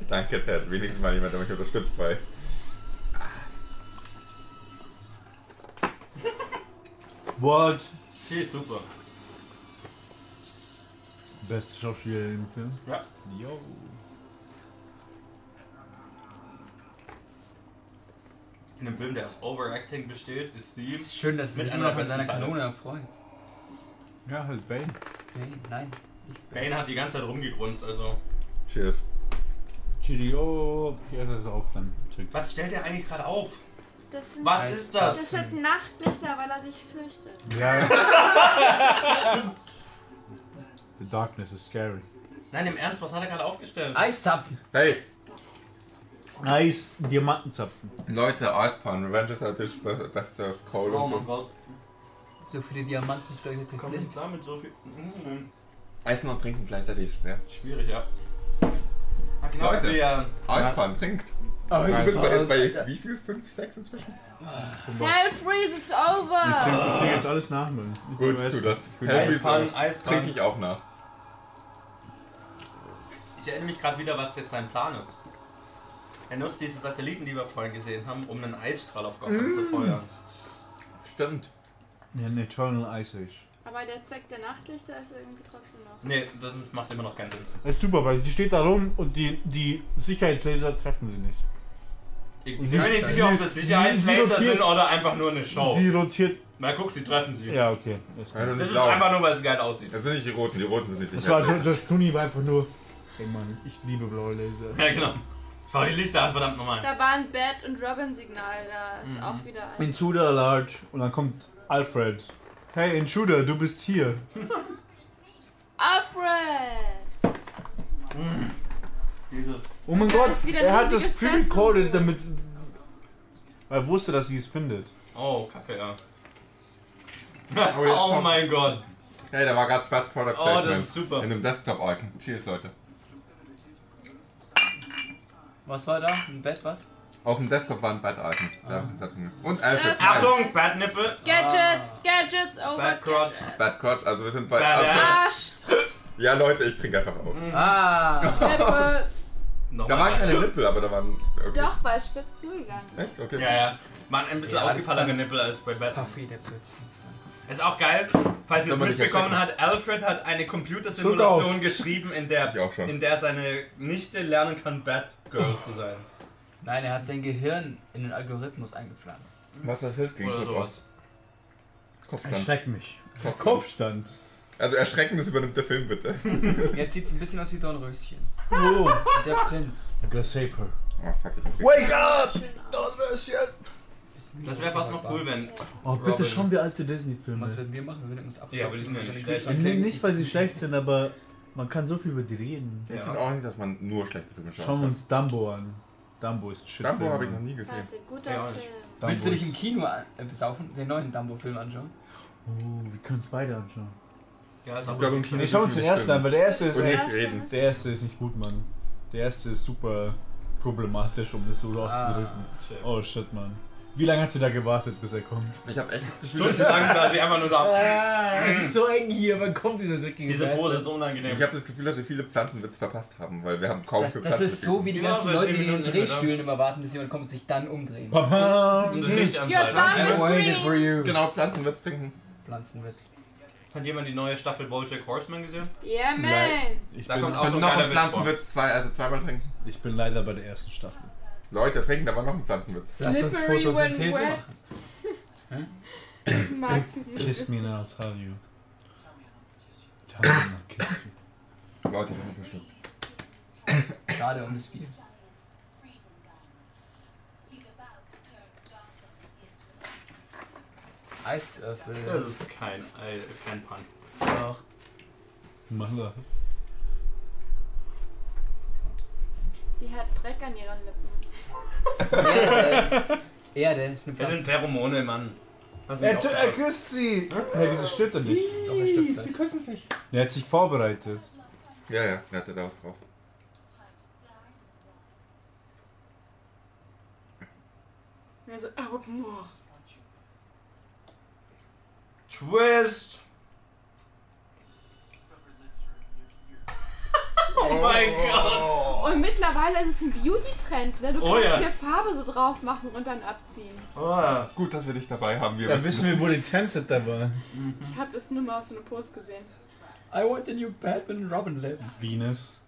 [SPEAKER 1] Danke, Ted. Wenigstens mal jemand, der mich unterstützt bei.
[SPEAKER 3] What?
[SPEAKER 2] Sie ist super.
[SPEAKER 3] Beste Schauspieler im Film.
[SPEAKER 2] Ja.
[SPEAKER 3] Yo.
[SPEAKER 2] In einem Film, der aus Overacting besteht, ist sie
[SPEAKER 4] Ist schön, dass
[SPEAKER 2] Mit
[SPEAKER 4] sich
[SPEAKER 2] einer
[SPEAKER 4] jemand von
[SPEAKER 2] festen
[SPEAKER 4] seiner
[SPEAKER 2] Teile.
[SPEAKER 4] Kanone erfreut.
[SPEAKER 3] Ja, halt Bane.
[SPEAKER 4] Bane, nein. Nicht
[SPEAKER 2] Bane hat die ganze Zeit rumgegrunzt, also.
[SPEAKER 1] Cheers.
[SPEAKER 3] Chilio, ja, das ist auch dann zurück.
[SPEAKER 2] Was stellt er eigentlich gerade auf?
[SPEAKER 5] Das sind,
[SPEAKER 2] Was ist das?
[SPEAKER 5] das sind Nachtlichter, weil er sich fürchtet.
[SPEAKER 3] The darkness is scary.
[SPEAKER 2] Nein, im Ernst, was hat er gerade aufgestellt?
[SPEAKER 4] Eiszapfen.
[SPEAKER 1] Hey,
[SPEAKER 3] Eis, Diamantenzapfen.
[SPEAKER 1] Leute, Eispun, Revenge halt is a dish best best served cold
[SPEAKER 2] Oh
[SPEAKER 1] und
[SPEAKER 2] mein
[SPEAKER 1] so.
[SPEAKER 2] Gott,
[SPEAKER 4] So viele Diamanten, ich glaube, ich
[SPEAKER 2] komm
[SPEAKER 4] hätte
[SPEAKER 2] nicht klar mit so viel. Mm,
[SPEAKER 1] Essen und Trinken gleichzeitig, ja.
[SPEAKER 2] schwierig, ja. Ah, genau,
[SPEAKER 1] Leute.
[SPEAKER 2] wir-
[SPEAKER 1] Eispun, trinkt. Ich bin bei, bei wie viel? 5, 6 inzwischen?
[SPEAKER 5] Self-Freeze is
[SPEAKER 3] Ich
[SPEAKER 5] over!
[SPEAKER 3] trinke jetzt alles nach, Mann. Ich
[SPEAKER 1] Gut,
[SPEAKER 3] weiß-
[SPEAKER 1] tu das.
[SPEAKER 2] Eispan,
[SPEAKER 1] Eispan
[SPEAKER 2] Eispan.
[SPEAKER 1] trinke ich auch nach.
[SPEAKER 2] Ich erinnere mich gerade wieder, was jetzt sein Plan ist. Er nutzt diese Satelliten, die wir vorhin gesehen haben, um einen Eisstrahl auf Gotham zu feuern.
[SPEAKER 1] Stimmt.
[SPEAKER 3] Ja, ein Eternal Ice Age.
[SPEAKER 5] Aber der Zweck der Nachtlichter ist irgendwie trotzdem noch.
[SPEAKER 2] Nee, das ist- macht immer noch keinen Sinn.
[SPEAKER 3] Das ist super, weil sie steht da rum und die, die Sicherheitslaser treffen sie nicht.
[SPEAKER 2] Ich
[SPEAKER 3] Sie-
[SPEAKER 2] bin mir nicht
[SPEAKER 3] sie-
[SPEAKER 2] sicher, ob das
[SPEAKER 3] sie-
[SPEAKER 2] Sicherheitslaser
[SPEAKER 3] sie notiert-
[SPEAKER 2] sind oder einfach nur eine Show.
[SPEAKER 3] Sie rotiert.
[SPEAKER 2] Mal guck, sie treffen sie.
[SPEAKER 3] Ja, okay. Ist
[SPEAKER 1] Also
[SPEAKER 2] Das
[SPEAKER 1] nicht
[SPEAKER 2] ist
[SPEAKER 1] blau.
[SPEAKER 2] einfach nur, weil es geil aussieht.
[SPEAKER 1] Das sind nicht die roten, die roten sind nicht
[SPEAKER 3] Das
[SPEAKER 1] sicher.
[SPEAKER 3] war Josh Clooney war einfach nur. Ey Mann, ich liebe blaue Laser.
[SPEAKER 2] Ja, genau. Schau die Lichter an, verdammt nochmal.
[SPEAKER 5] Da war ein Bat- und Robin-Signal, da
[SPEAKER 2] Mhm.
[SPEAKER 5] ist auch wieder ein.
[SPEAKER 3] Intruder Alert. Und dann kommt Alfred. Hey Intruder, du bist hier.
[SPEAKER 5] Alfred!
[SPEAKER 2] Dieses.
[SPEAKER 3] Oh mein
[SPEAKER 5] Da
[SPEAKER 3] Gott,
[SPEAKER 5] ist wieder ein
[SPEAKER 3] er hat das
[SPEAKER 5] riesiges
[SPEAKER 3] pre-recorded,
[SPEAKER 5] Fernsehbild.
[SPEAKER 3] damit. Weil er wusste, dass sie es findet.
[SPEAKER 2] Oh, kacke, ja.
[SPEAKER 1] Oh, jetzt
[SPEAKER 2] oh
[SPEAKER 1] kommt-
[SPEAKER 2] mein Gott.
[SPEAKER 1] Hey, da war gerade Bad Product
[SPEAKER 2] Oh,
[SPEAKER 1] Placement.
[SPEAKER 2] das ist super.
[SPEAKER 1] In dem Desktop-Icon. Cheers, Leute.
[SPEAKER 4] Was war da? Ein Bett, was?
[SPEAKER 1] Auf dem Desktop war ein Bad-Icon.
[SPEAKER 3] Ah.
[SPEAKER 1] Ja, das- Und Alfred.
[SPEAKER 2] Achtung, Bad Nippel.
[SPEAKER 5] Gadgets, Gadgets, over
[SPEAKER 2] Ah. Bad Crotch.
[SPEAKER 5] Gadgets.
[SPEAKER 1] Bad Crotch, also wir sind bei.
[SPEAKER 2] Bad Ass. Mhm.
[SPEAKER 5] Arsch,
[SPEAKER 1] ja, Leute, ich trinke einfach auf.
[SPEAKER 3] Mhm.
[SPEAKER 4] Ah!
[SPEAKER 5] Nippels.
[SPEAKER 1] Da waren keine Nippel, aber da waren. Okay.
[SPEAKER 5] Doch, weil es spitz zugegangen.
[SPEAKER 1] Echt? Okay.
[SPEAKER 2] Ja, ja. Man, ein bisschen
[SPEAKER 4] Ja, das
[SPEAKER 2] ausgefallenere
[SPEAKER 4] kann-
[SPEAKER 2] Nippel als bei Bad.
[SPEAKER 4] Kaffee, der plötzlich.
[SPEAKER 2] Ist auch geil, falls ihr
[SPEAKER 1] Soll
[SPEAKER 2] es
[SPEAKER 1] man nicht
[SPEAKER 2] mitbekommen
[SPEAKER 1] erschrecken.
[SPEAKER 2] habt, Alfred hat eine
[SPEAKER 3] Guck
[SPEAKER 2] Computersimulation geschrieben, in der,
[SPEAKER 1] Ich auch schon.
[SPEAKER 2] in der seine Nichte lernen kann, Batgirl zu sein.
[SPEAKER 4] Nein, er hat sein Gehirn in den Algorithmus eingepflanzt.
[SPEAKER 1] Was das hilft gegen
[SPEAKER 2] Oder
[SPEAKER 1] Kopf.
[SPEAKER 2] sowas.
[SPEAKER 1] Kopfstand.
[SPEAKER 3] Erschreck mich.
[SPEAKER 1] Kopfstand.
[SPEAKER 3] Kopfstand.
[SPEAKER 1] Also Erschreckendes übernimmt der Film bitte.
[SPEAKER 4] Jetzt sieht es ein bisschen aus wie Dornröschen.
[SPEAKER 3] Oh.
[SPEAKER 4] Und Der Prinz.
[SPEAKER 3] I gotta save her.
[SPEAKER 1] Ah, fuck, ich hab-
[SPEAKER 3] Wake up!
[SPEAKER 5] Schön aus.
[SPEAKER 4] Bisschen wie
[SPEAKER 2] Das wäre fast noch cool, wenn.
[SPEAKER 3] Oh, bitte
[SPEAKER 2] Robin.
[SPEAKER 3] schauen wir alte
[SPEAKER 4] Was
[SPEAKER 3] Disney-Filme. Äh,
[SPEAKER 4] würden wir machen? Wir würden uns ab
[SPEAKER 2] Ja, aber die sind ja nicht schlecht.
[SPEAKER 3] Nee, nicht, weil sie schlecht sind, aber man kann so viel über die reden.
[SPEAKER 1] Ich
[SPEAKER 2] Ja.
[SPEAKER 1] finde auch nicht, dass man nur schlechte Filme schaut.
[SPEAKER 3] Schauen wir uns Dumbo an. Dumbo ist shit.
[SPEAKER 1] Dumbo habe ich noch nie gesehen.
[SPEAKER 5] Warte, guter
[SPEAKER 2] Ja, ich-
[SPEAKER 5] Film.
[SPEAKER 3] Dumbo
[SPEAKER 4] Willst du dich
[SPEAKER 3] ist-
[SPEAKER 4] im Kino an- äh, besaufen? Den neuen Dumbo-Film anschauen?
[SPEAKER 3] Oh, wir können es beide anschauen.
[SPEAKER 2] Ja,
[SPEAKER 1] Ich glaube, im Kino
[SPEAKER 3] Wir schauen uns
[SPEAKER 1] sind
[SPEAKER 3] den
[SPEAKER 1] viele
[SPEAKER 3] ersten an, weil
[SPEAKER 1] Filme.
[SPEAKER 3] der erste ist.
[SPEAKER 1] Und
[SPEAKER 5] Der
[SPEAKER 1] nicht
[SPEAKER 5] erste
[SPEAKER 1] reden.
[SPEAKER 5] ist-
[SPEAKER 3] Der erste ist nicht gut, Mann. Der erste ist super problematisch, um das so
[SPEAKER 2] Ah,
[SPEAKER 3] auszudrücken. Oh shit, Mann. Wie lange hat sie da gewartet, bis er kommt?
[SPEAKER 1] Ich habe echt das Gefühl, dass ich,
[SPEAKER 2] Stundenlang saß ich einfach nur da.
[SPEAKER 3] Ah, es ist so eng hier. Wann kommt dieser dreckige
[SPEAKER 2] Diese Pose ist unangenehm.
[SPEAKER 1] ich hab das Gefühl, dass wir viele Pflanzenwitze verpasst haben, weil wir haben kaum
[SPEAKER 4] Das,
[SPEAKER 1] für
[SPEAKER 4] das ist so wie die
[SPEAKER 2] Genau,
[SPEAKER 4] ganzen
[SPEAKER 2] so ist
[SPEAKER 4] Leute, die
[SPEAKER 2] zehn
[SPEAKER 4] in den
[SPEAKER 2] Minuten, oder?
[SPEAKER 4] Drehstühlen immer warten, bis jemand kommt und sich dann umdrehen.
[SPEAKER 3] Papa!
[SPEAKER 2] Und Um das Licht
[SPEAKER 5] Your
[SPEAKER 2] anschalten.
[SPEAKER 5] thumb is green.
[SPEAKER 1] Pflanzenwitz-
[SPEAKER 4] you.
[SPEAKER 1] Genau, Pflanzenwitz trinken.
[SPEAKER 4] Pflanzenwitz.
[SPEAKER 2] Hat jemand die neue Staffel Bojack Horseman gesehen?
[SPEAKER 5] Yeah, man.
[SPEAKER 3] Ich
[SPEAKER 2] Da
[SPEAKER 3] bin,
[SPEAKER 2] kommt auch so
[SPEAKER 1] Und
[SPEAKER 2] ein
[SPEAKER 1] Also noch ein
[SPEAKER 2] geiler Witz vor.
[SPEAKER 1] Pflanzenwitz, zwei, also zweimal trinken.
[SPEAKER 3] ich bin leider bei der ersten Staffel.
[SPEAKER 1] Leute, trinken, da war noch ein Pflanzenwitz.
[SPEAKER 4] Lass uns
[SPEAKER 5] Slippery when
[SPEAKER 4] Photosynthese
[SPEAKER 5] wet.
[SPEAKER 4] machen.
[SPEAKER 5] Ich mag sie süß.
[SPEAKER 3] Kiss me now, tell you. Tell me now, kiss me.
[SPEAKER 1] Leute, ich hab mich verschluckt.
[SPEAKER 4] Schade um das Bier. äh,
[SPEAKER 2] Das
[SPEAKER 4] Eiswürfel.
[SPEAKER 2] ist kein, äh, kein Pun.
[SPEAKER 4] Doch.
[SPEAKER 3] Mach doch.
[SPEAKER 5] Die hat Dreck an ihren Lippen.
[SPEAKER 4] Erde. Erde ist eine
[SPEAKER 2] Das
[SPEAKER 4] Pflanze.
[SPEAKER 2] sind Pheromone, Mann. Äh, Das
[SPEAKER 3] Er,
[SPEAKER 2] ist
[SPEAKER 3] tu-
[SPEAKER 2] auch
[SPEAKER 3] er
[SPEAKER 2] krass.
[SPEAKER 3] küsst sie! Hey, wieso stirbt er nicht?
[SPEAKER 4] Doch, er stirbt gleich.
[SPEAKER 1] küssen sich.
[SPEAKER 3] Er hat sich vorbereitet.
[SPEAKER 1] Ja, ja, er hatte da was drauf.
[SPEAKER 5] Also, Augen hoch.
[SPEAKER 2] Twist! Oh mein Gott!
[SPEAKER 5] Und mittlerweile ist es ein Beauty-Trend, ne? Du
[SPEAKER 2] Oh
[SPEAKER 5] kannst
[SPEAKER 2] ja.
[SPEAKER 5] dir Farbe so drauf machen und dann abziehen.
[SPEAKER 2] Oh.
[SPEAKER 1] Gut, dass wir dich dabei haben. Wir
[SPEAKER 3] Da wissen wir, wo die Trendsetter waren.
[SPEAKER 5] Ich hab das nur mal aus so einem Post gesehen.
[SPEAKER 4] I want a new Batman Robin Lips.
[SPEAKER 3] Venus.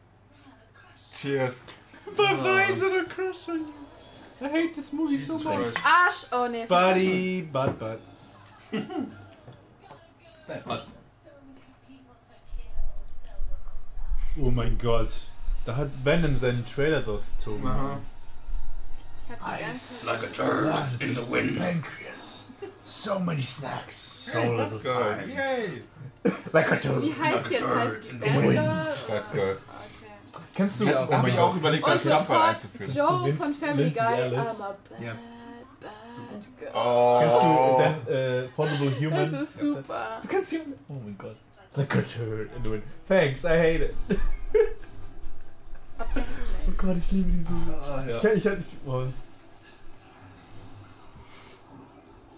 [SPEAKER 1] Cheers.
[SPEAKER 3] My vines are a crush on you. I hate this movie so
[SPEAKER 2] Jesus Christ.
[SPEAKER 5] Arsch! Oh nee, ist-
[SPEAKER 3] Buddy, bad, bad.
[SPEAKER 2] Bad Bud.
[SPEAKER 11] So many people to kill, so little time.
[SPEAKER 3] Oh mein Gott. Da hat Venom seinen Trailer draus gezogen.
[SPEAKER 2] Aha.
[SPEAKER 5] Ich hab die ganze
[SPEAKER 2] Like a turd in the wind.
[SPEAKER 3] Pancreas. So many snacks.
[SPEAKER 2] So little
[SPEAKER 1] Girl. Yay!
[SPEAKER 3] Like a turd.
[SPEAKER 5] Wie heißt die jetzt? Heißt die Bad
[SPEAKER 3] Wind.
[SPEAKER 5] Girl?
[SPEAKER 1] Bad Girl.
[SPEAKER 5] Okay.
[SPEAKER 3] Kennst du?
[SPEAKER 4] oh
[SPEAKER 1] Ja, habe ich auch überlegt,
[SPEAKER 5] Und
[SPEAKER 1] als Lampe
[SPEAKER 5] sofort
[SPEAKER 1] einzuführen.
[SPEAKER 5] Joe
[SPEAKER 3] Lindsay-
[SPEAKER 5] von Family
[SPEAKER 3] Lindsay
[SPEAKER 5] Guy. I'm
[SPEAKER 3] Ellis.
[SPEAKER 5] a bad,
[SPEAKER 2] Ja.
[SPEAKER 5] bad girl.
[SPEAKER 1] Oh.
[SPEAKER 3] Kennst du dann äh, Followable Human?
[SPEAKER 5] Das ist super.
[SPEAKER 3] Du kennst Human? Oh mein Gott. Like a turd in the wind. Thanks, I hate it. Oh Gott, ich liebe diese. Ich kann, ich, ich, oh.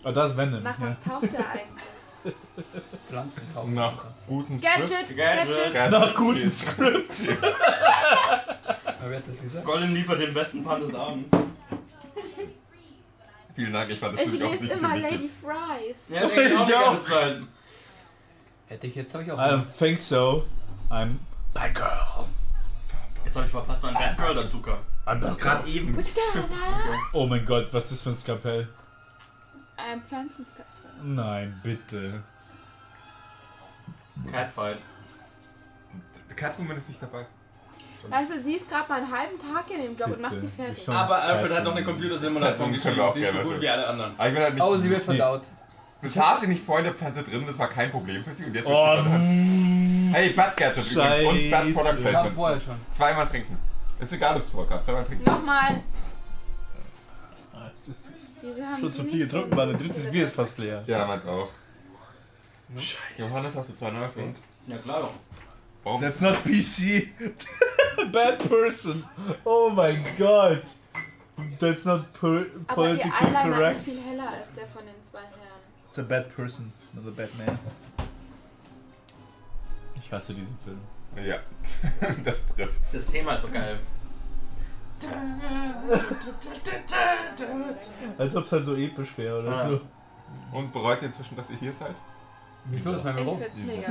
[SPEAKER 3] Ah, das ist Venom.
[SPEAKER 5] Nach
[SPEAKER 3] ja.
[SPEAKER 5] was taucht er eigentlich?
[SPEAKER 4] Pflanzentaucher.
[SPEAKER 1] Nach guten
[SPEAKER 5] Gadget, Gadget.
[SPEAKER 1] Nach guten
[SPEAKER 4] Aber wer hat das gesagt?
[SPEAKER 2] Golden liefert den besten Punt des Abends.
[SPEAKER 1] Vielen Dank, ich fand das
[SPEAKER 5] Ich
[SPEAKER 1] natürlich auch
[SPEAKER 5] lese
[SPEAKER 1] nicht
[SPEAKER 5] immer
[SPEAKER 1] für mich.
[SPEAKER 5] Lady Fries.
[SPEAKER 2] Ja, denke ich auch. die ganze Zeit.
[SPEAKER 4] Hätte ich jetzt euch auch.
[SPEAKER 3] I think so. I'm bad girl.
[SPEAKER 2] Jetzt habe ich verpasst, wann Bad Girl dazu kam.
[SPEAKER 3] I'm bad
[SPEAKER 2] Gerade eben.
[SPEAKER 5] Put it down.
[SPEAKER 3] Oh mein Gott, was ist das für ein Skapell?
[SPEAKER 5] Ein Pflanzenskapell.
[SPEAKER 3] Nein, bitte.
[SPEAKER 2] Catfight.
[SPEAKER 1] Catwoman ist nicht dabei.
[SPEAKER 5] Weißt du, sie ist gerade mal einen halben Tag in dem Job und macht
[SPEAKER 3] Bitte,
[SPEAKER 5] sie fertig.
[SPEAKER 3] ich weiß.
[SPEAKER 2] Aber Alfred hat noch eine Computersimulation
[SPEAKER 1] Catwoman können
[SPEAKER 2] geschrieben.
[SPEAKER 1] wir auch
[SPEAKER 2] Sie ist so
[SPEAKER 1] gerne
[SPEAKER 2] gut
[SPEAKER 1] schon.
[SPEAKER 2] wie alle anderen.
[SPEAKER 1] Aber ich will halt nicht.
[SPEAKER 4] Oh, sie wird verdaut.
[SPEAKER 1] Bisher saß sie nicht vor in der Pflanze drin, das war kein Problem für sie. Und jetzt
[SPEAKER 3] Oh,
[SPEAKER 1] wird sie verdaut. Hey, Bad Gadget übrigens und Bad Product
[SPEAKER 3] Scheiße.
[SPEAKER 4] Ich war vorher
[SPEAKER 1] Placement.
[SPEAKER 4] schon.
[SPEAKER 1] Zweimal trinken. Ist egal, ob es Tor gab, zweimal trinken.
[SPEAKER 5] Nochmal. Wieso haben
[SPEAKER 3] Ah, schon
[SPEAKER 5] die
[SPEAKER 3] zu viel
[SPEAKER 5] nicht so
[SPEAKER 3] getrunken, weil
[SPEAKER 5] eine
[SPEAKER 3] mein drittes
[SPEAKER 5] coole
[SPEAKER 3] Bier ist fast leer.
[SPEAKER 1] Ja, meins auch. Johannes, hast du zwei neue für uns?
[SPEAKER 2] Ja klar doch.
[SPEAKER 1] Warum?
[SPEAKER 3] That's not PC. bad person. Oh mein Gott. That's not po
[SPEAKER 5] Aber ihr
[SPEAKER 3] politically
[SPEAKER 5] Eyeliner ist
[SPEAKER 3] correct.
[SPEAKER 5] viel heller als der von den zwei Herren.
[SPEAKER 3] It's a bad person, not a bad man. Ich hasse diesen Film.
[SPEAKER 1] Ja, das trifft.
[SPEAKER 2] Das Thema ist so geil.
[SPEAKER 3] Als ob es halt so episch wäre oder
[SPEAKER 2] Ah.
[SPEAKER 3] so.
[SPEAKER 1] Und bereut ihr inzwischen, dass ihr hier seid?
[SPEAKER 4] Wieso ist mein
[SPEAKER 5] Ich
[SPEAKER 4] Büro?
[SPEAKER 5] find's mega.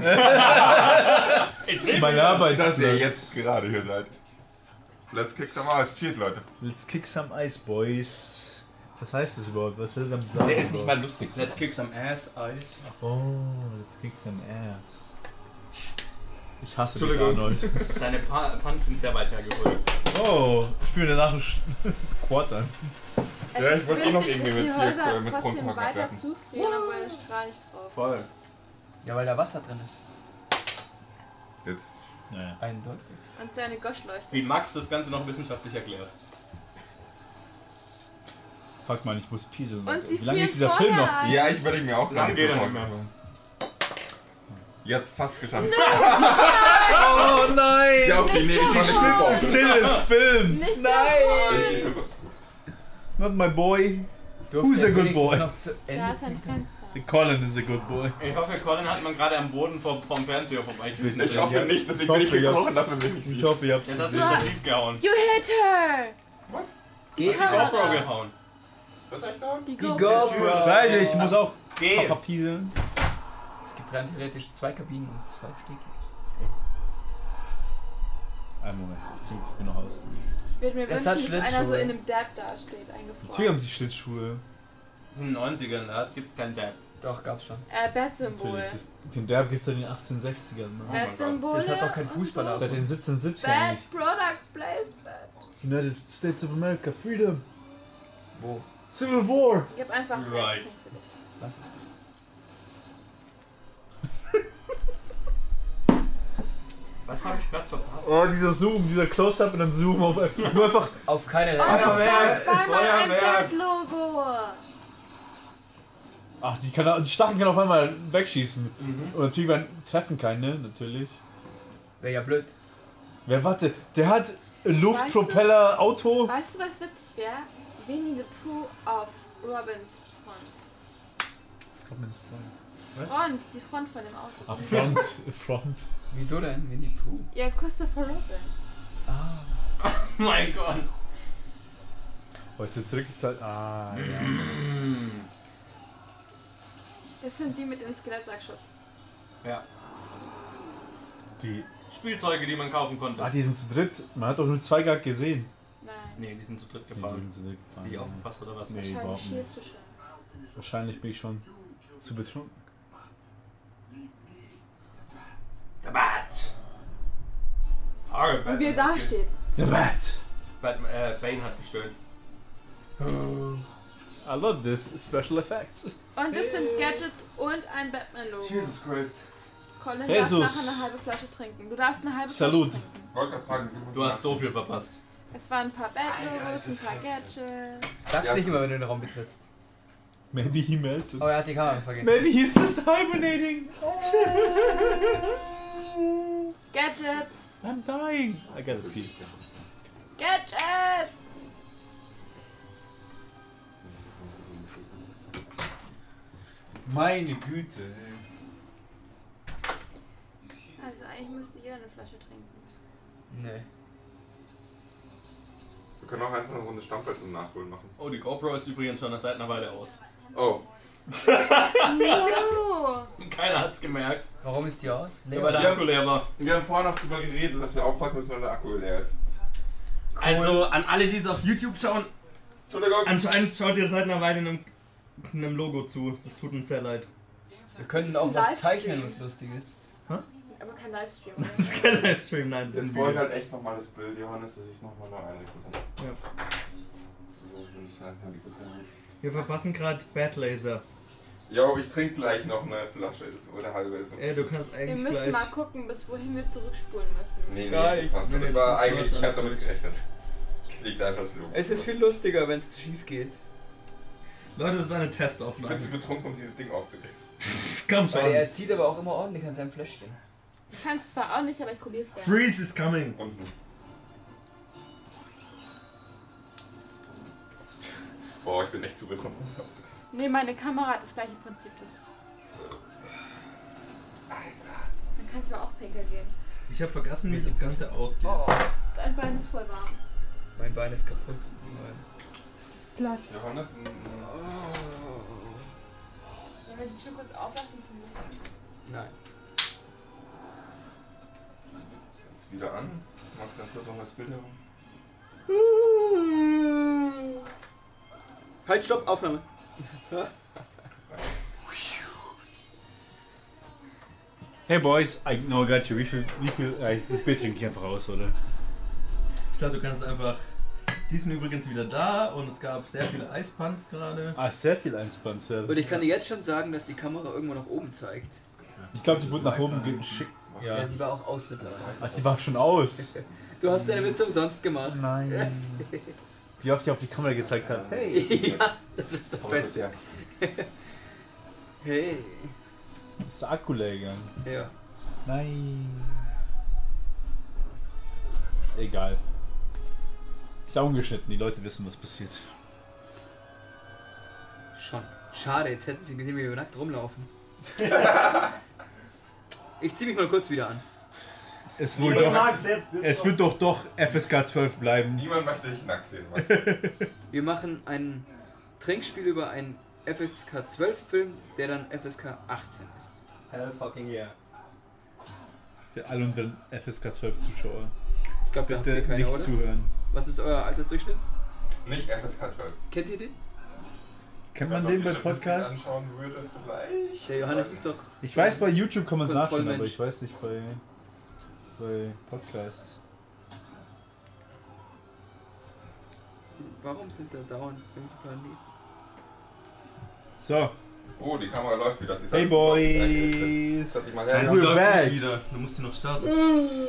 [SPEAKER 2] Ich
[SPEAKER 3] Das ist
[SPEAKER 2] liebe
[SPEAKER 3] mein Arbeitsplatz.
[SPEAKER 1] Dass ihr jetzt gerade hier seid. Let's kick some ass. Cheers, Leute.
[SPEAKER 3] Let's kick some ice, boys. Was heißt das überhaupt? Was will er damit sagen? überhaupt?
[SPEAKER 1] lustig.
[SPEAKER 2] Let's kick some ass, Eis.
[SPEAKER 3] Oh, let's kick some ass. Ich hasse dich,
[SPEAKER 1] Entschuldigung.
[SPEAKER 3] Arnold.
[SPEAKER 2] Seine pa Punts sind sehr weit hergeholt.
[SPEAKER 3] Oh, spielen wir danach einen Quarter.
[SPEAKER 5] Also Es
[SPEAKER 1] Ja, ich
[SPEAKER 5] ist
[SPEAKER 1] wollte auch noch
[SPEAKER 5] witzig, dass
[SPEAKER 1] irgendwie
[SPEAKER 5] die
[SPEAKER 1] mit Bier-
[SPEAKER 5] Häuser
[SPEAKER 1] äh, mit
[SPEAKER 5] trotzdem
[SPEAKER 1] Kronkorken
[SPEAKER 5] weiter
[SPEAKER 1] abwerfen.
[SPEAKER 5] zufrieren, obwohl der Strahl nicht drauf
[SPEAKER 2] Voll.
[SPEAKER 4] Ja, weil da Wasser drin ist.
[SPEAKER 1] Jetzt.
[SPEAKER 3] Naja.
[SPEAKER 4] Eindeutig.
[SPEAKER 5] ist. Und seine Goschleuchte.
[SPEAKER 2] Wie Max das Ganze noch wissenschaftlich erklärt.
[SPEAKER 3] Fuck man, ich muss pieseln.
[SPEAKER 5] Und sie
[SPEAKER 3] Wie lange
[SPEAKER 5] frieren
[SPEAKER 3] ist dieser
[SPEAKER 5] vorher
[SPEAKER 3] Film noch?
[SPEAKER 5] ein.
[SPEAKER 1] Ja, ich überlege mir auch
[SPEAKER 2] Lang
[SPEAKER 1] gerade.
[SPEAKER 2] geht er nicht
[SPEAKER 1] Kronkorken.
[SPEAKER 2] mehr.
[SPEAKER 1] Jetzt fast geschafft.
[SPEAKER 3] Oh nein!
[SPEAKER 1] Ja, okay,
[SPEAKER 5] Nicht
[SPEAKER 1] nee, ich mach
[SPEAKER 5] davor.
[SPEAKER 1] eine
[SPEAKER 3] Das ist Sinn des Films!
[SPEAKER 5] Nicht davor.
[SPEAKER 3] Not my boy.
[SPEAKER 4] Durfte
[SPEAKER 3] Who's a
[SPEAKER 4] er
[SPEAKER 3] good
[SPEAKER 4] wenigstens
[SPEAKER 3] boy?
[SPEAKER 4] Noch zu Ende
[SPEAKER 5] Da ist ein
[SPEAKER 4] trinken?
[SPEAKER 5] Fenster.
[SPEAKER 3] Colin is a good boy.
[SPEAKER 2] Ich hoffe, Colin hat man gerade am Boden vom, vom Fernseher vorbeigewichen.
[SPEAKER 1] Ich hoffe nicht,
[SPEAKER 3] Also, Ich
[SPEAKER 1] deswegen
[SPEAKER 3] hoffe,
[SPEAKER 1] bin ich
[SPEAKER 3] ihr
[SPEAKER 1] gekrochen,
[SPEAKER 3] habt's-
[SPEAKER 1] dass man mich nicht
[SPEAKER 3] Ich
[SPEAKER 1] sieht.
[SPEAKER 3] hoffe, ihr habt
[SPEAKER 2] Jetzt hast du
[SPEAKER 5] Ja.
[SPEAKER 2] das Stativ gehauen.
[SPEAKER 5] You hit her!
[SPEAKER 1] What?
[SPEAKER 4] Geht
[SPEAKER 5] Kann-
[SPEAKER 4] noch.
[SPEAKER 2] GoPro gehauen.
[SPEAKER 1] Was soll ich da?
[SPEAKER 5] Die
[SPEAKER 4] Die
[SPEAKER 5] Go.
[SPEAKER 4] GoPro.
[SPEAKER 3] Scheiße, ich muss auch
[SPEAKER 2] Geh!
[SPEAKER 3] Papa pieseln.
[SPEAKER 4] Es gibt rein theoretisch zwei Kabinen und zwei Stege.
[SPEAKER 3] Einen Moment, ich zieh das Bier noch aus.
[SPEAKER 5] Ich würde mir
[SPEAKER 4] Es
[SPEAKER 5] wünschen,
[SPEAKER 4] hat
[SPEAKER 5] dass einer so
[SPEAKER 4] Schlittschuhe.
[SPEAKER 5] in einem Dab dasteht,
[SPEAKER 3] Natürlich haben
[SPEAKER 5] eingefroren.
[SPEAKER 3] sie Schlittschuhe.
[SPEAKER 2] In den 90ern, da gibt's kein Dab.
[SPEAKER 4] Doch, gab's schon.
[SPEAKER 5] Äh, Bat-Symbol.
[SPEAKER 3] Natürlich. Das, den Derb gibt's seit den 1860ern. Ne?
[SPEAKER 5] Bat-Symbole.
[SPEAKER 4] Das hat doch kein
[SPEAKER 5] und
[SPEAKER 4] Fußballer.
[SPEAKER 3] Seit den 1770ern
[SPEAKER 5] Bad
[SPEAKER 3] eigentlich.
[SPEAKER 5] Product Placement.
[SPEAKER 3] United States of America, Freedom,
[SPEAKER 4] Wo?
[SPEAKER 3] Civil War.
[SPEAKER 5] Ich hab einfach
[SPEAKER 2] Right.
[SPEAKER 5] recht. für dich. Oh,
[SPEAKER 4] Was ist?
[SPEAKER 2] Was habe ich gerade verpasst?
[SPEAKER 3] Oh, dieser Zoom, dieser Close-Up und dann Zoom auf nur einfach.
[SPEAKER 4] Auf keine
[SPEAKER 5] Und
[SPEAKER 4] Reise.
[SPEAKER 5] es war
[SPEAKER 2] Feuerwerk,
[SPEAKER 5] zweimal ein
[SPEAKER 2] Feuerwerk.
[SPEAKER 5] Bad-Logo.
[SPEAKER 3] Ach, die, kann, die Stacheln kann auf einmal wegschießen.
[SPEAKER 2] Mhm.
[SPEAKER 3] Und natürlich man treffen keine, natürlich.
[SPEAKER 4] Wäre ja blöd.
[SPEAKER 3] Wer warte, der hat Luftpropeller-Auto.
[SPEAKER 5] Weißt du, was witzig wäre? Winnie the Pooh auf Robins Front. Front, die Front von dem Auto.
[SPEAKER 3] Ach, Front, Front.
[SPEAKER 4] Wieso denn? Winnie Pooh.
[SPEAKER 5] Ja, Christopher Robin.
[SPEAKER 2] Mein Gott.
[SPEAKER 3] Heute zurückgezahlt. Ah, ja.
[SPEAKER 2] Mm.
[SPEAKER 5] Das sind die mit dem Skelettsackschutz.
[SPEAKER 2] Ja.
[SPEAKER 3] Die,
[SPEAKER 2] Spielzeuge, die man kaufen
[SPEAKER 3] ah,
[SPEAKER 2] konnte.
[SPEAKER 3] die sind zu dritt. Man hat doch nur zwei gerade gesehen.
[SPEAKER 5] Nein.
[SPEAKER 2] Nee, die sind zu dritt
[SPEAKER 3] Nee, die
[SPEAKER 2] gefahren.
[SPEAKER 3] sind zu dritt.
[SPEAKER 2] Hast du die aufgepasst oder was?
[SPEAKER 3] Nee. überhaupt
[SPEAKER 5] Wahrscheinlich
[SPEAKER 3] nicht.
[SPEAKER 5] schierst du schon.
[SPEAKER 3] Wahrscheinlich bin ich schon zu betrunken.
[SPEAKER 15] Alright,
[SPEAKER 5] Und
[SPEAKER 15] Batman
[SPEAKER 5] wie er da
[SPEAKER 15] hat ge-
[SPEAKER 5] steht.
[SPEAKER 3] The Bat.
[SPEAKER 15] Batman, äh, Bane hat gestöhnt.
[SPEAKER 16] I love this special effects.
[SPEAKER 5] Und das sind Gadgets und ein Batman-Logo.
[SPEAKER 1] Christ.
[SPEAKER 5] Colin darf
[SPEAKER 16] Jesus.
[SPEAKER 5] nachher eine halbe Flasche trinken. Du darfst eine halbe
[SPEAKER 16] Salut.
[SPEAKER 5] Flasche trinken.
[SPEAKER 1] Wollte gerade fragen, wie musst
[SPEAKER 15] Du hast so viel verpasst.
[SPEAKER 5] Es waren ein paar Bat-Logos, ein paar Gadgets.
[SPEAKER 4] Sag's
[SPEAKER 1] Ja.
[SPEAKER 4] nicht immer, wenn du den Raum betrittst.
[SPEAKER 16] Maybe he melted.
[SPEAKER 4] Oh, er hat die Kamera vergessen.
[SPEAKER 16] Maybe he's just hibernating.
[SPEAKER 5] Gadgets!
[SPEAKER 16] I'm dying. I gotta pee.
[SPEAKER 5] Gadgets!
[SPEAKER 3] Meine Güte. ey.
[SPEAKER 5] Also eigentlich müsste jeder eine Flasche trinken.
[SPEAKER 4] Nee.
[SPEAKER 1] Wir können auch einfach eine Runde Stammplatz zum Nachholen machen.
[SPEAKER 15] Oh, die GoPro ist übrigens schon seit einer Weile aus.
[SPEAKER 1] Oh,
[SPEAKER 5] No!
[SPEAKER 15] Keiner hat's gemerkt.
[SPEAKER 4] Warum ist die aus?
[SPEAKER 15] Ja, weil der
[SPEAKER 1] Ja.
[SPEAKER 15] Akku leer war.
[SPEAKER 1] wir haben vorher noch drüber geredet, dass wir aufpassen müssen, wenn der Akku leer ist.
[SPEAKER 2] Also an alle, die es auf YouTube schauen,
[SPEAKER 1] Entschuldigung.
[SPEAKER 2] anscheinend schaut ihr seit einer Weile einem, einem Logo zu. Das tut uns sehr leid.
[SPEAKER 4] Wir könnten
[SPEAKER 5] Das
[SPEAKER 4] auch
[SPEAKER 5] ist ein
[SPEAKER 4] was
[SPEAKER 5] Livestream.
[SPEAKER 4] zeichnen, was lustig ist.
[SPEAKER 5] Aber kein Livestream. oder?
[SPEAKER 2] Das ist kein Livestream, nein, das ist
[SPEAKER 1] Jetzt
[SPEAKER 2] ein
[SPEAKER 1] brauche ich
[SPEAKER 2] Video.
[SPEAKER 1] halt echt nochmal das Bild, Johannes, dass ich es nochmal neu einrichten kann.
[SPEAKER 2] Ja.
[SPEAKER 1] So, wenn ich halt Handy kurz einrichte.
[SPEAKER 2] Wir verpassen gerade Bad Laser.
[SPEAKER 1] Jo, ich trinke gleich noch eine Flasche ist, oder halbe ist. Nee,
[SPEAKER 3] Äh,
[SPEAKER 2] Ey, du kannst
[SPEAKER 5] Wir
[SPEAKER 2] eigentlich
[SPEAKER 5] müssen
[SPEAKER 2] gleich.
[SPEAKER 5] mal gucken, bis wohin wir zurückspulen müssen.
[SPEAKER 1] nee,
[SPEAKER 2] Geil.
[SPEAKER 1] das passt.
[SPEAKER 2] Nee,
[SPEAKER 1] schon.
[SPEAKER 2] nee,
[SPEAKER 1] Das
[SPEAKER 2] das
[SPEAKER 1] war
[SPEAKER 2] ist
[SPEAKER 1] eigentlich, ich
[SPEAKER 2] Deutschland.
[SPEAKER 1] hab damit gerechnet. Liegt einfach das Logo.
[SPEAKER 4] Es ist viel lustiger, wenn es schief geht.
[SPEAKER 2] Leute, das ist eine
[SPEAKER 1] Ich bin zu
[SPEAKER 2] Testaufnahme.
[SPEAKER 1] betrunken, um dieses Ding aufzukriegen.
[SPEAKER 2] Komm
[SPEAKER 4] Weil
[SPEAKER 2] schon.
[SPEAKER 4] er zieht aber auch immer ordentlich an seinem Fläschchen.
[SPEAKER 5] Ich kann es zwar auch nicht, aber ich probiere es gerne.
[SPEAKER 2] Freeze is coming.
[SPEAKER 1] Unten. Boah, ich bin echt zu betrunken, um das aufzukriegen.
[SPEAKER 5] Nee, meine Kamera hat das gleiche Prinzip. Das Dann kann ich aber auch pinkel gehen.
[SPEAKER 2] Ich habe vergessen, wie das Ganze ausgeht.
[SPEAKER 4] Oh,
[SPEAKER 5] Dein Bein ist voll warm.
[SPEAKER 4] mein Bein ist kaputt.
[SPEAKER 1] Johannes?
[SPEAKER 5] Wenn wir die Tür kurz auflassen zum Licht.
[SPEAKER 4] Nein.
[SPEAKER 1] Ist wieder an. Mach ganz kurz nochmal das Bild herum.
[SPEAKER 4] Halt, stopp, Aufnahme.
[SPEAKER 3] Hey Boys, I know I got you. Wie viel, wie viel, äh, das Bier trinke ich einfach aus, oder?
[SPEAKER 2] Ich glaube, du kannst einfach. Die sind übrigens wieder da und es gab sehr viele Eispuns gerade.
[SPEAKER 3] Ah, sehr viel Einspanzer.
[SPEAKER 4] Und ich kann dir jetzt schon sagen, dass die Kamera irgendwo nach oben zeigt.
[SPEAKER 3] Ich glaube, das wurde nach oben geschickt.
[SPEAKER 4] Ja,
[SPEAKER 3] Ja.
[SPEAKER 4] sie war auch aus mittlerweile.
[SPEAKER 3] Ach, die war schon aus.
[SPEAKER 4] Du hast deine Witze umsonst gemacht.
[SPEAKER 3] Nein. Wie oft die auf die Kamera gezeigt hat. Hey.
[SPEAKER 4] ja, das ist das Beste. Hey.
[SPEAKER 3] Ist der Akku leer gegangen.
[SPEAKER 4] Ja.
[SPEAKER 3] Nein. Egal. Ist ja ungeschnitten, die Leute wissen, was passiert.
[SPEAKER 4] Schon. Schade, jetzt hätten sie gesehen, wie wir nackt rumlaufen. ich zieh mich mal kurz wieder an.
[SPEAKER 3] Es, wohl doch, es wird doch doch FSK 12 bleiben.
[SPEAKER 1] Niemand möchte dich nackt sehen, Max.
[SPEAKER 4] Wir machen ein Trinkspiel über einen FSK 12 Film, der dann FSK 18 ist.
[SPEAKER 2] Hell fucking yeah.
[SPEAKER 3] Für alle unseren FSK 12 Zuschauer.
[SPEAKER 4] Ich glaube, da habt
[SPEAKER 3] Bitte
[SPEAKER 4] ihr keine,
[SPEAKER 3] nicht
[SPEAKER 4] oder?
[SPEAKER 3] zuhören.
[SPEAKER 4] Was ist euer Altersdurchschnitt?
[SPEAKER 1] Nicht FSK 12.
[SPEAKER 4] Kennt ihr den?
[SPEAKER 1] Wenn
[SPEAKER 3] Kann man
[SPEAKER 1] man
[SPEAKER 3] den
[SPEAKER 1] die
[SPEAKER 3] beim
[SPEAKER 1] Statistik
[SPEAKER 3] Podcast?
[SPEAKER 1] anschauen würde, vielleicht.
[SPEAKER 4] Der Johannes ist doch.
[SPEAKER 3] Ich weiß, bei YouTube kann man es nachschauen, aber
[SPEAKER 4] Kontrollmensch.
[SPEAKER 3] ich weiß nicht bei, bei Podcasts.
[SPEAKER 4] Warum sind da dauernd irgendwelche Parallelen?
[SPEAKER 3] So,
[SPEAKER 1] Oh, die Kamera läuft wieder. Sie ist
[SPEAKER 3] hey
[SPEAKER 1] halt-
[SPEAKER 3] Boys!
[SPEAKER 1] Das hat die mal
[SPEAKER 2] Nein,
[SPEAKER 1] her.
[SPEAKER 2] sie
[SPEAKER 3] We're
[SPEAKER 2] läuft
[SPEAKER 3] back.
[SPEAKER 2] nicht wieder. Du musst sie noch starten.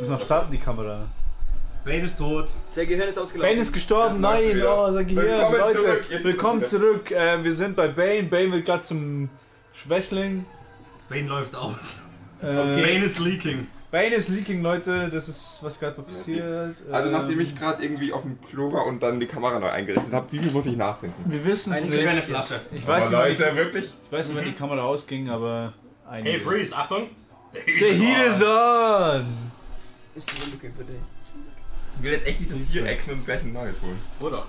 [SPEAKER 3] Muss noch starten die Kamera.
[SPEAKER 2] Bane ist tot.
[SPEAKER 4] Sein Gehirn ist ausgelaufen.
[SPEAKER 3] Bane ist gestorben,
[SPEAKER 1] Jetzt läuft
[SPEAKER 3] nein,
[SPEAKER 1] wieder.
[SPEAKER 3] oh, sag hier,
[SPEAKER 1] Willkommen
[SPEAKER 3] Leute,
[SPEAKER 1] zurück, jetzt
[SPEAKER 3] willkommen
[SPEAKER 1] wieder.
[SPEAKER 3] zurück. Äh, wir sind bei Bane, Bane wird gerade zum Schwächling.
[SPEAKER 2] Bane läuft aus.
[SPEAKER 3] Äh,
[SPEAKER 2] Bane ist leaking.
[SPEAKER 3] Bane ist leaking, Leute, das ist was gerade passiert.
[SPEAKER 1] Also
[SPEAKER 3] Ähm,
[SPEAKER 1] nachdem ich gerade irgendwie auf dem Klo war und dann die Kamera neu eingerichtet habe, wie viel muss ich nachdenken?
[SPEAKER 3] Wir wissen es
[SPEAKER 4] Eine
[SPEAKER 3] nicht.
[SPEAKER 4] kleine
[SPEAKER 2] Eine Flasche.
[SPEAKER 3] Ich weiß,
[SPEAKER 1] Aber
[SPEAKER 3] nicht, wann
[SPEAKER 1] Leute, wirklich?
[SPEAKER 3] die- ich weiß nicht, wann die Kamera ausging, aber... einige-
[SPEAKER 15] Hey, Freeze, Achtung!
[SPEAKER 3] The heat is on!
[SPEAKER 4] Ist ein Unglück für dich.
[SPEAKER 1] Äh, Ich will jetzt echt nicht das Tier exen und gleich ein neues holen.
[SPEAKER 15] Oder?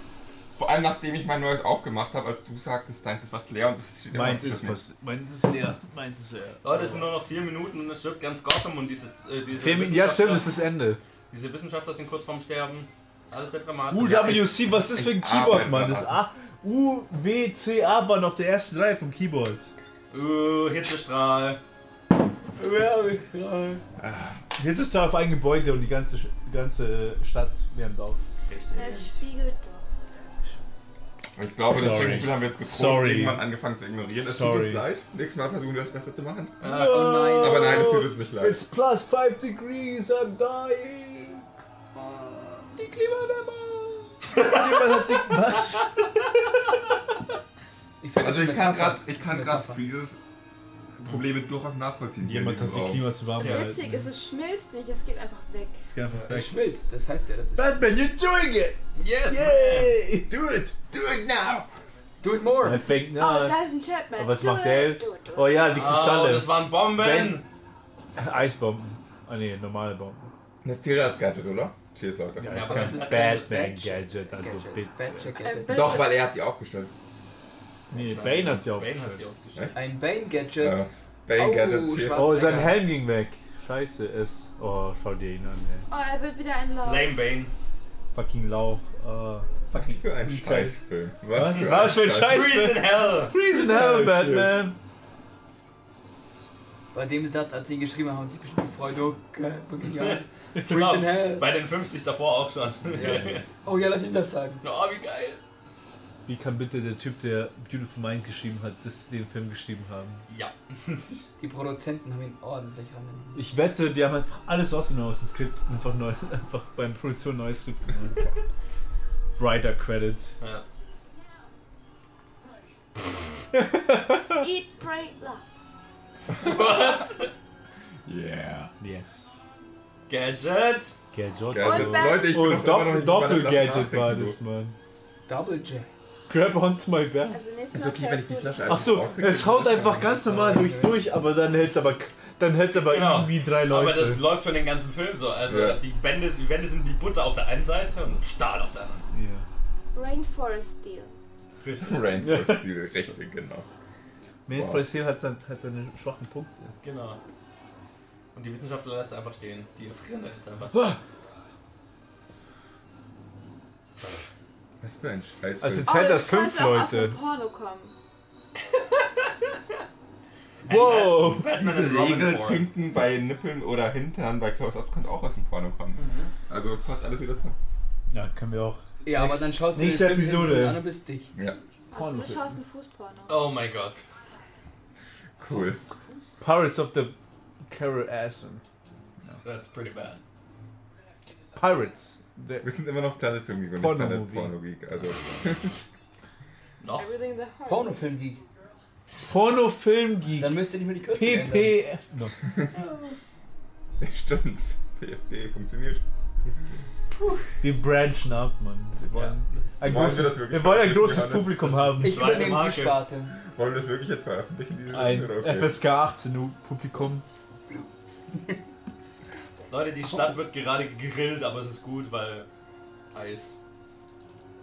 [SPEAKER 1] Vor allem nachdem ich mein neues aufgemacht habe, als du sagtest, deins ist was leer und das steht immer
[SPEAKER 3] Meins
[SPEAKER 1] noch
[SPEAKER 3] ist,
[SPEAKER 1] drin.
[SPEAKER 3] was, meins ist leer. Meins ist leer.
[SPEAKER 2] Oh,
[SPEAKER 15] Leute, es sind nur noch vier Minuten und es stirbt ganz Gotham und dieses. Äh, diese
[SPEAKER 3] Femin ja, stimmt, das ist Ende.
[SPEAKER 15] Diese Wissenschaftler sind kurz vorm Sterben. Alles sehr dramatisch.
[SPEAKER 3] UWC, was ist das für ein
[SPEAKER 1] ich
[SPEAKER 3] Keyboard,
[SPEAKER 1] arbeite
[SPEAKER 3] Mann? Das A. U, W, C, A waren auf der ersten Reihe vom Keyboard.
[SPEAKER 15] Uh, Hitzestrahl.
[SPEAKER 17] Äh, Jetzt ist da auf ein Gebäude und die ganze, Sch- ganze Stadt wärmt auf.
[SPEAKER 2] Richtig.
[SPEAKER 5] Es spiegelt doch.
[SPEAKER 1] Ich glaube, das
[SPEAKER 17] Sorry.
[SPEAKER 1] Trinkspiel haben wir jetzt geprobt
[SPEAKER 17] Sorry.
[SPEAKER 1] irgendwann angefangen zu ignorieren. Es tut
[SPEAKER 17] Sorry.
[SPEAKER 1] uns leid. Nächstes Mal versuchen wir das Beste zu machen.
[SPEAKER 4] Oh nein.
[SPEAKER 1] Aber nein, es tut uns nicht leid.
[SPEAKER 17] plus 5 degrees, I'm dying.
[SPEAKER 4] die Klimaerwärmung.
[SPEAKER 17] Was?
[SPEAKER 4] find
[SPEAKER 1] Also
[SPEAKER 4] das
[SPEAKER 1] ich kann
[SPEAKER 4] Metapher.
[SPEAKER 1] gerade ich kann
[SPEAKER 4] Metapher.
[SPEAKER 1] grad dieses Problem durchaus nachvollziehen. hier in
[SPEAKER 17] Jemand
[SPEAKER 1] diesem
[SPEAKER 17] hat die
[SPEAKER 1] Raum.
[SPEAKER 17] Klima zu warm gehalten.
[SPEAKER 5] Witzig ist, es schmilzt nicht, es geht einfach weg.
[SPEAKER 17] Es geht einfach
[SPEAKER 4] Es
[SPEAKER 17] weg.
[SPEAKER 4] schmilzt, das heißt ja, das ist.
[SPEAKER 17] Batman, you're doing it!
[SPEAKER 2] Yes!
[SPEAKER 17] Yay!
[SPEAKER 1] Do it! Do it now!
[SPEAKER 4] Do it more!
[SPEAKER 3] Er fängt
[SPEAKER 5] Oh,
[SPEAKER 3] an.
[SPEAKER 5] da ist ein Chapman.
[SPEAKER 3] Aber was
[SPEAKER 5] Do
[SPEAKER 3] macht
[SPEAKER 5] it,
[SPEAKER 3] der
[SPEAKER 5] do
[SPEAKER 3] jetzt?
[SPEAKER 5] it, do it.
[SPEAKER 3] Oh ja, die
[SPEAKER 2] Oh,
[SPEAKER 3] Kristalle.
[SPEAKER 2] das waren Bomben!
[SPEAKER 3] Ben- Eisbomben. Ah ne, normale Bomben.
[SPEAKER 1] Das Tier als Gadget, oder? Cheers, Leute.
[SPEAKER 3] Ja,
[SPEAKER 2] Ja,
[SPEAKER 3] ist
[SPEAKER 2] aber
[SPEAKER 3] kein
[SPEAKER 2] das ist
[SPEAKER 4] kein
[SPEAKER 3] Batman
[SPEAKER 4] Gadget.
[SPEAKER 3] Gadget, also
[SPEAKER 4] Gadget. Bad
[SPEAKER 3] bitte.
[SPEAKER 4] Check
[SPEAKER 5] Ein
[SPEAKER 4] Gadget.
[SPEAKER 5] Bane-
[SPEAKER 1] Doch, weil er hat sie aufgeschnitten.
[SPEAKER 3] Nee, Bane hat sie auch.
[SPEAKER 2] Bane hat sie ausgeschickt.
[SPEAKER 4] Ein Bane Gadget.
[SPEAKER 1] Ja. Bang,
[SPEAKER 4] Oh,
[SPEAKER 1] Gadget, Äh, Cheers.
[SPEAKER 4] schwarz.
[SPEAKER 3] Oh, sein Helm ging weg. Scheiße, es. Oh, schau dir ihn an, ey.
[SPEAKER 5] Oh, er wird wieder ein Lauf.
[SPEAKER 2] Lame Bane.
[SPEAKER 3] Fucking Lauch. Ah,
[SPEAKER 1] Was
[SPEAKER 3] fucking.
[SPEAKER 1] für ein Scheißfilm.
[SPEAKER 3] Was? Was für ein Scheiß-
[SPEAKER 2] Freeze in Hell!
[SPEAKER 3] Freeze in hell, Batman!
[SPEAKER 4] Bei dem Satz, als sie ihn geschrieben haben, haben sie sich bestimmt gefreut. Oh, geil, fucking ja.
[SPEAKER 2] Genau,
[SPEAKER 4] Freeze in hell.
[SPEAKER 2] Bei den 50 davor auch schon.
[SPEAKER 4] Ja. Oh ja, lass ihn das sagen.
[SPEAKER 2] Oh, wie geil!
[SPEAKER 3] Wie kann bitte der Typ, der Beautiful Mind geschrieben hat, das, den Film geschrieben haben?
[SPEAKER 2] Ja.
[SPEAKER 4] Die Produzenten haben ihn ordentlich rangenommen.
[SPEAKER 3] Ich wette, die haben einfach alles rausgenommen aus dem Skript. und Einfach neu, einfach beim Produktion neues Skript gemacht. Writer Credits.
[SPEAKER 2] ja.
[SPEAKER 5] Eat, pray, love.
[SPEAKER 1] Yeah.
[SPEAKER 3] Yes.
[SPEAKER 2] Gadget!
[SPEAKER 3] Gadget.
[SPEAKER 1] Gadget.
[SPEAKER 5] Und Bang.
[SPEAKER 1] also Leute, ich bin doch
[SPEAKER 3] Oh,
[SPEAKER 1] immer noch
[SPEAKER 3] Doppel,
[SPEAKER 1] nicht
[SPEAKER 3] Doppel
[SPEAKER 1] über
[SPEAKER 3] Gadget
[SPEAKER 1] Nachdenken,
[SPEAKER 3] war
[SPEAKER 1] du.
[SPEAKER 3] das, Mann.
[SPEAKER 4] Double J.
[SPEAKER 3] Grab onto my back.
[SPEAKER 5] Also nächstes
[SPEAKER 1] Ist
[SPEAKER 5] Mal
[SPEAKER 1] okay, wenn ich
[SPEAKER 5] fährst
[SPEAKER 1] die
[SPEAKER 5] du-
[SPEAKER 1] Flasche einfach
[SPEAKER 3] Achso,
[SPEAKER 1] rauskriege?
[SPEAKER 3] es haut einfach ganz normal durchs durch, aber dann hält's aber k- dann hält's aber
[SPEAKER 2] Genau.
[SPEAKER 3] irgendwie drei
[SPEAKER 2] Aber
[SPEAKER 3] Leute.
[SPEAKER 2] das läuft schon den ganzen Film so. Also
[SPEAKER 1] Ja.
[SPEAKER 2] die, Wände, die Wände sind wie Butter auf der einen Seite und Stahl auf der anderen.
[SPEAKER 3] Ja.
[SPEAKER 5] Rainforest Deal.
[SPEAKER 2] Richtig.
[SPEAKER 1] Rainforest, die rechte, genau.
[SPEAKER 3] Man
[SPEAKER 1] Wow.
[SPEAKER 3] wow. Hill hat, sein, hat seine schwachen Punkte.
[SPEAKER 2] Genau. Und die Wissenschaftler lässt einfach stehen. Die erfrieren da jetzt einfach.
[SPEAKER 1] Was für ein Scheißfilm.
[SPEAKER 3] Also
[SPEAKER 5] Oh,
[SPEAKER 3] Zählt das
[SPEAKER 5] das
[SPEAKER 3] fünf
[SPEAKER 5] könnte auch aus
[SPEAKER 3] Leute?
[SPEAKER 5] einem Porno kommen.
[SPEAKER 3] Wow!
[SPEAKER 2] Batman
[SPEAKER 1] Diese
[SPEAKER 2] and Robin
[SPEAKER 1] Regel
[SPEAKER 2] Ford.
[SPEAKER 1] hinten bei Nippeln oder Hintern bei Close-Ups könnte auch aus dem Porno kommen.
[SPEAKER 3] Mhm.
[SPEAKER 1] Also passt alles wieder zusammen.
[SPEAKER 3] Äh,
[SPEAKER 17] Ja, können wir auch.
[SPEAKER 4] Ja, aber dann schaust du dir
[SPEAKER 17] nächste
[SPEAKER 4] den Film
[SPEAKER 17] Episode.
[SPEAKER 4] hinten an und bist dicht.
[SPEAKER 1] Ja,
[SPEAKER 5] Also, du schaust einen Fußporno.
[SPEAKER 2] Oh mein Gott.
[SPEAKER 1] cool.
[SPEAKER 3] Pirates of the äh, Carol Asson.
[SPEAKER 2] That's pretty bad.
[SPEAKER 3] Pirates. Der-
[SPEAKER 1] Wir sind immer noch Planet Film Geek und nicht
[SPEAKER 3] Porno-Movie.
[SPEAKER 1] Planet Porno Geek. Also,
[SPEAKER 2] Noch?
[SPEAKER 5] Everything in the heart.
[SPEAKER 4] Pornofilm-Geek.
[SPEAKER 3] Pornofilmgeek.
[SPEAKER 4] Dann müsst ihr nicht mehr die Kürze ändern.
[SPEAKER 3] PP. No.
[SPEAKER 1] stimmt. PFG funktioniert.
[SPEAKER 3] Wir branchen ab, Mann. Wir
[SPEAKER 2] Ja.
[SPEAKER 3] wollen, ein,
[SPEAKER 1] Wollen wir das
[SPEAKER 3] großes, wir
[SPEAKER 1] wirklich
[SPEAKER 3] wollen ein
[SPEAKER 1] machen?
[SPEAKER 3] großes
[SPEAKER 1] Johannes,
[SPEAKER 3] Publikum
[SPEAKER 2] das ist
[SPEAKER 3] haben.
[SPEAKER 4] Ich
[SPEAKER 2] Zweite
[SPEAKER 4] übernehme die
[SPEAKER 2] Marke.
[SPEAKER 4] Sparte.
[SPEAKER 1] Wollen wir das wirklich jetzt veröffentlichen? Diese
[SPEAKER 3] Ein
[SPEAKER 1] Sendung, oder okay?
[SPEAKER 3] FSK 18 Uhr Publikum.
[SPEAKER 2] Leute, die Stadt wird gerade gegrillt, aber es ist gut, weil Eis.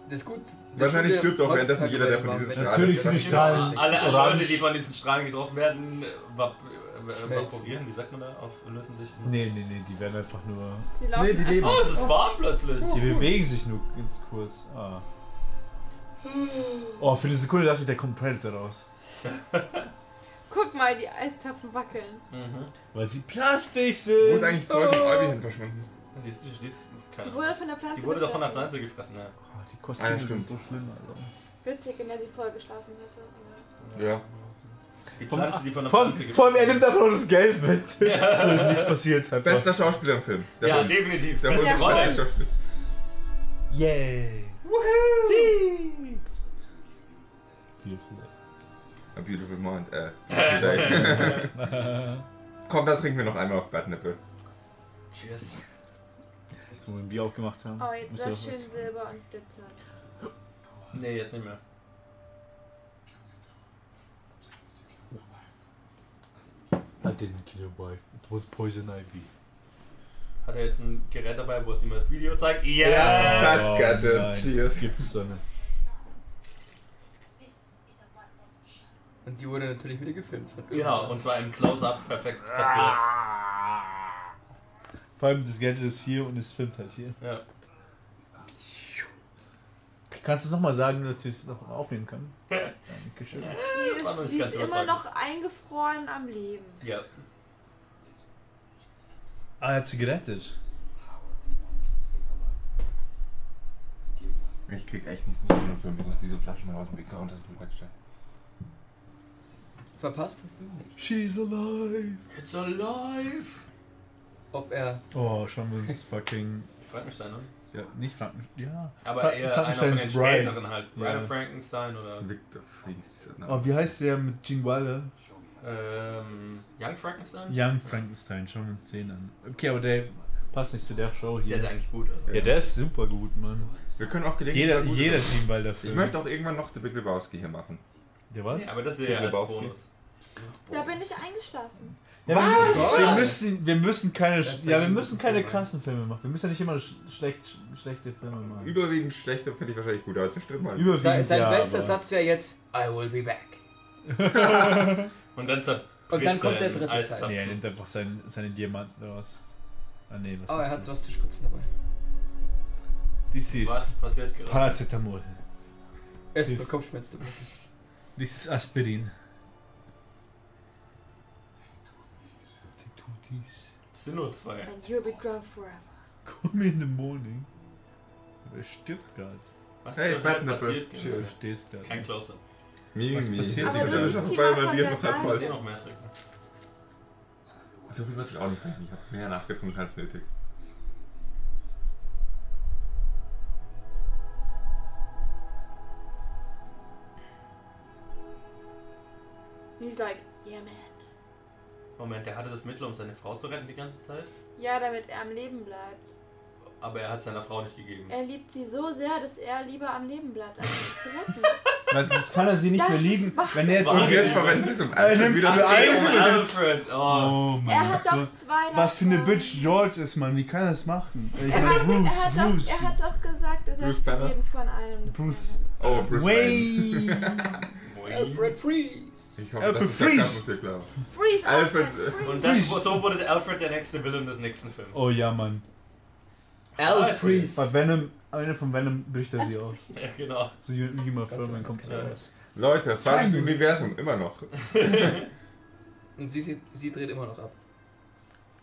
[SPEAKER 4] Das ist gut. Das
[SPEAKER 1] Wahrscheinlich
[SPEAKER 4] ist gut,
[SPEAKER 1] stirbt auch währenddessen jeder, der von
[SPEAKER 4] war-
[SPEAKER 1] diesen
[SPEAKER 4] wenn-
[SPEAKER 1] Strahlen-
[SPEAKER 17] Natürlich sind die Strahlen.
[SPEAKER 2] Alle, alle
[SPEAKER 17] orange.
[SPEAKER 2] Leute, die von diesen Strahlen getroffen werden, äh, vap äh,
[SPEAKER 4] Schmelzen.
[SPEAKER 2] vaporieren, wie sagt man da? Auf, lösen sich.
[SPEAKER 3] Nee, nee, nee, die werden einfach nur.
[SPEAKER 5] Sie laufen
[SPEAKER 1] Nee, die leben.
[SPEAKER 2] Oh, es ist warm plötzlich.
[SPEAKER 3] Die bewegen sich nur ganz kurz. Ah. Oh, für eine Sekunde dachte ich, da kommt Predator raus.
[SPEAKER 5] einfach- Guck mal, die Eiszapfen wackeln.
[SPEAKER 2] Mhm.
[SPEAKER 3] Weil sie plastik
[SPEAKER 1] Wo ist
[SPEAKER 3] sind.
[SPEAKER 1] eigentlich Florence und Ivy hin verschwunden?
[SPEAKER 2] Die ist, die ist keine
[SPEAKER 5] Die
[SPEAKER 2] Ahnung.
[SPEAKER 5] wurde von der Pflanze
[SPEAKER 2] Die wurde doch von der
[SPEAKER 5] gefressen.
[SPEAKER 2] Pflanze gefressen, ja.
[SPEAKER 3] Oh, die Kostüme
[SPEAKER 1] Ah, ja,
[SPEAKER 3] sind
[SPEAKER 1] stimmt.
[SPEAKER 3] so schlimm, Alter.
[SPEAKER 5] Witzig, in der sie vorgeschlafen hätte. Ja.
[SPEAKER 1] Ja.
[SPEAKER 2] Die Pflanze, die von der
[SPEAKER 3] Vor allem,
[SPEAKER 2] Pflanze
[SPEAKER 3] vor allem, er nimmt einfach nur das Geld mit. Da ist nichts passiert. Einfach.
[SPEAKER 1] Bester Schauspieler im Film. Der
[SPEAKER 2] Ja,
[SPEAKER 1] Film.
[SPEAKER 2] definitiv.
[SPEAKER 1] Der Film
[SPEAKER 2] Beste
[SPEAKER 5] Ja,
[SPEAKER 1] ist
[SPEAKER 5] voll.
[SPEAKER 1] bester
[SPEAKER 2] Rolle.
[SPEAKER 1] Schauspieler.
[SPEAKER 3] Yay.
[SPEAKER 1] A Beautiful Mind. Äh, Beautiful Day. Komm, da trinken wir noch einmal auf Badnippel.
[SPEAKER 2] Cheers.
[SPEAKER 3] Jetzt, wo wir ein Bier aufgemacht haben.
[SPEAKER 5] Oh, jetzt
[SPEAKER 3] muss
[SPEAKER 5] ist
[SPEAKER 3] ich
[SPEAKER 5] das
[SPEAKER 3] auch-
[SPEAKER 5] schön Silber und Blitzer.
[SPEAKER 2] Nee, jetzt nicht mehr.
[SPEAKER 3] I didn't kill your Ah, wife. It was poison ivy.
[SPEAKER 2] Hat er jetzt ein Gerät dabei, wo es ihm das Video zeigt? Yeah!
[SPEAKER 1] Ja.
[SPEAKER 3] Oh,
[SPEAKER 1] Das Gadget.
[SPEAKER 17] nein,
[SPEAKER 1] Cheers.
[SPEAKER 17] Das gibt's so eine.
[SPEAKER 4] Und sie wurde natürlich wieder gefilmt von
[SPEAKER 2] Genau, und
[SPEAKER 4] irgendwas.
[SPEAKER 2] zwar im Close-Up perfekt kapiert.
[SPEAKER 17] Vor allem das Gadget ist hier und es filmt halt hier.
[SPEAKER 2] Ja.
[SPEAKER 17] Kannst du es nochmal sagen, nur dass wir es noch aufnehmen können? Dankeschön.
[SPEAKER 5] Sie
[SPEAKER 2] das war noch nicht
[SPEAKER 5] ist, sie
[SPEAKER 2] ganz
[SPEAKER 5] ist immer
[SPEAKER 2] überzeugend.
[SPEAKER 5] noch eingefroren am Leben.
[SPEAKER 2] ja.
[SPEAKER 3] Ah, er hat sie gerettet.
[SPEAKER 1] Ich krieg echt nichts mit diesem Film. Ich muss diese Flasche mal aus dem Weg da unter den Backstein.
[SPEAKER 4] Verpasst hast du nicht.
[SPEAKER 3] She's alive.
[SPEAKER 2] It's alive!
[SPEAKER 4] Ob er.
[SPEAKER 3] Oh, schauen wir uns fucking.
[SPEAKER 2] Frankenstein, ne?
[SPEAKER 3] Ja, nicht Franken. Ja.
[SPEAKER 18] Aber
[SPEAKER 3] Fra-
[SPEAKER 18] eher einer von den
[SPEAKER 3] Frankensteins Bride.
[SPEAKER 18] späteren halt. Bride
[SPEAKER 3] Ja.
[SPEAKER 18] of Frankenstein oder
[SPEAKER 1] Victor Freeze, dieser Name.
[SPEAKER 3] Oh, wie heißt der mit Gene Wilder?
[SPEAKER 18] ähm, Young Frankenstein?
[SPEAKER 3] Young Frankenstein. Schauen wir uns den an. Okay, aber der passt nicht zu der Show hier.
[SPEAKER 2] Der ist eigentlich gut. Also.
[SPEAKER 3] ja, der ist super gut, Mann.
[SPEAKER 1] Wir können auch gelegentlich.
[SPEAKER 3] Jeder,
[SPEAKER 1] mal gute-
[SPEAKER 3] jeder Gene Wilder
[SPEAKER 1] ich
[SPEAKER 3] Film.
[SPEAKER 1] möchte auch irgendwann noch The Big Lebowski hier machen.
[SPEAKER 3] Der was?
[SPEAKER 18] Ja, aber das ist ja
[SPEAKER 1] Der
[SPEAKER 18] als
[SPEAKER 1] Lebowski.
[SPEAKER 18] Bonus.
[SPEAKER 5] Da bin ich eingeschlafen.
[SPEAKER 3] Ja,
[SPEAKER 1] Was?
[SPEAKER 3] Wir, wir müssen, wir müssen keine,
[SPEAKER 18] Das ist
[SPEAKER 3] ja, wir
[SPEAKER 18] ein
[SPEAKER 3] müssen keine
[SPEAKER 18] Film,
[SPEAKER 3] krassen Filme machen. Wir müssen ja nicht immer sch schlecht, sch schlechte Filme machen.
[SPEAKER 1] Überwiegend schlechter finde ich wahrscheinlich gut, als stimmt mal.
[SPEAKER 3] Überwiegend,
[SPEAKER 4] Sein, sein
[SPEAKER 3] ja,
[SPEAKER 4] bester
[SPEAKER 3] aber-
[SPEAKER 4] Satz wäre jetzt: I will be back.
[SPEAKER 18] Und dann zerbricht
[SPEAKER 4] Und dann kommt
[SPEAKER 18] er
[SPEAKER 4] der
[SPEAKER 18] in
[SPEAKER 4] dritte
[SPEAKER 18] Eis
[SPEAKER 4] Teil.
[SPEAKER 3] Nee, er
[SPEAKER 18] zapfen.
[SPEAKER 3] nimmt einfach sein, seine Diamanten raus. Ah nee, was
[SPEAKER 4] Oh, er
[SPEAKER 3] ist
[SPEAKER 4] hat
[SPEAKER 3] das?
[SPEAKER 4] was zu spritzen dabei.
[SPEAKER 3] This is
[SPEAKER 18] Was? Was wird gerade?
[SPEAKER 3] Paracetamol.
[SPEAKER 4] Erstmal
[SPEAKER 3] Yes.
[SPEAKER 4] Kopfschmerzen dabei.
[SPEAKER 3] This is Aspirin.
[SPEAKER 18] Das sind nur zwei.
[SPEAKER 5] And you'll be drunk forever.
[SPEAKER 3] Come in the morning. Aber er stirbt gerade.
[SPEAKER 18] Was
[SPEAKER 1] Hey,
[SPEAKER 18] zur Hölle
[SPEAKER 1] Batnippel.
[SPEAKER 18] passiert?
[SPEAKER 3] Du
[SPEAKER 1] Cheers.
[SPEAKER 3] verstehst gerade.
[SPEAKER 18] Kein Close-Up.
[SPEAKER 1] Mimi.
[SPEAKER 3] Was passiert
[SPEAKER 5] Aber
[SPEAKER 3] hier?
[SPEAKER 5] du
[SPEAKER 1] Das
[SPEAKER 5] bist
[SPEAKER 1] ist
[SPEAKER 5] Thema
[SPEAKER 1] bei
[SPEAKER 5] von
[SPEAKER 1] dir ist
[SPEAKER 5] der
[SPEAKER 1] noch halb
[SPEAKER 5] Seite.
[SPEAKER 18] Ich muss eh
[SPEAKER 1] voll.
[SPEAKER 18] noch mehr trinken.
[SPEAKER 1] So viel muss ich auch nicht trinken. Ich habe mehr nachgetrunken als nötig.
[SPEAKER 5] And he's like, yeah man.
[SPEAKER 2] Moment, der hatte das Mittel, um seine Frau zu retten die ganze Zeit,
[SPEAKER 5] Ja, damit er am Leben bleibt.
[SPEAKER 2] aber er hat seiner Frau nicht gegeben.
[SPEAKER 5] Er liebt sie so sehr, dass er lieber am Leben bleibt, als sie zu retten.
[SPEAKER 3] Weißt du, jetzt kann er sie nicht
[SPEAKER 5] Das
[SPEAKER 3] mehr
[SPEAKER 5] ist
[SPEAKER 3] lieben,
[SPEAKER 5] wahr.
[SPEAKER 3] wenn er jetzt.
[SPEAKER 1] Und jetzt verwenden sie es um
[SPEAKER 3] Er nimmt's für
[SPEAKER 1] Ach,
[SPEAKER 3] einen.
[SPEAKER 1] nee,
[SPEAKER 2] Oh, Alfred! Oh.
[SPEAKER 3] Oh
[SPEAKER 5] er hat
[SPEAKER 3] Gott.
[SPEAKER 5] doch zwei
[SPEAKER 3] Was für eine
[SPEAKER 5] davon.
[SPEAKER 3] Bitch George ist, Mann. Wie kann er das machen? Ich
[SPEAKER 5] Er
[SPEAKER 3] meine,
[SPEAKER 5] hat,
[SPEAKER 3] Bruce,
[SPEAKER 5] er, hat
[SPEAKER 3] Bruce.
[SPEAKER 5] doch, er hat doch gesagt, er
[SPEAKER 1] Bruce
[SPEAKER 5] soll
[SPEAKER 1] Banner?
[SPEAKER 5] jeden von einem. des
[SPEAKER 3] Bruce.
[SPEAKER 5] anderen.
[SPEAKER 1] Oh, Bruce Wayne.
[SPEAKER 3] Wayne.
[SPEAKER 4] Alfred Freeze!
[SPEAKER 1] Ich hoffe,
[SPEAKER 3] Alfred
[SPEAKER 1] das ist der
[SPEAKER 3] Freeze.
[SPEAKER 1] Kampfmusik, glaube
[SPEAKER 5] Freeze,
[SPEAKER 1] Alfred,
[SPEAKER 5] Alfred, Freeze.
[SPEAKER 2] Und das, so wurde der Alfred der nächste Villain des nächsten Films.
[SPEAKER 3] Oh ja, Mann.
[SPEAKER 4] Al
[SPEAKER 3] Bei
[SPEAKER 4] Freeze!
[SPEAKER 3] Venom, einer von Venom bricht er sie auf.
[SPEAKER 2] Ja, genau.
[SPEAKER 3] So wie immer Furman
[SPEAKER 4] Ganz
[SPEAKER 3] kommt
[SPEAKER 4] genau.
[SPEAKER 3] raus.
[SPEAKER 1] ich. Leute, fast
[SPEAKER 3] Nein.
[SPEAKER 1] Universum, immer noch.
[SPEAKER 4] Und sie, sie, sie dreht immer noch ab.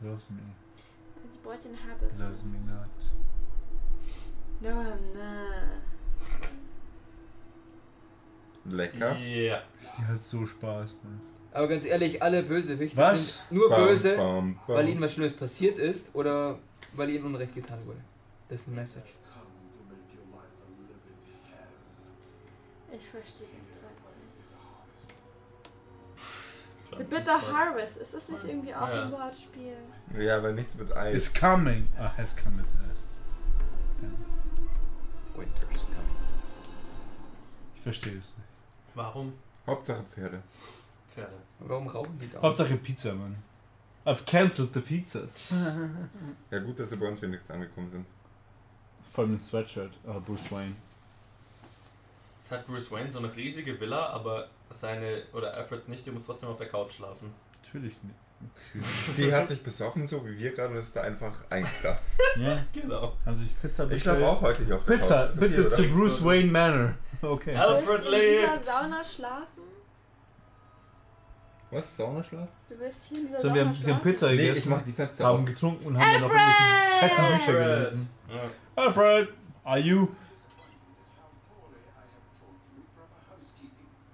[SPEAKER 3] Love me.
[SPEAKER 5] Sie Also bräuchte einen Habit.
[SPEAKER 3] Love me not.
[SPEAKER 5] No, I'm not.
[SPEAKER 1] Lecker.
[SPEAKER 2] Ja.
[SPEAKER 3] Die hat so Spaß, Mann.
[SPEAKER 4] Aber ganz ehrlich, alle Bösewichte
[SPEAKER 3] Was?
[SPEAKER 4] sind nur
[SPEAKER 1] Bam,
[SPEAKER 4] böse,
[SPEAKER 1] bam, bam.
[SPEAKER 4] weil ihnen was Schlimmes passiert ist oder weil ihnen Unrecht getan wurde. Das ist eine Message.
[SPEAKER 5] Ich verstehe den Plot nicht. The Bitter Harvest, ist das nicht irgendwie auch
[SPEAKER 18] Ja.
[SPEAKER 5] ein Wortspiel?
[SPEAKER 1] Ja, aber nichts mit Eis.
[SPEAKER 3] It's coming. Ah, es kam mit erst.
[SPEAKER 4] Winter's coming.
[SPEAKER 3] Ich verstehe es nicht.
[SPEAKER 2] Warum?
[SPEAKER 1] Hauptsache Pferde.
[SPEAKER 2] Pferde.
[SPEAKER 4] Warum rauchen die da?
[SPEAKER 3] Hauptsache Pizza, Mann. I've cancelled the pizzas.
[SPEAKER 1] Ja, gut, dass sie bei uns wenigstens angekommen sind.
[SPEAKER 3] Vor allem ein Sweatshirt. Ah, Bruce Wayne.
[SPEAKER 2] Jetzt hat Bruce Wayne so eine riesige Villa, aber seine oder Alfred nicht, die muss trotzdem auf der Couch schlafen.
[SPEAKER 3] Natürlich nicht.
[SPEAKER 1] Die hat sich besoffen, so wie wir gerade, und ist da einfach eingekracht.
[SPEAKER 3] Ja,
[SPEAKER 2] Genau.
[SPEAKER 3] haben sich Pizza
[SPEAKER 1] Ich
[SPEAKER 3] bestellt.
[SPEAKER 1] schlafe auch heute hier auf der
[SPEAKER 3] Pizza,
[SPEAKER 1] Couch. Ist okay,
[SPEAKER 3] bitte
[SPEAKER 1] oder?
[SPEAKER 3] zu Bruce Wayne Manor. Okay.
[SPEAKER 2] Alfred
[SPEAKER 5] du willst in dieser
[SPEAKER 2] lebt!
[SPEAKER 5] Sauna schlafen?
[SPEAKER 1] Was? Saunaschlaf?
[SPEAKER 5] Du willst hier in dieser
[SPEAKER 3] So,
[SPEAKER 5] Sauna
[SPEAKER 3] wir haben, sie haben
[SPEAKER 5] schlafen?
[SPEAKER 3] Pizza
[SPEAKER 1] Nee,
[SPEAKER 3] gegessen,
[SPEAKER 1] ich mach die Fenster
[SPEAKER 3] haben
[SPEAKER 1] auf.
[SPEAKER 3] getrunken und haben dann noch irgendwelche fetten Bücher
[SPEAKER 2] Alfred!
[SPEAKER 3] gelesen.
[SPEAKER 2] Ja.
[SPEAKER 3] Alfred, are you?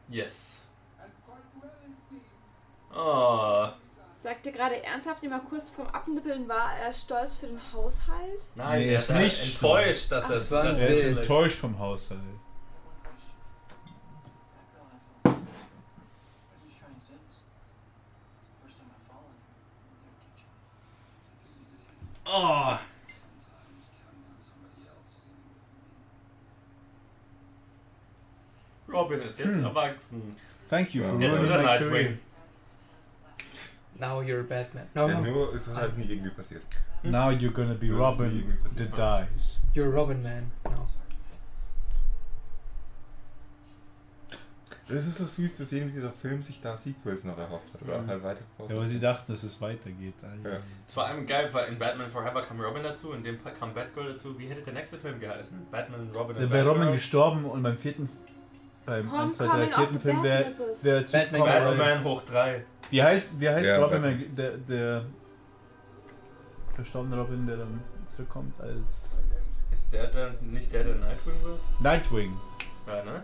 [SPEAKER 2] Yes. Oh,
[SPEAKER 5] Sagt ihr gerade ernsthaft, wie mal kurz vorm Abnippeln war, er ist stolz für den Haushalt?
[SPEAKER 2] nein,
[SPEAKER 3] Nee,
[SPEAKER 2] er
[SPEAKER 3] ist
[SPEAKER 2] ist
[SPEAKER 3] nicht
[SPEAKER 2] enttäuscht, dass
[SPEAKER 4] Ach,
[SPEAKER 2] er
[SPEAKER 4] es war ein
[SPEAKER 2] dass
[SPEAKER 3] Er ist
[SPEAKER 4] Bild.
[SPEAKER 2] er-
[SPEAKER 3] enttäuscht vom Haushalt.
[SPEAKER 2] Oh, Robin ist jetzt
[SPEAKER 3] Hm.
[SPEAKER 2] erwachsen.
[SPEAKER 3] Thank you for
[SPEAKER 2] Jetzt
[SPEAKER 3] ruining
[SPEAKER 2] wieder
[SPEAKER 3] my career.
[SPEAKER 2] Nightwing.
[SPEAKER 4] Now you're a Batman. No,
[SPEAKER 1] Ja,
[SPEAKER 4] no,
[SPEAKER 1] nur ist es halt nie irgendwie passiert.
[SPEAKER 3] Now you're gonna be
[SPEAKER 1] Das ist
[SPEAKER 3] Robin
[SPEAKER 1] irgendwie
[SPEAKER 3] that
[SPEAKER 1] passiert.
[SPEAKER 3] dies.
[SPEAKER 4] you're Robin Man. Genau No.
[SPEAKER 1] Das ist so süß, dass jeder dieser Film sich da Sequels noch erhofft hat. Oder
[SPEAKER 3] Mhm.
[SPEAKER 1] halt weiter
[SPEAKER 3] Ja, aber sie dachten, dass es weitergeht. Alter.
[SPEAKER 1] Ja.
[SPEAKER 2] Es war allem geil, weil in Batman Forever kam Robin dazu, in dem kam Batgirl dazu. Wie hätte der nächste Film geheißen? Batman, Robin
[SPEAKER 3] Dann
[SPEAKER 2] und
[SPEAKER 3] Äh, wäre Robin
[SPEAKER 2] Batgirl.
[SPEAKER 3] gestorben und beim vierten, beim 1, 2, 3,
[SPEAKER 5] Homecoming of the
[SPEAKER 3] 4. Film wäre
[SPEAKER 5] Batnipples.
[SPEAKER 3] wär zu
[SPEAKER 4] Batman,
[SPEAKER 3] Robin-
[SPEAKER 2] Batman hoch 3.
[SPEAKER 3] Wie heißt, wie heißt
[SPEAKER 1] Ja,
[SPEAKER 3] Robin,
[SPEAKER 1] Batman.
[SPEAKER 3] der, der verstorbene Robin, der dann zurückkommt als
[SPEAKER 2] Ist der dann nicht der, der Nightwing wird?
[SPEAKER 3] Nightwing.
[SPEAKER 2] Ja, ne?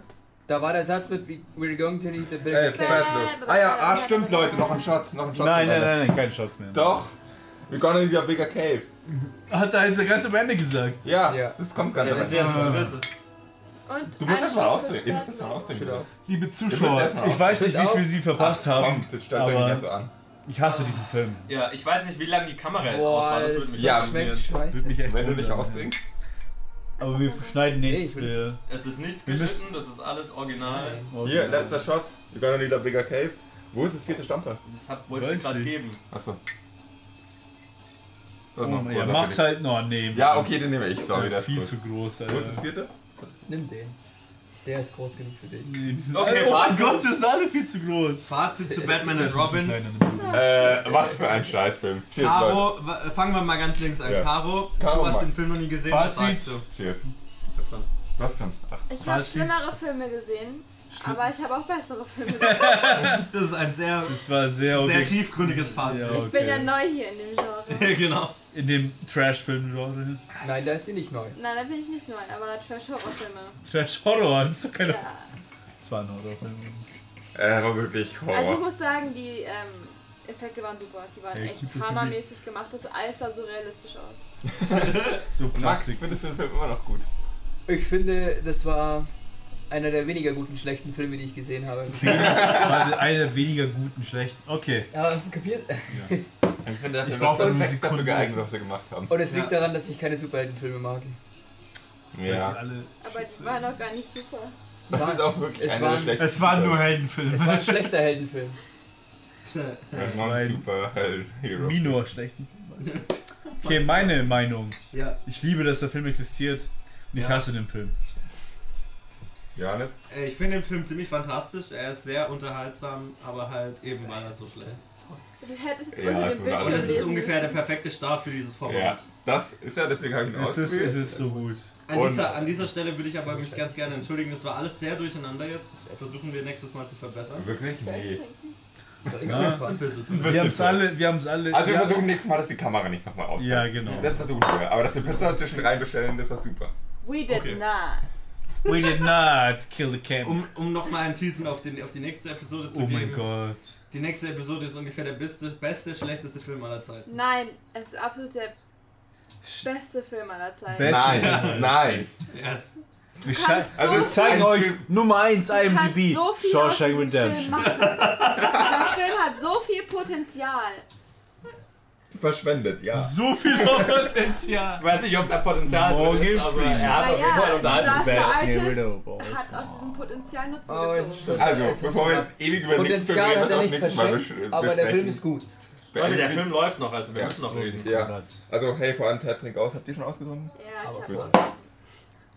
[SPEAKER 4] Da war der Satz mit "We- We're going to need a big
[SPEAKER 1] Ey,
[SPEAKER 5] Bad
[SPEAKER 1] Bad Look.
[SPEAKER 5] Look.
[SPEAKER 1] Ah ja, ah, stimmt, Leute, noch ein Shot, noch ein Shot. zum
[SPEAKER 3] Nein, nein,
[SPEAKER 1] Ende.
[SPEAKER 3] nein, nein, kein Schatz mehr.
[SPEAKER 1] Doch, we're gonna need a bigger cave.
[SPEAKER 3] Hat er jetzt ganz am Ende gesagt.
[SPEAKER 1] Ja,
[SPEAKER 4] Ja.
[SPEAKER 1] das kommt gar nicht.
[SPEAKER 2] Das ist ja
[SPEAKER 3] Ah.
[SPEAKER 2] das dritte.
[SPEAKER 5] Und
[SPEAKER 1] Du musst
[SPEAKER 5] ein
[SPEAKER 1] erst mal
[SPEAKER 5] Shot
[SPEAKER 1] ausdenken.
[SPEAKER 5] fürs
[SPEAKER 1] Ihr müsst
[SPEAKER 5] Bad
[SPEAKER 1] erst mal
[SPEAKER 5] Look.
[SPEAKER 1] ausdenken.
[SPEAKER 4] Shit auf.
[SPEAKER 3] Liebe
[SPEAKER 1] müsst
[SPEAKER 3] Zuschauer,
[SPEAKER 1] erst mal auf-
[SPEAKER 3] ich weiß nicht,
[SPEAKER 4] Steht
[SPEAKER 3] wie viel
[SPEAKER 4] auf.
[SPEAKER 3] Sie verpasst haben.
[SPEAKER 1] Komm, das stellt euch nicht
[SPEAKER 3] Aber-
[SPEAKER 1] ganz so an.
[SPEAKER 3] Ich hasse diesen Film.
[SPEAKER 2] Ja, ich weiß nicht, wie lange die Kamera jetzt aus
[SPEAKER 4] Boah,
[SPEAKER 2] war. Das würde mich
[SPEAKER 1] Ja.
[SPEAKER 4] das schmeckt
[SPEAKER 2] interessieren.
[SPEAKER 3] Würde
[SPEAKER 4] scheiße.
[SPEAKER 3] mich echt
[SPEAKER 1] Wenn du dich
[SPEAKER 3] wundern.
[SPEAKER 1] ausdenkst.
[SPEAKER 3] Aber wir schneiden nichts.
[SPEAKER 4] ich will-
[SPEAKER 3] Wir
[SPEAKER 2] Es ist nichts
[SPEAKER 3] Wir müssen-
[SPEAKER 2] geschnitten, das ist alles original.
[SPEAKER 1] Hier, letzter Shot. We're gonna need a bigger cave. Wo ist das vierte Stammball?
[SPEAKER 2] Das hab, wollte
[SPEAKER 3] Weiß
[SPEAKER 2] ich gerade
[SPEAKER 3] nicht.
[SPEAKER 2] geben.
[SPEAKER 1] Achso. Das
[SPEAKER 3] Oh,
[SPEAKER 1] ist noch ein
[SPEAKER 3] ja,
[SPEAKER 1] großer
[SPEAKER 3] mach's
[SPEAKER 1] Billig.
[SPEAKER 3] halt noch nehmen.
[SPEAKER 1] Ja, okay, den nehme ich. Sorry,
[SPEAKER 3] Sorry,
[SPEAKER 1] der ist
[SPEAKER 3] viel
[SPEAKER 1] gut.
[SPEAKER 3] zu groß.
[SPEAKER 1] Wo ist das
[SPEAKER 3] Alter.
[SPEAKER 1] vierte?
[SPEAKER 4] Nimm den. Der ist groß genug für dich.
[SPEAKER 3] Nee, die sind
[SPEAKER 2] Okay,
[SPEAKER 3] alle, oh mein
[SPEAKER 2] Fazit.
[SPEAKER 3] Gott, das sind alle viel zu groß.
[SPEAKER 19] Fazit zu Batman
[SPEAKER 3] Das
[SPEAKER 19] und
[SPEAKER 3] ist ein bisschen
[SPEAKER 19] Robin.
[SPEAKER 3] kleiner, ne?
[SPEAKER 1] Äh, was für ein Scheißfilm. Cheers, Leute.
[SPEAKER 19] Caro, wa- fangen wir mal ganz links an.
[SPEAKER 1] Ja.
[SPEAKER 19] Caro,
[SPEAKER 1] Caro,
[SPEAKER 19] du hast
[SPEAKER 1] Mann.
[SPEAKER 19] den Film noch nie gesehen. was
[SPEAKER 3] Fazit.
[SPEAKER 19] sagst du?
[SPEAKER 1] Cheers.
[SPEAKER 19] Ich hab schon.
[SPEAKER 1] Was schon? Ach,
[SPEAKER 5] Ich habe
[SPEAKER 3] Fazit.
[SPEAKER 5] schlimmere Filme gesehen, aber ich habe auch bessere Filme gesehen.
[SPEAKER 19] Das ist ein sehr,
[SPEAKER 3] Das war sehr,
[SPEAKER 19] sehr
[SPEAKER 3] objekt-
[SPEAKER 19] tiefgründiges Fazit.
[SPEAKER 3] Ja,
[SPEAKER 5] Ich bin ja
[SPEAKER 3] okay.
[SPEAKER 5] neu hier in dem Genre.
[SPEAKER 19] genau.
[SPEAKER 3] In dem Trash-Film-Genre.
[SPEAKER 4] Nein, da ist die nicht neu.
[SPEAKER 5] Nein, da bin ich nicht neu, aber Trash-Horror-Filme.
[SPEAKER 3] Trash-Horror, das ist doch keine.
[SPEAKER 5] Ja.
[SPEAKER 3] Das war ein Horrorfilm.
[SPEAKER 1] äh, war wirklich
[SPEAKER 5] Also ich
[SPEAKER 1] Horror.
[SPEAKER 5] muss sagen, die ähm, Effekte waren super. Die waren
[SPEAKER 3] Hey,
[SPEAKER 5] echt
[SPEAKER 3] keep it
[SPEAKER 5] hammermäßig gemacht. Das alles sah so realistisch aus.
[SPEAKER 3] So
[SPEAKER 1] Max,
[SPEAKER 3] Plastik.
[SPEAKER 1] findest du den Film immer noch gut?
[SPEAKER 4] Ich finde, das war einer der weniger guten schlechten Filme, die ich gesehen habe.
[SPEAKER 3] Warte, einer der weniger guten, schlechten. Okay.
[SPEAKER 4] Ja, hast du kapiert?
[SPEAKER 1] Ich finde, der
[SPEAKER 3] Ich
[SPEAKER 1] Film
[SPEAKER 3] brauch
[SPEAKER 1] ist
[SPEAKER 3] nur eine
[SPEAKER 1] perfekt dafür
[SPEAKER 3] Sekunde.
[SPEAKER 1] geeignet, was sie gemacht haben.
[SPEAKER 4] Und es
[SPEAKER 19] Ja.
[SPEAKER 4] liegt daran, dass ich keine Superheldenfilme mag.
[SPEAKER 3] Das sind
[SPEAKER 1] Ja.
[SPEAKER 3] alle
[SPEAKER 5] Aber die waren auch gar nicht super.
[SPEAKER 1] Das
[SPEAKER 4] War-
[SPEAKER 1] ist auch wirklich
[SPEAKER 4] es
[SPEAKER 1] einer der
[SPEAKER 4] waren-
[SPEAKER 1] schlechtesten.
[SPEAKER 3] es waren nur
[SPEAKER 1] Filme.
[SPEAKER 3] Heldenfilme.
[SPEAKER 4] Es war ein schlechter Heldenfilm.
[SPEAKER 1] Es
[SPEAKER 3] es war
[SPEAKER 1] waren
[SPEAKER 3] ein-
[SPEAKER 1] super Hero.
[SPEAKER 3] Minor schlechten. Okay, meine Meinung.
[SPEAKER 19] Ja.
[SPEAKER 3] Ich liebe, dass der Film existiert und ich
[SPEAKER 19] Ja.
[SPEAKER 3] hasse den Film.
[SPEAKER 1] Johannes?
[SPEAKER 19] Äh, Ich finde den Film ziemlich fantastisch. Er ist sehr unterhaltsam, aber halt eben weil er so schlecht ist.
[SPEAKER 5] Du hättest jetzt
[SPEAKER 1] Ja,
[SPEAKER 5] unter
[SPEAKER 1] es wurde
[SPEAKER 5] dem Bildschirm
[SPEAKER 19] Und
[SPEAKER 1] alles-
[SPEAKER 19] es ist
[SPEAKER 5] lesen
[SPEAKER 19] ungefähr der
[SPEAKER 5] müssen.
[SPEAKER 19] perfekte Start für dieses
[SPEAKER 1] Ja.
[SPEAKER 19] Format.
[SPEAKER 1] Das ist ja, deswegen habe ich ihn
[SPEAKER 3] Es ist, es
[SPEAKER 1] ausgewählt.
[SPEAKER 3] ist so gut.
[SPEAKER 19] An
[SPEAKER 1] Und-
[SPEAKER 19] dieser, an dieser Stelle würde ich aber mich ganz gerne entschuldigen. Das war alles sehr durcheinander jetzt. Das versuchen wir nächstes Mal zu verbessern.
[SPEAKER 1] Wirklich? Nee.
[SPEAKER 4] Soll ich
[SPEAKER 3] Ja.
[SPEAKER 19] Ein
[SPEAKER 4] anfangen?
[SPEAKER 19] bisschen
[SPEAKER 3] Wir haben es alle, wir haben es alle.
[SPEAKER 1] Also wir
[SPEAKER 3] ja,
[SPEAKER 1] versuchen nächstes Mal, dass die Kamera nicht nochmal ausfällt.
[SPEAKER 3] ja, genau.
[SPEAKER 1] Das versuchen wir. Aber dass wir Pizza zwischen rein bestellen, das war super.
[SPEAKER 5] We did
[SPEAKER 19] Okay.
[SPEAKER 5] not.
[SPEAKER 3] We did not kill the camp.
[SPEAKER 19] Um, um nochmal einen Teasen auf, den, auf die nächste Episode zu
[SPEAKER 3] oh
[SPEAKER 19] geben.
[SPEAKER 3] mein Gott.
[SPEAKER 19] Die nächste Episode ist ungefähr der beste, beste schlechteste Film aller Zeiten.
[SPEAKER 5] Nein, es ist absolut der beste Film aller Zeiten.
[SPEAKER 3] Best-
[SPEAKER 1] Nein, nein.
[SPEAKER 19] Yes.
[SPEAKER 3] Wir,
[SPEAKER 5] kannst
[SPEAKER 3] schei-
[SPEAKER 5] so
[SPEAKER 3] also wir
[SPEAKER 5] viel-
[SPEAKER 3] zeigen
[SPEAKER 1] Ein
[SPEAKER 3] euch
[SPEAKER 1] Film-
[SPEAKER 3] Nummer 1
[SPEAKER 5] Du kannst
[SPEAKER 3] IMDb.
[SPEAKER 5] so viel
[SPEAKER 3] Shawshank
[SPEAKER 5] aus diesem Film
[SPEAKER 3] Redemption.
[SPEAKER 5] machen. Der Film hat so viel Potenzial.
[SPEAKER 1] Verschwendet, ja.
[SPEAKER 3] So viel Potenzial.
[SPEAKER 20] Ich weiß nicht, ob da Potenzial
[SPEAKER 3] Morgan
[SPEAKER 20] drin ist, aber
[SPEAKER 3] Freeman.
[SPEAKER 20] er hat auf jeden Fall
[SPEAKER 5] Naja,
[SPEAKER 20] unterhalten.
[SPEAKER 5] Disaster
[SPEAKER 3] Best
[SPEAKER 5] Artist
[SPEAKER 3] Get Rid of.
[SPEAKER 5] hat aus diesem Potenzial Nutzen
[SPEAKER 4] Oh, jetzt ist
[SPEAKER 5] gezogen.
[SPEAKER 4] Schluss.
[SPEAKER 1] Also,
[SPEAKER 4] Jetzt muss
[SPEAKER 1] bevor wir
[SPEAKER 4] man-
[SPEAKER 1] jetzt ewig über den Film
[SPEAKER 4] Potenzial
[SPEAKER 1] reden,
[SPEAKER 4] hat er
[SPEAKER 1] das
[SPEAKER 4] nicht
[SPEAKER 1] nächste Mal
[SPEAKER 4] verschenkt,
[SPEAKER 1] besch-
[SPEAKER 4] aber der
[SPEAKER 1] besprechen.
[SPEAKER 4] Film ist gut.
[SPEAKER 2] Leute,
[SPEAKER 1] Beenden.
[SPEAKER 2] der Film läuft noch, also wir
[SPEAKER 1] Ja.
[SPEAKER 2] müssen noch reden.
[SPEAKER 1] Ja. Also, hey, vor allem Tetrink aus. Habt ihr schon ausgetrunken?
[SPEAKER 5] Ja, ich
[SPEAKER 1] gut.
[SPEAKER 5] habe auch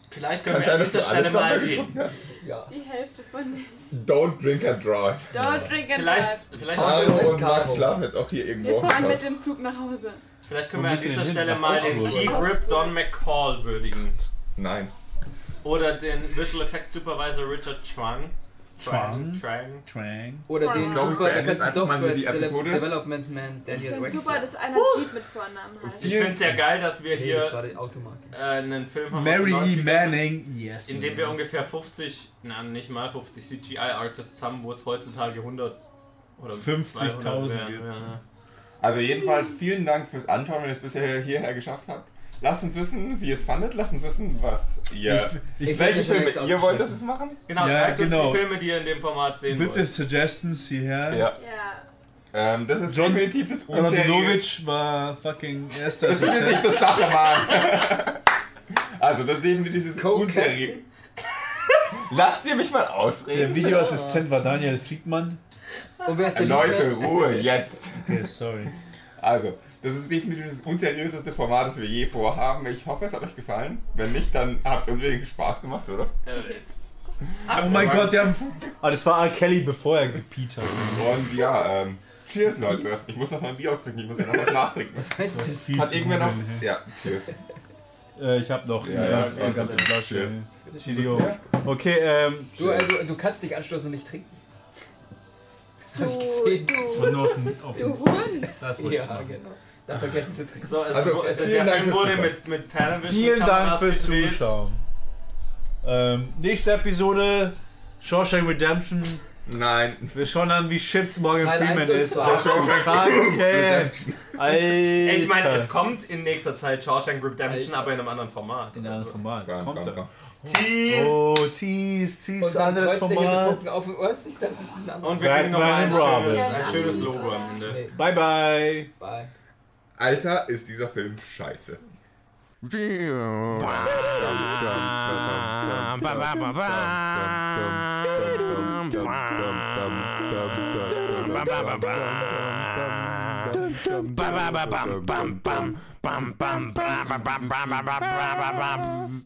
[SPEAKER 2] Vielleicht
[SPEAKER 1] Kann
[SPEAKER 2] können wir
[SPEAKER 1] sein,
[SPEAKER 2] an
[SPEAKER 1] dass
[SPEAKER 2] dieser
[SPEAKER 1] du
[SPEAKER 2] Stelle
[SPEAKER 1] alles
[SPEAKER 2] mal
[SPEAKER 1] mal
[SPEAKER 2] reden.
[SPEAKER 1] getrunken hast.
[SPEAKER 4] Ja.
[SPEAKER 5] die Hälfte von dem.
[SPEAKER 1] Don't drink and drive.
[SPEAKER 5] Don't drink and
[SPEAKER 2] Vielleicht,
[SPEAKER 5] drive.
[SPEAKER 2] vielleicht,
[SPEAKER 1] Caro und Max
[SPEAKER 4] Caro.
[SPEAKER 1] schlafen jetzt auch hier irgendwo
[SPEAKER 5] Wir
[SPEAKER 1] auf
[SPEAKER 5] fahren
[SPEAKER 1] dem
[SPEAKER 5] mit
[SPEAKER 1] Couch.
[SPEAKER 5] dem Zug nach Hause.
[SPEAKER 2] vielleicht können
[SPEAKER 3] Wo
[SPEAKER 2] wir an
[SPEAKER 3] bist du
[SPEAKER 2] dieser
[SPEAKER 3] denn hin?
[SPEAKER 2] Stelle
[SPEAKER 3] Nach
[SPEAKER 2] mal den
[SPEAKER 3] Augsburg.
[SPEAKER 2] Key Grip Don McCall würdigen.
[SPEAKER 1] Nein.
[SPEAKER 2] Oder den Visual Effect Supervisor Richard Chuang. Chuang. Chuang.
[SPEAKER 3] Trang.
[SPEAKER 4] Oder
[SPEAKER 5] Ich
[SPEAKER 4] den
[SPEAKER 1] wir
[SPEAKER 5] glaube,
[SPEAKER 1] beenden
[SPEAKER 4] super
[SPEAKER 1] jetzt einfach
[SPEAKER 4] erkannten
[SPEAKER 1] mal
[SPEAKER 4] Software
[SPEAKER 1] die Episode.
[SPEAKER 4] Dele- Development Man
[SPEAKER 5] Ich
[SPEAKER 4] Daniel
[SPEAKER 5] finde
[SPEAKER 4] Rex.
[SPEAKER 5] super, dass einer Jeep mit Vornamen heißt.
[SPEAKER 2] Ich finde es ja geil, dass wir
[SPEAKER 4] Nee, das war
[SPEAKER 2] hier
[SPEAKER 4] die Automarke.
[SPEAKER 2] äh, einen Film haben. aus den
[SPEAKER 3] Mary E.
[SPEAKER 2] 90ern,
[SPEAKER 3] Manning. Yes.
[SPEAKER 2] In dem wir ungefähr 50, na nicht mal 50 CGI-Artists haben, wo es heutzutage 100 oder
[SPEAKER 3] 50.000
[SPEAKER 2] 200 wären.
[SPEAKER 3] gibt.
[SPEAKER 2] Ja.
[SPEAKER 1] Also, jedenfalls vielen Dank fürs Anschauen, wenn ihr es bisher hierher geschafft habt. Lasst uns wissen, wie ihr es fandet. Lasst uns wissen, was ihr.
[SPEAKER 3] Ich, ich
[SPEAKER 4] Ich
[SPEAKER 1] welche
[SPEAKER 4] hätte schon
[SPEAKER 1] Filme
[SPEAKER 4] längst
[SPEAKER 1] ihr wollt,
[SPEAKER 4] ausgeschaltet.
[SPEAKER 1] dass wir es machen?
[SPEAKER 2] Genau,
[SPEAKER 3] Ja,
[SPEAKER 2] schreibt
[SPEAKER 3] genau.
[SPEAKER 2] uns die Filme, die ihr in dem Format sehen
[SPEAKER 3] Bitte
[SPEAKER 2] wollt.
[SPEAKER 3] Suggestions hierher.
[SPEAKER 1] Ja.
[SPEAKER 5] Ja.
[SPEAKER 1] Ähm, das ist
[SPEAKER 3] John-
[SPEAKER 1] definitiv das unseriöse.
[SPEAKER 3] Radulovic war fucking erster
[SPEAKER 1] Das ist
[SPEAKER 3] Assistent.
[SPEAKER 1] nicht das Sache, Mann. Also, das ist definitiv das
[SPEAKER 4] Co-Captain?
[SPEAKER 1] unseriöse. Lasst ihr mich mal ausreden.
[SPEAKER 3] Der Videoassistent war Daniel Friedmann.
[SPEAKER 4] Und wer ist der
[SPEAKER 1] Äh, Leute,
[SPEAKER 4] Liebhaber?
[SPEAKER 1] Ruhe jetzt.
[SPEAKER 3] Okay, sorry.
[SPEAKER 1] Also, das ist definitiv das unseriöseste Format, das wir je vorhaben. Ich hoffe, es hat euch gefallen. Wenn nicht, dann hat es uns wenigstens Spaß gemacht, oder?
[SPEAKER 3] Oh mein Gott, der haben. Ah, das war R. Kelly, bevor er gepiet hat.
[SPEAKER 1] Und ja, ähm, cheers, Leute. Ich muss noch mal ein Bier austrinken, ich muss ja noch was nachtrinken.
[SPEAKER 4] Was heißt das?
[SPEAKER 1] Hat irgendwer noch...
[SPEAKER 3] Ja.
[SPEAKER 1] Ja, cheers.
[SPEAKER 3] Äh, ich hab noch
[SPEAKER 1] Ja,
[SPEAKER 3] eine
[SPEAKER 1] ja,
[SPEAKER 3] ganze,
[SPEAKER 1] ja,
[SPEAKER 3] eine ganze
[SPEAKER 1] ja.
[SPEAKER 3] Flasche. Chilio. Okay, ähm.
[SPEAKER 4] Du, äh, du, du kannst dich anstoßen und nicht trinken.
[SPEAKER 5] Du, du,
[SPEAKER 3] nur auf den, auf
[SPEAKER 5] du
[SPEAKER 3] den
[SPEAKER 5] Hund.
[SPEAKER 2] Das wollte ich
[SPEAKER 4] Ja,
[SPEAKER 2] machen.
[SPEAKER 4] genau. Da vergessen sie Tricks. So,
[SPEAKER 2] also,
[SPEAKER 1] Also,
[SPEAKER 2] wo- der-
[SPEAKER 1] vielen
[SPEAKER 2] der
[SPEAKER 1] Dank
[SPEAKER 2] Film
[SPEAKER 1] fürs
[SPEAKER 2] wurde
[SPEAKER 1] Zuschauen.
[SPEAKER 2] mit, mit Panavision
[SPEAKER 3] Vielen Dank
[SPEAKER 2] Kameras
[SPEAKER 3] fürs
[SPEAKER 2] gedreht.
[SPEAKER 3] Zuschauen. Ähm, nächste Episode: Shawshank Redemption.
[SPEAKER 1] Nein.
[SPEAKER 3] Wir schauen an, wie shit Morgan
[SPEAKER 4] Teil
[SPEAKER 3] Freeman
[SPEAKER 4] eins und
[SPEAKER 3] ist.
[SPEAKER 4] zwei.
[SPEAKER 3] Ach, Kacke. Alter.
[SPEAKER 2] Ey, Ich meine, es kommt in nächster Zeit Shawshank Redemption, aber in einem anderen Format. Also,
[SPEAKER 3] In einem anderen Format.
[SPEAKER 1] Bam,
[SPEAKER 3] Kommt
[SPEAKER 1] bam,
[SPEAKER 3] er.
[SPEAKER 1] bam.
[SPEAKER 2] Tease!
[SPEAKER 3] Oh, Tease, Tease,
[SPEAKER 4] Und dann
[SPEAKER 3] anderes
[SPEAKER 4] kreuzt er hier mit
[SPEAKER 3] Format.
[SPEAKER 4] Token auf dem Ohr. Ich dachte, das ist ein anderes
[SPEAKER 2] Und wir kriegen nochmal ein
[SPEAKER 3] Batman
[SPEAKER 2] schönes,
[SPEAKER 5] Robin.
[SPEAKER 2] ein schönes Logo am Ende.
[SPEAKER 4] Nee,
[SPEAKER 3] Bye, bye.
[SPEAKER 4] bye.
[SPEAKER 1] Alter, ist dieser Film scheiße.